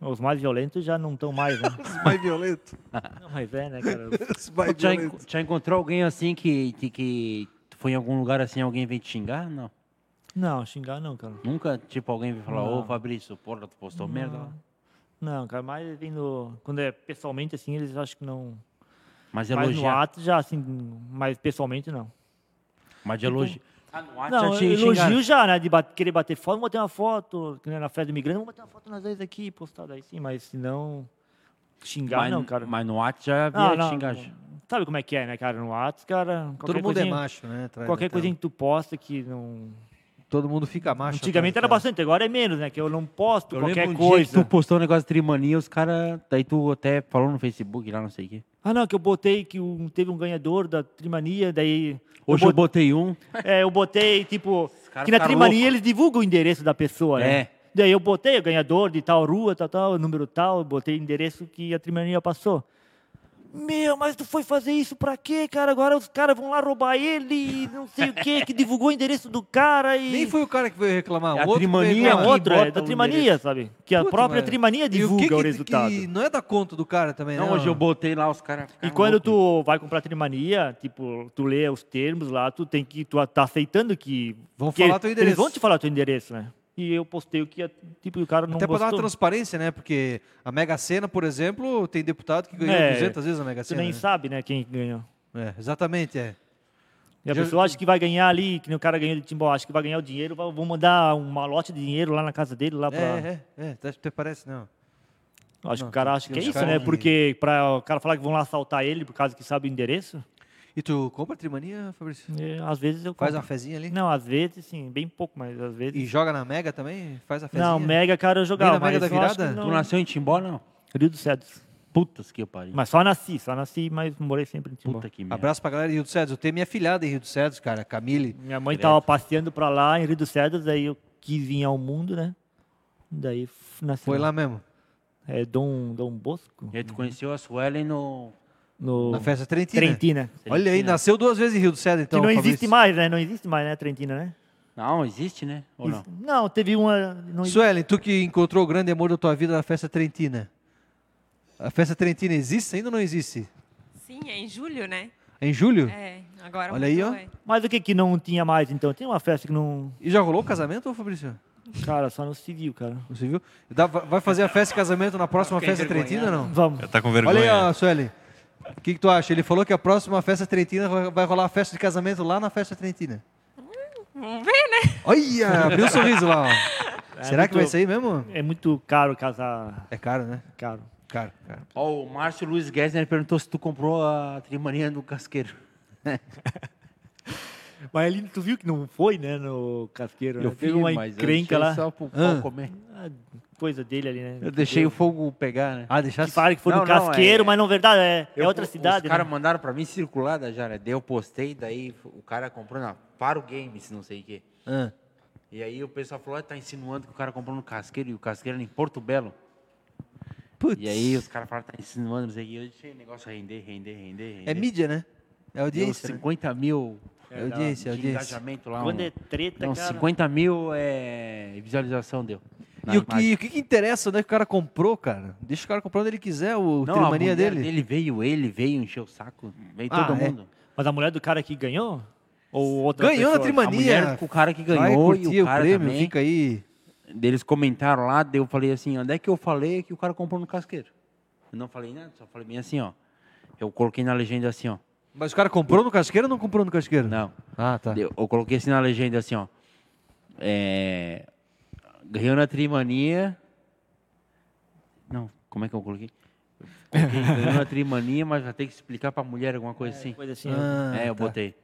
[SPEAKER 3] Os mais violentos já não estão mais, né?
[SPEAKER 2] Os mais violentos.
[SPEAKER 3] não, mas é, né, cara?
[SPEAKER 2] Os mais
[SPEAKER 1] Já,
[SPEAKER 2] violentos.
[SPEAKER 1] enco- já encontrou alguém assim que, que, que tu foi em algum lugar assim alguém veio te xingar? Não.
[SPEAKER 3] Não, xingar não, cara.
[SPEAKER 1] Nunca, tipo, alguém veio falar,
[SPEAKER 3] Não.
[SPEAKER 1] ô Fabrício, porra, tu postou merda lá.
[SPEAKER 3] Não, cara, mas vem no. Quando é pessoalmente, assim, eles acho que não.
[SPEAKER 1] Mas
[SPEAKER 3] Mas no
[SPEAKER 1] elogiar.
[SPEAKER 3] ato já, assim, mas pessoalmente não.
[SPEAKER 1] Mas elogio. Ah, no ato
[SPEAKER 3] Não,
[SPEAKER 1] já te xingaram.
[SPEAKER 3] elogio já, né? De bate- querer bater foto, vou bater uma foto, que nem na festa do imigrante, vou bater uma foto nas vezes aqui, postada aí sim, mas se não. Xingar
[SPEAKER 1] Mas,
[SPEAKER 3] não, cara.
[SPEAKER 1] mas no ato já
[SPEAKER 3] Ah,
[SPEAKER 1] havia
[SPEAKER 3] não,
[SPEAKER 1] xingar.
[SPEAKER 3] Sabe como é que é, né, cara? No ato, cara.
[SPEAKER 2] Todo
[SPEAKER 3] qualquer
[SPEAKER 2] mundo é
[SPEAKER 3] coisinha-
[SPEAKER 2] macho, né? atrás
[SPEAKER 3] Qualquer
[SPEAKER 2] da tela.
[SPEAKER 3] coisinha que tu posta que não.
[SPEAKER 2] Todo mundo fica macho.
[SPEAKER 3] Antigamente era
[SPEAKER 2] atrás da
[SPEAKER 3] bastante, agora é menos, né? Que eu não posto
[SPEAKER 1] tá. Eu
[SPEAKER 3] qualquer
[SPEAKER 1] lembro um dia que
[SPEAKER 3] coisa.
[SPEAKER 1] tu postou um negócio de trimania, os caras. Daí tu até falou no Facebook lá, não sei o quê.
[SPEAKER 3] Ah, não, que eu botei que um- teve um ganhador da Trimania, daí.
[SPEAKER 1] Hoje eu botei um.
[SPEAKER 3] <laughs> É, eu botei, tipo,
[SPEAKER 1] caras
[SPEAKER 3] que na
[SPEAKER 1] ficaram
[SPEAKER 3] Trimania
[SPEAKER 1] loucos.
[SPEAKER 3] eles divulgam o endereço da pessoa, né?
[SPEAKER 1] É.
[SPEAKER 3] Daí eu botei o ganhador de tal rua, tal, tal, número tal, botei o endereço que a Trimania passou. Meu, mas tu foi fazer isso pra quê, cara? Agora os caras vão lá roubar ele, e não sei o quê, que divulgou o endereço do cara e...
[SPEAKER 2] tela. Nem foi o cara que veio reclamar.
[SPEAKER 1] É a
[SPEAKER 2] o outro que veio
[SPEAKER 1] trimania,
[SPEAKER 3] É
[SPEAKER 2] reclamar.
[SPEAKER 1] Quem
[SPEAKER 3] outro, é
[SPEAKER 1] bota
[SPEAKER 3] da
[SPEAKER 1] o
[SPEAKER 3] Trimania,
[SPEAKER 1] endereço?
[SPEAKER 3] sabe? Que a
[SPEAKER 2] Puta,
[SPEAKER 3] própria
[SPEAKER 2] mano.
[SPEAKER 3] Trimania
[SPEAKER 2] E o
[SPEAKER 3] divulga
[SPEAKER 2] que
[SPEAKER 3] o,
[SPEAKER 2] que-
[SPEAKER 3] resultado.
[SPEAKER 2] Que não é da conta do cara também,
[SPEAKER 1] Não,
[SPEAKER 2] né?
[SPEAKER 1] hoje eu botei lá, os caras.
[SPEAKER 3] E
[SPEAKER 2] Tá
[SPEAKER 1] ficaram
[SPEAKER 3] quando
[SPEAKER 1] loucos.
[SPEAKER 3] tu vai comprar trimania, tipo, tu lê os termos lá, tu tem que, tu tá aceitando que...
[SPEAKER 2] Vão
[SPEAKER 3] que
[SPEAKER 2] falar teu
[SPEAKER 3] Eles
[SPEAKER 2] endereço.
[SPEAKER 3] vão te falar teu endereço, né? E eu postei o que, a- tipo, o cara não
[SPEAKER 2] Até pra dar uma
[SPEAKER 3] gostou.
[SPEAKER 2] transparência, né? Porque a Mega Sena, por exemplo, tem deputado que ganhou
[SPEAKER 3] É,
[SPEAKER 2] 200 vezes a Mega
[SPEAKER 3] tu
[SPEAKER 2] Sena.
[SPEAKER 3] nem
[SPEAKER 2] né?
[SPEAKER 3] sabe, né, quem ganhou.
[SPEAKER 2] É, exatamente, é.
[SPEAKER 3] E a
[SPEAKER 2] Já-
[SPEAKER 3] pessoa acha que vai ganhar ali, que nem o cara ganhou de Timbó, acha que vai ganhar o dinheiro, vai- vão mandar um malote de dinheiro lá na casa dele, lá pra...
[SPEAKER 2] É, é, é, até- até parece, não.
[SPEAKER 3] Acho que
[SPEAKER 2] Não,
[SPEAKER 3] o cara acha que é
[SPEAKER 2] os
[SPEAKER 3] isso,
[SPEAKER 2] caras
[SPEAKER 3] né?
[SPEAKER 2] que-
[SPEAKER 3] Porque pra o cara falar que vão lá assaltar ele por causa que sabe o endereço,
[SPEAKER 2] E tu compra a trimania, Fabrício?
[SPEAKER 3] é, às vezes eu...
[SPEAKER 2] Faz uma
[SPEAKER 3] compro.
[SPEAKER 2] fezinha ali?
[SPEAKER 3] Não, às vezes, sim, bem pouco, mas às vezes...
[SPEAKER 2] E joga na Mega também? Faz a fezinha?
[SPEAKER 3] Não, Mega, cara, eu jogava,
[SPEAKER 2] Mega
[SPEAKER 3] mas
[SPEAKER 2] da
[SPEAKER 3] eu acho que
[SPEAKER 2] virada?
[SPEAKER 3] não-
[SPEAKER 1] Tu nasceu em Timbó, não?
[SPEAKER 3] Rio do Cedros.
[SPEAKER 1] Putas que pariu.
[SPEAKER 3] Mas só nasci, só nasci, mas morei sempre em Timbó.
[SPEAKER 1] Puta que merda.
[SPEAKER 2] Abraço pra galera de Rio dos Cedros. Eu tenho minha filhada em Rio dos Cedros, cara, Camille.
[SPEAKER 3] Minha mãe tava passeando pra lá em Rio dos Cedros, aí eu quis vir ao mundo, né? Daí f- nasci
[SPEAKER 2] Foi lá mesmo,
[SPEAKER 3] É Dom, Dom Bosco?
[SPEAKER 1] E aí tu conheceu a Suelen no.
[SPEAKER 3] No
[SPEAKER 2] na festa Trentina.
[SPEAKER 3] Trentina.
[SPEAKER 2] Olha aí, nasceu duas vezes em Rio dos Cedros, então.
[SPEAKER 3] que não existe
[SPEAKER 2] Fabrício.
[SPEAKER 3] mais, né? Não existe mais, né, Trentina, né?
[SPEAKER 1] Não, existe, né? Ou não?
[SPEAKER 3] Ex- não, teve uma... Não existe.
[SPEAKER 2] Suelen, tu que encontrou o grande amor da tua vida na festa Trentina. A festa Trentina existe ainda ou não existe?
[SPEAKER 6] Sim, é em julho, né?
[SPEAKER 2] É em julho?
[SPEAKER 6] É, agora
[SPEAKER 2] Olha aí,
[SPEAKER 6] mudou,
[SPEAKER 2] ó.
[SPEAKER 6] é.
[SPEAKER 3] Mas o que que não tinha mais, então? Tinha uma festa que não...
[SPEAKER 2] E já rolou o casamento, ô Fabrício?
[SPEAKER 3] Cara, só não se viu, cara.
[SPEAKER 2] Você viu? Dá- va- vai fazer a festa de casamento na próxima festa Trentina ou não?
[SPEAKER 3] Vamos.
[SPEAKER 7] Tá com
[SPEAKER 2] Olha aí,
[SPEAKER 7] vergonha.
[SPEAKER 2] ó, Suelen. O que, que tu acha? Ele falou que a próxima festa Trentina vai- vai rolar a festa de casamento lá na festa Trentina.
[SPEAKER 6] Vamos ver, né?
[SPEAKER 2] Olha, abriu um sorriso lá, ó. Será que vai
[SPEAKER 3] muito-
[SPEAKER 2] sair mesmo?
[SPEAKER 3] É muito caro casar...
[SPEAKER 2] É caro, né?
[SPEAKER 3] Caro.
[SPEAKER 2] Caro, caro.
[SPEAKER 1] Ó, o Márcio Luiz Gessner perguntou se tu comprou a trimania do casqueiro.
[SPEAKER 3] Mas ele, tu viu que não foi, né, no casqueiro? né? Teve
[SPEAKER 1] fiz,
[SPEAKER 3] uma
[SPEAKER 1] mas eu deixei
[SPEAKER 3] encrenca lá.
[SPEAKER 1] só pro pau
[SPEAKER 2] Ah.
[SPEAKER 1] comer.
[SPEAKER 3] Ah, Coisa dele ali, né?
[SPEAKER 1] Eu deixei o fogo pegar, né?
[SPEAKER 2] Ah, deixar
[SPEAKER 3] Que falaram que foi
[SPEAKER 1] Não,
[SPEAKER 3] no
[SPEAKER 1] não,
[SPEAKER 3] casqueiro,
[SPEAKER 1] é-
[SPEAKER 3] mas não é verdade, é, é
[SPEAKER 1] Eu-
[SPEAKER 3] outra cidade.
[SPEAKER 1] Os caras
[SPEAKER 3] né?
[SPEAKER 1] mandaram pra mim circular da Jara. Daí eu postei, daí o cara comprou na Paro Games, não sei o quê.
[SPEAKER 2] Ah.
[SPEAKER 1] E aí o pessoal falou, ah, tá insinuando que o cara comprou no casqueiro e o casqueiro era em Porto Belo.
[SPEAKER 2] Putz.
[SPEAKER 1] E aí os caras falaram, tá insinuando, não sei o quê. Eu deixei o negócio é render, render, render, render.
[SPEAKER 2] É mídia, né? É
[SPEAKER 1] Deu
[SPEAKER 2] audiência. né?
[SPEAKER 1] 50 mil
[SPEAKER 2] É audiência,
[SPEAKER 1] de
[SPEAKER 2] audiência.
[SPEAKER 1] engajamento lá.
[SPEAKER 3] Quando
[SPEAKER 1] um-
[SPEAKER 3] é treta,
[SPEAKER 1] Não,
[SPEAKER 3] cara.
[SPEAKER 1] 50 mil é visualização deu. na
[SPEAKER 2] E o
[SPEAKER 1] imagem.
[SPEAKER 2] que, o que que interessa onde é que o cara comprou, cara? Deixa o cara comprar onde ele quiser, o
[SPEAKER 1] Não, a
[SPEAKER 2] trimania
[SPEAKER 1] mulher
[SPEAKER 2] dele.
[SPEAKER 1] dele. veio, ele veio, encheu o saco. Veio
[SPEAKER 2] Ah,
[SPEAKER 1] todo
[SPEAKER 2] é.
[SPEAKER 1] mundo.
[SPEAKER 3] Mas a mulher do cara que ganhou? Ou outra
[SPEAKER 2] Ganhou na
[SPEAKER 3] pessoa?
[SPEAKER 2] Trimania.
[SPEAKER 1] A mulher, com o cara que
[SPEAKER 2] é. Vai
[SPEAKER 1] ganhou
[SPEAKER 2] curtir
[SPEAKER 1] e o
[SPEAKER 2] o,
[SPEAKER 1] cara
[SPEAKER 2] prêmio,
[SPEAKER 1] também.
[SPEAKER 2] fica aí.
[SPEAKER 1] Eles comentaram lá, daí eu falei assim, onde é que eu falei que o cara comprou no casqueiro? Eu não falei nada, só falei bem assim, ó. Eu coloquei na legenda assim, ó.
[SPEAKER 2] Mas o cara comprou no casqueiro ou não comprou no casqueiro?
[SPEAKER 1] Não.
[SPEAKER 2] Ah, tá.
[SPEAKER 1] Eu eu coloquei assim na legenda assim, ó. É, ganhou na trimania. Não, como é que eu coloquei? Ganhou a trimania, mas vai ter que explicar pra mulher alguma coisa assim.
[SPEAKER 3] Coisa assim,
[SPEAKER 2] Ah,
[SPEAKER 1] é, eu
[SPEAKER 2] tá.
[SPEAKER 1] botei.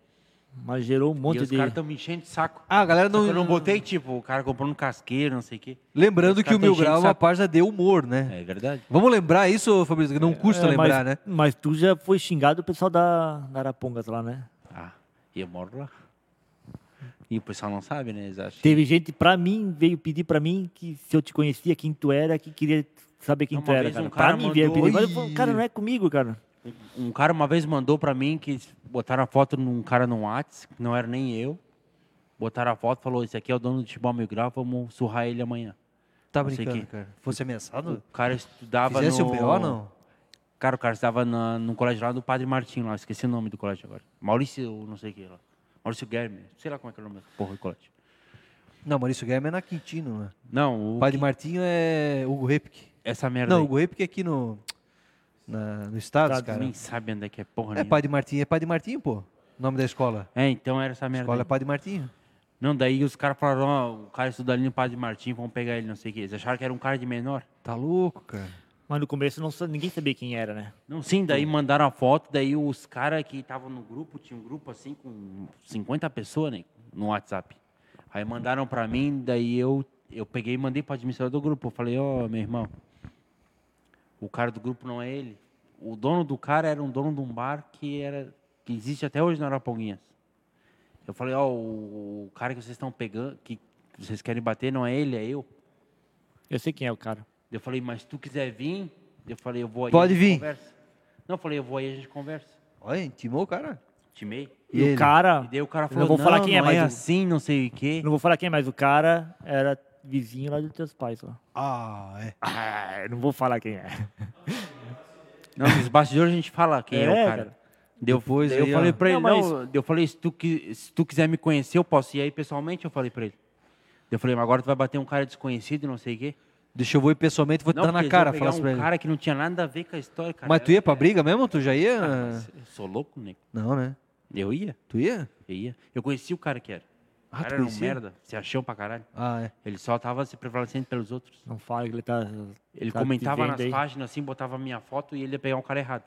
[SPEAKER 3] Mas gerou um
[SPEAKER 1] e
[SPEAKER 3] monte
[SPEAKER 1] os
[SPEAKER 3] de.
[SPEAKER 1] caras estão me enchendo de saco.
[SPEAKER 2] Ah, a galera
[SPEAKER 1] Só que
[SPEAKER 2] não.
[SPEAKER 1] eu não botei, tipo, o cara comprou um casqueiro, não sei o quê.
[SPEAKER 2] Lembrando
[SPEAKER 1] Os
[SPEAKER 2] que o
[SPEAKER 1] caras
[SPEAKER 2] Mil
[SPEAKER 1] tão enchendo
[SPEAKER 2] Grau é
[SPEAKER 1] o
[SPEAKER 2] uma
[SPEAKER 1] saco.
[SPEAKER 2] página de humor, né?
[SPEAKER 1] É verdade.
[SPEAKER 2] Vamos lembrar isso, Fabrício, que não custa
[SPEAKER 3] É,
[SPEAKER 2] lembrar,
[SPEAKER 3] mas,
[SPEAKER 2] né?
[SPEAKER 3] mas tu já foi xingado o pessoal da, da Arapongas lá, né?
[SPEAKER 1] Ah, e eu moro lá. E o pessoal não sabe, né? Eles acham.
[SPEAKER 3] Teve gente pra mim, veio pedir pra mim que se eu te conhecia, quem tu era, que queria saber quem
[SPEAKER 1] Uma
[SPEAKER 3] tu era,
[SPEAKER 1] vez
[SPEAKER 3] cara.
[SPEAKER 1] um cara
[SPEAKER 3] pra mim veio
[SPEAKER 1] mandou-
[SPEAKER 3] pedir. Mas eu falo, cara, não é comigo, cara.
[SPEAKER 1] Um cara uma vez mandou pra mim que botaram a foto num cara no WhatsApp, que não era nem eu. Botaram a foto, falou, esse aqui é o dono do Tibau Mil Grau, vamos surrar ele amanhã.
[SPEAKER 2] Tá
[SPEAKER 1] não sei
[SPEAKER 2] brincando,
[SPEAKER 1] quem.
[SPEAKER 2] cara. Fosse ameaçado?
[SPEAKER 1] O cara estudava
[SPEAKER 2] Fizesse um
[SPEAKER 1] no...
[SPEAKER 2] o B.O. não?
[SPEAKER 1] Cara, o cara estava na, no colégio lá do Padre Martim, lá. Esqueci o nome do colégio agora. Maurício, não sei o que lá. Maurício Guilherme. Sei lá como é que é o nome. Porra, do colégio.
[SPEAKER 2] Não, Maurício Guerra é na Quintino, né?
[SPEAKER 1] Não,
[SPEAKER 2] O
[SPEAKER 1] o,
[SPEAKER 2] Padre Martinho é Hugo Repic.
[SPEAKER 1] essa merda
[SPEAKER 2] Não,
[SPEAKER 1] aí.
[SPEAKER 2] o Hugo Repic é aqui no, na, no Estado,
[SPEAKER 3] Estados,
[SPEAKER 2] cara.
[SPEAKER 1] Nem sabe onde é que é porra
[SPEAKER 2] É
[SPEAKER 1] nenhuma.
[SPEAKER 2] Padre Martinho, é Padre Martinho, pô. O nome da escola.
[SPEAKER 1] É, então era essa merda
[SPEAKER 2] Escola é
[SPEAKER 1] aí.
[SPEAKER 2] Padre Martinho.
[SPEAKER 1] Não, daí os caras falaram, ó, o cara estuda ali no Padre Martim, vamos pegar ele, não sei o que. Eles acharam que era um cara de menor.
[SPEAKER 2] Tá louco, cara.
[SPEAKER 3] Mas no começo não, sa- ninguém sabia quem era, né?
[SPEAKER 1] Não, sim, daí mandaram a foto, daí os caras que estavam no grupo, tinha um grupo assim com 50 pessoas, né, no WhatsApp. Aí mandaram pra mim, daí eu, eu peguei e mandei pro administrador do grupo. Eu falei, ó, meu irmão, o cara do grupo não é ele. O dono do cara era um dono de um bar que, era, que existe até hoje na Araponguinhas. Eu falei, ó, o, o cara que vocês estão pegando, que vocês querem bater, não é ele, é eu.
[SPEAKER 3] Eu sei quem é o cara.
[SPEAKER 1] Eu falei, mas se tu quiser vir, eu falei, eu vou aí.
[SPEAKER 2] Pode
[SPEAKER 1] a gente
[SPEAKER 2] vir.
[SPEAKER 1] Conversa. Não, eu falei, eu vou aí, a gente conversa.
[SPEAKER 2] Olha, intimou o cara.
[SPEAKER 1] Timei.
[SPEAKER 3] E,
[SPEAKER 2] E
[SPEAKER 3] o
[SPEAKER 2] ele?
[SPEAKER 3] cara.
[SPEAKER 1] E daí o cara
[SPEAKER 3] eu
[SPEAKER 1] falou,
[SPEAKER 3] não vou falar quem é,
[SPEAKER 1] mas
[SPEAKER 3] mas. o-
[SPEAKER 1] assim, não sei o quê.
[SPEAKER 3] Não vou falar quem é, mas o cara era vizinho lá dos teus pais, ó.
[SPEAKER 2] Ah, é.
[SPEAKER 3] Ah, eu não vou falar quem é.
[SPEAKER 1] Não, nos bastidores a gente fala quem é,
[SPEAKER 3] É,
[SPEAKER 1] o cara.
[SPEAKER 3] cara.
[SPEAKER 1] Deu,
[SPEAKER 2] Depois
[SPEAKER 1] daí
[SPEAKER 2] aí,
[SPEAKER 1] eu falei
[SPEAKER 2] ó.
[SPEAKER 1] pra ele,
[SPEAKER 3] Não,
[SPEAKER 1] não, eu falei, se tu, qui- se tu quiser me conhecer, eu posso ir aí pessoalmente, eu falei pra ele. Eu falei, mas agora tu vai bater um cara desconhecido, não sei o quê.
[SPEAKER 2] Deixa eu vou ir pessoalmente, vou te
[SPEAKER 1] Não,
[SPEAKER 2] dar
[SPEAKER 1] porque
[SPEAKER 2] na
[SPEAKER 1] eles iam
[SPEAKER 2] cara,
[SPEAKER 1] pegar
[SPEAKER 2] falasse pra
[SPEAKER 1] um
[SPEAKER 2] ele.
[SPEAKER 1] cara que não tinha nada a ver com a história, cara. é. Ah,
[SPEAKER 2] Mas tu ia pra briga mesmo? Tu já ia?
[SPEAKER 1] Eu sou louco, né?
[SPEAKER 2] Não, né?
[SPEAKER 1] Eu ia,
[SPEAKER 2] Tu ia?
[SPEAKER 1] eu ia. Eu conheci o cara que era. O
[SPEAKER 2] Ah, tu
[SPEAKER 1] cara era um
[SPEAKER 2] conhecia?
[SPEAKER 1] merda, se achou pra caralho.
[SPEAKER 2] Ah, é.
[SPEAKER 1] Ele só tava se prevalecendo pelos outros.
[SPEAKER 3] Não fala que ele tá.
[SPEAKER 1] Ele
[SPEAKER 3] tá te
[SPEAKER 1] comentava
[SPEAKER 3] vendo
[SPEAKER 1] nas
[SPEAKER 3] aí.
[SPEAKER 1] páginas, assim, botava minha foto e ele ia pegar um cara errado.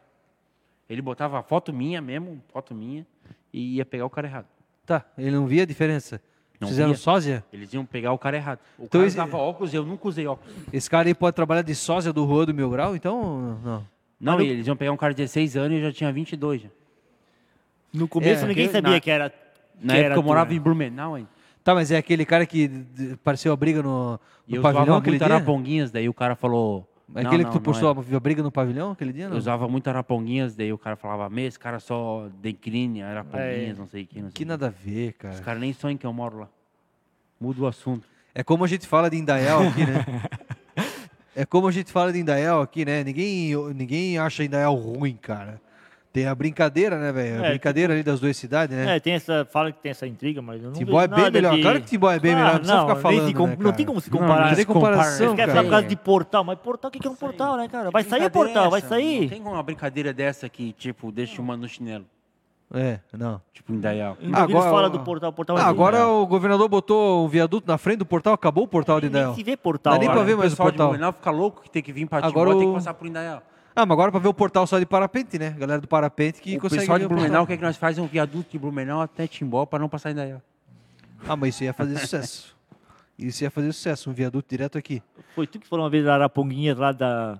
[SPEAKER 1] Ele botava a foto minha mesmo, foto minha, e ia pegar o cara errado.
[SPEAKER 2] Tá, ele não via a diferença.
[SPEAKER 1] Não
[SPEAKER 2] Fizeram
[SPEAKER 1] via.
[SPEAKER 2] sósia?
[SPEAKER 1] Eles iam pegar o cara errado. O
[SPEAKER 2] Então
[SPEAKER 1] cara
[SPEAKER 2] esse-
[SPEAKER 1] usava óculos, eu nunca usei óculos.
[SPEAKER 2] Esse cara aí pode trabalhar de sósia do Juan do Mil Grau, então? ou Não.
[SPEAKER 1] Não, e eles iam pegar um cara de 16 anos e eu já tinha 22. Já.
[SPEAKER 3] No começo
[SPEAKER 1] É,
[SPEAKER 3] ninguém
[SPEAKER 1] porque
[SPEAKER 3] sabia
[SPEAKER 1] na-
[SPEAKER 3] que era.
[SPEAKER 1] Na
[SPEAKER 3] que
[SPEAKER 1] época eu
[SPEAKER 3] tu,
[SPEAKER 1] morava
[SPEAKER 3] né?
[SPEAKER 1] em Blumenau, hein?
[SPEAKER 2] Tá, mas é aquele cara que d- apareceu a briga no,
[SPEAKER 1] E
[SPEAKER 2] no
[SPEAKER 1] eu
[SPEAKER 2] pavilhão
[SPEAKER 1] usava
[SPEAKER 2] aquele
[SPEAKER 1] muito
[SPEAKER 2] dia?
[SPEAKER 1] araponguinhas, daí o cara falou...
[SPEAKER 2] É
[SPEAKER 1] "Não,
[SPEAKER 2] aquele
[SPEAKER 1] não,
[SPEAKER 2] que tu
[SPEAKER 1] não
[SPEAKER 2] postou
[SPEAKER 1] é."
[SPEAKER 2] a briga no pavilhão aquele dia?
[SPEAKER 1] Eu
[SPEAKER 2] Não?
[SPEAKER 1] usava muito araponguinhas, daí o cara falava, "Meu, esse cara só decline araponguinhas,
[SPEAKER 3] É.
[SPEAKER 1] não sei o que, não sei
[SPEAKER 2] Que
[SPEAKER 1] o
[SPEAKER 2] nada a ver,
[SPEAKER 1] que." Os
[SPEAKER 2] cara.
[SPEAKER 1] caras nem sonham que eu moro lá. Muda o assunto.
[SPEAKER 2] É como a gente fala de Indaial aqui,
[SPEAKER 1] <laughs>
[SPEAKER 2] né? é como a gente fala de Indaial aqui, né? Ninguém, ninguém acha Indaial ruim, cara. Tem a brincadeira, né, velho? A
[SPEAKER 3] É,
[SPEAKER 1] tipo-
[SPEAKER 2] brincadeira ali das duas cidades, né?
[SPEAKER 3] É, tem essa. Fala que tem essa intriga, mas eu não
[SPEAKER 2] Timbó é
[SPEAKER 3] vejo
[SPEAKER 2] bem
[SPEAKER 3] nada
[SPEAKER 2] melhor.
[SPEAKER 3] de-
[SPEAKER 2] Claro que Timbó é bem melhor, não precisa
[SPEAKER 3] não,
[SPEAKER 2] ficar
[SPEAKER 3] nem se
[SPEAKER 2] falando,
[SPEAKER 3] com-
[SPEAKER 2] né,
[SPEAKER 3] não
[SPEAKER 2] cara?
[SPEAKER 3] tem como se
[SPEAKER 1] Não,
[SPEAKER 3] comparar.
[SPEAKER 1] não
[SPEAKER 2] tem
[SPEAKER 3] Eles
[SPEAKER 2] comparação,
[SPEAKER 3] querem falar por
[SPEAKER 2] cara.
[SPEAKER 3] causa de portal, mas portal, o que que é um portal, né, cara? Vai sair o portal, vai
[SPEAKER 1] Não
[SPEAKER 3] sair.
[SPEAKER 1] tem uma brincadeira dessa que, tipo, deixa o mano no chinelo.
[SPEAKER 2] É, não.
[SPEAKER 1] Tipo, em Dayal.
[SPEAKER 3] Agora
[SPEAKER 2] Agora-
[SPEAKER 3] fala do portal,
[SPEAKER 1] Então
[SPEAKER 3] portal. é
[SPEAKER 1] é
[SPEAKER 2] Ah,
[SPEAKER 3] mas
[SPEAKER 2] agora o governador botou o viaduto na frente do portal, acabou o portal de
[SPEAKER 3] nem
[SPEAKER 2] Indaial.
[SPEAKER 3] se vê portal.
[SPEAKER 2] Dá nem
[SPEAKER 3] lá,
[SPEAKER 2] pra
[SPEAKER 3] né?
[SPEAKER 2] ver mais o
[SPEAKER 1] pessoal
[SPEAKER 2] portal.
[SPEAKER 1] de Blumenau fica louco que tem que vir pra Timbó,
[SPEAKER 2] Agora
[SPEAKER 1] tem
[SPEAKER 2] o-
[SPEAKER 1] que passar por Indaial.
[SPEAKER 2] Ah, mas agora pra ver o portal só de parapente, né? Galera do parapente que
[SPEAKER 1] o
[SPEAKER 2] consegue
[SPEAKER 1] pessoal
[SPEAKER 2] ver
[SPEAKER 1] de
[SPEAKER 2] o
[SPEAKER 1] Blumenau
[SPEAKER 2] portal.
[SPEAKER 1] quer que nós faz um viaduto de Blumenau até Timbó pra não passar em Dayal.
[SPEAKER 2] Ah, mas isso ia fazer sucesso. Isso ia fazer sucesso, um viaduto direto aqui.
[SPEAKER 3] Foi tu que falou uma vez da Araponguinhas lá da.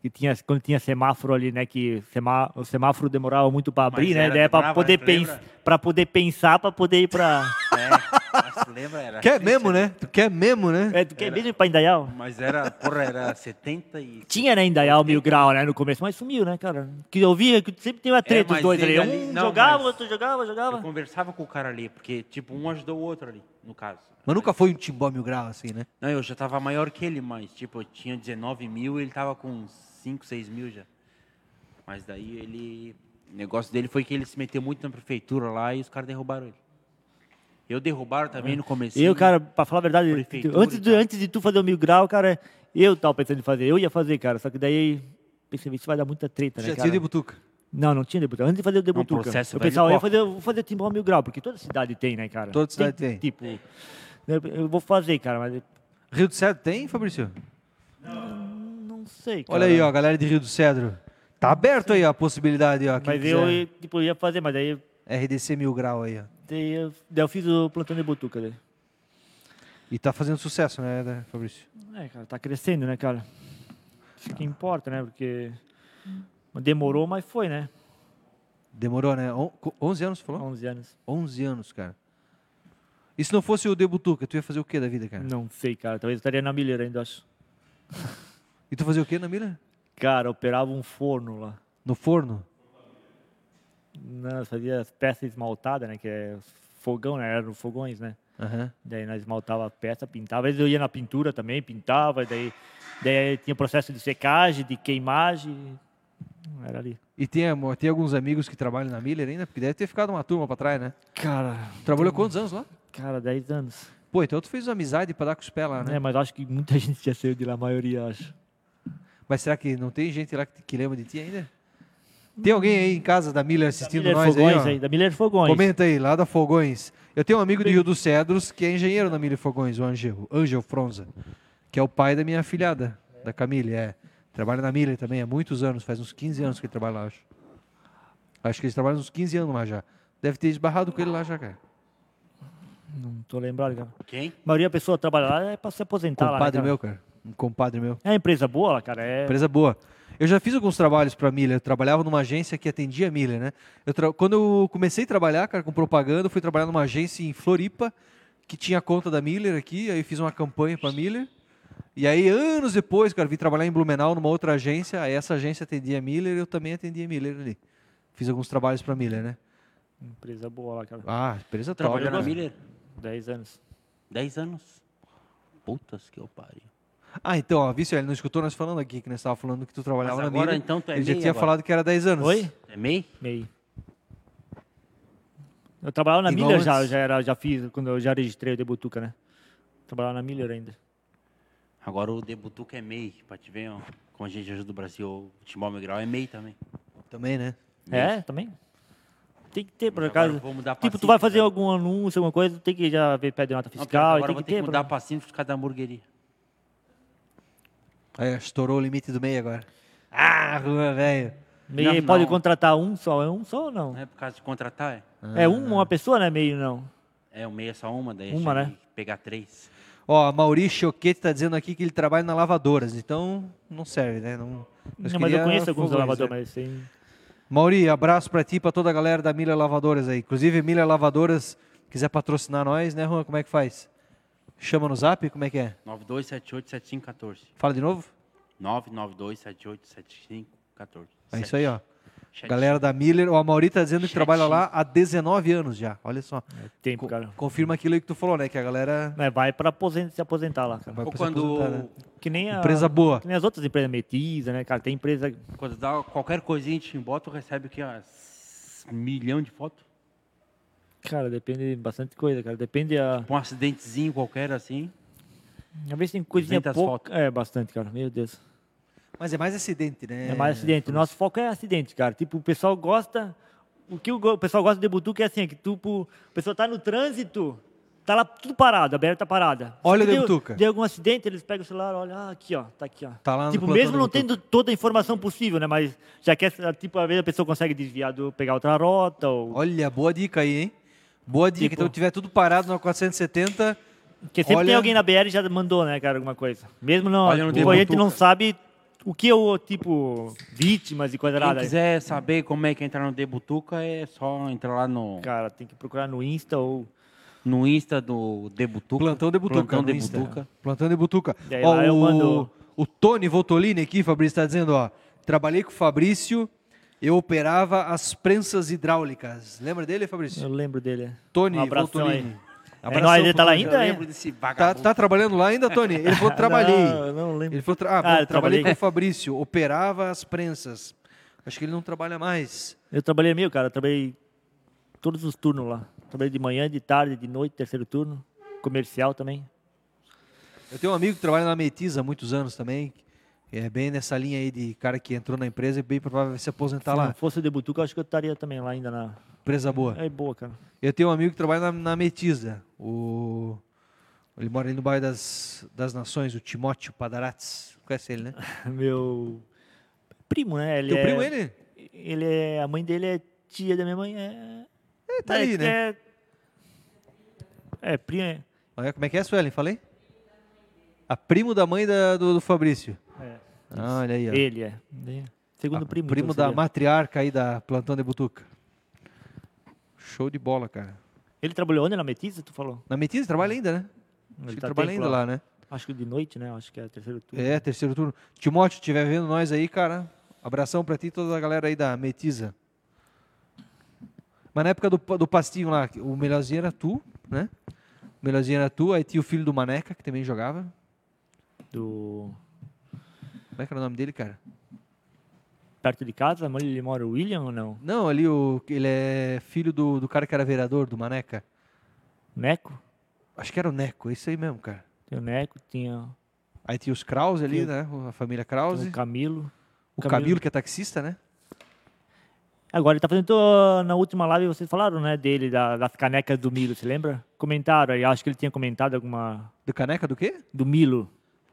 [SPEAKER 3] Que tinha, quando tinha semáforo ali, né? Que semá, o semáforo demorava muito para
[SPEAKER 1] Mas
[SPEAKER 3] abrir, né?
[SPEAKER 1] era,
[SPEAKER 3] Daí é para
[SPEAKER 1] demorava,
[SPEAKER 3] poder,
[SPEAKER 1] né? Tu
[SPEAKER 3] pens,
[SPEAKER 1] lembra?
[SPEAKER 3] pra poder pensar, para poder ir para.
[SPEAKER 1] É, mas tu lembra? Era
[SPEAKER 2] Quer
[SPEAKER 1] É difícil,
[SPEAKER 2] mesmo, né? Tu quer mesmo, né?
[SPEAKER 3] É, tu quer mesmo para Indaial?
[SPEAKER 1] Mas era, porra, era 70 e...
[SPEAKER 3] Tinha, né, Indaial mil grau, né, no começo, mas sumiu, né, cara? Que eu via que sempre tem uma
[SPEAKER 1] É,
[SPEAKER 3] treta
[SPEAKER 1] mas
[SPEAKER 3] os dois ali.
[SPEAKER 1] ele
[SPEAKER 3] Um
[SPEAKER 1] ali- não,
[SPEAKER 3] jogava,
[SPEAKER 1] mas-
[SPEAKER 3] outro jogava,
[SPEAKER 1] Eu
[SPEAKER 3] jogava.
[SPEAKER 1] conversava com o cara ali, porque, tipo, um ajudou o outro ali, no caso.
[SPEAKER 2] Mas nunca foi um timbó mil grau assim, né?
[SPEAKER 1] Não, eu já tava maior que ele, mas, tipo, eu tinha 19 mil e ele tava com 5, 6 mil já. Mas daí ele. O negócio dele foi que ele se meteu muito na prefeitura lá e os caras derrubaram ele. Eu derrubaram também no começo.
[SPEAKER 3] Eu, É. cara, pra falar a verdade,
[SPEAKER 1] Prefeitura
[SPEAKER 3] antes
[SPEAKER 1] e
[SPEAKER 3] de,
[SPEAKER 1] tal.
[SPEAKER 3] antes de tu fazer o mil grau, cara, eu tava pensando em fazer, eu ia fazer, cara, só que daí pensei, isso vai dar muita treta, né,
[SPEAKER 2] Já
[SPEAKER 3] cara?
[SPEAKER 2] tinha de butuca.
[SPEAKER 3] Não, não tinha debutante. Antes de fazer o debutante,
[SPEAKER 1] processo
[SPEAKER 3] eu
[SPEAKER 1] vai de
[SPEAKER 3] pensava, eu ia
[SPEAKER 1] coca.
[SPEAKER 3] fazer, eu vou fazer Timbó Mil Grau, porque toda cidade tem, né, cara?
[SPEAKER 2] Toda cidade tem.
[SPEAKER 3] Tipo, né, eu vou fazer, cara, mas
[SPEAKER 2] Rio do Cedro tem, Fabrício?
[SPEAKER 3] não não sei, cara.
[SPEAKER 2] Olha aí, ó, galera de Rio do Cedro. Tá aberto aí ó, a possibilidade, ó. quem
[SPEAKER 3] Mas
[SPEAKER 2] quiser.
[SPEAKER 3] eu ia- tipo, ia fazer, mas daí,
[SPEAKER 2] RDC Mil Grau aí, ó.
[SPEAKER 3] daí eu, daí eu fiz o plantão de né? butuca daí.
[SPEAKER 2] E tá fazendo sucesso, né, né, Fabrício?
[SPEAKER 3] É, cara, tá crescendo, né, cara? Isso que importa, né? Porque demorou, mas foi, né?
[SPEAKER 2] Demorou, né? On- co- 11 anos, você falou?
[SPEAKER 3] 11 anos.
[SPEAKER 2] 11 anos, cara. E se não fosse o Debutuca, tu ia fazer o quê da vida, cara?
[SPEAKER 3] Não sei, cara. Talvez eu estaria na milheira ainda, eu acho.
[SPEAKER 2] E tu fazia o quê na Mila?
[SPEAKER 3] Cara, eu operava um forno lá.
[SPEAKER 2] No forno?
[SPEAKER 3] Não, eu fazia as peças esmaltadas, né? Que é fogão, né? Eram fogões, né?
[SPEAKER 2] Aham.
[SPEAKER 3] Daí nós esmaltava a peça, pintava. Às vezes eu ia na pintura também, pintava. Daí, daí tinha processo de secagem, de queimagem. Era ali.
[SPEAKER 2] E tem, am- tem alguns amigos que trabalham na Miller ainda? Porque deve ter ficado uma turma pra trás, né?
[SPEAKER 3] Cara,
[SPEAKER 2] Trabalhou
[SPEAKER 3] Então,
[SPEAKER 2] quantos anos lá?
[SPEAKER 3] cara, 10 anos.
[SPEAKER 2] Pô, então tu fez amizade pra dar com os pés lá, né?
[SPEAKER 3] É, mas acho que muita <laughs> gente já saiu de lá, a maioria, acho.
[SPEAKER 2] Mas será que não tem gente lá que, que lembra de ti ainda? Tem alguém aí em casa da Miller assistindo
[SPEAKER 3] Miller
[SPEAKER 2] Tá nós
[SPEAKER 3] Fogões
[SPEAKER 2] aí, ó?
[SPEAKER 3] da Miller Fogões.
[SPEAKER 2] Comenta aí, lá da Fogões. Eu tenho um amigo de Rio dos Cedros que é engenheiro na Miller Fogões, o Angel, Angel Fronza, que é o pai da minha afilhada, da Camille, é. Trabalha na Miller também há muitos anos, faz uns 15 anos que ele trabalha lá, acho. Acho que eles trabalham uns 15 anos lá já. Deve ter esbarrado com ele lá já, cara.
[SPEAKER 3] Não tô lembrado, cara.
[SPEAKER 1] Quem?
[SPEAKER 3] A maioria da pessoa que trabalha lá é pra se
[SPEAKER 1] Tá
[SPEAKER 3] aposentar lá. né,
[SPEAKER 2] compadre
[SPEAKER 3] cara?
[SPEAKER 2] meu, cara. Um compadre meu.
[SPEAKER 3] É uma empresa boa, lá, cara. É...
[SPEAKER 2] Empresa boa. Eu já fiz alguns trabalhos para Miller. Eu trabalhava numa agência que atendia a Miller, né? Eu tra- Quando eu comecei a trabalhar, cara, com propaganda, eu fui trabalhar numa agência em Floripa que tinha a conta da Miller aqui. Aí eu fiz uma campanha para Miller. E aí, anos depois, cara, vim trabalhar em Blumenau numa outra agência. Aí essa agência atendia a Miller, eu também atendia a Miller ali. Fiz alguns trabalhos para Miller, né?
[SPEAKER 3] Empresa boa lá, cara.
[SPEAKER 2] Ah, empresa top.
[SPEAKER 1] Trabalhou
[SPEAKER 2] né?
[SPEAKER 1] na Miller?
[SPEAKER 3] 10 anos.
[SPEAKER 1] 10 anos. Putas que eu pariu.
[SPEAKER 2] Ah, então, ó, viu, senhor, ele não escutou nós falando aqui, que nós estávamos falando que tu trabalhava
[SPEAKER 1] Mas
[SPEAKER 2] na
[SPEAKER 1] agora,
[SPEAKER 2] Miller.
[SPEAKER 1] então, tu é
[SPEAKER 2] ele já
[SPEAKER 1] MEI
[SPEAKER 2] tinha
[SPEAKER 1] agora.
[SPEAKER 2] falado que era 10 anos.
[SPEAKER 3] Oi?
[SPEAKER 1] É MEI?
[SPEAKER 3] Meio. Eu trabalhava na
[SPEAKER 2] Igual
[SPEAKER 3] Miller já,
[SPEAKER 2] antes.
[SPEAKER 3] já, era, já fiz, quando eu já registrei o de Butuca, né? Trabalhava na Miller ainda.
[SPEAKER 1] Agora o Debutuca é MEI, pra te ver, ó. Como a gente ajuda o Brasil, o futebol migral é MEI também.
[SPEAKER 2] Também, né?
[SPEAKER 3] É, também? Tem que ter, por
[SPEAKER 1] Mas agora
[SPEAKER 3] acaso.
[SPEAKER 1] eu vou mudar pra
[SPEAKER 3] Tipo, tu vai
[SPEAKER 1] cinco,
[SPEAKER 3] fazer
[SPEAKER 1] né?
[SPEAKER 3] algum anúncio, alguma coisa, tem que já ver pé de nota
[SPEAKER 1] Não, pior que
[SPEAKER 3] fiscal, e
[SPEAKER 1] agora eu
[SPEAKER 3] tem
[SPEAKER 1] vou
[SPEAKER 3] que
[SPEAKER 1] ter que
[SPEAKER 3] ter.
[SPEAKER 1] mudar
[SPEAKER 3] pra-
[SPEAKER 1] pra cinto por causa da hamburgueria.
[SPEAKER 2] Aí, ó, estourou o limite do meio agora. Ah, Juan, velho.
[SPEAKER 3] Meio
[SPEAKER 1] Não,
[SPEAKER 3] pode
[SPEAKER 1] não.
[SPEAKER 3] contratar um só, é um só ou não?
[SPEAKER 1] Não é por causa de contratar, é?
[SPEAKER 3] É um, uma pessoa, né? Meio não.
[SPEAKER 1] É, o MEI é só uma, daí a
[SPEAKER 3] Uma,
[SPEAKER 1] gente
[SPEAKER 3] né?
[SPEAKER 1] tem que pegar três.
[SPEAKER 2] Ó, a Mauri Choquete tá dizendo aqui que ele trabalha na lavadoras, então não serve, né? Não,
[SPEAKER 3] Não, mas
[SPEAKER 1] é
[SPEAKER 3] eu
[SPEAKER 2] queria
[SPEAKER 3] conheço alguns
[SPEAKER 2] fogões,
[SPEAKER 3] lavadores,
[SPEAKER 2] né?
[SPEAKER 3] mas sem.
[SPEAKER 2] Mauri, abraço pra ti e pra toda a galera da Milha Lavadoras aí. Inclusive, Milha Lavadoras, quiser patrocinar nós, né, Juan? Como é que faz? Chama no zap? Como é que é?
[SPEAKER 1] 92787514.
[SPEAKER 2] Fala de novo?
[SPEAKER 1] 992787514.
[SPEAKER 2] É isso aí, ó.
[SPEAKER 1] Sete.
[SPEAKER 2] Galera da Miller, ó, a Mauri tá dizendo que trabalha lá há 19 anos já. Olha só.
[SPEAKER 3] Tempo,
[SPEAKER 2] Co-
[SPEAKER 3] É, cara.
[SPEAKER 2] confirma aquilo aí que tu falou, né? Que a galera
[SPEAKER 3] Mas vai pra aposen- se aposentar lá, cara.
[SPEAKER 2] vai
[SPEAKER 1] Ou
[SPEAKER 2] pra se
[SPEAKER 1] quando,
[SPEAKER 2] aposentar, né?
[SPEAKER 3] Que nem a.
[SPEAKER 2] Empresa boa.
[SPEAKER 3] Que nem as outras empresas, Metiza, né, cara? Tem empresa.
[SPEAKER 1] quando dá qualquer coisinha de chimbó, tu recebe aqui, ó, s- milhão de fotos.
[SPEAKER 3] Cara, depende de bastante coisa, cara. Depende a.
[SPEAKER 1] Um acidentezinho qualquer assim.
[SPEAKER 3] Às vezes tem coisinha
[SPEAKER 1] 200
[SPEAKER 3] pouca. É, bastante, cara. Meu Deus.
[SPEAKER 2] Mas é mais acidente, né?
[SPEAKER 3] É, mais acidente. O nosso foco é acidente, cara. Tipo, o pessoal gosta. O que o, go- o pessoal gosta de butuca é assim, é que tu, pô, a pessoa tá no trânsito, tá lá tudo parado, a beira tá parada.
[SPEAKER 2] Olha o
[SPEAKER 3] de
[SPEAKER 2] de butuca.
[SPEAKER 3] Deu algum acidente, eles pegam o celular, olha, ah, aqui, ó, tá aqui, ó.
[SPEAKER 2] Tá lá no
[SPEAKER 3] tipo,
[SPEAKER 2] plantão
[SPEAKER 3] mesmo
[SPEAKER 2] de
[SPEAKER 3] não
[SPEAKER 2] butuca.
[SPEAKER 3] tendo toda a informação possível, né? Mas já que essa, tipo, às vezes a pessoa consegue desviar do pegar outra rota ou
[SPEAKER 2] Olha, boa dica aí, hein? Boa dica.
[SPEAKER 3] Tipo-
[SPEAKER 2] Então, tiver tudo parado na 470,
[SPEAKER 3] Porque sempre tem
[SPEAKER 2] Olha-
[SPEAKER 3] alguém na BR e já mandou, né, cara, alguma coisa. Mesmo não,
[SPEAKER 1] Olha, não
[SPEAKER 3] tipo,
[SPEAKER 1] tem
[SPEAKER 3] a gente não
[SPEAKER 1] butuca.
[SPEAKER 3] sabe o que é o tipo, vítimas e coisa
[SPEAKER 1] Quem
[SPEAKER 3] errada.
[SPEAKER 1] quiser saber como é que entrar no Debutuca, é só entrar lá no,
[SPEAKER 3] Cara, tem que procurar no Insta ou...
[SPEAKER 1] no Insta do Debutuca.
[SPEAKER 2] plantão de butuca.
[SPEAKER 1] Plantão de
[SPEAKER 2] no Insta.
[SPEAKER 1] Butuca.
[SPEAKER 2] Plantão de butuca.
[SPEAKER 3] Daí
[SPEAKER 2] Ó,
[SPEAKER 3] lá eu
[SPEAKER 2] o,
[SPEAKER 3] mando-
[SPEAKER 2] o Tony Votolini aqui, Fabrício, está dizendo, ó. Trabalhei com o Fabrício, eu operava as prensas hidráulicas. Lembra dele, Fabrício?
[SPEAKER 3] Eu lembro dele. é.
[SPEAKER 2] Tony
[SPEAKER 3] Um abração
[SPEAKER 2] Voltolini.
[SPEAKER 3] É nóis, ele
[SPEAKER 2] pro
[SPEAKER 3] tá lá
[SPEAKER 2] Tony.
[SPEAKER 1] Eu
[SPEAKER 3] ainda? é?
[SPEAKER 1] lembro desse
[SPEAKER 2] Tá,
[SPEAKER 1] vagabundo.
[SPEAKER 2] tá trabalhando lá ainda, Tony? Ele falou, trabalhei.
[SPEAKER 3] <laughs> Não, não lembro.
[SPEAKER 2] Ele falou, tra- ah,
[SPEAKER 3] Ah,
[SPEAKER 2] bom, trabalhei
[SPEAKER 3] eu trabalhei.
[SPEAKER 2] com o Fabrício, operava as prensas. Acho que ele não trabalha mais.
[SPEAKER 3] Eu trabalhei meio, cara. Eu trabalhei todos os turnos lá. Trabalhei de manhã, de tarde, de noite, terceiro turno. Comercial também.
[SPEAKER 2] Eu tenho um amigo que trabalha na Metiza há muitos anos também. que É bem nessa linha aí de cara que entrou na empresa e bem provável vai se aposentar
[SPEAKER 1] Tá
[SPEAKER 3] Se
[SPEAKER 2] lá.
[SPEAKER 3] não fosse o Debutuca, eu acho que eu estaria também lá ainda na...
[SPEAKER 2] Empresa boa.
[SPEAKER 3] É boa, cara.
[SPEAKER 2] Eu tenho um amigo que trabalha na, na Metiza. O, Ele mora ali no bairro das, das Nações, o Timóteo Padarates. Conhece ele, né?
[SPEAKER 3] <laughs> Meu primo, né? Ele
[SPEAKER 2] Teu
[SPEAKER 3] é,
[SPEAKER 2] primo, ele?
[SPEAKER 3] Ele é. A mãe dele é tia da minha mãe. É,
[SPEAKER 2] É, tá
[SPEAKER 3] é,
[SPEAKER 2] aí, né?
[SPEAKER 3] É, é prima.
[SPEAKER 2] Olha, como é que é, Suelen? Falei? A primo da mãe da- do, do Fabrício.
[SPEAKER 3] É.
[SPEAKER 2] Ah, olha aí, ó.
[SPEAKER 3] Ele é. Daí, Segundo
[SPEAKER 2] Ah,
[SPEAKER 3] primo.
[SPEAKER 2] Primo
[SPEAKER 3] então,
[SPEAKER 2] da
[SPEAKER 3] seria.
[SPEAKER 2] matriarca aí da Plantão de Butuca. Show de bola, cara.
[SPEAKER 3] Ele trabalhou onde? Na Metisa, tu falou?
[SPEAKER 2] Na Metisa trabalha ainda, né?
[SPEAKER 3] Ele
[SPEAKER 2] Acho que
[SPEAKER 3] tá
[SPEAKER 2] trabalha
[SPEAKER 3] tempo
[SPEAKER 2] ainda lá, né?
[SPEAKER 3] Acho que de noite, né? Acho que é terceiro turno.
[SPEAKER 2] É, terceiro turno. Timóteo, estiver vendo nós aí, cara, abração pra ti e toda a galera aí da Metiza. Mas na época do, pa- do pastinho lá, o melhorzinho era tu, né? O melhorzinho era tu, aí tinha o filho do Maneca, que também jogava.
[SPEAKER 3] Do...
[SPEAKER 2] Como é que era o nome dele, cara?
[SPEAKER 3] Perto de casa, onde ele mora, o William ou não?
[SPEAKER 2] Não, ali o, ele é filho do, do cara que era vereador, do Maneca.
[SPEAKER 3] Neco?
[SPEAKER 2] Acho que era o Neco, é isso aí mesmo, cara.
[SPEAKER 3] Tem o Neco, tinha
[SPEAKER 2] Aí tinha os Krause ali, né? A família Krause.
[SPEAKER 3] tem o Camilo.
[SPEAKER 2] O
[SPEAKER 3] Camilo.
[SPEAKER 2] Camilo, que é taxista, né?
[SPEAKER 3] Agora ele tá fazendo. tô- na última live vocês falaram, né, dele, da- das canecas do Milo, você lembra? Comentaram aí, acho que ele tinha comentado alguma.
[SPEAKER 2] Do Caneca do quê?
[SPEAKER 3] Do Milo.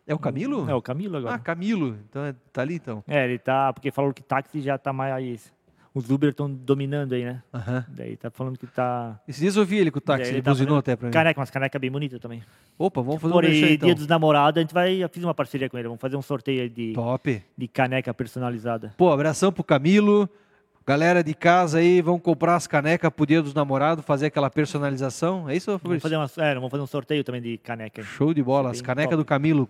[SPEAKER 2] É o Camilo?
[SPEAKER 3] É, o Camilo agora.
[SPEAKER 2] Ah, Camilo. Então é- tá ali, então.
[SPEAKER 3] É, ele tá. Porque falou que táxi já tá mais. Os Uber estão dominando aí, né?
[SPEAKER 2] Aham.
[SPEAKER 3] Daí tá falando que tá.
[SPEAKER 2] Esses dias eu ouvi ele com o táxi,
[SPEAKER 3] daí
[SPEAKER 2] ele,
[SPEAKER 3] tá
[SPEAKER 2] buzinou
[SPEAKER 3] fazendo
[SPEAKER 2] até pra mim.
[SPEAKER 3] Caneca, mas caneca bem bonita também.
[SPEAKER 2] Opa, vamos fazer um
[SPEAKER 3] Por
[SPEAKER 2] merchan,
[SPEAKER 3] aí,
[SPEAKER 2] então.
[SPEAKER 3] dia dos namorados, a gente vai. Eu fiz uma parceria com ele, vamos fazer um sorteio aí de,
[SPEAKER 2] Top.
[SPEAKER 3] de caneca personalizada.
[SPEAKER 2] Pô, abração pro Camilo. Galera de casa aí, vão comprar as canecas pro dia dos namorados, fazer aquela personalização. É isso,
[SPEAKER 3] Vamos
[SPEAKER 2] Fabrício?
[SPEAKER 3] fazer, uma, é, vamos fazer um sorteio também de caneca.
[SPEAKER 2] Show de bola. As
[SPEAKER 3] bem
[SPEAKER 2] canecas
[SPEAKER 3] top.
[SPEAKER 2] do Camilo.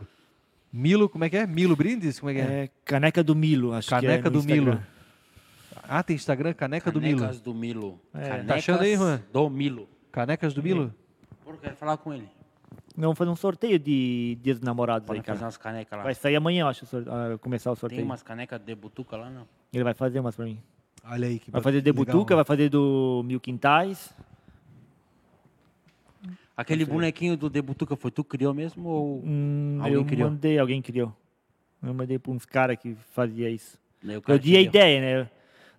[SPEAKER 2] Milo, como é que é? Milo Brindes? Como é que é?
[SPEAKER 3] É, caneca do Milo, acho que é.
[SPEAKER 2] Caneca
[SPEAKER 3] no
[SPEAKER 2] do
[SPEAKER 3] Instagram.
[SPEAKER 2] Milo. Ah, tem Instagram, Caneca do Milo.
[SPEAKER 1] Canecas do Milo.
[SPEAKER 3] É.
[SPEAKER 2] Tá achando aí, Juan?
[SPEAKER 1] Canecas Do Milo.
[SPEAKER 2] Canecas do Milo?
[SPEAKER 1] Pô, eu quero falar com ele.
[SPEAKER 3] Não, vamos fazer um sorteio de Dia dos Namorados aí,
[SPEAKER 1] Pode fazer
[SPEAKER 3] cara.
[SPEAKER 1] umas canecas lá.
[SPEAKER 3] Vai sair amanhã, eu acho, o sorte- ah, começar o
[SPEAKER 1] Tem
[SPEAKER 3] sorteio.
[SPEAKER 1] umas canecas de butuca lá, não?
[SPEAKER 3] Ele vai fazer umas pra mim.
[SPEAKER 1] É.
[SPEAKER 2] Olha aí que
[SPEAKER 3] Vai fazer de Butuca, vai fazer do Mil Quintais.
[SPEAKER 1] Aquele bonequinho do Debutuca foi tu que criou mesmo ou
[SPEAKER 3] Hum,
[SPEAKER 1] Alguém
[SPEAKER 3] eu
[SPEAKER 1] criou.
[SPEAKER 3] mandei, alguém criou. Eu mandei pra uns caras que fazia isso.
[SPEAKER 1] Daí o
[SPEAKER 3] Eu
[SPEAKER 1] cara
[SPEAKER 3] dei a
[SPEAKER 1] criou?
[SPEAKER 3] ideia, né?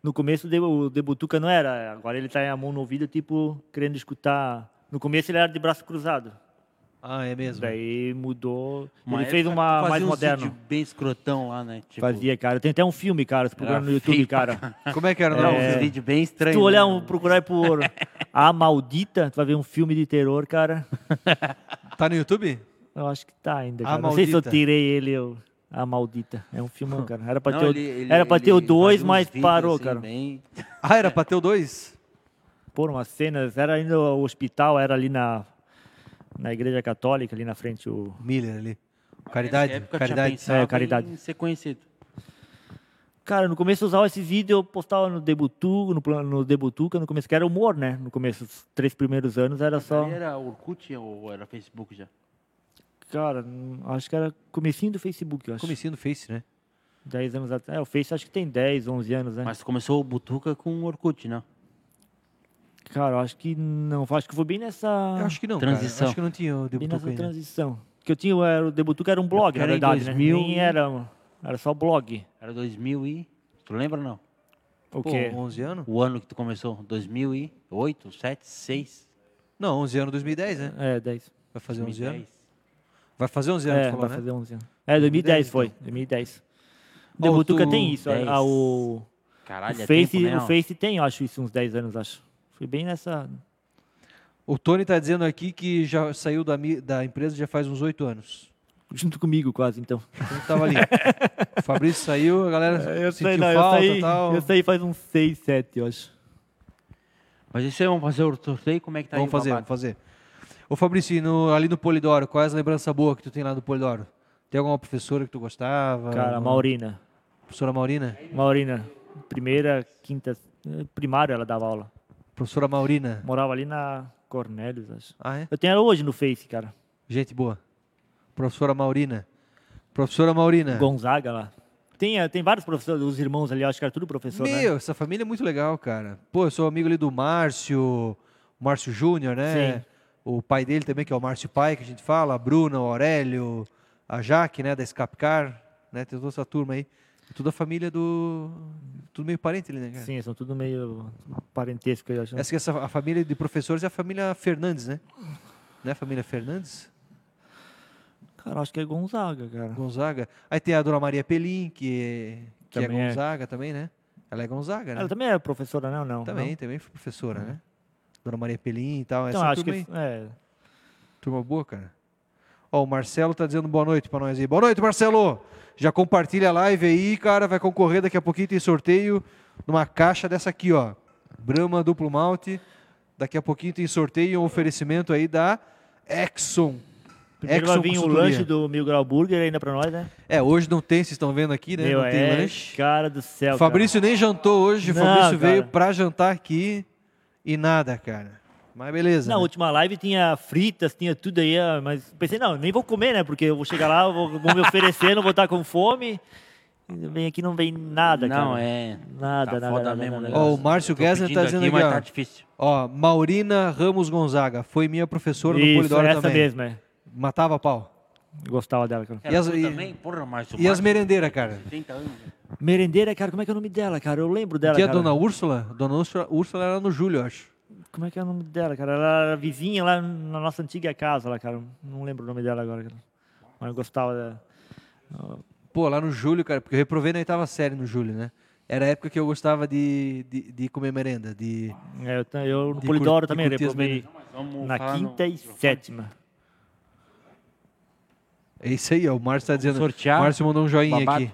[SPEAKER 3] No começo o de- o de Butuca não era. Agora ele tá a mão no ouvido, tipo, querendo escutar. No começo ele era de braço cruzado.
[SPEAKER 2] Ah, é mesmo.
[SPEAKER 3] Daí mudou.
[SPEAKER 1] Uma
[SPEAKER 3] ele
[SPEAKER 1] época
[SPEAKER 3] fez
[SPEAKER 1] é tu
[SPEAKER 3] uma
[SPEAKER 1] fazia
[SPEAKER 3] mais
[SPEAKER 1] uns tipo,
[SPEAKER 3] moderna.
[SPEAKER 1] vídeos bem escrotão lá, né? Tipo,
[SPEAKER 3] Fazia, cara. Tem até um filme, cara, se procura no YouTube,
[SPEAKER 1] feio pra
[SPEAKER 3] cara.
[SPEAKER 2] Como é que era o
[SPEAKER 1] Não,
[SPEAKER 2] nome?
[SPEAKER 1] uns vídeos bem
[SPEAKER 3] Se
[SPEAKER 1] estranhos.
[SPEAKER 3] tu olhar
[SPEAKER 1] né?
[SPEAKER 3] um,
[SPEAKER 1] <laughs>
[SPEAKER 3] procurar por A Maldita, tu vai ver um filme de terror, cara.
[SPEAKER 2] Tá no YouTube?
[SPEAKER 3] Eu acho que tá ainda,
[SPEAKER 2] A
[SPEAKER 3] cara. Não sei se eu
[SPEAKER 2] Maldita.
[SPEAKER 3] tirei ele, eu... A Maldita. É um filmão, cara. Era pra
[SPEAKER 1] Não,
[SPEAKER 3] ter, o-
[SPEAKER 1] ele- ele-
[SPEAKER 3] era pra ter o
[SPEAKER 1] ele
[SPEAKER 3] 2,
[SPEAKER 1] fazia uns
[SPEAKER 3] mas
[SPEAKER 1] vídeos,
[SPEAKER 3] parou,
[SPEAKER 1] assim,
[SPEAKER 3] cara.
[SPEAKER 1] bem-
[SPEAKER 2] Ah, era pra ter o 2?
[SPEAKER 3] Pô, umas cenas, era ainda o hospital, era ali na, na igreja católica, ali na frente. O...
[SPEAKER 2] Miller ali.
[SPEAKER 1] Nessa
[SPEAKER 2] Caridade,
[SPEAKER 1] época eu
[SPEAKER 2] caridade.
[SPEAKER 1] Tinha pensado
[SPEAKER 3] É, caridade.
[SPEAKER 1] Em ser conhecido.
[SPEAKER 3] Cara, no começo eu usava esse vídeo, eu postava no Debutuca, no, plan- no Debutuca, no começo, que era humor, né? No começo, os três primeiros anos, era só...
[SPEAKER 1] Ali Era Orkut ou era Facebook já?
[SPEAKER 3] Cara, hum, acho que era comecinho do Facebook, eu acho.
[SPEAKER 2] Comecinho no Face, né?
[SPEAKER 3] 10 anos atrás. É, o Face acho que tem 10, 11 anos, né?
[SPEAKER 1] Mas começou o Butuca com o Orkut, né?
[SPEAKER 3] Cara, eu acho que não. Acho que foi bem nessa,
[SPEAKER 2] Eu acho que não, cara.
[SPEAKER 1] Transição.
[SPEAKER 2] Eu Acho que não tinha o
[SPEAKER 3] Ah. bem
[SPEAKER 2] Debutuca né?
[SPEAKER 3] nessa
[SPEAKER 2] ainda.
[SPEAKER 3] transição. Que eu tinha, eu era, o Debutuca era um blog, na
[SPEAKER 1] Era em
[SPEAKER 3] verdade, né?
[SPEAKER 1] 2000
[SPEAKER 3] Nem era, um- era só blog.
[SPEAKER 1] Era 2000 e... Tu lembra não?
[SPEAKER 2] Pô,
[SPEAKER 3] O quê?
[SPEAKER 2] 11 anos?
[SPEAKER 1] O ano que tu começou? 2008, 7, 6,
[SPEAKER 2] Não, 11 anos 2010, né?
[SPEAKER 3] É, 10.
[SPEAKER 2] Vai fazer 11 anos.
[SPEAKER 1] 2010.
[SPEAKER 2] Vai fazer 11 anos,
[SPEAKER 3] É,
[SPEAKER 2] tu falou,
[SPEAKER 3] vai
[SPEAKER 2] né?
[SPEAKER 3] fazer 11 anos. É, 2010 foi. 2010. O
[SPEAKER 2] Ó, o
[SPEAKER 3] Debutuca
[SPEAKER 2] tu-
[SPEAKER 3] tem isso. a- a- o, o,
[SPEAKER 1] Caralho, é
[SPEAKER 3] Face,
[SPEAKER 1] tempo, né?
[SPEAKER 3] o Face tem, eu acho, isso uns 10 anos, acho. Foi bem nessa...
[SPEAKER 2] O Tony tá dizendo aqui que já saiu da, mi- da empresa já faz uns 8 anos.
[SPEAKER 3] Junto comigo, quase, então.
[SPEAKER 2] Então tava
[SPEAKER 3] <laughs>
[SPEAKER 2] ali. o Fabrício saiu, a galera sentiu falta e tal.
[SPEAKER 3] eu saí faz uns 6, 7, eu acho.
[SPEAKER 1] Mas isso aí, vamos fazer o sorteio? Como é que tá aí
[SPEAKER 2] vamos
[SPEAKER 1] o
[SPEAKER 2] fazer,
[SPEAKER 1] babado?
[SPEAKER 2] vamos fazer. Ô Fabrício, e no- ali no Polidoro, quais as lembranças boas que tu tem lá do Polidoro? Tem alguma professora que tu gostava?
[SPEAKER 3] Cara,
[SPEAKER 2] Alguma-
[SPEAKER 3] Maurina.
[SPEAKER 2] Professora Maurina?
[SPEAKER 3] Maurina, primeira, quinta, eh, primário ela dava aula.
[SPEAKER 2] Professora Maurina.
[SPEAKER 3] Morava ali na Cornélios, acho.
[SPEAKER 2] Ah, é?
[SPEAKER 3] Eu tenho ela hoje no Face, cara.
[SPEAKER 2] Gente boa. Professora Maurina. Professora Maurina.
[SPEAKER 3] Gonzaga lá. Tem, eh, tem vários professores, os irmãos ali, acho que era tudo professor, né?
[SPEAKER 2] Meu, essa família é muito legal, cara. Pô, eu sou amigo ali do Márcio, o Márcio Júnior, né?
[SPEAKER 3] Sim.
[SPEAKER 2] O pai dele também, que é o Márcio Pai, que a gente fala, a Bruna, o Aurélio, a Jaque, né, da Escapcar, né? Tem toda essa turma aí. É Tudo a família do... Tudo meio parente ali, né, cara?
[SPEAKER 3] Sim, são tudo meio parentesco, eu acho.
[SPEAKER 2] Essa, que essa, a família de professores é a família é Fernandes, né? Não é a família Fernandes?
[SPEAKER 3] Cara, acho que é Gonzaga, cara.
[SPEAKER 2] Gonzaga. né? Aí tem a Dona Maria Pelim, que, que é
[SPEAKER 3] Também é.
[SPEAKER 2] Gonzaga também, né? Ela é Gonzaga, né?
[SPEAKER 3] Ela também é professora, né? ou Não,
[SPEAKER 2] também, também foi professora, né? Dona Maria Pelim e tal.
[SPEAKER 3] Não? Então
[SPEAKER 2] Essa
[SPEAKER 3] acho que
[SPEAKER 2] turma, aí,
[SPEAKER 3] é,
[SPEAKER 2] turma boa, cara. Ó, o Marcelo tá dizendo boa noite pra nós aí. Boa noite, Marcelo! Já compartilha a live aí, cara. Vai concorrer daqui a pouquinho, tem sorteio numa caixa dessa aqui, ó. Brahma Duplo Malte. Daqui a pouquinho tem sorteio, um oferecimento aí da Exxon.
[SPEAKER 3] primeiro vai
[SPEAKER 2] Exxon
[SPEAKER 3] vir o
[SPEAKER 2] Consultoria.
[SPEAKER 3] lanche do Mil Grau Burger ainda pra nós, né?
[SPEAKER 2] É, hoje não tem, vocês estão vendo aqui, né?
[SPEAKER 3] Meu,
[SPEAKER 2] não tem
[SPEAKER 3] é,
[SPEAKER 2] lanche.
[SPEAKER 3] cara do céu,
[SPEAKER 2] Fabrício nem jantou hoje, o
[SPEAKER 3] Não,
[SPEAKER 2] Fabrício
[SPEAKER 3] cara.
[SPEAKER 2] veio pra jantar aqui e nada, cara. Mas beleza.
[SPEAKER 3] Na
[SPEAKER 2] né?
[SPEAKER 3] última live tinha fritas, tinha tudo aí, ah, mas pensei, não, nem vou comer, né? Porque eu vou chegar lá, vou, vou me oferecer, não vou estar com fome. Vem aqui, não vem nada, cara.
[SPEAKER 1] Não, é.
[SPEAKER 3] Nada,
[SPEAKER 1] Tá
[SPEAKER 3] nada,
[SPEAKER 1] foda
[SPEAKER 3] nada,
[SPEAKER 1] mesmo
[SPEAKER 3] nada,
[SPEAKER 1] o
[SPEAKER 3] nada.
[SPEAKER 1] negócio.
[SPEAKER 2] Ó, o Márcio
[SPEAKER 1] Tô
[SPEAKER 2] Gessner tá
[SPEAKER 1] pedindo
[SPEAKER 2] dizendo
[SPEAKER 1] aqui, mas
[SPEAKER 2] aqui, ó.
[SPEAKER 1] tá difícil.
[SPEAKER 2] Ó, Maurina Ramos Gonzaga, foi minha professora no
[SPEAKER 3] Isso,
[SPEAKER 2] Polidoro
[SPEAKER 3] essa
[SPEAKER 2] também.
[SPEAKER 3] mesmo, é.
[SPEAKER 2] Matava pau.
[SPEAKER 3] Gostava dela, cara.
[SPEAKER 1] Cara,
[SPEAKER 2] E as-
[SPEAKER 1] tu
[SPEAKER 2] e-
[SPEAKER 1] também? Porra, Márcio.
[SPEAKER 2] E as
[SPEAKER 1] Márcio,
[SPEAKER 2] merendeiras, cara?
[SPEAKER 1] 30 anos. né?
[SPEAKER 3] Merendeira, cara, como é que é o nome dela, cara? Eu lembro dela,
[SPEAKER 2] Que a
[SPEAKER 3] cara.
[SPEAKER 2] dona Úrsula? Dona Úrsula, Úrsula era no Júlio, eu acho.
[SPEAKER 3] Como é que é o nome dela, cara? Ela era vizinha lá na nossa antiga casa lá, cara. Não lembro o nome dela agora, cara. Mas eu gostava dela.
[SPEAKER 2] Pô, lá no Júlio, cara, porque eu reprovei na oitava série no Júlio, né? Era a época que eu gostava de, de, de comer merenda, de...
[SPEAKER 3] É, eu, ta- eu no
[SPEAKER 2] De cur-
[SPEAKER 3] Polidoro
[SPEAKER 2] de
[SPEAKER 3] também
[SPEAKER 2] curtir as
[SPEAKER 3] reprovei
[SPEAKER 1] Mas vamos
[SPEAKER 3] na
[SPEAKER 1] falar no-
[SPEAKER 3] quinta e sétima.
[SPEAKER 2] É isso aí, ó. O Márcio tá dizendo.
[SPEAKER 1] sortear.
[SPEAKER 2] Márcio mandou um joinha
[SPEAKER 1] Babado.
[SPEAKER 2] aqui.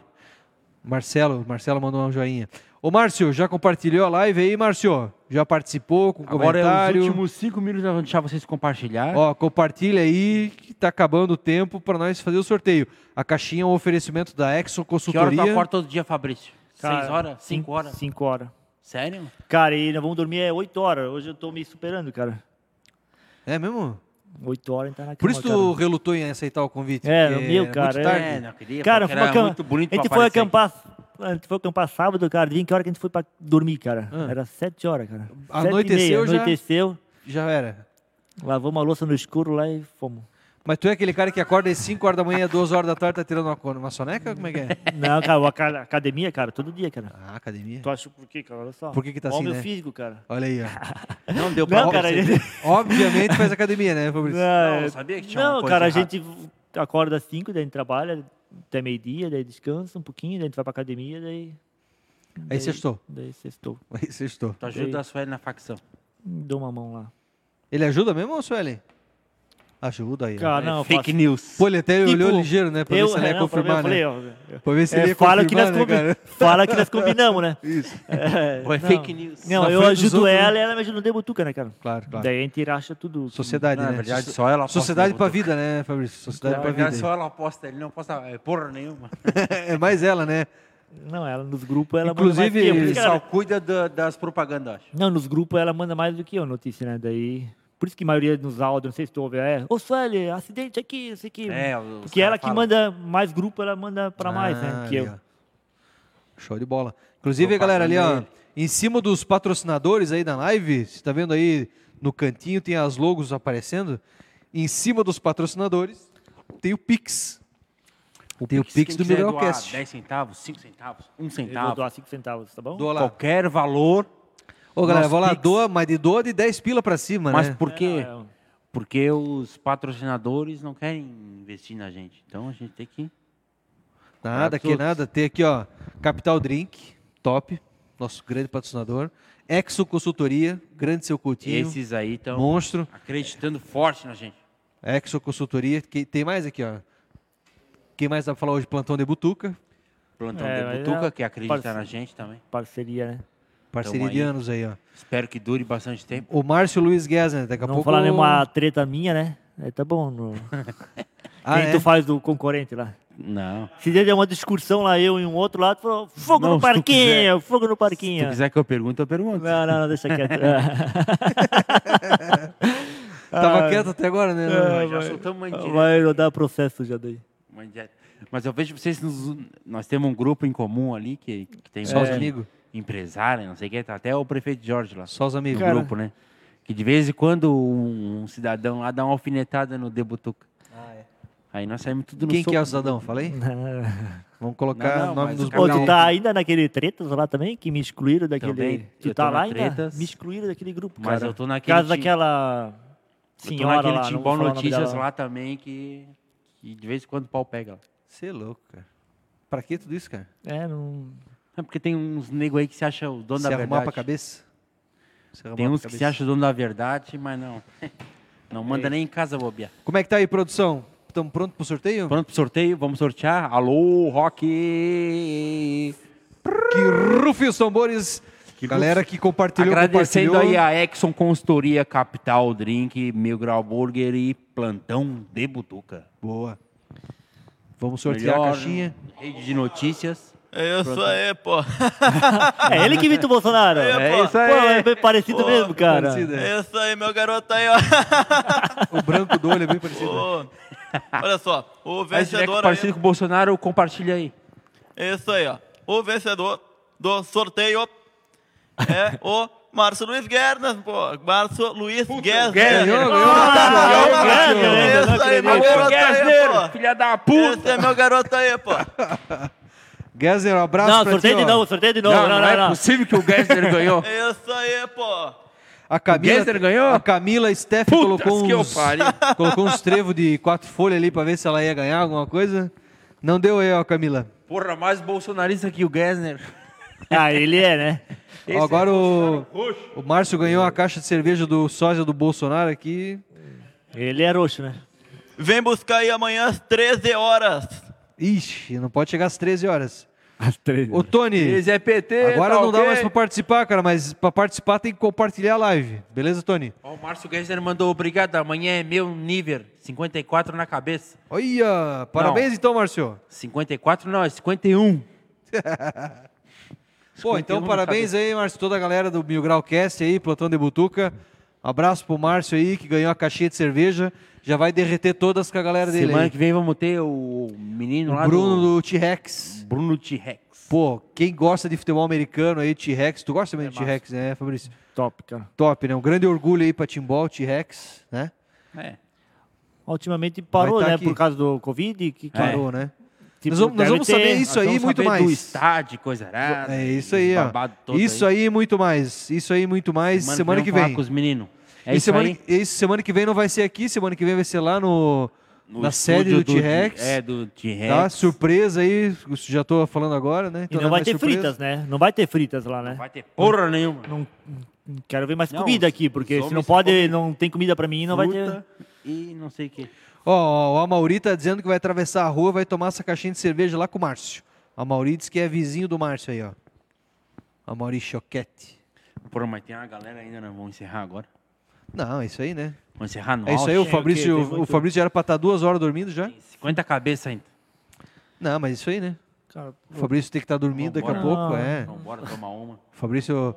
[SPEAKER 2] Marcelo, Marcelo mandou um joinha. Ô, Márcio, já compartilhou a live aí, Márcio? Já participou com
[SPEAKER 1] Agora é
[SPEAKER 2] comentário?
[SPEAKER 1] os últimos 5 minutos, nós vamos deixar vocês compartilhar.
[SPEAKER 2] Ó, compartilha aí que tá acabando o tempo para nós fazer o sorteio. A caixinha é um oferecimento da Exxon
[SPEAKER 1] que hora tá tu
[SPEAKER 2] Consultoria.
[SPEAKER 1] acorda todo dia, Fabrício? 6
[SPEAKER 3] Cara,
[SPEAKER 1] horas? 5 horas?
[SPEAKER 3] Cinco horas.
[SPEAKER 1] Sério?
[SPEAKER 3] Cara, e nós vamos dormir é 8 horas. Hoje eu tô me superando, cara.
[SPEAKER 2] É
[SPEAKER 1] Tá
[SPEAKER 2] mesmo?
[SPEAKER 3] 8 horas entrar na cama.
[SPEAKER 2] Por isso tu
[SPEAKER 3] cara.
[SPEAKER 2] relutou em aceitar o convite.
[SPEAKER 3] É,
[SPEAKER 2] porque
[SPEAKER 3] o meu,
[SPEAKER 2] era
[SPEAKER 3] cara,
[SPEAKER 2] muito
[SPEAKER 3] é-
[SPEAKER 2] tarde.
[SPEAKER 1] É, não queria.
[SPEAKER 3] Cara,
[SPEAKER 1] porque
[SPEAKER 3] foi uma
[SPEAKER 1] era
[SPEAKER 3] cama-
[SPEAKER 1] muito bonito
[SPEAKER 3] a gente
[SPEAKER 1] pra
[SPEAKER 3] foi
[SPEAKER 1] aparecer aqui.
[SPEAKER 3] acampar. A gente foi acampar sábado, cara. Vim que hora que a gente foi pra dormir, cara.
[SPEAKER 1] Ah.
[SPEAKER 3] Era 7 horas, cara. sete e
[SPEAKER 2] Anoiteceu
[SPEAKER 3] meia,
[SPEAKER 2] já?
[SPEAKER 3] Anoiteceu.
[SPEAKER 2] Já era.
[SPEAKER 3] Lavamos a louça no escuro lá e fomos.
[SPEAKER 2] Mas tu é aquele cara que acorda às 5 horas da manhã, 2 horas da tarde, tá tirando uma, uma soneca? Como
[SPEAKER 1] <laughs>
[SPEAKER 2] é que é?
[SPEAKER 3] Não, cara, o aca- academia, cara, todo dia, cara.
[SPEAKER 2] Ah, academia.
[SPEAKER 3] Tu acha por quê, cara? Olha só.
[SPEAKER 2] Por que que tá assim,
[SPEAKER 3] Olha o
[SPEAKER 2] né?
[SPEAKER 3] meu físico, cara.
[SPEAKER 2] Olha aí, ó.
[SPEAKER 1] Não, deu pra
[SPEAKER 3] Não, cara, a
[SPEAKER 1] perceber.
[SPEAKER 3] <laughs> gente...
[SPEAKER 2] Obviamente faz academia, né, Fabrício?
[SPEAKER 1] Não, eu
[SPEAKER 3] é-
[SPEAKER 1] sabia que tinha
[SPEAKER 3] Não,
[SPEAKER 1] uma coisa
[SPEAKER 3] cara, a
[SPEAKER 1] errada.
[SPEAKER 3] gente acorda às 5, daí a gente trabalha até meio-dia, daí descansa um pouquinho, daí a gente vai pra academia, daí.
[SPEAKER 2] Aí sextou.
[SPEAKER 3] Daí sextou.
[SPEAKER 2] Aí sextou.
[SPEAKER 1] Tu ajuda a Sueli na facção.
[SPEAKER 3] Dou uma mão lá.
[SPEAKER 2] Ele ajuda mesmo, ou Suelen? Ajuda aí. ó.
[SPEAKER 3] Cara, não, eu
[SPEAKER 1] Fake
[SPEAKER 3] faço-
[SPEAKER 1] news.
[SPEAKER 2] Pô, ele até
[SPEAKER 3] Tipo,
[SPEAKER 2] olhou ligeiro, né? é Pra ver se ele ia
[SPEAKER 3] não, pra ver,
[SPEAKER 2] confirmar,
[SPEAKER 3] eu falei,
[SPEAKER 2] né?
[SPEAKER 3] ó, eu-
[SPEAKER 2] Pra ver se
[SPEAKER 3] é,
[SPEAKER 2] ele ia
[SPEAKER 3] fala, que nós
[SPEAKER 2] confirmar, né,
[SPEAKER 3] combi-
[SPEAKER 2] cara?
[SPEAKER 3] fala que nós combinamos, né?
[SPEAKER 2] Isso.
[SPEAKER 3] <laughs> É,
[SPEAKER 1] Pô, é
[SPEAKER 3] não.
[SPEAKER 1] fake news.
[SPEAKER 3] Não,
[SPEAKER 2] Na
[SPEAKER 3] eu
[SPEAKER 2] frente dos
[SPEAKER 3] ajudo
[SPEAKER 2] outros, né?
[SPEAKER 3] ela e ela me ajuda no Debutuca, né, cara?
[SPEAKER 2] Claro, claro.
[SPEAKER 3] Daí a gente racha tudo.
[SPEAKER 2] Sociedade,
[SPEAKER 1] Na
[SPEAKER 2] né?
[SPEAKER 1] verdade,
[SPEAKER 2] So-
[SPEAKER 1] só ela aposta
[SPEAKER 2] Sociedade
[SPEAKER 1] no
[SPEAKER 2] pra
[SPEAKER 1] Botox.
[SPEAKER 2] vida, né, Fabrício? Sociedade
[SPEAKER 1] Na
[SPEAKER 2] pra
[SPEAKER 1] verdade, só
[SPEAKER 2] vida.
[SPEAKER 1] ela aposta, ele não aposta é, porra nenhuma.
[SPEAKER 2] <laughs> É mais ela, né?
[SPEAKER 3] Não, ela nos grupos ela manda mais
[SPEAKER 2] Inclusive,
[SPEAKER 3] que eu. Por
[SPEAKER 1] Ele
[SPEAKER 3] isso que ela-
[SPEAKER 1] só cuida da- das propagandas, acho.
[SPEAKER 3] Não, nos grupos ela manda mais do que eu notícia, né? Daí. Por isso que a maioria nos áudios, não sei se tu ouve, é. Ô, Sueli, acidente aqui, não sei o que.
[SPEAKER 1] É, os
[SPEAKER 3] Porque
[SPEAKER 1] cara
[SPEAKER 3] ela que
[SPEAKER 1] fala.
[SPEAKER 3] manda mais grupo, ela manda pra mais, né?
[SPEAKER 2] Ah,
[SPEAKER 3] Que eu.
[SPEAKER 2] legal. Show de bola. Inclusive,
[SPEAKER 1] Propaganda
[SPEAKER 2] galera, ali, ó,
[SPEAKER 1] dele.
[SPEAKER 2] em cima dos patrocinadores aí da live, você tá vendo aí no cantinho, tem as logos aparecendo. Em cima dos patrocinadores, tem o Pix. tem o
[SPEAKER 1] quem
[SPEAKER 2] Pix do
[SPEAKER 1] quiser doar
[SPEAKER 2] Miralcast.
[SPEAKER 1] 10 centavos, 5 centavos, 1
[SPEAKER 3] Eu vou
[SPEAKER 1] centavo.
[SPEAKER 3] doar 5 centavos, tá bom?
[SPEAKER 2] Doa lá.
[SPEAKER 1] Qualquer valor.
[SPEAKER 2] Ô, galera,
[SPEAKER 1] Nosso
[SPEAKER 2] vou lá,
[SPEAKER 1] Pix.
[SPEAKER 2] doa, mas de doa de 10 pila pra cima,
[SPEAKER 1] Mas
[SPEAKER 2] né?
[SPEAKER 1] por quê?
[SPEAKER 3] É, não,
[SPEAKER 1] Porque os patrocinadores não querem investir na gente. Então a gente tem que.
[SPEAKER 2] Nada, que
[SPEAKER 1] Absurdo.
[SPEAKER 2] nada. Tem aqui, ó, Capital Drink, top, nosso grande patrocinador. Exo Consultoria, grande seu Coutinho,
[SPEAKER 1] Esses aí estão
[SPEAKER 2] monstro.
[SPEAKER 1] acreditando forte na gente.
[SPEAKER 2] Exo Consultoria, que tem mais aqui, ó. Quem mais dá pra falar hoje? Plantão de Butuca,
[SPEAKER 1] Plantão
[SPEAKER 3] É,
[SPEAKER 1] de
[SPEAKER 3] mas
[SPEAKER 1] Butuca,
[SPEAKER 3] é
[SPEAKER 1] que acredita
[SPEAKER 3] parceiro.
[SPEAKER 1] na gente também.
[SPEAKER 3] Parceria, né?
[SPEAKER 2] parceria
[SPEAKER 1] Tamo
[SPEAKER 2] de
[SPEAKER 1] aí.
[SPEAKER 2] anos aí, ó.
[SPEAKER 1] Espero que dure bastante tempo.
[SPEAKER 2] O Márcio Luiz Guedes, né? daqui a
[SPEAKER 3] não vou
[SPEAKER 2] pouco...
[SPEAKER 3] falar nenhuma treta minha, né? É, tá
[SPEAKER 1] <laughs>
[SPEAKER 3] bom. No...
[SPEAKER 2] Ah,
[SPEAKER 3] Quem
[SPEAKER 2] é?
[SPEAKER 3] tu faz do concorrente lá?
[SPEAKER 1] Não.
[SPEAKER 3] Se der uma discussão lá, eu e um outro lá, tu falou, fogo
[SPEAKER 1] Não,
[SPEAKER 3] no
[SPEAKER 1] se tu
[SPEAKER 3] parquinho, fogo no
[SPEAKER 1] Se tu
[SPEAKER 3] parquinho.
[SPEAKER 1] quiser que eu pergunte, eu pergunto.
[SPEAKER 3] Não, não, não,
[SPEAKER 1] <laughs>
[SPEAKER 3] deixa quieto.
[SPEAKER 2] Tava
[SPEAKER 3] Ah,
[SPEAKER 2] quieto até agora, né?
[SPEAKER 1] Nós já soltamos é uma indireta.
[SPEAKER 3] Vai rodar processo já daí.
[SPEAKER 1] Uma indireta. Mas eu vejo vocês nos- Nós temos um grupo em comum ali que, que tem
[SPEAKER 2] É. Só os
[SPEAKER 1] vários
[SPEAKER 2] amigos.
[SPEAKER 1] empresários, não sei o que. Tá até o prefeito Jorge lá.
[SPEAKER 2] Só os
[SPEAKER 1] do
[SPEAKER 2] amigos.
[SPEAKER 3] Cara.
[SPEAKER 1] grupo, né? Que de vez em quando um, um cidadão lá dá uma alfinetada no Debutuca. Aí nós saímos tudo no
[SPEAKER 2] Quem que é
[SPEAKER 1] soco.
[SPEAKER 2] o
[SPEAKER 1] <laughs>
[SPEAKER 2] cidadão? Falei? Vamos
[SPEAKER 1] Não,
[SPEAKER 2] colocar o
[SPEAKER 1] não,
[SPEAKER 2] nome
[SPEAKER 1] mas
[SPEAKER 2] dos
[SPEAKER 1] o
[SPEAKER 3] Ô,
[SPEAKER 1] Cada
[SPEAKER 3] tu
[SPEAKER 1] um.
[SPEAKER 3] tá ainda naquele tretas lá também? Que me excluíram daquele.
[SPEAKER 1] Também,
[SPEAKER 3] Tu
[SPEAKER 1] eu
[SPEAKER 3] tá
[SPEAKER 1] tô na
[SPEAKER 3] lá ainda?
[SPEAKER 1] tretas.
[SPEAKER 3] Me excluíram daquele grupo.
[SPEAKER 1] Mas
[SPEAKER 3] cara.
[SPEAKER 1] eu tô naquele
[SPEAKER 3] Por causa
[SPEAKER 1] ti-
[SPEAKER 3] daquela.
[SPEAKER 1] Eu tô
[SPEAKER 3] Senhora
[SPEAKER 1] naquele
[SPEAKER 3] lá, não vou
[SPEAKER 1] Timbal
[SPEAKER 3] falar o nome
[SPEAKER 1] Notícias
[SPEAKER 3] dela.
[SPEAKER 1] lá também que, que E de vez em quando o pau pega lá.
[SPEAKER 2] Você é louco, cara. Pra que tudo isso, cara?
[SPEAKER 8] É, não.
[SPEAKER 1] É porque tem uns nego aí que se acha o dono
[SPEAKER 2] Se
[SPEAKER 1] da
[SPEAKER 2] arrumar
[SPEAKER 1] verdade.
[SPEAKER 2] pra cabeça? Se arrumar
[SPEAKER 1] Tem
[SPEAKER 2] pra
[SPEAKER 1] uns que se
[SPEAKER 2] cabeça.
[SPEAKER 1] acham dono da verdade, mas não. <laughs> Não manda nem em casa bobear.
[SPEAKER 2] Como é que tá aí, produção? Estamos pronto pro sorteio?
[SPEAKER 1] Pronto pro sorteio, vamos sortear. Alô, Rock!
[SPEAKER 2] Que rufe os tambores. Galera que compartilhou,
[SPEAKER 1] Agradecendo aí
[SPEAKER 2] compartilhou.
[SPEAKER 1] a Exxon Consultoria Capital Drink, Mil Grau Burger e Plantão de Butuca.
[SPEAKER 2] Boa. Vamos sortear
[SPEAKER 1] Melhor
[SPEAKER 2] a caixinha.
[SPEAKER 1] Rede de notícias.
[SPEAKER 4] É isso aí, pô.
[SPEAKER 8] É ele que imita o Bolsonaro.
[SPEAKER 1] <laughs> É isso aí.
[SPEAKER 8] Pô, é bem parecido mesmo, cara.
[SPEAKER 2] Parecida.
[SPEAKER 4] É isso aí, meu garoto aí, ó.
[SPEAKER 2] O branco do olho é bem parecido.
[SPEAKER 4] Ô, Olha só, o
[SPEAKER 1] Aí se tiver
[SPEAKER 4] vencedor aí-
[SPEAKER 1] parecido é com o Bolsonaro, compartilha aí.
[SPEAKER 4] É isso aí, ó. O vencedor do sorteio é o Márcio Luiz Guernas, pô. Márcio Luiz Guernas.
[SPEAKER 2] Ganhou, ganhou.
[SPEAKER 8] Ganhou,
[SPEAKER 4] É
[SPEAKER 8] ganhou,
[SPEAKER 4] isso
[SPEAKER 8] ganhou.
[SPEAKER 4] aí, meu garoto aí,
[SPEAKER 1] Gessner,
[SPEAKER 4] pô.
[SPEAKER 1] filha da
[SPEAKER 4] Esse
[SPEAKER 1] puta!
[SPEAKER 4] é meu garoto aí, pô.
[SPEAKER 2] Gessner, um abraço
[SPEAKER 8] Não,
[SPEAKER 2] pra
[SPEAKER 8] sorteio
[SPEAKER 2] ti,
[SPEAKER 8] de
[SPEAKER 2] ó.
[SPEAKER 8] novo, sorteio de novo.
[SPEAKER 1] Não,
[SPEAKER 8] Não, não,
[SPEAKER 1] é
[SPEAKER 8] não.
[SPEAKER 1] possível que o
[SPEAKER 2] <laughs>
[SPEAKER 1] Gessner ganhou.
[SPEAKER 4] É isso aí, pô.
[SPEAKER 2] A Camila,
[SPEAKER 1] Gessner ganhou?
[SPEAKER 2] A Camila Steff
[SPEAKER 1] Putas
[SPEAKER 2] colocou
[SPEAKER 1] que eu
[SPEAKER 2] uns,
[SPEAKER 1] pariu.
[SPEAKER 2] <laughs> colocou uns trevo de quatro folhas ali pra ver se ela ia ganhar alguma coisa. Não deu aí, ó, Camila.
[SPEAKER 1] Porra, mais bolsonarista que o Gessner.
[SPEAKER 8] Ah, ele é, né?
[SPEAKER 1] Esse é
[SPEAKER 2] Agora o, o Márcio ganhou a caixa de cerveja do sósia do Bolsonaro aqui.
[SPEAKER 8] Ele é roxo, né?
[SPEAKER 4] Vem buscar aí amanhã às 13 horas.
[SPEAKER 2] Ixi, não pode chegar às 13 horas.
[SPEAKER 8] As três.
[SPEAKER 2] Ô, Tony,
[SPEAKER 1] Esse é PT,
[SPEAKER 2] agora
[SPEAKER 1] tá
[SPEAKER 2] não dá
[SPEAKER 1] ok?
[SPEAKER 2] mais pra participar, cara, mas pra participar tem que compartilhar a live. Beleza, Tony?
[SPEAKER 1] Ó, o Márcio Gessner mandou obrigado, amanhã é meu nível, 54 na cabeça.
[SPEAKER 2] Olha, parabéns então, Márcio.
[SPEAKER 1] 54 não, é 51.
[SPEAKER 2] Pô,
[SPEAKER 1] 51
[SPEAKER 2] então
[SPEAKER 1] na
[SPEAKER 2] parabéns aí, Márcio, toda a galera do Mil Grau Cast aí, Plantão de Butuca. Abraço pro Márcio aí, que ganhou a caixinha de cerveja. Já vai derreter todas com a galera dele
[SPEAKER 1] Semana
[SPEAKER 2] aí.
[SPEAKER 1] que vem vamos ter o menino lá
[SPEAKER 2] O Bruno
[SPEAKER 1] do...
[SPEAKER 2] do T-Rex.
[SPEAKER 1] Bruno T-Rex.
[SPEAKER 2] Pô, quem gosta de futebol americano aí, T-Rex. Tu gosta também de T-Rex, né, Fabrício?
[SPEAKER 8] Top, cara.
[SPEAKER 2] Top, né? Um grande orgulho aí pra Timbol, T-Rex, né?
[SPEAKER 1] É.
[SPEAKER 8] Ultimamente parou,
[SPEAKER 2] Vai tá
[SPEAKER 8] né?
[SPEAKER 2] aqui.
[SPEAKER 8] Por causa do Covid.
[SPEAKER 1] É.
[SPEAKER 8] Que, que
[SPEAKER 2] Parou, né?
[SPEAKER 8] tipo,
[SPEAKER 2] nós vamos, nós
[SPEAKER 8] deve
[SPEAKER 2] vamos
[SPEAKER 8] ter-
[SPEAKER 2] saber isso
[SPEAKER 1] Nós
[SPEAKER 2] aí e
[SPEAKER 1] vamos
[SPEAKER 2] muito
[SPEAKER 1] saber Do
[SPEAKER 2] mais.
[SPEAKER 1] estádio, coisa arada.
[SPEAKER 2] É isso aí, ó.
[SPEAKER 1] babado todo
[SPEAKER 2] Isso aí e muito mais. Isso aí e muito mais. Semana que
[SPEAKER 1] vamos falar
[SPEAKER 2] vem.
[SPEAKER 1] com os meninos. É
[SPEAKER 2] e
[SPEAKER 1] isso
[SPEAKER 2] semana,
[SPEAKER 1] aí.
[SPEAKER 2] e semana que vem não vai ser aqui, semana que vem vai ser lá no,
[SPEAKER 1] No
[SPEAKER 2] na sede do
[SPEAKER 1] estúdio
[SPEAKER 2] T-Rex.
[SPEAKER 1] É, do T-Rex.
[SPEAKER 2] Tá? Surpresa aí, já tô falando agora, né?
[SPEAKER 8] E
[SPEAKER 2] Então
[SPEAKER 8] não vai ter
[SPEAKER 2] surpresa.
[SPEAKER 8] fritas, né? Não vai ter fritas lá, né?
[SPEAKER 1] Vai ter porra nenhuma.
[SPEAKER 8] Não, quero ver mais
[SPEAKER 1] Não,
[SPEAKER 8] comida
[SPEAKER 1] os-
[SPEAKER 8] aqui, porque
[SPEAKER 1] os
[SPEAKER 8] se não
[SPEAKER 1] homens
[SPEAKER 8] pode,
[SPEAKER 1] comem
[SPEAKER 8] não tem comida pra mim, não vai ter.
[SPEAKER 1] Fruta E não sei o que.
[SPEAKER 2] Ó, ó, o Amauri tá dizendo que vai atravessar a rua, vai tomar essa caixinha de cerveja lá com o Márcio. A Mauri diz que é vizinho do Márcio aí, ó. A Mauri Choquete.
[SPEAKER 1] Porra, mas tem uma galera ainda, não. Vamos encerrar agora.
[SPEAKER 2] Não, é isso aí, né?
[SPEAKER 1] Vamos encerrar no
[SPEAKER 2] É isso aí,
[SPEAKER 1] auge.
[SPEAKER 2] o Fabrício, o Fabrício já era pra estar duas horas dormindo já?
[SPEAKER 1] 50 cabeças ainda.
[SPEAKER 2] Não, mas é isso aí, né?
[SPEAKER 8] Cara,
[SPEAKER 2] O Fabrício tem que estar dormindo daqui a
[SPEAKER 1] Vambora.
[SPEAKER 2] pouco, é.
[SPEAKER 1] Então bora tomar uma.
[SPEAKER 2] O Fabrício.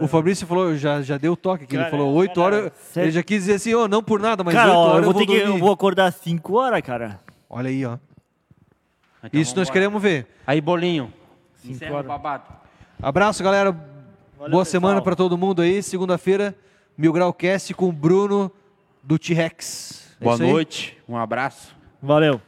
[SPEAKER 2] O Fabrício falou, já, já deu o toque aqui. Ele
[SPEAKER 3] Cara,
[SPEAKER 2] falou 8 horas. Ele
[SPEAKER 8] sério.
[SPEAKER 2] já quis dizer assim, ó, não por nada, mas 8
[SPEAKER 8] Cara, ó, eu
[SPEAKER 2] horas
[SPEAKER 8] vou ter que.
[SPEAKER 2] dormir.
[SPEAKER 8] Eu vou acordar às 5 horas, cara.
[SPEAKER 2] Olha aí, ó.
[SPEAKER 1] Então
[SPEAKER 2] Isso nós
[SPEAKER 1] vambora.
[SPEAKER 2] queremos ver.
[SPEAKER 1] Aí, bolinho.
[SPEAKER 8] Cinco
[SPEAKER 1] Encerra o
[SPEAKER 8] horas.
[SPEAKER 1] babado.
[SPEAKER 2] Abraço, galera. Boa
[SPEAKER 3] pessoal.
[SPEAKER 2] semana pra todo mundo aí. Segunda-feira, Mil Grau Cast com o Bruno do T-Rex. É
[SPEAKER 1] Boa
[SPEAKER 2] isso aí.
[SPEAKER 1] noite. Um abraço.
[SPEAKER 8] Valeu.